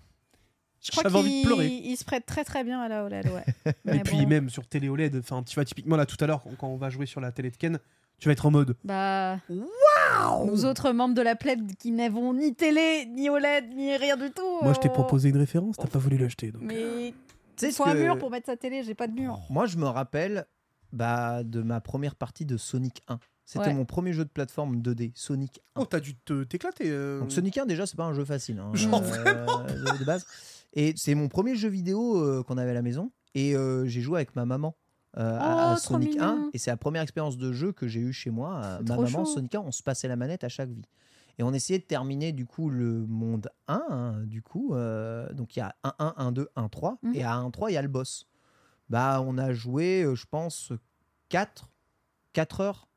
[SPEAKER 2] Je
[SPEAKER 3] j'avais
[SPEAKER 2] crois
[SPEAKER 3] envie de
[SPEAKER 2] qu'il
[SPEAKER 3] pleurer.
[SPEAKER 2] il se prête très très bien à la OLED, ouais.
[SPEAKER 3] Et
[SPEAKER 2] Mais
[SPEAKER 3] puis
[SPEAKER 2] bon.
[SPEAKER 3] même sur télé OLED, enfin tu vois typiquement là tout à l'heure quand- quand on va jouer sur la télé de Ken, tu vas être en mode
[SPEAKER 2] Bah. Nous autres membres de la plaide qui n'avons ni télé, ni OLED, ni rien du tout.
[SPEAKER 3] Moi je
[SPEAKER 1] Oh.
[SPEAKER 3] t'ai
[SPEAKER 2] on-
[SPEAKER 3] proposé une référence, t'as pas voulu l'acheter donc.
[SPEAKER 2] Mais.
[SPEAKER 1] Tu sais
[SPEAKER 2] Il
[SPEAKER 1] ce
[SPEAKER 2] faut un
[SPEAKER 1] que-
[SPEAKER 2] mur pour mettre sa télé, j'ai pas de mur.
[SPEAKER 1] Moi, je me rappelle bah, de ma première partie de Sonic 1. C'était
[SPEAKER 2] Ouais.
[SPEAKER 1] mon premier jeu de plateforme 2D, Sonic 1.
[SPEAKER 3] Oh t'as dû te- t'éclater. euh.
[SPEAKER 1] Donc Sonic 1 déjà c'est pas un jeu facile hein,
[SPEAKER 3] Genre
[SPEAKER 1] de, de base et c'est mon premier jeu vidéo euh, qu'on avait à la maison et euh, j'ai joué avec ma maman euh, à, à
[SPEAKER 2] Oh, trop
[SPEAKER 1] Sonic 1
[SPEAKER 2] mignon.
[SPEAKER 1] et c'est la première expérience de jeu que j'ai eue chez moi Euh,
[SPEAKER 2] C'est
[SPEAKER 1] ma
[SPEAKER 2] trop
[SPEAKER 1] maman
[SPEAKER 2] chaud.
[SPEAKER 1] Sonic 1 on se passait la manette à chaque vie Et on essayait de terminer du coup le monde 1, hein, du coup. euh, donc il y a 1, 1, 1, 2, 1, 3.
[SPEAKER 8] Mhm.
[SPEAKER 1] Et à 1, 3, il y a le boss. Bah, on a joué, euh, je pense, 4, 4 heures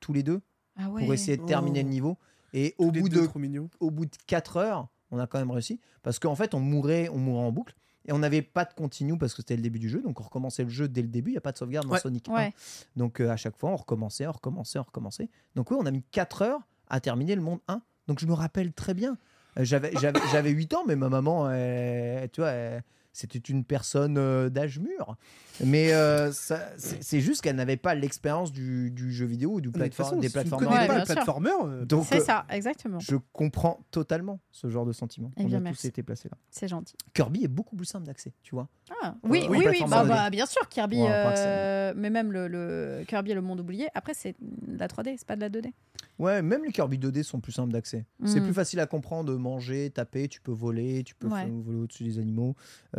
[SPEAKER 1] tous les deux
[SPEAKER 8] Ah ouais.
[SPEAKER 1] pour essayer de terminer
[SPEAKER 8] Oh.
[SPEAKER 1] le niveau. Et au bout,
[SPEAKER 3] deux,
[SPEAKER 1] de,
[SPEAKER 3] trop mignons.
[SPEAKER 1] au bout de 4 heures, on a quand même réussi. Parce qu'en fait, on mourait, on mourait en boucle. Et on n'avait pas de continue parce que c'était le début du jeu. Donc on recommençait le jeu dès le début. Il n'y a pas de sauvegarde dans
[SPEAKER 8] Ouais.
[SPEAKER 1] Sonic 1.
[SPEAKER 8] Ouais.
[SPEAKER 1] Donc euh, à chaque fois, on recommençait, on recommençait, on recommençait. Donc oui, on a mis 4 heures à terminer le monde 1. Donc je me rappelle très bien. Euh, J'avais,
[SPEAKER 8] (coughs)
[SPEAKER 1] j'avais, j'avais 8 ans, mais ma maman, elle- tu vois, elle- c'était une personne euh, d'âge mûr. Mais euh, ça- c'est, c'est juste qu'elle n'avait pas l'expérience du, du jeu vidéo ou du
[SPEAKER 3] Mais de toute
[SPEAKER 1] plateforme-
[SPEAKER 3] façon,
[SPEAKER 1] des
[SPEAKER 3] si tu ne
[SPEAKER 1] plateformeurs.
[SPEAKER 3] connais pas
[SPEAKER 1] Ouais, bien
[SPEAKER 3] le
[SPEAKER 1] sûr.
[SPEAKER 3] platformer, euh,
[SPEAKER 1] Donc,
[SPEAKER 2] C'est
[SPEAKER 1] euh,
[SPEAKER 2] ça, exactement.
[SPEAKER 1] Je comprends totalement ce genre de sentiment.
[SPEAKER 2] Eh
[SPEAKER 1] On
[SPEAKER 2] bien,
[SPEAKER 1] a tous
[SPEAKER 2] merci.
[SPEAKER 1] été placés là.
[SPEAKER 2] C'est gentil.
[SPEAKER 1] Kirby est beaucoup plus simple d'accès, tu vois.
[SPEAKER 2] Ah, oui,
[SPEAKER 1] Euh,
[SPEAKER 2] oui, oui,
[SPEAKER 1] plateforme
[SPEAKER 2] bah,
[SPEAKER 1] 2D.
[SPEAKER 2] bah, bien sûr, Kirby,
[SPEAKER 1] Ouais, on croit que c'est-
[SPEAKER 2] euh, mais même le, le Kirby et le monde oublié. Après, c'est de la 3D, c'est pas de la 2D.
[SPEAKER 1] Ouais, même les Kirby 2D sont plus simples d'accès. C'est
[SPEAKER 2] Mhm.
[SPEAKER 1] plus facile à comprendre, manger, taper, tu peux voler, tu peux
[SPEAKER 2] Ouais.
[SPEAKER 1] f- voler au-dessus des animaux.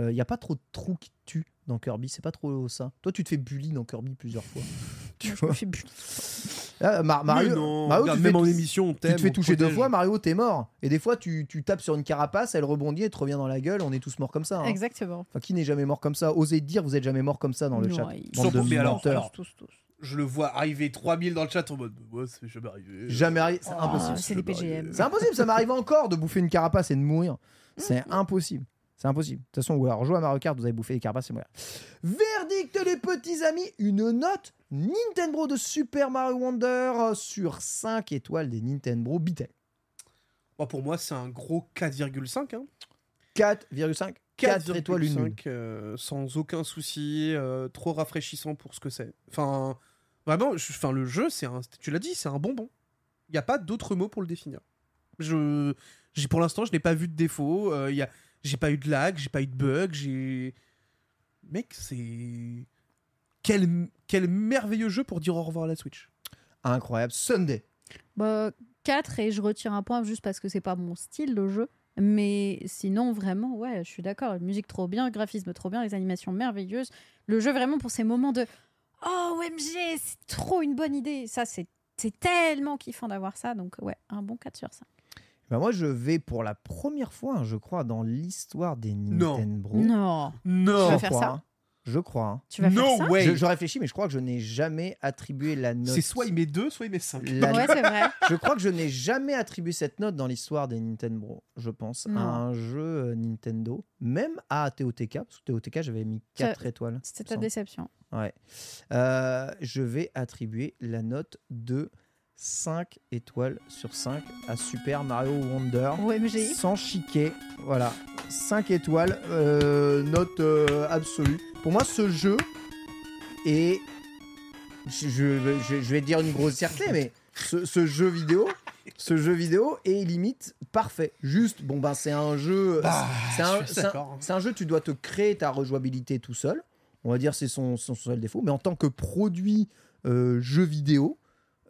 [SPEAKER 1] Il n'y a pas trop de trous qui te tuent dans Kirby, c'est pas trop ça. Toi, tu te fais bully dans Kirby
[SPEAKER 2] (laughs)
[SPEAKER 1] plusieurs fois. tu vois Ah, Mar-
[SPEAKER 3] Mais
[SPEAKER 1] Mario,
[SPEAKER 3] non,
[SPEAKER 1] Mario,
[SPEAKER 3] regarde,
[SPEAKER 1] tu te
[SPEAKER 3] même
[SPEAKER 1] fais-
[SPEAKER 3] en émission, on
[SPEAKER 1] tu te
[SPEAKER 3] t'aime,
[SPEAKER 1] fais
[SPEAKER 3] on
[SPEAKER 1] toucher deux
[SPEAKER 3] protège.
[SPEAKER 1] fois, Mario, t'es mort. Et des fois, tu, tu tapes sur une carapace, elle rebondit, elle te revient dans la gueule, on est tous morts comme ça. hein.
[SPEAKER 2] Exactement.
[SPEAKER 1] Enfin, qui n'est jamais mort comme ça Osez dire, vous êtes jamais mort comme ça dans le
[SPEAKER 3] Non,
[SPEAKER 1] chat.
[SPEAKER 3] ils-
[SPEAKER 1] Bande de
[SPEAKER 3] Mais alors,
[SPEAKER 1] menteurs.
[SPEAKER 3] alors, Je le vois arriver 3000 dans le chat en mode Ouais, c'est jamais arrivé.
[SPEAKER 1] Jamais arrivé. C'est
[SPEAKER 2] Ah.
[SPEAKER 3] Oh,
[SPEAKER 1] impossible.
[SPEAKER 3] c'est des PGM.
[SPEAKER 1] C'est impossible. Ça m'arrive encore de bouffer une carapace et de mourir. C'est impossible. C'est impossible. De toute façon, ou alors jouez à Mario Kart, vous avez bouffé des carapaces et mourir. Verdict, les petits amis. Une note Nintendo de Super Mario Wonder euh, sur 5 étoiles des Nintendo Beatle.
[SPEAKER 3] Bon, pour moi, c'est un gros 4,5. hein.
[SPEAKER 1] 4,5. 4 étoiles, une nulle.
[SPEAKER 3] 4,5, euh, sans aucun souci, euh, trop rafraîchissant pour ce que c'est. Enfin, vraiment, je- enfin, le jeu, c'est un, tu l'as dit, c'est un bonbon. Il n'y a pas d'autre mot pour le définir. Je, j'ai, pour l'instant, je n'ai pas vu de défaut. euh, il y a, j'ai pas eu de lag, j'ai pas eu de bug. J'ai, mec, c'est quel, quel merveilleux jeu pour dire au revoir à la Switch.
[SPEAKER 1] Incroyable. Sunday.
[SPEAKER 2] Bah, 4 et je retire un point juste parce que c'est pas mon style le jeu. Mais sinon, vraiment, ouais, je suis d'accord. Musique trop bien, graphisme trop bien, les animations merveilleuses. Le jeu vraiment pour ces moments de Oh, OMG, c'est trop une bonne idée. Ça, c'est c'est tellement kiffant d'avoir ça. Donc, ouais, un bon 4 sur 5.
[SPEAKER 1] Ben moi, je vais pour la première fois, hein, je crois, dans l'histoire des
[SPEAKER 2] Non.
[SPEAKER 1] Nintendo.
[SPEAKER 2] Non.
[SPEAKER 3] Non.
[SPEAKER 2] Tu vas
[SPEAKER 1] Je
[SPEAKER 2] faire
[SPEAKER 1] crois,
[SPEAKER 2] ça
[SPEAKER 1] hein. Je crois. hein.
[SPEAKER 2] Tu vas faire No ça way.
[SPEAKER 1] Je, je réfléchis, mais je crois que je n'ai jamais attribué la note.
[SPEAKER 3] C'est soit il met 2, soit il met 5.
[SPEAKER 1] la-
[SPEAKER 2] Ouais, c'est
[SPEAKER 1] (laughs)
[SPEAKER 2] vrai.
[SPEAKER 1] Je crois que je n'ai jamais attribué cette note dans l'histoire des Nintendo, je pense,
[SPEAKER 2] Non.
[SPEAKER 1] à un jeu euh, Nintendo, même à TOTK, parce que TOTK, j'avais mis
[SPEAKER 2] Ça-
[SPEAKER 1] 4 étoiles.
[SPEAKER 2] C'était
[SPEAKER 1] il me
[SPEAKER 2] ta
[SPEAKER 1] semble.
[SPEAKER 2] déception.
[SPEAKER 1] Ouais. Euh, je vais attribuer la note de 5 étoiles sur 5 à Super Mario Wonder.
[SPEAKER 2] OMG.
[SPEAKER 1] Sans chiquet. Voilà. 5 étoiles, euh, note euh, absolue. Pour moi, ce jeu est. Je, je- je- je vais dire une grosse certitude, mais ce, ce jeu vidéo. Ce jeu vidéo est limite parfait. Juste, bon ben c'est un jeu,
[SPEAKER 3] Bah,
[SPEAKER 1] c'est un,
[SPEAKER 3] je suis
[SPEAKER 1] c'est un-
[SPEAKER 3] d'accord. hein.
[SPEAKER 1] c'est un jeu, tu dois te créer ta rejouabilité tout seul. On va dire c'est son, son seul défaut. Mais en tant que produit euh, jeu vidéo,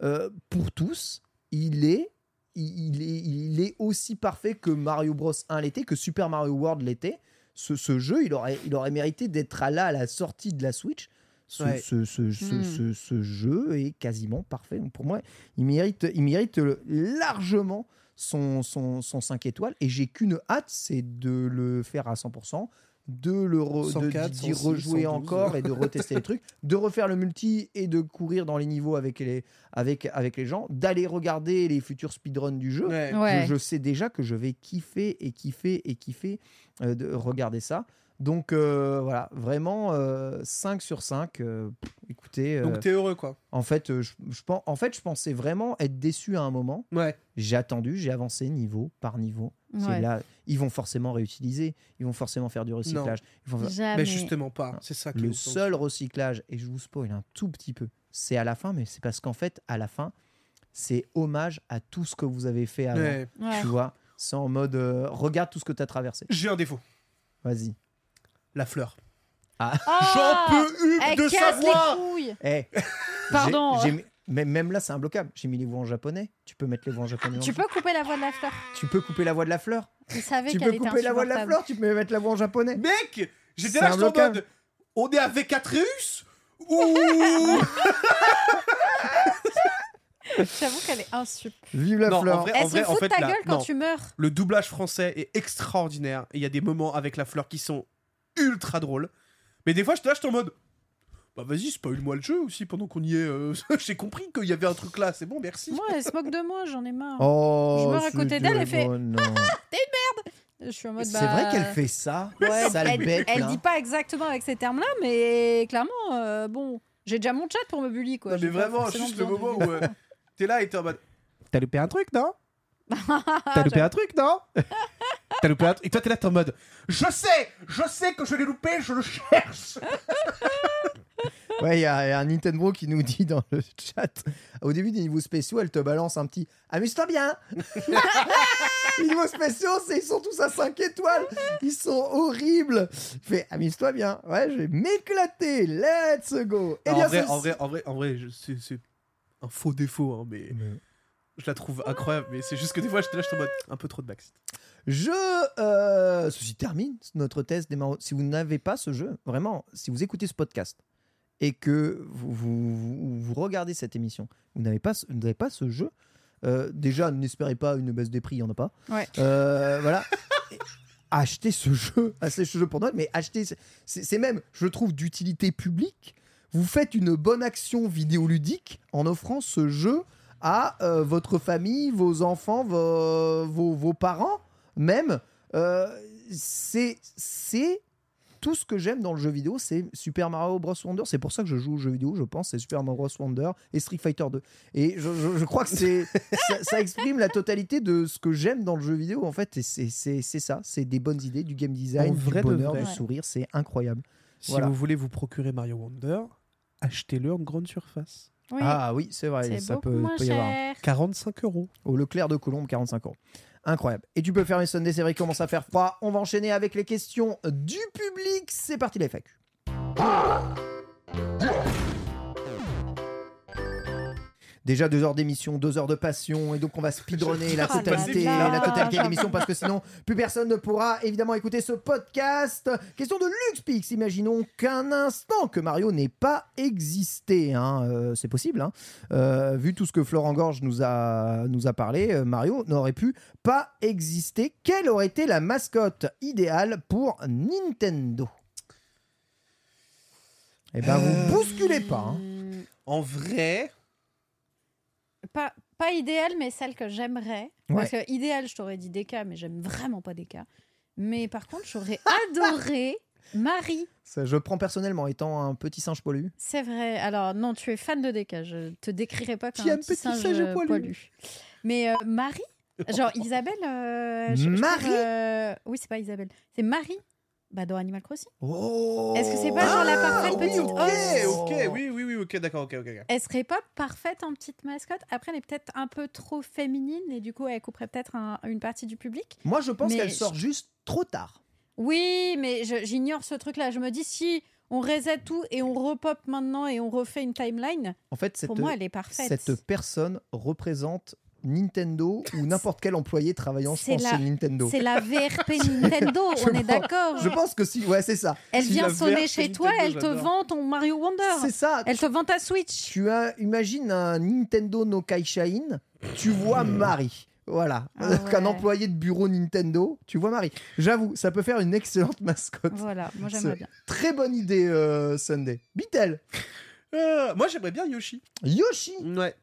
[SPEAKER 1] euh, pour tous, il est, il, il est, il est aussi parfait que Mario Bros 1 l'était, que Super Mario World l'était. Ce, ce jeu, il aurait, il aurait mérité d'être à là à la sortie de la Switch. Ce,
[SPEAKER 3] Ouais.
[SPEAKER 1] ce- ce- ce-
[SPEAKER 3] Hmm.
[SPEAKER 1] ce- ce jeu est quasiment parfait. Donc pour moi, il mérite, il mérite le- largement son, son, 5 étoiles. Et j'ai qu'une hâte, c'est de le faire à 100%, de le re- de-
[SPEAKER 3] 104,
[SPEAKER 1] d'y
[SPEAKER 3] 106,
[SPEAKER 1] rejouer
[SPEAKER 3] 112.
[SPEAKER 1] encore
[SPEAKER 3] (laughs)
[SPEAKER 1] et de retester les trucs, de refaire le multi et de courir dans les niveaux avec les, avec, avec les gens, d'aller regarder les futurs speedruns du jeu.
[SPEAKER 3] Ouais.
[SPEAKER 1] Je-
[SPEAKER 3] Ouais.
[SPEAKER 1] Je, sais déjà que je vais kiffer et kiffer et kiffer euh, de regarder ça. Donc euh, voilà, vraiment euh, 5 sur 5. euh, pff, écoutez. euh,
[SPEAKER 3] Donc t'es heureux, quoi.
[SPEAKER 1] en fait, euh, je, je pen- en fait, je pensais vraiment être déçu à un moment.
[SPEAKER 3] Ouais.
[SPEAKER 1] J'ai attendu, j'ai avancé niveau par niveau. C'est
[SPEAKER 3] Ouais.
[SPEAKER 1] là, ils vont forcément réutiliser, ils vont forcément faire du recyclage. ils vont faire-
[SPEAKER 2] Ah,
[SPEAKER 3] Jamais. Mais justement pas, c'est ça qui est
[SPEAKER 1] Le
[SPEAKER 3] autant-
[SPEAKER 1] seul recyclage, et je vous spoil un tout petit peu, c'est à la fin, mais c'est parce qu'en fait, à la fin, c'est hommage à tout ce que vous avez fait avant.
[SPEAKER 3] Ouais. Ouais.
[SPEAKER 1] Tu vois, c'est en mode euh, regarde tout ce que tu as traversé.
[SPEAKER 3] J'ai un défaut.
[SPEAKER 1] Vas-y.
[SPEAKER 3] La fleur.
[SPEAKER 1] Ah.
[SPEAKER 3] J'en peux une
[SPEAKER 2] Oh Elle
[SPEAKER 3] de
[SPEAKER 2] casse les
[SPEAKER 3] savoir
[SPEAKER 2] couilles.
[SPEAKER 1] Eh,
[SPEAKER 2] Pardon,
[SPEAKER 1] j'ai-
[SPEAKER 2] hein.
[SPEAKER 1] j'ai mis- mais même là, c'est imbloquable. J'ai mis les voix en japonais. Tu peux mettre les voix en japonais. dans
[SPEAKER 2] Tu
[SPEAKER 1] le
[SPEAKER 2] peux couper la voix de la fleur.
[SPEAKER 1] Tu peux couper la voix de la fleur.
[SPEAKER 2] Il savait
[SPEAKER 1] Tu
[SPEAKER 2] qu'elle
[SPEAKER 1] peux
[SPEAKER 2] était
[SPEAKER 1] couper la voix de la
[SPEAKER 2] insupportable.
[SPEAKER 1] fleur, tu peux mettre la voix en japonais.
[SPEAKER 3] Mec, j'étais
[SPEAKER 1] C'est
[SPEAKER 3] là,
[SPEAKER 1] un
[SPEAKER 3] j'étais en
[SPEAKER 1] blocage.
[SPEAKER 3] mode,
[SPEAKER 2] (laughs)
[SPEAKER 3] on est avec Atreus Ouh
[SPEAKER 2] J'avoue qu'elle est insup.
[SPEAKER 1] Vive la
[SPEAKER 3] Non, en
[SPEAKER 1] fleur.
[SPEAKER 3] vrai-
[SPEAKER 2] Elle
[SPEAKER 3] en
[SPEAKER 2] se
[SPEAKER 3] vrai-
[SPEAKER 2] fout
[SPEAKER 3] en
[SPEAKER 2] de
[SPEAKER 3] fait,
[SPEAKER 2] ta
[SPEAKER 3] la-
[SPEAKER 2] gueule quand
[SPEAKER 3] non.
[SPEAKER 2] tu meurs.
[SPEAKER 3] Le doublage français est extraordinaire. Et il y a des moments avec la fleur qui sont ultra drôles. Mais des fois, je te lâche en mode. Bah vas-y, spoil-moi le jeu aussi pendant qu'on y est. euh, (laughs) J'ai compris qu'il y avait un truc là, c'est bon, merci.
[SPEAKER 2] Moi, elle se moque de moi, j'en ai marre.
[SPEAKER 1] Oh,
[SPEAKER 2] je meurs à côté d'elle, elle fait.
[SPEAKER 1] C'est
[SPEAKER 2] T'es une merde Je suis en mode.
[SPEAKER 1] vrai
[SPEAKER 2] bah,
[SPEAKER 1] qu'elle fait ça,
[SPEAKER 2] Ouais,
[SPEAKER 1] sale
[SPEAKER 2] elle,
[SPEAKER 1] bête.
[SPEAKER 2] elle
[SPEAKER 1] là.
[SPEAKER 2] dit pas exactement avec ces termes-là, mais clairement, euh, bon, j'ai déjà mon chat pour me bully quoi.
[SPEAKER 3] Non, mais
[SPEAKER 2] J'ai pas
[SPEAKER 3] vraiment,
[SPEAKER 2] forcément
[SPEAKER 3] juste le
[SPEAKER 2] besoin
[SPEAKER 3] moment
[SPEAKER 2] de-
[SPEAKER 3] où euh, t'es là et t'es en mode. T'as loupé un truc,
[SPEAKER 2] (laughs)
[SPEAKER 3] non T'as
[SPEAKER 2] Ah,
[SPEAKER 3] loupé un truc, non T'as loupé un truc. Et toi, t'es là, t'es en mode. Je sais Je sais que je l'ai loupé, je le cherche
[SPEAKER 1] Ouais, il y, a il y a un Nintendo qui nous dit dans le chat au début des niveaux spéciaux, elle te balance un petit Amuse-toi bien (laughs) Les niveaux spéciaux, c'est- ils sont tous à 5 étoiles Ils sont horribles Je fais Amuse-toi bien Ouais, je vais m'éclater Let's go Et
[SPEAKER 3] Non,
[SPEAKER 1] bien,
[SPEAKER 3] en, vrai,
[SPEAKER 1] ce-
[SPEAKER 3] en vrai, en vrai, en vrai, je- c'est c'est un faux défaut, hein, mais je la trouve incroyable. Mais c'est juste que des fois, je te lâche en mode un peu trop de backseat.
[SPEAKER 1] Je. euh, ceci termine notre test des maraudes. Si vous n'avez pas ce jeu, vraiment, si vous écoutez ce podcast et que vous, vous- vous- vous regardez cette émission, vous n'avez pas, ce- vous n'avez pas ce jeu, euh, déjà, n'espérez pas une baisse des prix, il n'y en a pas.
[SPEAKER 7] Ouais.
[SPEAKER 1] Euh, voilà. Et Achetez ce jeu, achetez ce jeu pour Noël, mais achetez. ce- C'est c'est même, je trouve, d'utilité publique. Vous faites une bonne action vidéoludique en offrant ce jeu à euh, votre famille, vos enfants, vos, vos, vos parents, même. Euh, c'est c'est tout ce que j'aime dans le jeu vidéo, c'est Super Mario Bros Wonder. C'est pour ça que je joue aux jeux vidéo, je pense. C'est Super Mario Bros Wonder et Street Fighter 2. Et je, je- je crois que c'est
[SPEAKER 2] (laughs)
[SPEAKER 1] ça, ça exprime la totalité de ce que j'aime dans le jeu vidéo en fait. Et c'est- c'est c'est ça, c'est des bonnes idées, du game design,
[SPEAKER 3] En vrai
[SPEAKER 1] du
[SPEAKER 3] de
[SPEAKER 1] bonheur,
[SPEAKER 3] vrai.
[SPEAKER 1] du
[SPEAKER 3] Ouais.
[SPEAKER 1] sourire. C'est incroyable.
[SPEAKER 3] Si
[SPEAKER 1] Voilà.
[SPEAKER 3] vous voulez vous procurer Mario Wonder, achetez-le en grande surface.
[SPEAKER 2] Oui.
[SPEAKER 1] Ah oui, c'est vrai,
[SPEAKER 2] C'est
[SPEAKER 1] ça
[SPEAKER 2] beaucoup
[SPEAKER 1] peut,
[SPEAKER 2] moins
[SPEAKER 1] peut y avoir.
[SPEAKER 2] cher.
[SPEAKER 3] 45 euros.
[SPEAKER 1] Au Leclerc de Colombe, 45 euros. Incroyable. Et tu peux fermer Sunday, c'est vrai qu'il commence à faire froid. On va enchaîner avec les questions du public. C'est parti, les FAQ. Déjà deux heures d'émission, deux heures de passion, et donc on va speedrunner la
[SPEAKER 7] Oh là
[SPEAKER 1] totalité,
[SPEAKER 7] là.
[SPEAKER 1] la totalité de l'émission parce que sinon plus personne ne pourra évidemment écouter ce podcast. Question de LuxPix, imaginons qu'un instant que Mario n'ait pas existé, hein, euh, c'est possible. hein. Euh, vu tout ce que Florent Gorge nous a nous a parlé, euh, Mario n'aurait pu pas exister. Quelle aurait été la mascotte idéale pour Nintendo Eh ben vous bousculez pas. hein.
[SPEAKER 3] Euh,
[SPEAKER 2] Hmm.
[SPEAKER 3] En vrai,
[SPEAKER 2] Pas, pas idéal, mais celle que j'aimerais. Parce
[SPEAKER 1] Ouais.
[SPEAKER 2] que idéal, je t'aurais dit Deka, mais j'aime vraiment pas Deka. Mais par contre, j'aurais adoré Marie.
[SPEAKER 1] Ça, je prends personnellement étant un petit singe poilu.
[SPEAKER 2] C'est vrai. Alors, non, tu es fan de Deka. Je te décrirai pas comme
[SPEAKER 7] Qui
[SPEAKER 2] un
[SPEAKER 7] aime
[SPEAKER 2] petit
[SPEAKER 7] petit
[SPEAKER 2] singe,
[SPEAKER 7] singe
[SPEAKER 2] euh,
[SPEAKER 7] poilu.
[SPEAKER 2] poilu. Mais euh, Marie Genre, Isabelle. euh, je- je trouve,
[SPEAKER 1] Marie
[SPEAKER 2] euh, Oui, c'est pas Isabelle. C'est Marie bah, dans Animal Crossing.
[SPEAKER 1] Oh
[SPEAKER 2] Est-ce que c'est pas genre la
[SPEAKER 3] Ah,
[SPEAKER 2] parfaite
[SPEAKER 3] oui,
[SPEAKER 2] petite
[SPEAKER 3] ok,
[SPEAKER 2] hôte
[SPEAKER 3] ok, oui, oui, oui, ok, d'accord, ok, ok. ok.
[SPEAKER 2] Elle serait pas parfaite en petite mascotte. Après, elle est peut-être un peu trop féminine et du coup, elle couperait peut-être un- une partie du public.
[SPEAKER 1] Moi, je pense
[SPEAKER 2] Mais
[SPEAKER 1] qu'elle
[SPEAKER 2] je-
[SPEAKER 1] sort juste trop tard.
[SPEAKER 2] Oui, mais je- j'ignore ce truc-là. Je me dis si on reset tout et on repop maintenant et on refait une timeline.
[SPEAKER 1] En fait, cette, euh,
[SPEAKER 2] Pour moi, elle est parfaite.
[SPEAKER 1] cette personne représente Nintendo
[SPEAKER 2] (laughs)
[SPEAKER 1] ou n'importe quel employé travaillant, je
[SPEAKER 2] C'est
[SPEAKER 1] pense,
[SPEAKER 2] la-
[SPEAKER 1] chez Nintendo.
[SPEAKER 2] C'est la VRP Nintendo,
[SPEAKER 1] (laughs) Je
[SPEAKER 2] on est
[SPEAKER 1] pense-
[SPEAKER 2] d'accord.
[SPEAKER 1] Je pense que si, ouais, c'est ça.
[SPEAKER 2] Elle
[SPEAKER 1] Si
[SPEAKER 2] vient
[SPEAKER 1] la
[SPEAKER 2] sonner
[SPEAKER 1] verte
[SPEAKER 2] chez
[SPEAKER 1] Nintendo,
[SPEAKER 2] toi, elle te
[SPEAKER 1] j'adore.
[SPEAKER 2] vend ton Mario Wonder.
[SPEAKER 1] C'est ça.
[SPEAKER 2] Elle te vend ta Switch.
[SPEAKER 1] Tu as, imagine un Nintendo no Kaishain, tu vois
[SPEAKER 3] Hmm.
[SPEAKER 1] Marie. Voilà,
[SPEAKER 2] Ah
[SPEAKER 1] Donc, un
[SPEAKER 2] ouais.
[SPEAKER 1] employé de bureau Nintendo, tu vois Marie. J'avoue, ça peut faire une excellente (laughs) mascotte.
[SPEAKER 2] Voilà, moi
[SPEAKER 1] C'est
[SPEAKER 2] j'aimerais bien.
[SPEAKER 1] Très bonne idée, euh, Sunday. Beatle,
[SPEAKER 3] Euh, moi, j'aimerais bien Yoshi.
[SPEAKER 1] Yoshi. Oh,
[SPEAKER 3] Ouais.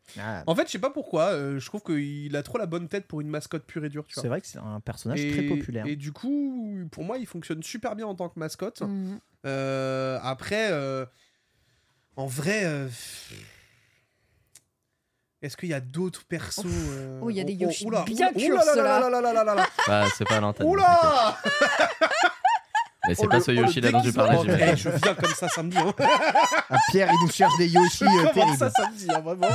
[SPEAKER 3] En fait, je sais pas pourquoi, euh, je trouve qu'il a trop la bonne tête pour une mascotte pure et dure, tu vois.
[SPEAKER 1] C'est vrai que c'est un personnage
[SPEAKER 3] Et-
[SPEAKER 1] très populaire.
[SPEAKER 3] Et du coup, pour moi, il fonctionne super bien en tant que mascotte.
[SPEAKER 4] Mm.
[SPEAKER 2] Mm.
[SPEAKER 3] Euh, après, euh, en vrai, euh, est-ce qu'il y a d'autres persos euh,
[SPEAKER 2] Oh, il y a des
[SPEAKER 3] on-
[SPEAKER 2] Yoshi
[SPEAKER 3] on- oula,
[SPEAKER 2] bien
[SPEAKER 3] oula,
[SPEAKER 2] durs,
[SPEAKER 3] oula,
[SPEAKER 2] ceux-là.
[SPEAKER 3] là, là, là, là, là,
[SPEAKER 4] (laughs)
[SPEAKER 3] là.
[SPEAKER 4] Bah, c'est pas à l'antenne.
[SPEAKER 3] Oula
[SPEAKER 4] Mais c'est
[SPEAKER 3] Oh,
[SPEAKER 4] pas
[SPEAKER 3] le-
[SPEAKER 4] ce
[SPEAKER 3] oh, le
[SPEAKER 4] Yoshi là dont tu
[SPEAKER 3] déguisement.
[SPEAKER 4] parlais, j'imagine.
[SPEAKER 3] Eh, Je viens comme ça samedi. hein.
[SPEAKER 1] Ah, Pierre, il nous cherche des
[SPEAKER 3] (laughs)
[SPEAKER 1] Yoshi
[SPEAKER 3] Je
[SPEAKER 1] euh,
[SPEAKER 3] commence ça
[SPEAKER 1] terribles.
[SPEAKER 3] samedi, hein, vraiment.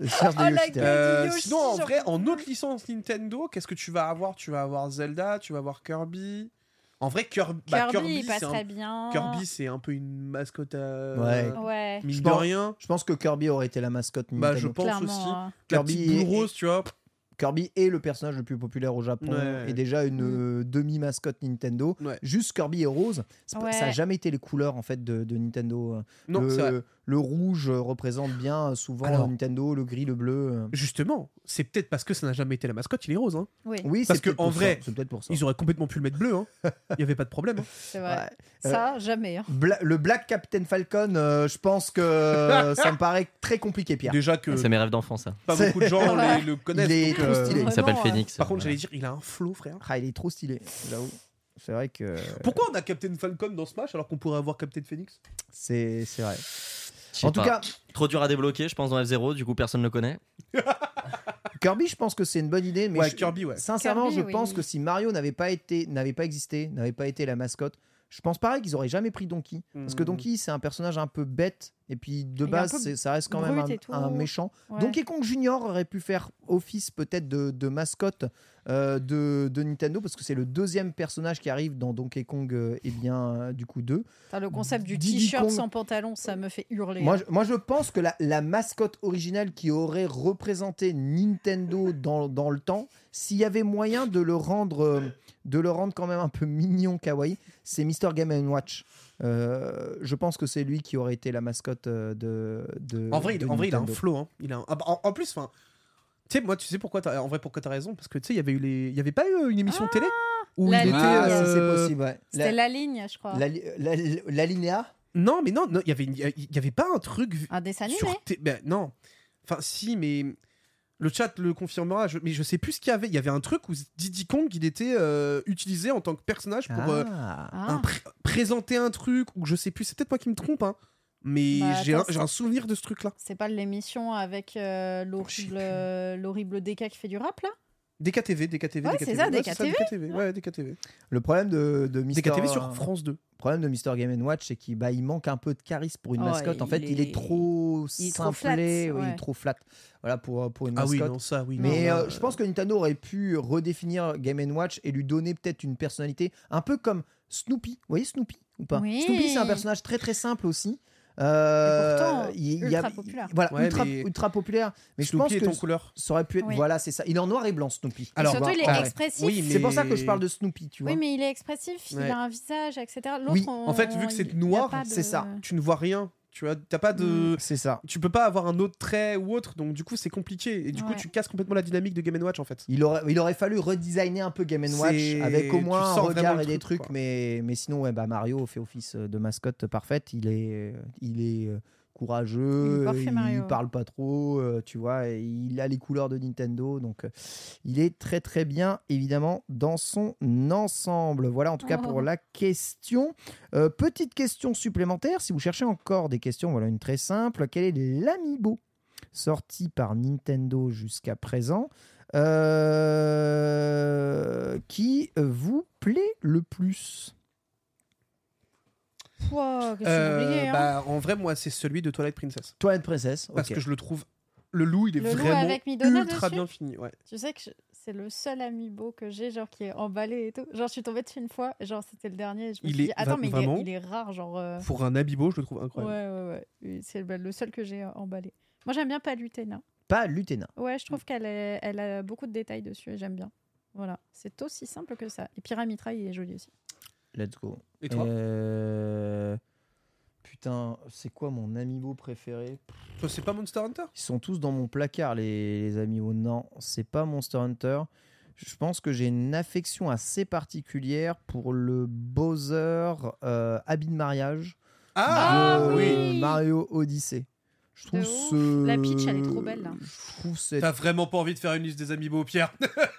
[SPEAKER 1] Il cherche
[SPEAKER 2] Oh,
[SPEAKER 1] des Yoshi
[SPEAKER 2] Bah,
[SPEAKER 1] terribles.
[SPEAKER 3] Euh,
[SPEAKER 7] Yoshi,
[SPEAKER 3] sinon, en
[SPEAKER 7] j'en
[SPEAKER 3] vrai, en autre licence Nintendo, qu'est-ce que tu vas avoir Tu vas avoir Zelda, tu vas avoir Kirby. En vrai, Kirby, bah,
[SPEAKER 2] Kirby, il
[SPEAKER 3] c'est
[SPEAKER 2] passerait
[SPEAKER 3] un-
[SPEAKER 2] bien.
[SPEAKER 3] Kirby, c'est un peu une mascotte. à-
[SPEAKER 1] Ouais.
[SPEAKER 2] Ouais.
[SPEAKER 3] Mine
[SPEAKER 1] Je
[SPEAKER 3] de
[SPEAKER 1] pense-
[SPEAKER 3] rien.
[SPEAKER 1] Je pense que Kirby aurait été la mascotte Nintendo.
[SPEAKER 3] Bah, je pense
[SPEAKER 2] Clairement,
[SPEAKER 3] aussi.
[SPEAKER 2] hein.
[SPEAKER 3] La
[SPEAKER 1] Kirby
[SPEAKER 3] petite boule
[SPEAKER 1] est-
[SPEAKER 3] rose, tu vois.
[SPEAKER 1] Kirby est le personnage le plus populaire au Japon
[SPEAKER 3] Ouais.
[SPEAKER 1] et déjà une
[SPEAKER 2] Mm.
[SPEAKER 1] euh, demi-mascotte Nintendo. Juste Kirby est rose. C'est pas-
[SPEAKER 3] Ouais.
[SPEAKER 1] Ça n'a jamais été les couleurs en fait de, de Nintendo.
[SPEAKER 3] Non,
[SPEAKER 1] le,
[SPEAKER 3] c'est vrai.
[SPEAKER 1] le rouge euh, représente bien euh, souvent
[SPEAKER 3] Alors.
[SPEAKER 1] euh, Nintendo, le gris, le bleu. euh.
[SPEAKER 3] Justement, c'est peut-être parce que ça n'a jamais été la mascotte, il est rose. Hein.
[SPEAKER 2] Oui.
[SPEAKER 1] Oui,
[SPEAKER 3] parce
[SPEAKER 1] c'est
[SPEAKER 3] que
[SPEAKER 1] peut-être
[SPEAKER 3] en
[SPEAKER 1] pour ça,
[SPEAKER 3] vrai,
[SPEAKER 1] c'est peut-être pour ça.
[SPEAKER 3] ils auraient complètement pu le mettre (laughs) bleu. hein. Il n'y avait pas de problème. hein.
[SPEAKER 2] C'est vrai.
[SPEAKER 1] Euh,
[SPEAKER 2] Ça, jamais. hein.
[SPEAKER 1] Bla- le Black Captain Falcon, euh, je pense que (laughs) euh, ça me paraît très compliqué, Pierre.
[SPEAKER 3] Déjà que
[SPEAKER 4] C'est mes rêves d'enfant, ça.
[SPEAKER 3] pas
[SPEAKER 1] C'est-
[SPEAKER 3] beaucoup
[SPEAKER 2] (laughs)
[SPEAKER 3] de gens
[SPEAKER 1] Ouais.
[SPEAKER 3] les- le connaissent.
[SPEAKER 1] Il est
[SPEAKER 3] donc,
[SPEAKER 1] trop
[SPEAKER 3] euh,
[SPEAKER 1] stylé.
[SPEAKER 4] Il s'appelle Phoenix.
[SPEAKER 3] Par contre, j'allais dire, il a un flow, frère.
[SPEAKER 1] Ah, il est trop stylé, j'avoue. C'est vrai que
[SPEAKER 3] Pourquoi on a Captain Falcon dans ce match alors qu'on pourrait avoir Captain Phoenix
[SPEAKER 1] c'est c'est vrai.
[SPEAKER 4] Je sais
[SPEAKER 1] En tout cas,
[SPEAKER 4] pas. Trop dur à débloquer, je pense, dans F0, du coup personne ne le connaît.
[SPEAKER 1] Kirby, je pense que c'est une bonne idée, mais
[SPEAKER 3] Ouais,
[SPEAKER 1] je-
[SPEAKER 3] Kirby, ouais.
[SPEAKER 1] sincèrement,
[SPEAKER 2] Kirby,
[SPEAKER 1] je
[SPEAKER 2] oui.
[SPEAKER 1] pense que si Mario n'avait pas été, n'avait pas existé, n'avait pas été la mascotte, je pense pareil qu'ils auraient jamais pris Donkey, parce que
[SPEAKER 3] Hmm.
[SPEAKER 1] Donkey c'est un personnage un peu bête, et puis de
[SPEAKER 2] Il est un
[SPEAKER 1] base
[SPEAKER 2] peu
[SPEAKER 1] c'est- ça reste quand même
[SPEAKER 2] brut et
[SPEAKER 1] un,
[SPEAKER 2] tout.
[SPEAKER 1] un méchant.
[SPEAKER 2] Ouais.
[SPEAKER 1] Donkey Kong Junior aurait pu faire office peut-être de, de mascotte euh, de, de Nintendo, parce que c'est le deuxième personnage qui arrive dans Donkey Kong euh, et bien euh, du coup 2.
[SPEAKER 2] Putain, le concept du
[SPEAKER 1] Diddy
[SPEAKER 2] t-shirt
[SPEAKER 1] Kong.
[SPEAKER 2] sans pantalon, ça me fait hurler. hein.
[SPEAKER 1] Moi je, moi, je pense que la, la mascotte originale qui aurait représenté Nintendo dans, dans le temps, s'il y avait moyen de le rendre, euh, de le rendre quand même un peu mignon, kawaii, c'est Mr. Game Watch. Euh, je pense que c'est lui qui aurait été la mascotte euh, de. de
[SPEAKER 3] En vrai, il,
[SPEAKER 1] de
[SPEAKER 3] en vrai, il a un
[SPEAKER 1] Nintendo.
[SPEAKER 3] flow. hein. Il a un- ah bah, en, en plus, enfin. Tu sais, moi, tu sais pourquoi t'as, en vrai, pourquoi t'as raison Parce que tu sais, il y avait eu les, il y avait pas eu euh, une émission télé où
[SPEAKER 2] la
[SPEAKER 3] il était.
[SPEAKER 2] ligne.
[SPEAKER 1] Ah, si,
[SPEAKER 3] euh,
[SPEAKER 1] c'est possible, ouais.
[SPEAKER 2] C'était la
[SPEAKER 1] La,
[SPEAKER 2] ligne, je crois.
[SPEAKER 1] la, la- la- la linéa
[SPEAKER 3] Non, mais non, non, il y avait, une- il y avait pas un truc
[SPEAKER 2] Un dessin animé.
[SPEAKER 3] sur t- ben, non. Enfin, si, mais le chat le confirmera. je- mais je sais plus ce qu'il y avait. Il y avait un truc où Diddy Kong, il était euh, utilisé en tant que personnage pour euh,
[SPEAKER 1] Ah.
[SPEAKER 2] Ah.
[SPEAKER 3] un pr- présenter un truc ou je sais plus. C'est peut-être moi qui me trompe, hein. Mais
[SPEAKER 2] Bah,
[SPEAKER 3] j'ai, un,
[SPEAKER 2] attends,
[SPEAKER 3] j'ai un souvenir de ce truc-là.
[SPEAKER 2] C'est pas l'émission avec euh, l'horrible euh, l'horrible DK qui fait du rap là
[SPEAKER 3] DKTV, DKTV,
[SPEAKER 2] Ouais,
[SPEAKER 3] DKTV.
[SPEAKER 2] c'est ça, DKTV.
[SPEAKER 3] DKTV. Ouais, DKTV.
[SPEAKER 1] Le problème de, de Mr.
[SPEAKER 3] DKTV sur France 2.
[SPEAKER 1] Le problème de Mr. Game Watch, c'est qu'il bah, il manque un peu de charisme pour une
[SPEAKER 2] Oh,
[SPEAKER 1] mascotte. En
[SPEAKER 2] il
[SPEAKER 1] fait, il est
[SPEAKER 2] est-
[SPEAKER 1] trop
[SPEAKER 2] il est trop
[SPEAKER 1] simplé,
[SPEAKER 2] flat,
[SPEAKER 1] oui, il est
[SPEAKER 2] ouais.
[SPEAKER 1] trop flat. Voilà pour, euh, pour une
[SPEAKER 3] Ah oui,
[SPEAKER 1] mascotte.
[SPEAKER 3] non, ça, oui.
[SPEAKER 1] Mais
[SPEAKER 3] non,
[SPEAKER 1] euh,
[SPEAKER 3] là,
[SPEAKER 1] je pense que Nintendo aurait pu redéfinir Game Watch et lui donner peut-être une personnalité un peu comme Snoopy. Vous voyez Snoopy ou pas
[SPEAKER 2] Oui.
[SPEAKER 1] Snoopy, c'est un personnage très très simple aussi. Euh,
[SPEAKER 2] Et pourtant,
[SPEAKER 1] il- il
[SPEAKER 2] ultra populaire.
[SPEAKER 1] Voilà,
[SPEAKER 3] Ouais,
[SPEAKER 1] ultra,
[SPEAKER 3] mais-
[SPEAKER 1] ultra populaire. Mais
[SPEAKER 3] Snoopy
[SPEAKER 1] je
[SPEAKER 3] est en
[SPEAKER 1] pense que
[SPEAKER 3] couleur.
[SPEAKER 1] ça aurait pu être.
[SPEAKER 2] Oui.
[SPEAKER 1] Voilà, c'est ça. Il est en noir et blanc, Snoopy.
[SPEAKER 3] Alors,
[SPEAKER 2] surtout, il est
[SPEAKER 3] bah, ouais.
[SPEAKER 2] expressif.
[SPEAKER 3] Oui, mais-
[SPEAKER 1] C'est pour ça que je parle de Snoopy, tu vois.
[SPEAKER 2] Oui, mais il est expressif,
[SPEAKER 3] Ouais.
[SPEAKER 2] il a un visage, etc. L'autre,
[SPEAKER 1] Oui,
[SPEAKER 2] on-
[SPEAKER 3] en fait, vu
[SPEAKER 2] il-
[SPEAKER 3] que c'est
[SPEAKER 2] il y a
[SPEAKER 3] noir,
[SPEAKER 2] pas de-
[SPEAKER 1] c'est ça.
[SPEAKER 3] Tu ne vois rien. Tu vois, t'as pas de.
[SPEAKER 1] C'est ça.
[SPEAKER 3] Tu peux pas avoir un autre trait ou autre, donc du coup, c'est compliqué. Et du coup,
[SPEAKER 2] Ouais.
[SPEAKER 3] tu casses complètement la dynamique de Game Watch en fait.
[SPEAKER 1] Il aurait, il aurait fallu redesigner un peu Game
[SPEAKER 3] C'est-
[SPEAKER 1] Watch avec au
[SPEAKER 3] tu
[SPEAKER 1] moins un
[SPEAKER 3] sens vraiment
[SPEAKER 1] regard
[SPEAKER 3] le
[SPEAKER 1] et des
[SPEAKER 3] truc,
[SPEAKER 1] trucs,
[SPEAKER 3] quoi.
[SPEAKER 1] mais, mais sinon, ouais, bah Mario fait office euh, de mascotte parfaite. Il est, euh, il est
[SPEAKER 2] Il
[SPEAKER 1] courageux, euh,
[SPEAKER 2] est parfait, Mario.
[SPEAKER 1] parle pas trop, euh, tu vois, et il a les couleurs de Nintendo, donc euh, il est très très bien, évidemment, dans son ensemble. Voilà en tout cas pour
[SPEAKER 2] Oh.
[SPEAKER 1] la question. Euh, petite question supplémentaire, si vous cherchez encore des questions, voilà une très simple. Quel est l'amiibo sorti par Nintendo jusqu'à présent euh, qui vous plaît le plus
[SPEAKER 2] Pouah, qu'est-ce que j'ai
[SPEAKER 3] Euh,
[SPEAKER 2] oublié, hein.
[SPEAKER 3] bah, en vrai, moi, c'est celui de Twilight Princess.
[SPEAKER 1] Toilette Princess,
[SPEAKER 3] Parce
[SPEAKER 1] ok.
[SPEAKER 3] que je le trouve. Le loup, il est
[SPEAKER 2] Le loup
[SPEAKER 3] vraiment
[SPEAKER 2] avec Midona
[SPEAKER 3] ultra
[SPEAKER 2] dessus
[SPEAKER 3] bien fini. Ouais.
[SPEAKER 2] Tu sais que je- c'est le seul amiibo que j'ai, genre qui est emballé et tout. Genre, je suis tombée dessus une fois, genre c'était le dernier. et Je me
[SPEAKER 3] Il
[SPEAKER 2] suis
[SPEAKER 3] est
[SPEAKER 2] dit, attends,
[SPEAKER 3] va-
[SPEAKER 2] mais il
[SPEAKER 3] vraiment
[SPEAKER 2] est, il est rare, genre. euh,
[SPEAKER 3] Pour un Abibo, je le trouve
[SPEAKER 2] Ouais,
[SPEAKER 3] incroyable.
[SPEAKER 2] ouais, ouais. C'est le- le seul que j'ai euh, emballé. Moi, j'aime bien Palutena.
[SPEAKER 1] Pas Lutena.
[SPEAKER 2] Ouais, je trouve qu'elle est- elle a beaucoup de détails dessus et j'aime bien. Voilà, c'est aussi simple que ça. Et Pyramitra, il est joli aussi.
[SPEAKER 1] Let's go.
[SPEAKER 3] Et toi
[SPEAKER 1] Euh, Putain, c'est quoi mon amiibo préféré
[SPEAKER 3] Toi, c'est pas Monster Hunter
[SPEAKER 1] Ils sont tous dans mon placard, les, les amiibo. Non, c'est pas Monster Hunter. Je pense que j'ai une affection assez particulière pour le Bowser euh, habit de mariage
[SPEAKER 2] Ah
[SPEAKER 1] de
[SPEAKER 2] oui
[SPEAKER 1] Mario Odyssey. Je trouve
[SPEAKER 2] De ouf.
[SPEAKER 1] ce...
[SPEAKER 2] La Peach, elle est trop belle, là.
[SPEAKER 1] Je trouve cette
[SPEAKER 3] T'as vraiment pas envie de faire une liste des Amiibo, Pierre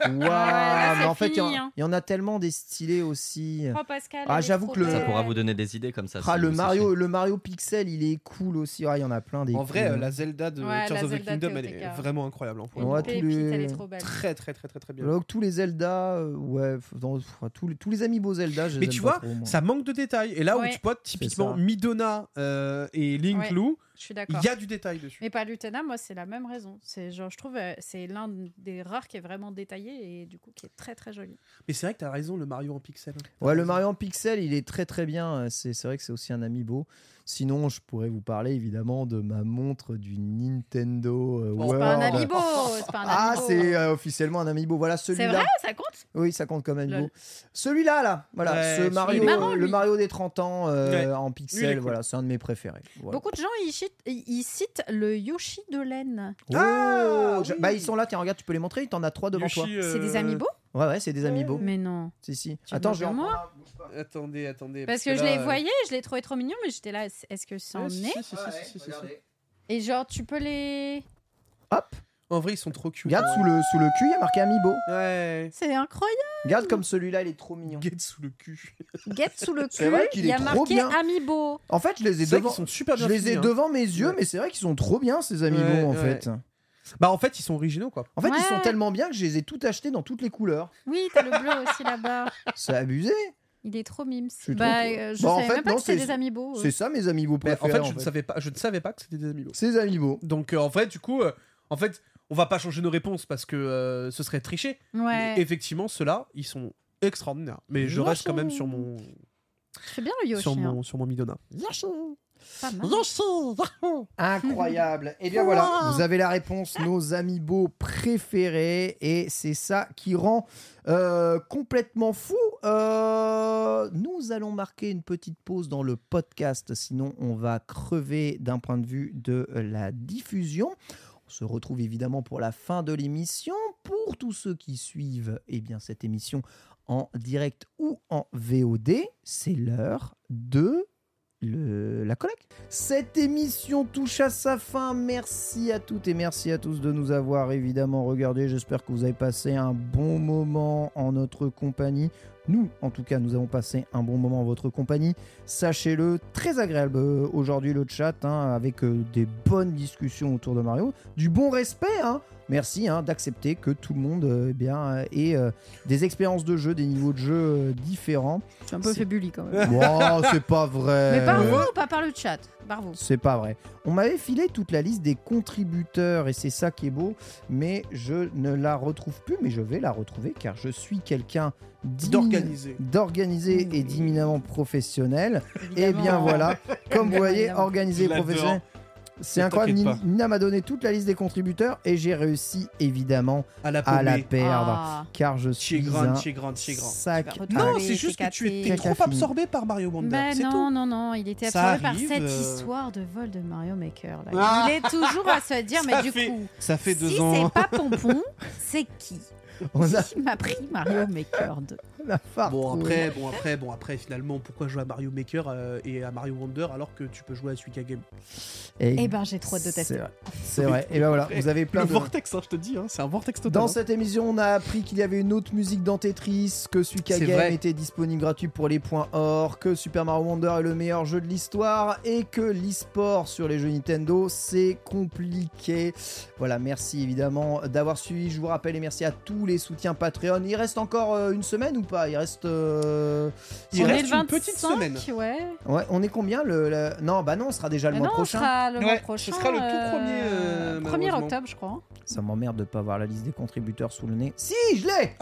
[SPEAKER 1] Waouh,
[SPEAKER 2] Ah là,
[SPEAKER 1] mais
[SPEAKER 2] c'est
[SPEAKER 1] en fait, il y en-
[SPEAKER 2] fini, hein.
[SPEAKER 1] il y, en a tellement des stylés aussi.
[SPEAKER 2] Oh, Pascal.
[SPEAKER 1] Ah,
[SPEAKER 2] elle est
[SPEAKER 1] j'avoue
[SPEAKER 2] trop
[SPEAKER 1] que le-
[SPEAKER 2] belle.
[SPEAKER 4] Ça pourra vous donner des idées comme ça.
[SPEAKER 1] Ah,
[SPEAKER 4] si
[SPEAKER 1] le
[SPEAKER 4] vous
[SPEAKER 1] Mario,
[SPEAKER 4] cherchez.
[SPEAKER 1] le Mario Pixel, il est cool aussi. Ah, Il y en a plein des.
[SPEAKER 3] En vrai,
[SPEAKER 1] cool,
[SPEAKER 3] euh,
[SPEAKER 1] hein.
[SPEAKER 3] la Zelda de
[SPEAKER 2] Ouais,
[SPEAKER 3] Tears
[SPEAKER 2] la
[SPEAKER 3] of the
[SPEAKER 2] Zelda
[SPEAKER 3] Kingdom, elle est
[SPEAKER 2] TOTK.
[SPEAKER 3] vraiment incroyable. hein, pour
[SPEAKER 2] Une
[SPEAKER 3] le
[SPEAKER 1] Ouais,
[SPEAKER 3] coup.
[SPEAKER 1] tous
[SPEAKER 2] pépite,
[SPEAKER 1] les-
[SPEAKER 2] elle est trop belle.
[SPEAKER 3] Très, très, très, très, très bien.
[SPEAKER 1] Alors que tous les Zelda, euh, ouais, f- dans- pff, tous les tous les amis beaux Zelda, je les
[SPEAKER 3] Mais
[SPEAKER 1] aime
[SPEAKER 3] tu
[SPEAKER 1] pas
[SPEAKER 3] vois,
[SPEAKER 1] trop, moi.
[SPEAKER 3] Ça manque de détails. Et là où
[SPEAKER 2] Ouais.
[SPEAKER 3] tu vois, typiquement
[SPEAKER 1] ça.
[SPEAKER 3] Midona euh, et Link
[SPEAKER 2] Ouais.
[SPEAKER 3] Lou,
[SPEAKER 2] Je suis
[SPEAKER 3] il
[SPEAKER 2] d'accord.
[SPEAKER 3] y a du détail dessus.
[SPEAKER 2] Mais Palutena, moi, c'est la même raison. C'est genre, je trouve, euh, c'est l'un des rares qui est vraiment détaillé et du coup qui est très très joli.
[SPEAKER 3] Mais c'est vrai que t'as raison, le Mario en pixel.
[SPEAKER 1] Ouais, le Mario en pixel, il est très très bien. C'est c'est vrai que c'est aussi un ami beau. Sinon, je pourrais vous parler évidemment de ma montre du Nintendo euh,
[SPEAKER 2] C'est
[SPEAKER 1] World.
[SPEAKER 2] pas un amiibo, c'est pas un
[SPEAKER 1] Ah,
[SPEAKER 2] amiibo.
[SPEAKER 1] c'est euh, officiellement un amiibo. Voilà
[SPEAKER 2] C'est
[SPEAKER 1] celui-là.
[SPEAKER 2] vrai, ça compte
[SPEAKER 1] Oui, ça compte comme amiibo.
[SPEAKER 2] Lol.
[SPEAKER 1] Celui-là, là, voilà,
[SPEAKER 3] Ouais,
[SPEAKER 1] ce
[SPEAKER 3] celui-là.
[SPEAKER 1] Mario,
[SPEAKER 3] Il est marrant,
[SPEAKER 1] le
[SPEAKER 3] lui.
[SPEAKER 1] Mario des 30 ans euh,
[SPEAKER 3] Ouais.
[SPEAKER 1] en
[SPEAKER 3] Lui, il est
[SPEAKER 1] pixel,
[SPEAKER 3] cool.
[SPEAKER 1] voilà, c'est un de mes préférés. Voilà.
[SPEAKER 2] Beaucoup de gens, ils citent, ils citent le Yoshi de laine. Ah,
[SPEAKER 1] Oh, je- bah, ils sont là, tiens, regarde, tu peux les montrer, il t'en a trois devant
[SPEAKER 3] Yoshi,
[SPEAKER 1] toi.
[SPEAKER 3] euh,
[SPEAKER 2] C'est des amiibo
[SPEAKER 1] Ouais, ouais, c'est des amiibo.
[SPEAKER 2] Mais non.
[SPEAKER 1] Si, si.
[SPEAKER 2] Tu
[SPEAKER 1] Attends,
[SPEAKER 2] veux
[SPEAKER 1] je vais
[SPEAKER 2] de
[SPEAKER 1] en-
[SPEAKER 2] moi
[SPEAKER 3] Attendez, attendez.
[SPEAKER 2] Parce que euh, je les voyais, je les trouvais trop mignons, mais j'étais là, est-ce que c'en
[SPEAKER 3] euh, Ouais, si,
[SPEAKER 2] est
[SPEAKER 3] si, si, si, si, si, si.
[SPEAKER 2] Et genre, tu peux les.
[SPEAKER 3] En vrai, ils sont trop cute.
[SPEAKER 1] Regarde, sous le, sous le cul, il y a marqué amiibo.
[SPEAKER 3] Ouais.
[SPEAKER 2] C'est incroyable
[SPEAKER 1] Regarde comme celui-là, il est trop mignon.
[SPEAKER 3] Get sous le cul.
[SPEAKER 2] Get sous le
[SPEAKER 1] (laughs) C'est vrai
[SPEAKER 2] cul,
[SPEAKER 1] qu'il
[SPEAKER 2] il y
[SPEAKER 1] est
[SPEAKER 2] a
[SPEAKER 1] trop
[SPEAKER 2] marqué
[SPEAKER 1] bien.
[SPEAKER 2] amiibo.
[SPEAKER 1] En fait, je les ai
[SPEAKER 3] C'est vrai
[SPEAKER 1] devant,
[SPEAKER 3] qu'ils sont super
[SPEAKER 1] je
[SPEAKER 3] bien
[SPEAKER 1] les ai
[SPEAKER 3] finis, hein.
[SPEAKER 1] devant mes yeux,
[SPEAKER 3] Ouais.
[SPEAKER 1] mais c'est vrai qu'ils sont trop bien ces amiibo
[SPEAKER 3] Ouais,
[SPEAKER 1] en
[SPEAKER 3] ouais.
[SPEAKER 1] fait.
[SPEAKER 3] Bah, en fait, ils sont originaux, quoi.
[SPEAKER 1] En fait, ils
[SPEAKER 2] Ouais.
[SPEAKER 1] sont tellement bien que je les ai tout achetés dans toutes les couleurs.
[SPEAKER 2] Oui, t'as le bleu aussi là-bas.
[SPEAKER 1] C'est abusé.
[SPEAKER 2] Il est trop mimes.
[SPEAKER 1] suis
[SPEAKER 2] Bah,
[SPEAKER 1] trop-
[SPEAKER 2] euh, je
[SPEAKER 1] Bah, en
[SPEAKER 2] savais
[SPEAKER 1] fait,
[SPEAKER 2] même pas
[SPEAKER 1] non,
[SPEAKER 2] que c'était
[SPEAKER 1] c'est-
[SPEAKER 2] des amiibo. euh.
[SPEAKER 1] C'est ça mes amiibo
[SPEAKER 3] Mais en
[SPEAKER 1] préférés.
[SPEAKER 3] fait, je ne savais pas, je ne savais pas que c'était des amiibo.
[SPEAKER 1] Ces amiibo.
[SPEAKER 3] Donc, euh, en vrai, du coup, euh, en fait, on va pas changer nos réponses parce que euh, ce serait tricher.
[SPEAKER 2] Ouais.
[SPEAKER 3] Mais effectivement, ceux-là, ils sont extraordinaires. Mais je reste quand même sur mon,
[SPEAKER 2] Je fais bien le Yoshi.
[SPEAKER 3] sur
[SPEAKER 2] hein.
[SPEAKER 3] mon, sur mon Midona.
[SPEAKER 2] Pas mal.
[SPEAKER 1] Incroyable. Et bien voilà, vous avez la réponse, nos amiibo préférés, et c'est ça qui rend euh, complètement fou. Euh, nous allons marquer une petite pause dans le podcast, sinon on va crever d'un point de vue de la diffusion. On se retrouve évidemment pour la fin de l'émission. Pour tous ceux qui suivent eh bien, cette émission en direct ou en VOD, c'est l'heure de le- la collecte. Cette émission touche à sa fin. Merci à toutes et merci à tous de nous avoir évidemment regardés. J'espère que vous avez passé un bon moment en notre compagnie. Nous, en tout cas, nous avons passé un bon moment en votre compagnie. Sachez-le, très agréable euh, aujourd'hui le chat, hein, avec euh, des bonnes discussions autour de Mario, du bon respect. hein. Merci hein, d'accepter que tout le monde euh, eh bien, euh, ait euh, des expériences de jeu, des niveaux de jeu euh, différents.
[SPEAKER 2] Je suis un peu
[SPEAKER 1] C'est- Euh,
[SPEAKER 2] fébuli quand même.
[SPEAKER 1] Wow, c'est pas vrai.
[SPEAKER 2] Mais par vous ou pas par le chat Par vous.
[SPEAKER 1] C'est pas vrai. On m'avait filé toute la liste des contributeurs et c'est ça qui est beau, mais je ne la retrouve plus, mais je vais la retrouver car je suis quelqu'un d'im-
[SPEAKER 3] D'organiser.
[SPEAKER 1] d'organisé et d'éminemment professionnel. Et Eh bien
[SPEAKER 2] Évidemment.
[SPEAKER 1] voilà, comme vous voyez,
[SPEAKER 2] Évidemment.
[SPEAKER 1] organisé et
[SPEAKER 3] Je l'adore.
[SPEAKER 1] professionnel. C'est
[SPEAKER 3] Ne
[SPEAKER 1] incroyable,
[SPEAKER 3] t'inquiète
[SPEAKER 1] Nina- Nina m'a donné toute la liste des contributeurs et j'ai réussi évidemment
[SPEAKER 3] À la
[SPEAKER 1] à la
[SPEAKER 3] paumée.
[SPEAKER 1] perdre
[SPEAKER 2] Ah.
[SPEAKER 1] car je
[SPEAKER 3] Chez
[SPEAKER 1] suis
[SPEAKER 3] grande,
[SPEAKER 1] un
[SPEAKER 3] chez grande, chez grande.
[SPEAKER 1] sac.
[SPEAKER 2] Tu vas retrouver.
[SPEAKER 3] Non,
[SPEAKER 2] Allez,
[SPEAKER 3] c'est juste
[SPEAKER 2] t'es
[SPEAKER 3] que tu
[SPEAKER 2] capé.
[SPEAKER 3] étais trop
[SPEAKER 1] Cacafine.
[SPEAKER 3] absorbé par Mario Wonder.
[SPEAKER 2] Bah
[SPEAKER 3] c'est
[SPEAKER 2] non,
[SPEAKER 3] tout.
[SPEAKER 2] non, non, il était
[SPEAKER 3] Ça
[SPEAKER 2] absorbé par
[SPEAKER 3] arrive,
[SPEAKER 2] cette
[SPEAKER 3] euh.
[SPEAKER 2] histoire de vol de Mario Maker. là.
[SPEAKER 3] Ah.
[SPEAKER 2] il est toujours à se
[SPEAKER 1] (laughs)
[SPEAKER 2] dire, mais
[SPEAKER 3] Ça
[SPEAKER 2] du
[SPEAKER 3] fait-
[SPEAKER 2] coup,
[SPEAKER 3] Ça fait deux
[SPEAKER 2] si c'est
[SPEAKER 3] ans.
[SPEAKER 2] pas Pompon, c'est qui
[SPEAKER 1] (laughs) On a
[SPEAKER 2] Qui m'a pris Mario Maker 2
[SPEAKER 1] la farce.
[SPEAKER 3] Ah, Bon après, bon après, bon après, finalement, pourquoi jouer à Mario Maker euh, et à Mario Wonder alors que tu peux jouer à Suika Game
[SPEAKER 2] Eh ben, j'ai trop de
[SPEAKER 1] C'est
[SPEAKER 2] tester.
[SPEAKER 1] vrai. C'est vrai. Et ben voilà, vous avez plein
[SPEAKER 3] Le
[SPEAKER 1] de.
[SPEAKER 3] vortex, hein, je te dis, hein, c'est un vortex total.
[SPEAKER 1] Dans
[SPEAKER 3] hein.
[SPEAKER 1] cette émission, on a appris qu'il y avait une autre musique dans Tetris, que Suika
[SPEAKER 3] C'est
[SPEAKER 1] Game
[SPEAKER 3] vrai.
[SPEAKER 1] était disponible gratuit pour les points or, que Super Mario Wonder est le meilleur jeu de l'histoire et que l'e-sport sur les jeux Nintendo, c'est compliqué. Voilà, merci évidemment d'avoir suivi. Je vous rappelle et merci à tous les soutiens Patreon. Il reste encore euh, une semaine ou pas Il reste. euh,
[SPEAKER 3] Il
[SPEAKER 2] On
[SPEAKER 3] reste
[SPEAKER 2] est le
[SPEAKER 3] une petite
[SPEAKER 2] 25,
[SPEAKER 3] semaine. Ah,
[SPEAKER 2] Ouais.
[SPEAKER 1] Ouais, on est combien le, le- Non, bah non, on sera déjà le
[SPEAKER 2] Mais
[SPEAKER 1] mois
[SPEAKER 2] non,
[SPEAKER 1] prochain.
[SPEAKER 2] on sera le mois
[SPEAKER 3] Ouais,
[SPEAKER 2] prochain.
[SPEAKER 3] ce sera le tout premier, euh,
[SPEAKER 2] 1er
[SPEAKER 3] malheureusement.
[SPEAKER 2] octobre, je crois.
[SPEAKER 1] Ça m'emmerde de pas avoir la liste des contributeurs sous le nez. Si, je l'ai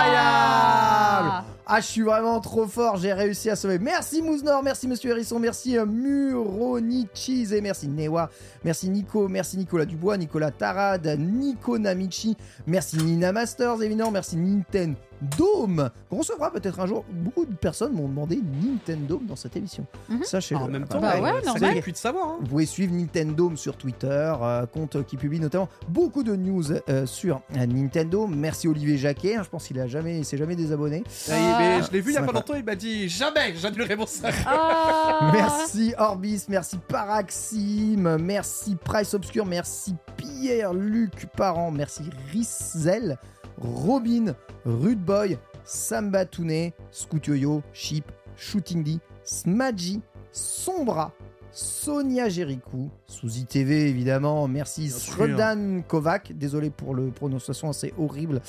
[SPEAKER 3] Ah.
[SPEAKER 1] Incroyable Ah, je suis vraiment trop fort, j'ai réussi à sauver. Merci Mouznor, merci Monsieur Hérisson, merci euh, Muronichis et merci Newa, merci Nico, merci Nicolas Dubois, Nicolas Tarad, Nico Namichi, merci Nina Masters, évidemment, merci Nintendo. Dome On recevra peut-être un jour, beaucoup de personnes m'ont demandé Nintendo dans cette émission.
[SPEAKER 2] Mhm.
[SPEAKER 1] Sachez-le.
[SPEAKER 3] En même temps,
[SPEAKER 2] Bah
[SPEAKER 3] euh,
[SPEAKER 2] ouais,
[SPEAKER 3] ça
[SPEAKER 2] normal.
[SPEAKER 3] gagne plus de savoir. hein.
[SPEAKER 1] Vous pouvez suivre Nintendo sur Twitter, euh, compte qui publie notamment beaucoup de news euh, sur euh, Nintendo. Merci Olivier Jacquet, hein, je pense qu'il a jamais, il s'est jamais désabonné.
[SPEAKER 3] Ça y est, mais je l'ai vu il y a pas
[SPEAKER 1] Sympa.
[SPEAKER 3] longtemps, il m'a dit jamais, j'annulerai mon sac. (laughs)
[SPEAKER 2] Ah.
[SPEAKER 1] Merci Orbis, merci Paraxim, merci Price Obscur, merci Pierre-Luc Parent, merci Rizel, Robin, Rude Boy, Samba Tounet, Scoot Yo-Yo, Chip, Shooting D, Smadji, Sombra, Sonia Jericho, sous ITV évidemment, merci
[SPEAKER 3] Bien sûr.
[SPEAKER 1] Sredan Kovac, désolé pour le prononciation, c'est horrible.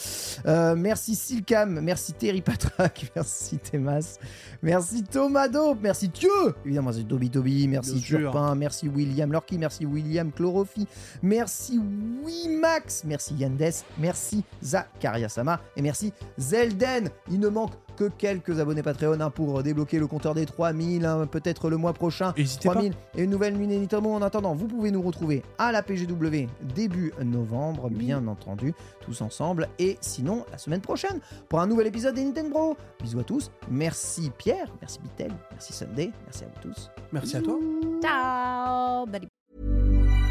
[SPEAKER 1] Euh, merci Silcam, merci Terry Patrak, (laughs) merci Temas, merci Tomado, merci Dieu, évidemment c'est Toby Toby, merci
[SPEAKER 3] Bien sûr.
[SPEAKER 1] Turpin, merci William Lorky, merci William Chlorophy, merci Wimax, merci Yandes, merci Zakaria Sama et merci Zelden. Il ne manque que quelques abonnés Patreon hein, pour débloquer le compteur des 3000, hein, peut-être le mois prochain. 3000 et une nouvelle nuit Nintendo. En attendant, vous pouvez nous retrouver à la PGW début novembre, bien entendu, tous ensemble. Et sinon, la semaine prochaine pour un nouvel épisode des Nintendo. Bisous à tous. Merci Pierre, merci Bitel, merci Sunday, merci à vous tous.
[SPEAKER 9] Merci à toi.
[SPEAKER 2] Ciao. Bye.